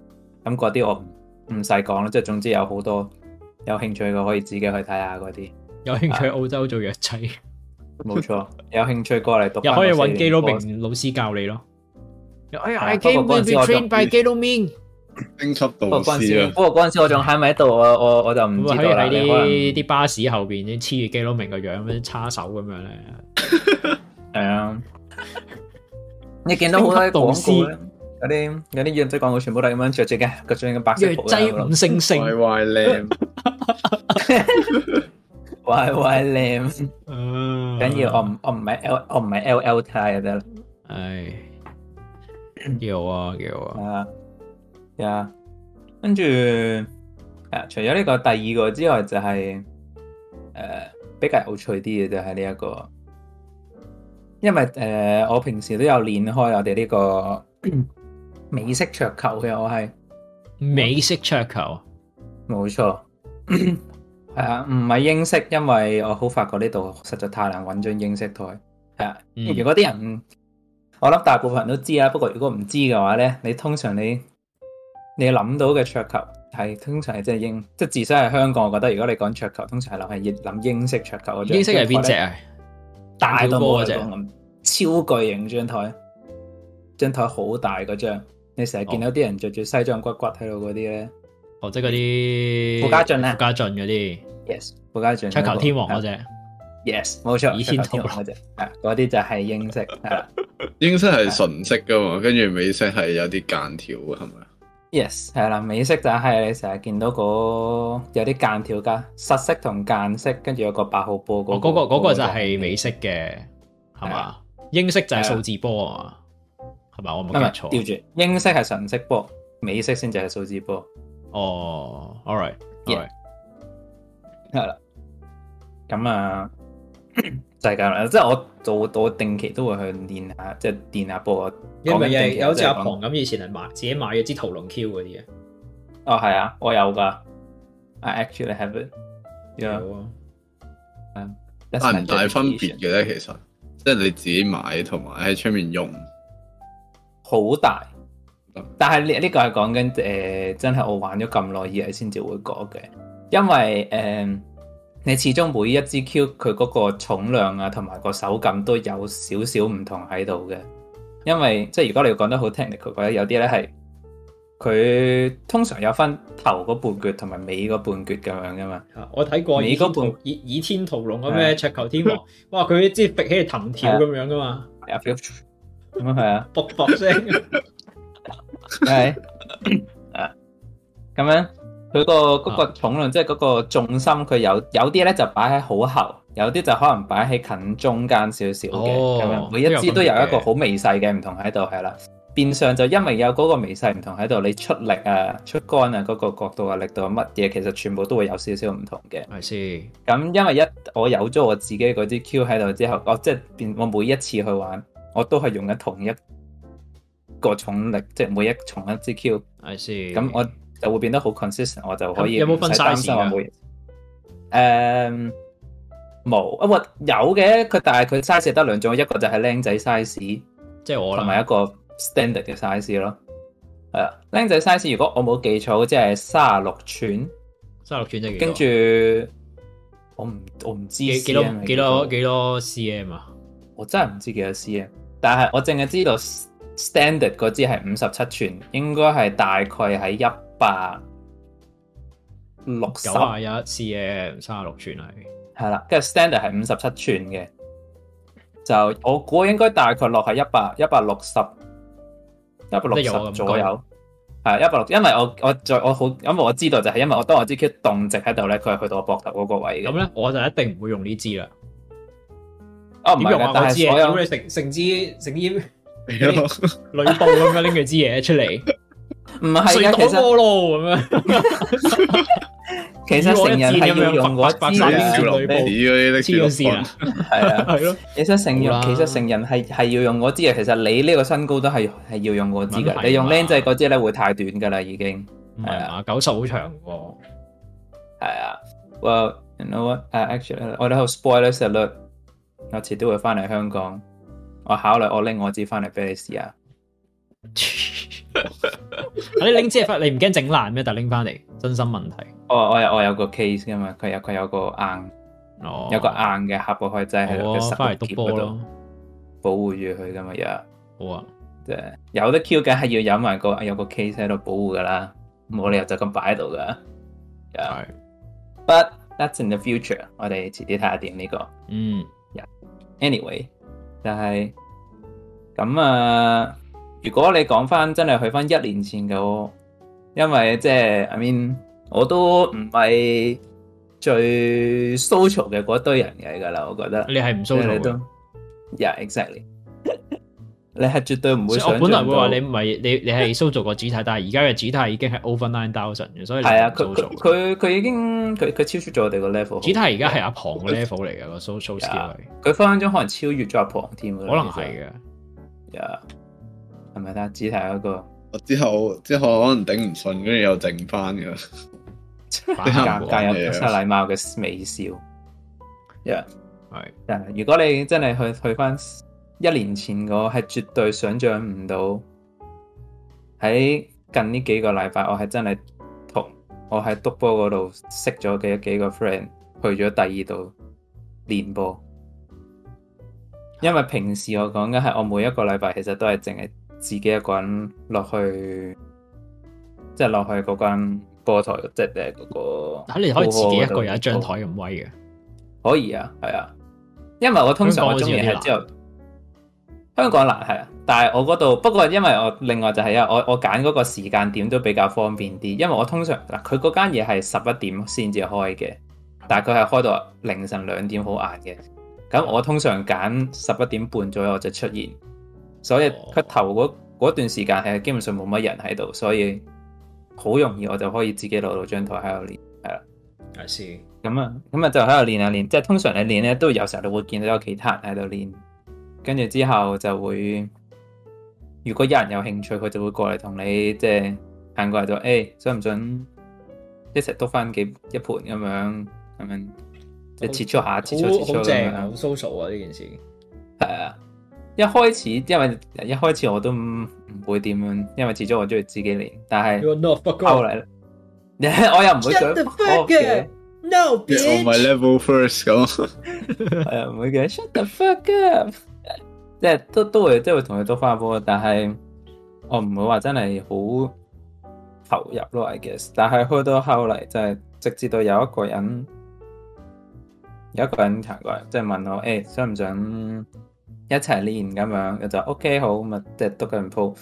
Speaker 5: 咁嗰啲我唔唔細講啦，即係總之有好多有興趣嘅可以自己去睇下嗰啲，
Speaker 2: 有興趣去澳洲做藥 劑，
Speaker 5: 冇 錯，有興趣過嚟讀
Speaker 2: 又
Speaker 5: 返
Speaker 2: 可以
Speaker 5: 個四
Speaker 2: 揾
Speaker 5: 年
Speaker 2: 基佬
Speaker 5: course
Speaker 2: 明老師教你咯。哎呀
Speaker 5: 係啊
Speaker 2: ，I
Speaker 5: 不
Speaker 2: came
Speaker 5: 過
Speaker 2: to
Speaker 5: 嗰
Speaker 2: be
Speaker 5: 陣時我就
Speaker 2: trained by 基佬明。
Speaker 6: 升級
Speaker 5: 不過
Speaker 6: 導
Speaker 5: 嗰陣
Speaker 6: 師
Speaker 5: 時，
Speaker 6: 啊，
Speaker 5: 不過嗰陣時我仲喺咪喺度，我我我就
Speaker 2: 會
Speaker 5: 唔知
Speaker 2: 啊可以
Speaker 5: 道啦。
Speaker 2: 喺
Speaker 5: 你可能
Speaker 2: 啲啲巴士後邊黐住基佬明個樣咁樣叉手咁樣咧，
Speaker 5: 係啊，你見到好多啲廣 告咧，嗰啲嗰啲養仔廣告全部都係咁樣着住嘅，個着嘅白色
Speaker 2: 藥
Speaker 5: 袍
Speaker 2: 劑五星星，
Speaker 6: 壞壞靚，
Speaker 5: 喂喂靚，
Speaker 2: 唔
Speaker 5: 緊要我唔我唔係 L 我唔係 L L T 就得啦。
Speaker 2: 唉，幾好啊，幾好啊，
Speaker 5: 啊，呀，跟住誒，除咗呢個第二個之外，就係、誒、比較有趣啲嘅就係呢一個，因為誒、我平時都有練開我哋呢、個 美式桌球嘅，我係
Speaker 2: 美式桌球，
Speaker 5: 冇錯， 係啊，唔係英式，因為我好發覺呢度實在太難揾張英式台，係啊。
Speaker 2: 嗯
Speaker 5: 如果啲人唔，我諗大部分人都知啦。不過如果唔知嘅話咧，你通常你你諗到嘅桌球係通常係即係英，即係至少係香港。我覺得如果你講桌球，通常係諗係英諗英式桌球嗰張。
Speaker 2: 英式係邊只？啊？
Speaker 5: 大
Speaker 2: 彈跳
Speaker 5: 到冇人
Speaker 2: 波啊
Speaker 5: 講咁，超巨型張台，張台好大嗰張。你成日見到啲人着住西裝骨骨喺度嗰啲咧
Speaker 2: 哦，即係嗰啲
Speaker 5: 傅家俊啊
Speaker 2: 傅家俊嗰啲
Speaker 5: ，yes，傅家俊嗰
Speaker 2: 桌
Speaker 5: 個
Speaker 2: 球天王嗰
Speaker 5: 係啊
Speaker 2: 只，
Speaker 5: Yes，冇錯，
Speaker 2: 倚天屠
Speaker 5: 天
Speaker 2: 龍
Speaker 5: 王嗰只，係嗰啲就係英式，啊係啦。
Speaker 6: 英式係純色噶嘛，跟住美式係有啲間條嘅，係咪？
Speaker 5: Yes，係啦，美式就係你成日見到嗰有啲間條噶，實式同間式，跟住有個八號波
Speaker 2: 我
Speaker 5: 嗰
Speaker 2: 哦嗰個嗰個就
Speaker 5: 就
Speaker 2: 係美式嘅，係嘛？英式就係數字波啊嘛，係咪？我
Speaker 5: 啊唔
Speaker 2: 冇
Speaker 5: 係
Speaker 2: 記
Speaker 5: 調
Speaker 2: 錯。
Speaker 5: 住，英式係純色波，美式先至係數字波，
Speaker 2: 哦，all right，all right，
Speaker 5: 係啦。咁啊， 就係咁啦，即係我做我定期都會去練下，即係練下波。
Speaker 2: 因
Speaker 5: 講緊
Speaker 2: 為
Speaker 5: 定
Speaker 2: 係
Speaker 5: 期
Speaker 2: 有好似
Speaker 5: 即係
Speaker 2: 阿
Speaker 5: 講
Speaker 2: 龐咁，以前係買自己買咗支屠龍 Q 嗰啲啊。
Speaker 5: 哦，係啊，我有噶，I actually have it。Yeah，
Speaker 2: 有啊，
Speaker 5: that's
Speaker 6: 大
Speaker 5: my
Speaker 6: 啊唔大分
Speaker 5: dedication
Speaker 6: 別嘅咧？其實即係你自己買同埋喺出面用，
Speaker 5: 好大
Speaker 6: 嗯，
Speaker 5: 但係呢呢個係講緊誒，真係我玩咗咁耐以嚟先至會講嘅，因為誒、呃你始終每一支 Q 佢嗰個重量啊，同埋個手感都有少少唔同喺度嘅，因為即係如果你講得好 technical 嘅話，有啲咧係佢通常有分頭嗰半橛同埋尾嗰半橛咁樣噶嘛，
Speaker 2: 啊我睇過
Speaker 5: 美
Speaker 2: 倚
Speaker 5: 國
Speaker 2: 天
Speaker 5: 本
Speaker 2: 屠倚倚天屠龍咁咩桌球天 王，哇！佢啲支揈起嚟藤條咁樣噶嘛，
Speaker 5: 係啊，咁係啊。
Speaker 2: 卜卜聲。
Speaker 5: 係 啊，咁樣佢個嗰個重量，即係嗰個重心，佢有有啲咧就擺喺好後，有啲就可能擺喺近中間少少嘅，
Speaker 2: 哦
Speaker 5: 咁樣每一支都有一個好微細嘅唔同喺度，係啦。變相就因為有嗰個微細唔同喺度，你出力啊、出杆啊、嗰、個角度啊、力度啊乜嘢，其實全部都會有少少唔同嘅。
Speaker 2: 係先，
Speaker 5: 咁因為一我有咗我自己嗰啲 Q 喺度之後，我即係變我每一次去玩，我都係用緊同一個重力，即係每一重一支 Q，
Speaker 2: 係先。
Speaker 5: 咁我就會變得好 consistent，我就可以
Speaker 2: 有有冇分
Speaker 5: 唔使擔心
Speaker 2: size 㗎
Speaker 5: 我每誒冇啊，或有嘅佢，但係佢 size 得兩種，一個就係僆仔 size，
Speaker 2: 即係我啦，
Speaker 5: 同埋一個 standard 嘅 size 咯。係啊，僆仔 size 如果我冇記錯，即係三十六寸，
Speaker 2: 三十六寸即係
Speaker 5: 跟
Speaker 2: 幾
Speaker 5: 住我唔我唔知
Speaker 2: 多幾幾
Speaker 5: CM
Speaker 2: 多
Speaker 5: 係
Speaker 2: 幾多幾多 cm 啊？
Speaker 5: 我真係唔知幾多 cm，但係我淨係知道 s- standard 嗰支係五十七寸，應該係大概喺一百六十
Speaker 2: 九啊一 cm，三十六寸係。
Speaker 5: 係啦，跟住 standard 係五十七寸嘅，就我估應該大概落喺一百一百六十一百六
Speaker 2: 即係有啊我
Speaker 5: 十
Speaker 2: 咁
Speaker 5: 左右。係一百六，因為我我再我好，因為我知道就係因為我當我支 Q 動直喺度咧，佢係去到我膊頭嗰個位嘅。
Speaker 2: 咁咧，我就一定唔會用呢支啦。
Speaker 5: 哦唔
Speaker 2: 點
Speaker 5: 係
Speaker 2: 用
Speaker 5: 嘅
Speaker 2: 啊？，
Speaker 5: 但
Speaker 2: 我知
Speaker 5: 係
Speaker 2: 啊，
Speaker 5: 所有
Speaker 2: 屌你成成支成支女布咁樣拎住支嘢出嚟，
Speaker 5: 唔 係
Speaker 2: 水
Speaker 5: 嘅，
Speaker 2: 果
Speaker 5: 其實
Speaker 2: 鍋咯咁樣，
Speaker 5: 其實成人係要用嗰
Speaker 2: 白
Speaker 5: 支
Speaker 2: 白白白
Speaker 5: 嘅
Speaker 6: 小龍
Speaker 2: 女
Speaker 6: 紙嗰
Speaker 2: 黐咗
Speaker 6: 啲拎住
Speaker 2: 線
Speaker 6: 落
Speaker 2: 啊！
Speaker 5: 係啊。
Speaker 2: 係咯，
Speaker 5: 你想成
Speaker 2: 好啦
Speaker 5: 人，其實成人係係要用嗰支嘅。其實你呢個身高都係係要用嗰支
Speaker 2: 咁係嘛
Speaker 5: 嘅。你用僆仔嗰支咧會太短㗎啦，已經
Speaker 2: 唔係嘛？九十好長喎，
Speaker 5: 係啊。Well, you know what? 誒，actually，我哋喺度 spoiler alert。我遲啲會翻嚟香港，我考慮我拎我支翻嚟俾你試下。
Speaker 2: 啊你拎支嘢翻，你唔驚整爛咩？但係拎翻嚟，真心問題。
Speaker 5: 我我有我有個 case 㗎嘛，佢有佢有個硬
Speaker 2: 哦，
Speaker 5: 有個硬啊嘅盒個開掣喺
Speaker 2: 好
Speaker 5: 佢
Speaker 2: 啊，
Speaker 5: 實
Speaker 2: 翻嚟
Speaker 5: 個
Speaker 2: 篤
Speaker 5: 夾
Speaker 2: 波
Speaker 5: 嗰
Speaker 2: 咯
Speaker 5: 度，保護住佢㗎嘛，呀！
Speaker 2: 好啊，
Speaker 5: 即係有得 Q 梗係要有埋個有個 case 喺度保護噶啦，冇理由就咁擺喺度噶。
Speaker 2: 係
Speaker 5: But that's in the future，我哋遲啲睇下點呢個。
Speaker 2: 嗯，
Speaker 5: Anyway，就係咁啊。如果你講翻真係去翻一年前嘅我，因為即係 I mean 我都唔係最 social 嘅嗰堆人嚟㗎啦，我覺得。
Speaker 2: 你係唔
Speaker 5: 即
Speaker 2: social
Speaker 5: 係你都
Speaker 2: 嘅。
Speaker 5: ，yeah exactly 你係絕對唔會
Speaker 2: 所以我本
Speaker 5: 想
Speaker 2: 來
Speaker 5: 象
Speaker 2: 會話
Speaker 5: 到
Speaker 2: 你。唔係你你 係 social 個指態，但係而家嘅指態已經係 over nine thousand 嘅，所以你
Speaker 5: 係啊，
Speaker 2: 唔 social
Speaker 5: 佢佢佢佢已經佢佢超出咗我哋個 level。
Speaker 2: 指態而家係阿龐嘅 level 嚟嘅個 social skill 係，
Speaker 5: 佢分分鐘可能超越咗阿龐添㗎
Speaker 2: 可
Speaker 5: 啦
Speaker 2: 能係嘅。
Speaker 5: 其實 Yeah，係咪啊？指態嗰 個
Speaker 6: 我之後之後可能頂唔順，跟住又剩翻噶。
Speaker 2: 反
Speaker 5: 加
Speaker 2: 效果
Speaker 5: 加有
Speaker 6: 係啊
Speaker 5: 失禮貌嘅微笑。Yeah，
Speaker 2: 係
Speaker 5: 但係如果你真係去去翻一年前嗰個，我係絕對想像唔到喺近呢幾個禮拜，我係真係同我喺督波嗰度識咗嘅幾個 friend 去咗第二度練波。因為平時我講緊係我每一個禮拜其實都係淨係自己一個人落去，即係落去嗰間波台，即係誒嗰個。
Speaker 2: 嚇啊你可以自己一個人
Speaker 5: 人
Speaker 2: 一張台咁威嘅，
Speaker 5: 可以啊，係啊，因為我通常我中意係之後香港難係啊，但係我嗰度不過因為我另外就係、啊，我我揀嗰個時間點都比較方便啲，因為我通常嗱佢嗰間嘢係十一點先至開嘅，但係佢係開到凌晨兩點好晏嘅，咁我通常揀十一點半左右我就出現，所以佢頭嗰嗰段時間係基本上冇乜人喺度，所以好容易我就可以自己攞到張台喺度練。
Speaker 2: 係先。
Speaker 5: 咁啊，咁啊就喺度練下練，即係通常你練咧，都有時候你會見到有其他人喺度練，跟住之後就會，如果有人有興趣，佢就會過嚟同你即係行過嚟就，誒、想唔想一齊督翻幾一盤咁樣，咁樣即係切磋下，切磋切磋咁樣。
Speaker 2: social 啊呢件事。
Speaker 5: 係啊，一開始因為一開始我都唔唔會點樣，因為始終我中意自己練，但係
Speaker 2: not
Speaker 5: 後嚟 我又唔會想 fuck 嘅。
Speaker 2: No
Speaker 6: 我咪 level first 咁，啊
Speaker 5: 系啊，唔會嘅，shut the fuck up，即係都都會即係會同佢多翻波，但係我唔會話真係好投入咯，I guess。但係去到後嚟就係、直至到有一個人有一個人行過嚟，即係問我誒、欸想唔想一齊練咁樣，我就 OK 好咁啊，即係督緊鋪。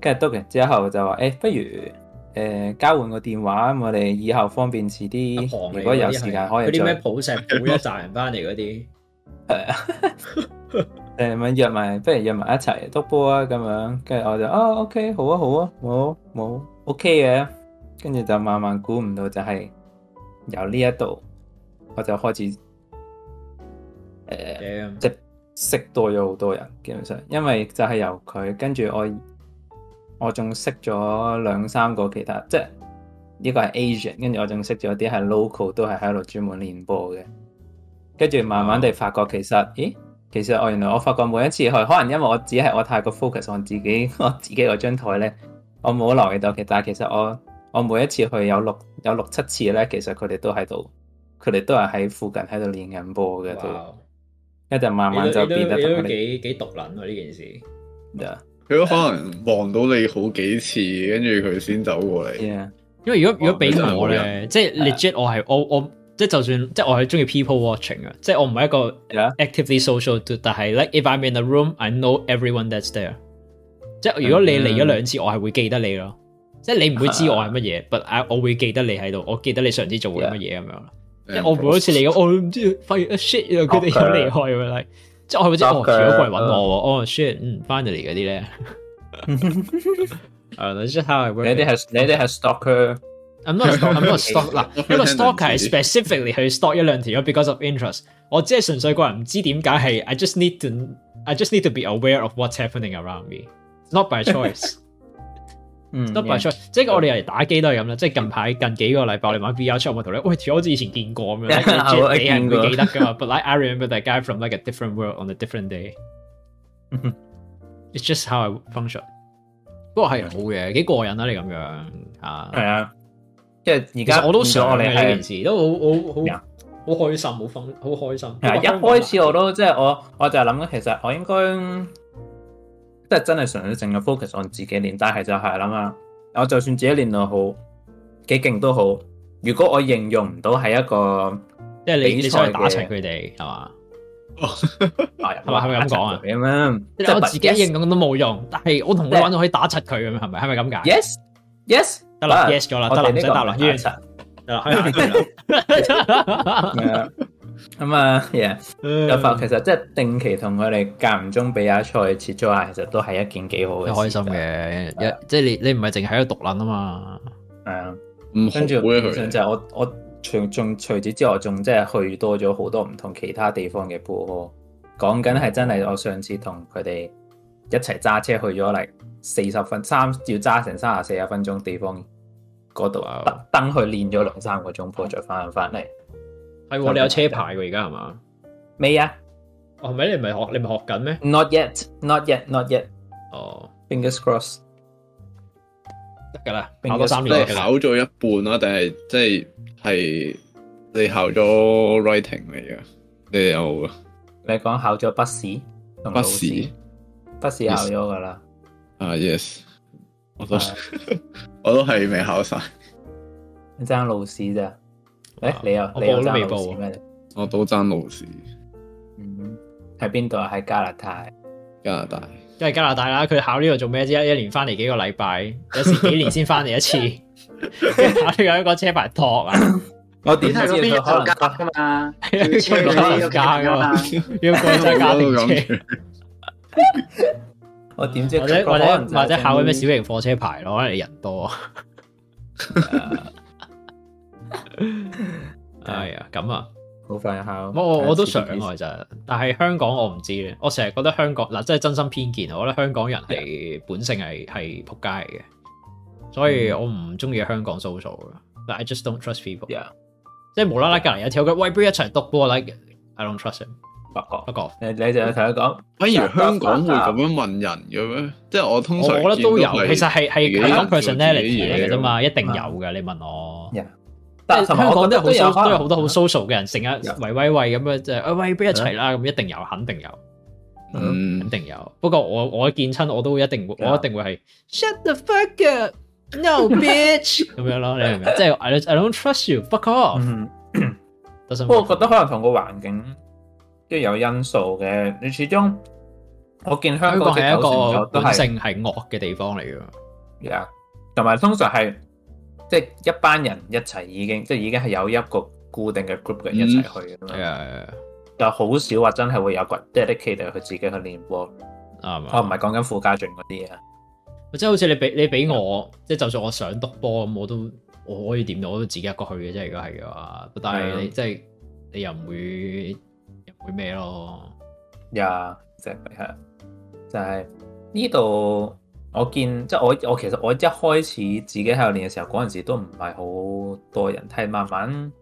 Speaker 5: 跟住督完之後就話：誒、不如誒、交換個電話，咁我哋以後方便遲
Speaker 2: 一
Speaker 5: 啲，
Speaker 2: 行嚟
Speaker 5: 如果有
Speaker 2: 嗰啲係
Speaker 5: 時間可
Speaker 2: 嗰
Speaker 5: 以
Speaker 2: 啲咩
Speaker 5: 再
Speaker 2: 普石普一扎人翻嚟嗰啲，
Speaker 5: 誒咪約埋，不如約埋一齊督波啊咁樣。跟住我就啊 OK 好啊好啊，冇冇 OK 嘅。跟住就慢慢估唔到就係由呢一度我就開始誒。呃
Speaker 2: Damn
Speaker 5: 即係識多咗好多人，基本上，因為就係由佢，跟住我我仲識咗兩三個其他，即係呢個係 Asian，跟住我仲識咗啲係 local，都係喺度專門練波嘅。跟住慢慢地發覺其實，咦，其實我原來我發覺每一次去，可能因為我只係我太過 focus 我自己 我自己嗰張台咧，我冇留意到其實，但係其實我我每一次去有六有六七次咧，其實佢哋都喺度，佢哋都係喺附近喺度練緊波嘅都。
Speaker 2: 哇！
Speaker 5: 一陣慢慢
Speaker 2: 你都
Speaker 5: 就
Speaker 2: 你
Speaker 5: 變
Speaker 2: 都
Speaker 5: 得
Speaker 2: 你
Speaker 5: 同
Speaker 2: 都
Speaker 5: 佢哋
Speaker 2: 幾幾獨撚喎呢件事，
Speaker 5: Dạ.
Speaker 6: 佢都可能望到你好幾次，跟住佢先走過嚟。
Speaker 5: Yeah，
Speaker 2: 因為如果如果俾
Speaker 6: 哇你真係
Speaker 2: 我
Speaker 6: 好
Speaker 2: 咧，即係 legit 我係我我即係就算即係我係中意 people watching 啊，即係我唔係一個
Speaker 5: Yeah.
Speaker 2: actively social dude，但係 like if I'm in a room I know everyone that's there。即係如果你嚟咗兩次，我係會記得你咯。即係你唔會知我嗯係乜嘢，but I 我會記得你喺度，我記得你上次做過乜嘢咁樣咯。即嗯係我每一次嚟咁，我唔知發現啊 uh, shit，原來佢哋有離開咁樣，like，即係我會知哦，如
Speaker 5: Stalker
Speaker 2: 果過嚟揾我喎，哦 shit，嗯，finally 嗰啲咧。 啊，that's just how I
Speaker 5: 你
Speaker 2: work.
Speaker 5: 哋係你哋係 stalker，
Speaker 2: I'm not a stalk, I'm not a stalk 嗱，一個 stalker 係
Speaker 6: Tendency
Speaker 2: specifically 去 stalk 一兩條友 because of interest。我只係純粹個人唔知點解係，I just need to I just need to be aware of what's happening around me. Not by choice,
Speaker 5: 嗯
Speaker 2: not by choice。即係我哋嚟打機都係咁啦。即係近排近幾個禮拜我哋玩 VR 出，我同你喂條友好似以前見過 咁樣，
Speaker 5: 我都
Speaker 2: 你係
Speaker 5: 見
Speaker 2: 唔
Speaker 5: 過
Speaker 2: 會記得㗎嘛？But like I remember that guy from like a different world on a different day.
Speaker 5: 嗯哼
Speaker 2: It's just how I function。不過係好嘅，幾過癮啊！你咁樣啊。
Speaker 5: 嗯係啊，即係而
Speaker 2: 其
Speaker 5: 家
Speaker 2: 實我都
Speaker 5: 見
Speaker 2: 想
Speaker 5: 到我
Speaker 2: 我
Speaker 5: 哋
Speaker 2: 哋
Speaker 5: 係
Speaker 2: 呢件事，都好好
Speaker 5: 咩
Speaker 2: 好
Speaker 5: 啊
Speaker 2: 好開心，好分好開心。
Speaker 5: 係啊
Speaker 2: 不
Speaker 5: 一
Speaker 2: 過香港
Speaker 5: 開始我都即係我我就係諗緊，其實我應該即係真係純粹淨係 focus on 自己練，但係就係諗啊，我就算自己練到好幾勁都好，如果我形容唔到係一個
Speaker 2: 即係你
Speaker 5: 比
Speaker 2: 你
Speaker 5: 賽
Speaker 2: 想去打
Speaker 5: 嘅
Speaker 2: 柒佢哋係嘛？
Speaker 5: 係 Ờ, dạ,
Speaker 2: 咪係咪咁講啊
Speaker 5: 咁樣，
Speaker 2: 即係我自己應
Speaker 5: 形
Speaker 2: 用都冇用，但係我同你
Speaker 5: 即係
Speaker 2: 玩到可以打柒佢咁樣，係咪係咪咁解？
Speaker 5: yes yes Ờ.
Speaker 2: 得啦
Speaker 5: 得
Speaker 2: ，yes 咗啦，
Speaker 5: 我
Speaker 2: 得啦，
Speaker 5: 哋
Speaker 2: 唔
Speaker 5: 呢
Speaker 2: 使
Speaker 5: 個
Speaker 2: 答啦，
Speaker 5: 唔
Speaker 2: 完
Speaker 5: 係打
Speaker 2: 得啦， 開眼
Speaker 5: 柒 咁啊，yeah。有發
Speaker 2: 嗯
Speaker 5: 其實即係定期同佢哋間唔中比下賽切磋下，其實都係一件幾好嘅
Speaker 2: 都開心
Speaker 5: 事
Speaker 2: 嘅，一即係你你唔係淨係喺度獨撚啊嘛，
Speaker 5: 㗎。係啊，
Speaker 6: 唔好
Speaker 5: 跟住
Speaker 6: 咧
Speaker 5: 本身
Speaker 6: 佢
Speaker 5: 就係我我除仲除此之外，仲即係去多咗好多唔同其他地方嘅波咯。講緊係真係我上次同佢哋一齊揸車去咗嚟四十分三要揸成三十四十分鐘地方嗰度，
Speaker 2: 哇
Speaker 5: 特登去練咗兩三個鐘波，再翻翻嚟。
Speaker 2: 係喎，你有車牌喎而家係嘛？
Speaker 5: 未啊
Speaker 2: 哦，係咪你唔係學你唔係學緊咩？
Speaker 5: ？Not yet, not yet, not yet.
Speaker 2: 哦，
Speaker 5: Fingers crossed.
Speaker 2: 得㗎啦，
Speaker 5: Fingers-
Speaker 2: 考多三
Speaker 6: 你
Speaker 2: 年
Speaker 6: 係
Speaker 2: 㗎
Speaker 6: 考
Speaker 2: 啦，
Speaker 6: 咗一半啦，定係即係係你考咗 writing 嚟嘅？你哋有冇啊？
Speaker 5: 你講考咗筆試同老
Speaker 6: 筆
Speaker 5: 師
Speaker 6: 試？
Speaker 5: 筆試考咗噶啦，
Speaker 6: 啊，yes，我
Speaker 2: 啊
Speaker 6: 都
Speaker 5: 係
Speaker 6: 我都係未考晒，
Speaker 5: 你爭老師咋？誒
Speaker 2: 啊，
Speaker 5: 你又
Speaker 2: 我
Speaker 5: 你
Speaker 2: 報
Speaker 5: 又
Speaker 2: 都
Speaker 5: 爭
Speaker 2: 未
Speaker 5: 老
Speaker 2: 報
Speaker 5: 師
Speaker 2: 啊
Speaker 5: 咩？你
Speaker 6: 我都爭老師
Speaker 5: 嗯，喺邊度啊？喺加拿大。
Speaker 6: 加拿大。
Speaker 2: 梗係加拿大啦，佢考呢個做咩啫？一年翻嚟幾個禮拜， 有時幾年先翻嚟一 次，考呢個一個車牌托 啊，
Speaker 5: 我
Speaker 3: 你
Speaker 5: 點知
Speaker 3: 睇嗰邊有
Speaker 5: 佢可
Speaker 3: 頭
Speaker 5: 能
Speaker 3: 家
Speaker 5: 翻
Speaker 3: 噶嘛？
Speaker 2: 要
Speaker 3: 車
Speaker 2: 車
Speaker 3: 嗰
Speaker 2: 牌
Speaker 3: 邊有
Speaker 2: 托加噶
Speaker 3: 噶嘛
Speaker 2: 啊嘛，？要過 真家庭車，
Speaker 5: 我點知
Speaker 2: 或者
Speaker 5: 佢
Speaker 2: 或
Speaker 5: 可
Speaker 2: 者
Speaker 5: 能就係
Speaker 2: 或者考緊咩
Speaker 5: 咁
Speaker 2: 小型貨車牌咯，可能你人 多。啊係啊，咁啊，
Speaker 5: 好快考。
Speaker 2: 我我我都想啊，其實，但係香港我唔知嘅，我成日覺得香港嗱，真係真心偏見，我覺得香港人
Speaker 5: 啊
Speaker 2: 係本性係係仆街嚟嘅，所以
Speaker 5: 嗯
Speaker 2: 我唔中意香港 social 嘅，but I just don't trust people。
Speaker 5: Yeah，
Speaker 2: 即係無啦啦隔離有條友，喂，不如一齊篤波，like I don't trust him。
Speaker 5: 發覺
Speaker 2: 不過
Speaker 5: 你你就同佢講，
Speaker 6: 反而香港會咁樣問人嘅咩？即係我通
Speaker 2: 我我
Speaker 6: 常
Speaker 2: 覺得都有，其實係
Speaker 6: 自己
Speaker 2: 係係講
Speaker 6: 人做自己
Speaker 2: personality 嚟嘅啫嘛，一定有
Speaker 5: 啊
Speaker 2: 嘅。你問我，即
Speaker 5: 但
Speaker 2: 係香
Speaker 5: 同埋我
Speaker 2: 港
Speaker 5: 覺
Speaker 2: 都
Speaker 5: 得都有
Speaker 2: 有好 so- 都有
Speaker 5: 有嗯
Speaker 2: 好多好 social 嘅人，成日
Speaker 5: Yeah
Speaker 2: 喂喂喂咁樣就係，哎喂，不如一齊
Speaker 5: 啊
Speaker 2: 啦，咁一定有，肯定有，
Speaker 6: 嗯
Speaker 2: 肯，定有。不過
Speaker 5: 啊
Speaker 2: 我我見親我都一定會，
Speaker 5: Yeah
Speaker 2: 我一定會係 shut the fuck up。No bitch 咁樣咯，你明唔明？即 係 I don't- I don't trust you, fuck off。
Speaker 5: 嗯
Speaker 2: 不
Speaker 5: 不過我覺得可能同個環境即係有因素嘅，你始終我見香
Speaker 2: 香港
Speaker 5: 港
Speaker 2: 係一個
Speaker 5: 個都
Speaker 2: 本
Speaker 5: 係
Speaker 2: 性係惡嘅地方嚟㗎。
Speaker 5: 呀，同埋通常係即係一班人一齊已經即係已經係有一個固定嘅 group 嘅人一齊去咁
Speaker 2: 係
Speaker 5: 樣，
Speaker 2: 啊，
Speaker 5: 就好少話真係會有個人 dedicated 去自己去練波。
Speaker 2: 係啊啱
Speaker 5: 我
Speaker 2: 啊
Speaker 5: 唔。係講緊傅家俊嗰啲啊，
Speaker 2: 即係好似你俾你俾我，即係就算我想督波咁，我都我可以點到，我都自己一個去嘅啫。如果係嘅話，但
Speaker 5: 係啊
Speaker 2: 係你即係你又唔會又唔會咩咯？
Speaker 5: 呀，即係係就係呢度。我見即係我我其實我一開始自己喺度練嘅時候，嗰陣時都唔係好多人，係慢慢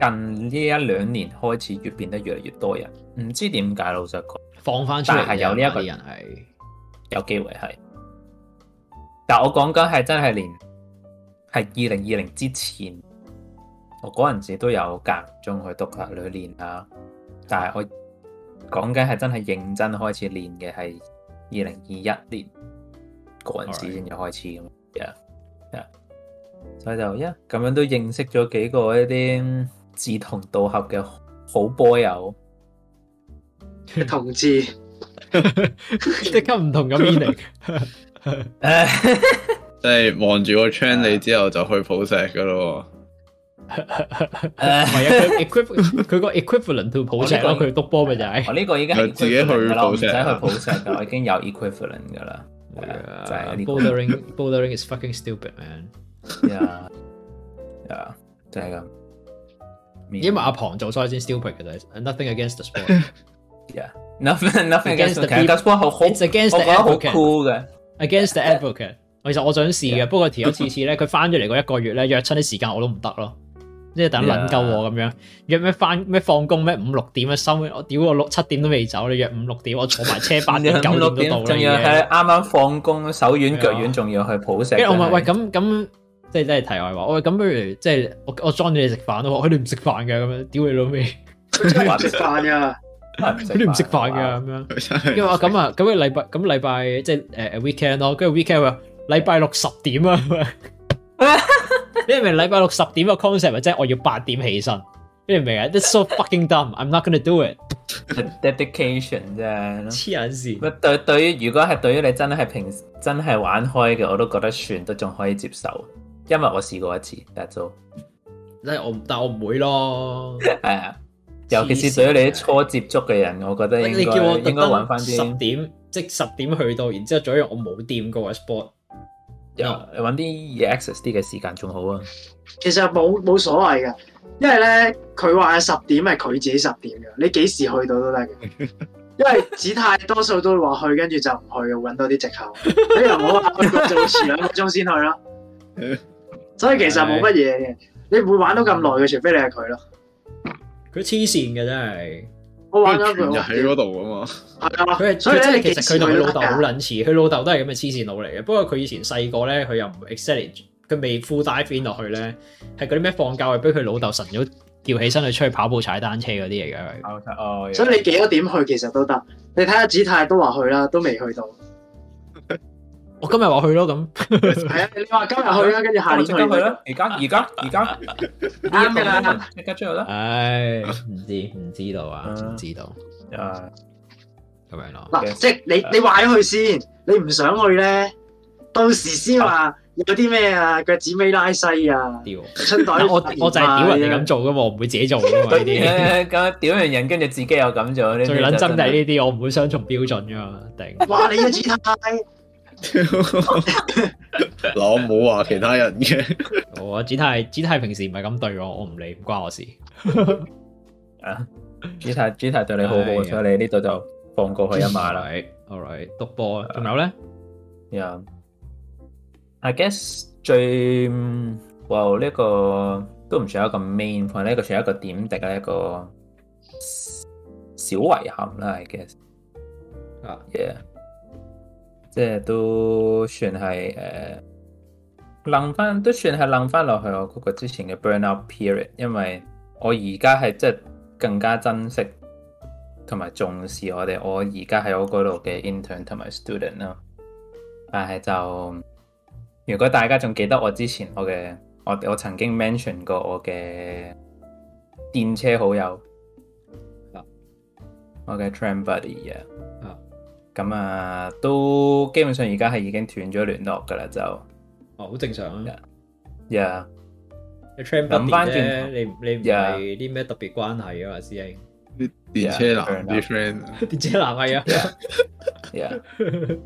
Speaker 5: 近呢一兩年開始越變得越嚟越多人，唔知點解老實講。
Speaker 2: 放翻出嚟
Speaker 5: 但係有呢一個
Speaker 2: 嘅人係
Speaker 5: 有機會係。但我講緊係真係連係二零二零之前，我嗰陣時都有間唔中去督下去練下，但係我講緊係真係認真開始練嘅係二零二一年嗰陣時先至開始咁樣。Yeah，yeah 所以就一咁樣都認識咗幾個一啲志同道合嘅好波友，
Speaker 6: 嗯
Speaker 3: 同志，
Speaker 2: 即刻唔同咁面 嚟。
Speaker 6: 即係望住個
Speaker 2: 啊
Speaker 6: train 你之後就去普石噶咯
Speaker 2: 唔係啊，佢 equip 佢個 equivalent to 普石咯，
Speaker 5: 我呢個
Speaker 2: 佢督波咪就係
Speaker 5: 我啊哦呢個已經
Speaker 6: 佢
Speaker 5: 係
Speaker 6: 自己去
Speaker 5: equivalent 㗎啦，我唔
Speaker 6: 補
Speaker 5: 使
Speaker 6: 石
Speaker 5: 去普石噶，我已經有 equivalent 噶啦。係啊就係呢
Speaker 2: b o u l d e r i n g bouldering is fucking stupid man。
Speaker 5: 個呀呀，就係咁。
Speaker 2: 因為阿龐做所以先 stupid 嘅啫，nothing against the sport。
Speaker 5: nothing nothing
Speaker 2: Against
Speaker 5: against
Speaker 2: the
Speaker 5: the c a s p o r 好好，我
Speaker 2: It's
Speaker 5: 覺
Speaker 2: against the
Speaker 5: 得好
Speaker 2: advocate。
Speaker 5: cool 嘅。
Speaker 2: against the advocate。其實我想試嘅，不過條友次次咧，佢翻咗嚟嗰一個月咧，約親啲時間我都唔得咯，即係等撚鳩我咁樣。約咩翻咩放工咩五六點啊收，我屌我六七點都未走，你約五六點，我坐埋車八點
Speaker 5: 五
Speaker 2: 九
Speaker 5: 六
Speaker 2: 點都到
Speaker 5: 點，仲
Speaker 2: 啦已
Speaker 5: 要
Speaker 2: 經。
Speaker 5: 係啱啱放工，手
Speaker 2: 係
Speaker 5: 軟
Speaker 2: 啊
Speaker 5: 腳軟，仲要去普石。
Speaker 2: 跟住我問
Speaker 5: 真係
Speaker 2: 喂咁咁，即係真係題外話，我喂咁不如即係我我 join 你哋食飯咯，佢哋唔食飯嘅咁樣，屌你老味，
Speaker 3: 佢真係唔食飯㗎，
Speaker 2: 佢哋唔食飯嘅咁樣。
Speaker 6: 喎。
Speaker 2: 跟 住我話咁啊，咁個禮拜咁禮拜即係誒誒 weekend 咯，跟住 weekend 話禮拜六十點 啊，你明唔明禮拜六十點個 concept 咪即係我要八點起身，你明唔明啊？That's so fucking dumb. I'm not gonna do it。
Speaker 5: dedication 啫。
Speaker 2: 黐眼線，
Speaker 5: 乜對對於如果係對於你真係平時真係玩開嘅，我都覺得算都仲可以接受，因為我試過一次，that's all。
Speaker 2: 即係我但我唔會咯。
Speaker 5: 係啊，尤其是對於你啲初接觸嘅人，我覺得應
Speaker 2: 你叫我
Speaker 5: 該
Speaker 2: 特
Speaker 5: 應該揾翻
Speaker 2: 登十
Speaker 5: 啲，
Speaker 2: 點即十點去到，然之後仲有一樣我冇掂過嘅 sport。no
Speaker 5: 你揾啲嘢 access 啲嘅時間仲好啊。
Speaker 3: 其實冇冇所謂嘅，因為咧佢話嘅十點係佢自己十點嘅，你幾時去到都得 嘅。因為子太多數都會話去，跟住就唔去嘅，揾多啲藉口。你又唔好話去到就遲兩個鐘先去 咯。所以其實冇乜嘢嘅，你唔會玩到咁耐嘅，除非你係佢咯。
Speaker 2: 佢黐線嘅真係，
Speaker 3: 我玩咗
Speaker 6: 佢
Speaker 3: 一個
Speaker 6: 全日喺嗰度 啊嘛，
Speaker 3: 係啊，
Speaker 2: 佢係
Speaker 3: 所以
Speaker 2: 佢真
Speaker 3: 咧
Speaker 2: 係
Speaker 3: 你
Speaker 2: 其
Speaker 3: 幾
Speaker 2: 實
Speaker 3: 時
Speaker 2: 佢
Speaker 3: 去都
Speaker 2: 同佢老
Speaker 3: 得
Speaker 2: 豆好
Speaker 3: 㗎。
Speaker 2: 撚似，佢老豆都係咁嘅黐線佬嚟嘅。不過佢以前細個咧，佢又唔 exactly 佢未 full dive in 落去咧，係嗰啲咩放假係俾佢老豆晨早叫起身去出去跑步、踩單車嗰啲嚟嘅。
Speaker 5: 哦，
Speaker 3: 所以你幾多點去其實都得。你睇下子太都話去啦，都未去到。
Speaker 2: 我今日話去咯咁，
Speaker 3: 係啊，你話今日去啦，跟住下年
Speaker 5: 即刻去
Speaker 3: 去啦。
Speaker 5: 啦！而家而家而 家
Speaker 3: 啱㗎啦，
Speaker 5: 即刻出去
Speaker 3: 啊
Speaker 5: 啦！
Speaker 2: 唉，唔知唔知道啊，唔知道
Speaker 5: 啊，
Speaker 2: 咁樣咯。
Speaker 3: 嗱，即係你你
Speaker 2: 啊
Speaker 3: 話咗去先，你唔想去咧，到時先話有啲咩啊，腳趾尾拉西啊，
Speaker 2: 屌，
Speaker 3: 春袋
Speaker 2: 但我我就係屌人哋咁
Speaker 3: 咁。
Speaker 2: 做噶嘛，我唔會自己做噶 嘛呢 啲。
Speaker 5: 誒咁屌完人，跟住自己又咁做，呢啲
Speaker 2: 最撚
Speaker 5: 就
Speaker 2: 憎
Speaker 5: 真
Speaker 2: 就係呢啲，我唔會雙重標準噶嘛，頂。
Speaker 3: 哇！你嘅姿態，
Speaker 6: 嗱我冇話其啊他人嘅，
Speaker 2: 我子泰子泰平時唔係咁對我，我唔理，唔關我事。
Speaker 5: 啊！G 太 G 太對你好好，
Speaker 2: 係啊
Speaker 5: 所以你呢度就放過佢一馬啦。
Speaker 2: All right，督波啊，仲有咧？
Speaker 5: Yeah. I guess 最哇呢一個都唔算一個 main point，呢一個算一個點滴嘅一個小遺憾啦。I guess
Speaker 2: 啊
Speaker 5: ，yeah，即係都算係誒，楞、翻都算係楞翻落去我嗰個之前嘅 burnout period，因為我而家係即係更加珍惜同埋重視我哋我而家喺我嗰度嘅 intern 同埋 student 啦。但係就如果大家仲記得我之前我嘅我我曾經 mention 過我嘅電車好友
Speaker 2: 啊
Speaker 5: 我嘅 tram buddy 啊
Speaker 2: 啊，
Speaker 5: 咁啊，都基本上而家係已經斷咗聯絡噶啦，就
Speaker 2: 哦，好正常啊。
Speaker 5: yeah
Speaker 2: 你 train
Speaker 5: 諗
Speaker 2: 不
Speaker 5: 返
Speaker 2: 翻
Speaker 5: 轉
Speaker 2: 啫，
Speaker 5: 頭
Speaker 2: 你你唔
Speaker 5: Yeah
Speaker 2: 係啲咩特別關係啊嘛，師兄。
Speaker 6: 啲電車男啲 friend 啊
Speaker 2: 電車男係啊，
Speaker 5: yeah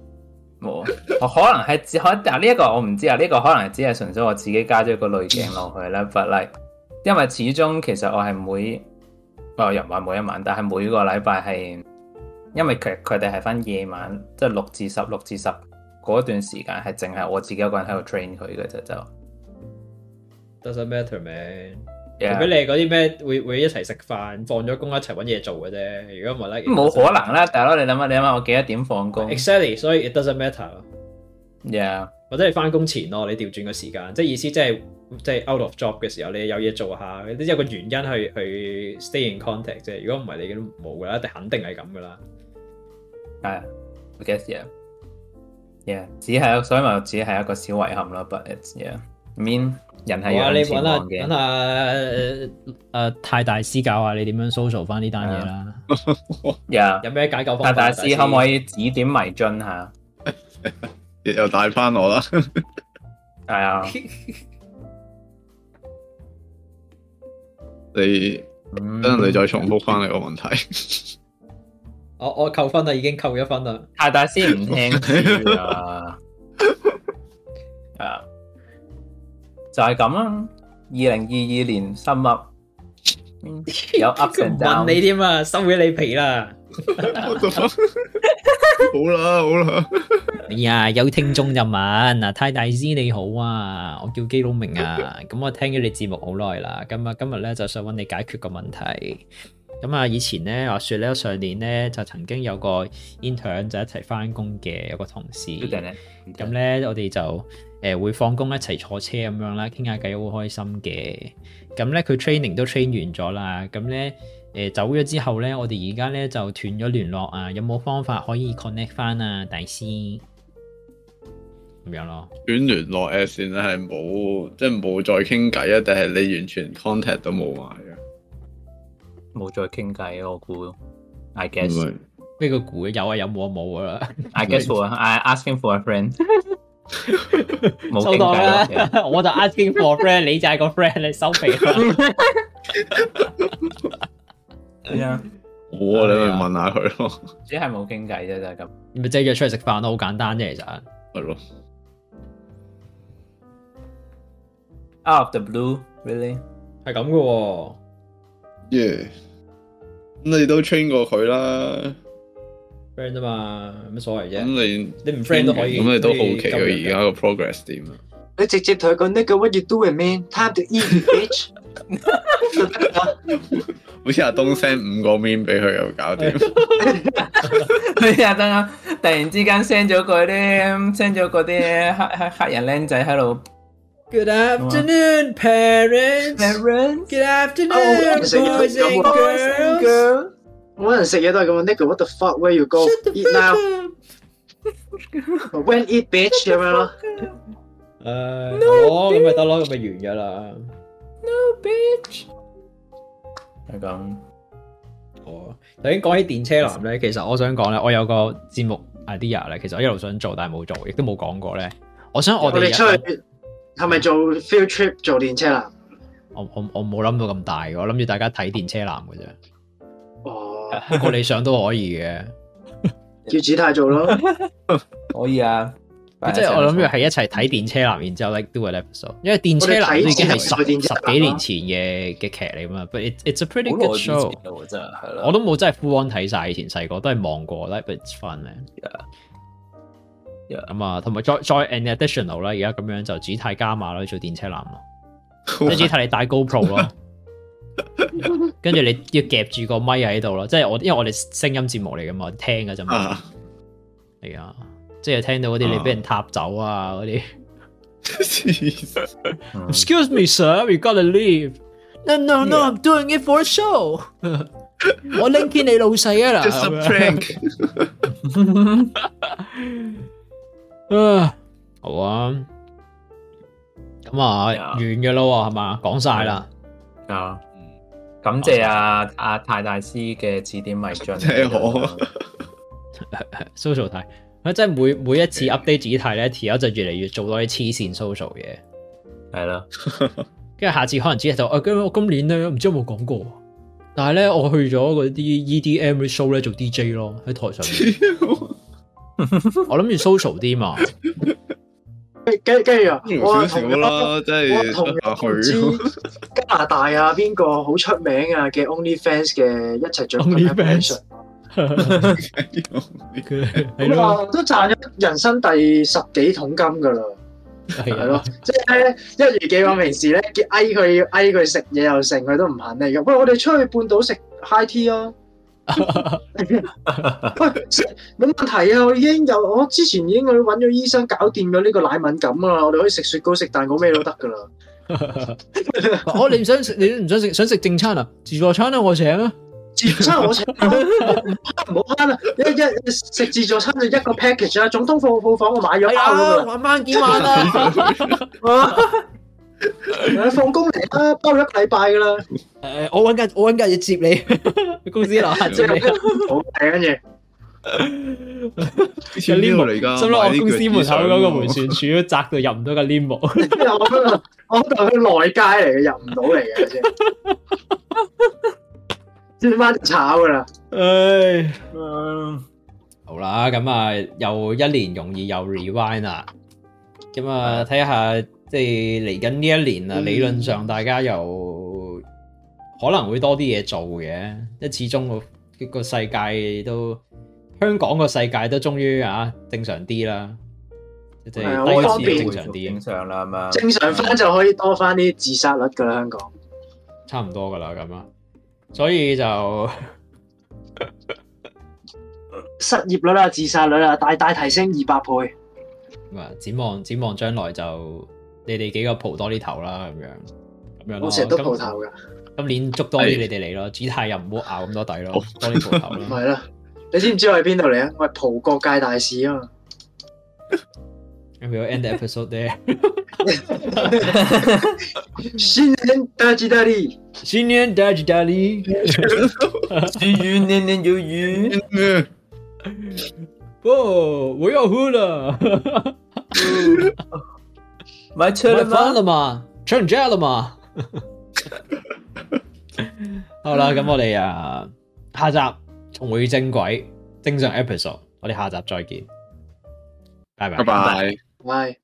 Speaker 5: 冇啊，我可能係只可，但呢一個我唔知啊，呢、個可能只係純粹我自己加咗個濾鏡落去啦。But like，因為始終其實我係每，我又唔話每一晚，但係每個禮拜係，因為佢佢哋係翻夜晚，即係六至十、六至十嗰段時間係淨係我自己一個人喺度 train 佢嘅啫，就
Speaker 2: 得晒 matter man。除
Speaker 5: yeah
Speaker 2: 非你係嗰啲咩會會一齊食飯，放咗工一齊揾嘢做嘅啫。如果唔係咧，
Speaker 5: 冇可能啦，大佬你諗下，你諗下我幾多點放工
Speaker 2: Exactly，所以 it doesn't matter 咯。
Speaker 5: ？yeah
Speaker 2: 或者係翻工前咯，你調轉個時間，即係意思即係即係 out of job 嘅時候，你有嘢做下，你有個原因去去 stay in contact 啫。如果唔係你都冇噶啦，一定肯定係咁噶啦。
Speaker 5: 係啊，I guess yeah yeah，只係所以咪只係一個小遺憾咯，but it's yeah I mean 人係
Speaker 2: 哇！
Speaker 5: 有
Speaker 2: 啊你
Speaker 5: 前
Speaker 2: 揾下
Speaker 5: 望
Speaker 2: 揾
Speaker 5: 嘅，
Speaker 2: 下誒誒太大師教下你點樣 social 翻呢單嘢啦。
Speaker 5: yeah
Speaker 2: 有咩解救方法
Speaker 5: 但
Speaker 2: 啊？
Speaker 5: 大師可唔
Speaker 2: 以
Speaker 5: 可以指點迷津下？
Speaker 6: 又帶翻我啦。
Speaker 5: 係啊，
Speaker 6: 你
Speaker 5: 嗯
Speaker 6: 等陣你再重複翻你個 問題。
Speaker 2: 我我扣分啦，已經扣一分啦。
Speaker 5: 太大師唔聽書啊，啊就係咁啊！二零二二年深 入嗯有 up
Speaker 2: 佢
Speaker 5: and
Speaker 2: 唔問
Speaker 5: down，
Speaker 2: 你添啊，收起你皮啦。
Speaker 6: 好啦好啦，
Speaker 2: 哎呀，有聽眾就問嗱，太大師你好啊，我叫基佬明啊，咁我聽咗你節目好耐啦，咁啊今日咧就想揾你解決個問題。咁啊，以前咧話説咧上年咧就曾經有個 intern 就一齊翻工嘅，有個同事。咁咧，我哋就誒、呃、會放工一齊坐車咁樣啦，傾下偈好開心嘅。咁咧佢 training 都 train 完咗啦，咁咧誒走咗之後咧，我哋而家咧就斷咗聯絡啊，有冇方法可以 connect 翻啊，大師？咁樣咯，
Speaker 6: 轉聯絡 a 線咧係冇，即係冇再傾偈啊，定係你完全 contact 都冇埋啊嘅？
Speaker 5: 冇再傾偈啊我估，I
Speaker 6: 唔
Speaker 5: guess。
Speaker 6: 係
Speaker 2: 呢個估有啊有冇啊冇啊啦，
Speaker 5: I guess for I asking for a friend，冇
Speaker 2: 收
Speaker 5: 傾
Speaker 2: 到啦
Speaker 5: 偈
Speaker 6: 啊
Speaker 5: 咯。，
Speaker 2: 我就 asking for friend，你就係個 friend，你收皮啦。
Speaker 5: 係啊，
Speaker 6: 我啊，你咪問下佢咯，
Speaker 5: 只係冇傾偈啫，就係咁。
Speaker 2: 咪即係約出嚟食飯咯，好簡單啫，其實。
Speaker 6: 係咯。
Speaker 5: Out of the blue，really？
Speaker 2: 係咁嘅喎，
Speaker 6: 耶，咁你都 train 過佢啦，
Speaker 2: friend 啫嘛，有乜所謂啫？
Speaker 6: 咁你
Speaker 2: 你唔 friend 都可以。
Speaker 6: 嗯咁你都好奇啊
Speaker 2: 可以
Speaker 6: 佢而家個 progress 點啊？
Speaker 3: 你直接同佢講 nigga what you doing man time to eat bitch 就得啦
Speaker 6: 好似阿東 send 五個 meme 俾佢又搞掂，
Speaker 5: 佢又得啊！突然之間 send 咗嗰啲 send 咗嗰啲黑黑黑人僆仔喺度
Speaker 2: Good afternoon, parents.
Speaker 5: parents
Speaker 2: Good afternoon,
Speaker 3: Oh, I'm sorry.
Speaker 2: boys and
Speaker 3: Boys and
Speaker 2: girls.
Speaker 3: 我嗰陣食嘢都係咁，nigga what the fuck where you go eat now when eat bitch 咁樣咯，
Speaker 2: 唉，哦，咁咪得咯，咁咪完咗啦。
Speaker 5: 係咁。
Speaker 2: 哦，頭先講起電車男咧，其實我想講咧，我有個節目 idea 咧，其實我一路想做，但係冇做，亦都冇講過咧。我想我
Speaker 3: 我
Speaker 2: 哋啊
Speaker 3: 哋出，去係咪做 field trip 做電車男？
Speaker 2: 我我我冇諗到咁大嘅，我諗住大家睇電車男嘅啫，
Speaker 3: 哦，
Speaker 2: 不過你想都可以嘅。
Speaker 3: 叫子泰 做咯，
Speaker 5: 可以啊，
Speaker 2: 即係我諗住係一齊睇電車男，然之後 like do an episode，因為電車男都已經係
Speaker 3: 我哋睇
Speaker 2: 十
Speaker 3: 電車
Speaker 2: 十
Speaker 3: 男
Speaker 2: 幾年前嘅嘅劇嚟㗎嘛，but it- it's a pretty
Speaker 5: 好耐
Speaker 2: good
Speaker 5: 之前
Speaker 2: show。
Speaker 5: 咯，真係係
Speaker 2: 我
Speaker 5: 咯。
Speaker 2: 都冇真係 full on 睇晒，以前細個都係望過，like but it's fun 咧。
Speaker 5: Yeah.
Speaker 2: 咁啊，同埋再再 an additional 啦，而家咁樣就主太加碼啦，做電車男咯，
Speaker 6: Oh
Speaker 2: 即係主太你帶 GoPro 咯，跟住你要夾住個咪喺度咯，即係我因為我哋聲音節目嚟噶嘛，我哋聽噶啫嘛，
Speaker 6: 啊，
Speaker 2: 係啊，即係聽到嗰啲你俾人踏走啊嗰啲。
Speaker 6: 黐線
Speaker 2: Excuse me, sir, we gotta leave. No, no, no, I'm doing it for a show. 我拎見你老細啊
Speaker 6: Just a
Speaker 2: 嗱
Speaker 6: prank，
Speaker 2: 啊，好啊。咁啊，
Speaker 5: Yeah.
Speaker 2: 完嘅啦喎，係嘛？講晒啦，
Speaker 5: 啊，Ờ. à, 感謝啊阿泰大師嘅指點迷津。
Speaker 6: 即係我
Speaker 2: social 題，佢真係每每一次 update 主題咧，條友就越嚟越做多啲黐線 social 嘢。
Speaker 5: 係啦，
Speaker 2: 跟住下次可能只係就，啊，咁我今年咧唔知有冇講過，但係咧我去咗嗰啲 EDM show 咧做 DJ 咯，喺台上面。我諗住 social 啲嘛，
Speaker 3: 跟跟住啊
Speaker 6: 少
Speaker 3: 我
Speaker 6: 少
Speaker 3: 同我
Speaker 6: 啦，即係
Speaker 3: 同
Speaker 6: 得下
Speaker 3: 唔知
Speaker 6: 佢。
Speaker 3: 加拿大啊邊個好出名啊嘅 OnlyFans 嘅一齊做
Speaker 2: OnlyFans 係
Speaker 3: 咁
Speaker 2: 咯，
Speaker 3: 啊都賺咗人生第十幾桶金噶啦，
Speaker 2: 係
Speaker 3: 係
Speaker 2: 啊
Speaker 3: 咯，，即係咧一如既往平時咧，叫嗌佢要嗌佢食嘢又剩，佢都唔肯嚟嘅。喂，我哋出去半島食 high tea 啊！喂，冇問題啊！我已經有我之前已經去揾咗醫生搞掂咗呢個奶敏感啊啦，我哋可以食雪糕、食蛋糕咩都得噶啦。
Speaker 2: 我哦你唔想食，你唔想食，想食正餐啊，自助餐啊，我請啊，
Speaker 3: 自助餐我請啦，唔好慳啦！一一食自助餐就一個 package 啊啦，總統服務房我買咗包㗎啦。
Speaker 5: 哎慢慢見啊慢啦。
Speaker 3: 誒 放工嚟啦，包咗一個禮拜噶啦，
Speaker 2: 誒，呃我揾架我揾架嘢接你， 公司樓下接
Speaker 3: 即
Speaker 2: 你
Speaker 3: 係。好嘅，跟住
Speaker 6: 錢邊度嚟 㗎？
Speaker 2: 心諗
Speaker 6: 買呢
Speaker 2: 我公司門口嗰個
Speaker 6: 腳紙
Speaker 2: 迴
Speaker 6: 上喎
Speaker 2: 旋處都窄到入唔到個 limo，
Speaker 3: 跟住我嗰度，我嗰度去內街嚟嘅，入唔到嚟嘅啫， 轉翻炒噶啦，
Speaker 2: 唉。
Speaker 5: 嗯
Speaker 2: 好啦，咁啊，又一年容易又 rewind 啦。咁啊，睇下即係嚟緊呢一年啊，理論上大家又可能會多啲嘢做嘅，即係始終個個世界都香港個世界都終於啊正常啲啦，即
Speaker 3: 係啊好
Speaker 2: 係
Speaker 3: 方
Speaker 2: 低
Speaker 3: 便
Speaker 2: 次正常
Speaker 5: 正
Speaker 2: 啲，
Speaker 5: 常啦，係
Speaker 2: 啊
Speaker 5: 嘛？
Speaker 3: 正常翻就可以多翻啲自殺率噶啦，香港。
Speaker 2: 差唔多噶啦咁啊，所以就。 啊
Speaker 3: 失業率啊、自殺率啊，大大提升二百倍。
Speaker 2: 咁啊，展望展望將來就你哋幾個蒲多啲頭啦，咁樣咁樣咯。
Speaker 3: 我成日都
Speaker 2: 咁
Speaker 3: 蒲頭㗎，
Speaker 2: 今年捉多啲
Speaker 6: 係
Speaker 2: 你哋嚟咯，主題又唔好拗咁多底咯，多啲蒲頭
Speaker 3: 唔
Speaker 2: 啦。
Speaker 3: 係啦。你知唔知我係邊度嚟啊？我係葡國界大使啊嘛。
Speaker 2: 咁 we'll end the episode there。嗯
Speaker 3: 先天大吉大利，
Speaker 2: 新年大吉大利，
Speaker 5: 遠遠遠遠遠，
Speaker 2: 不，我要喝了，
Speaker 5: 買車
Speaker 2: 買飯
Speaker 5: 啦嘛，
Speaker 2: 了嘛，上架了嘛。好啦，咁我哋啊，下集重回正軌，正常 episode，我哋下集再見，拜拜
Speaker 6: 拜。拜。
Speaker 3: 係。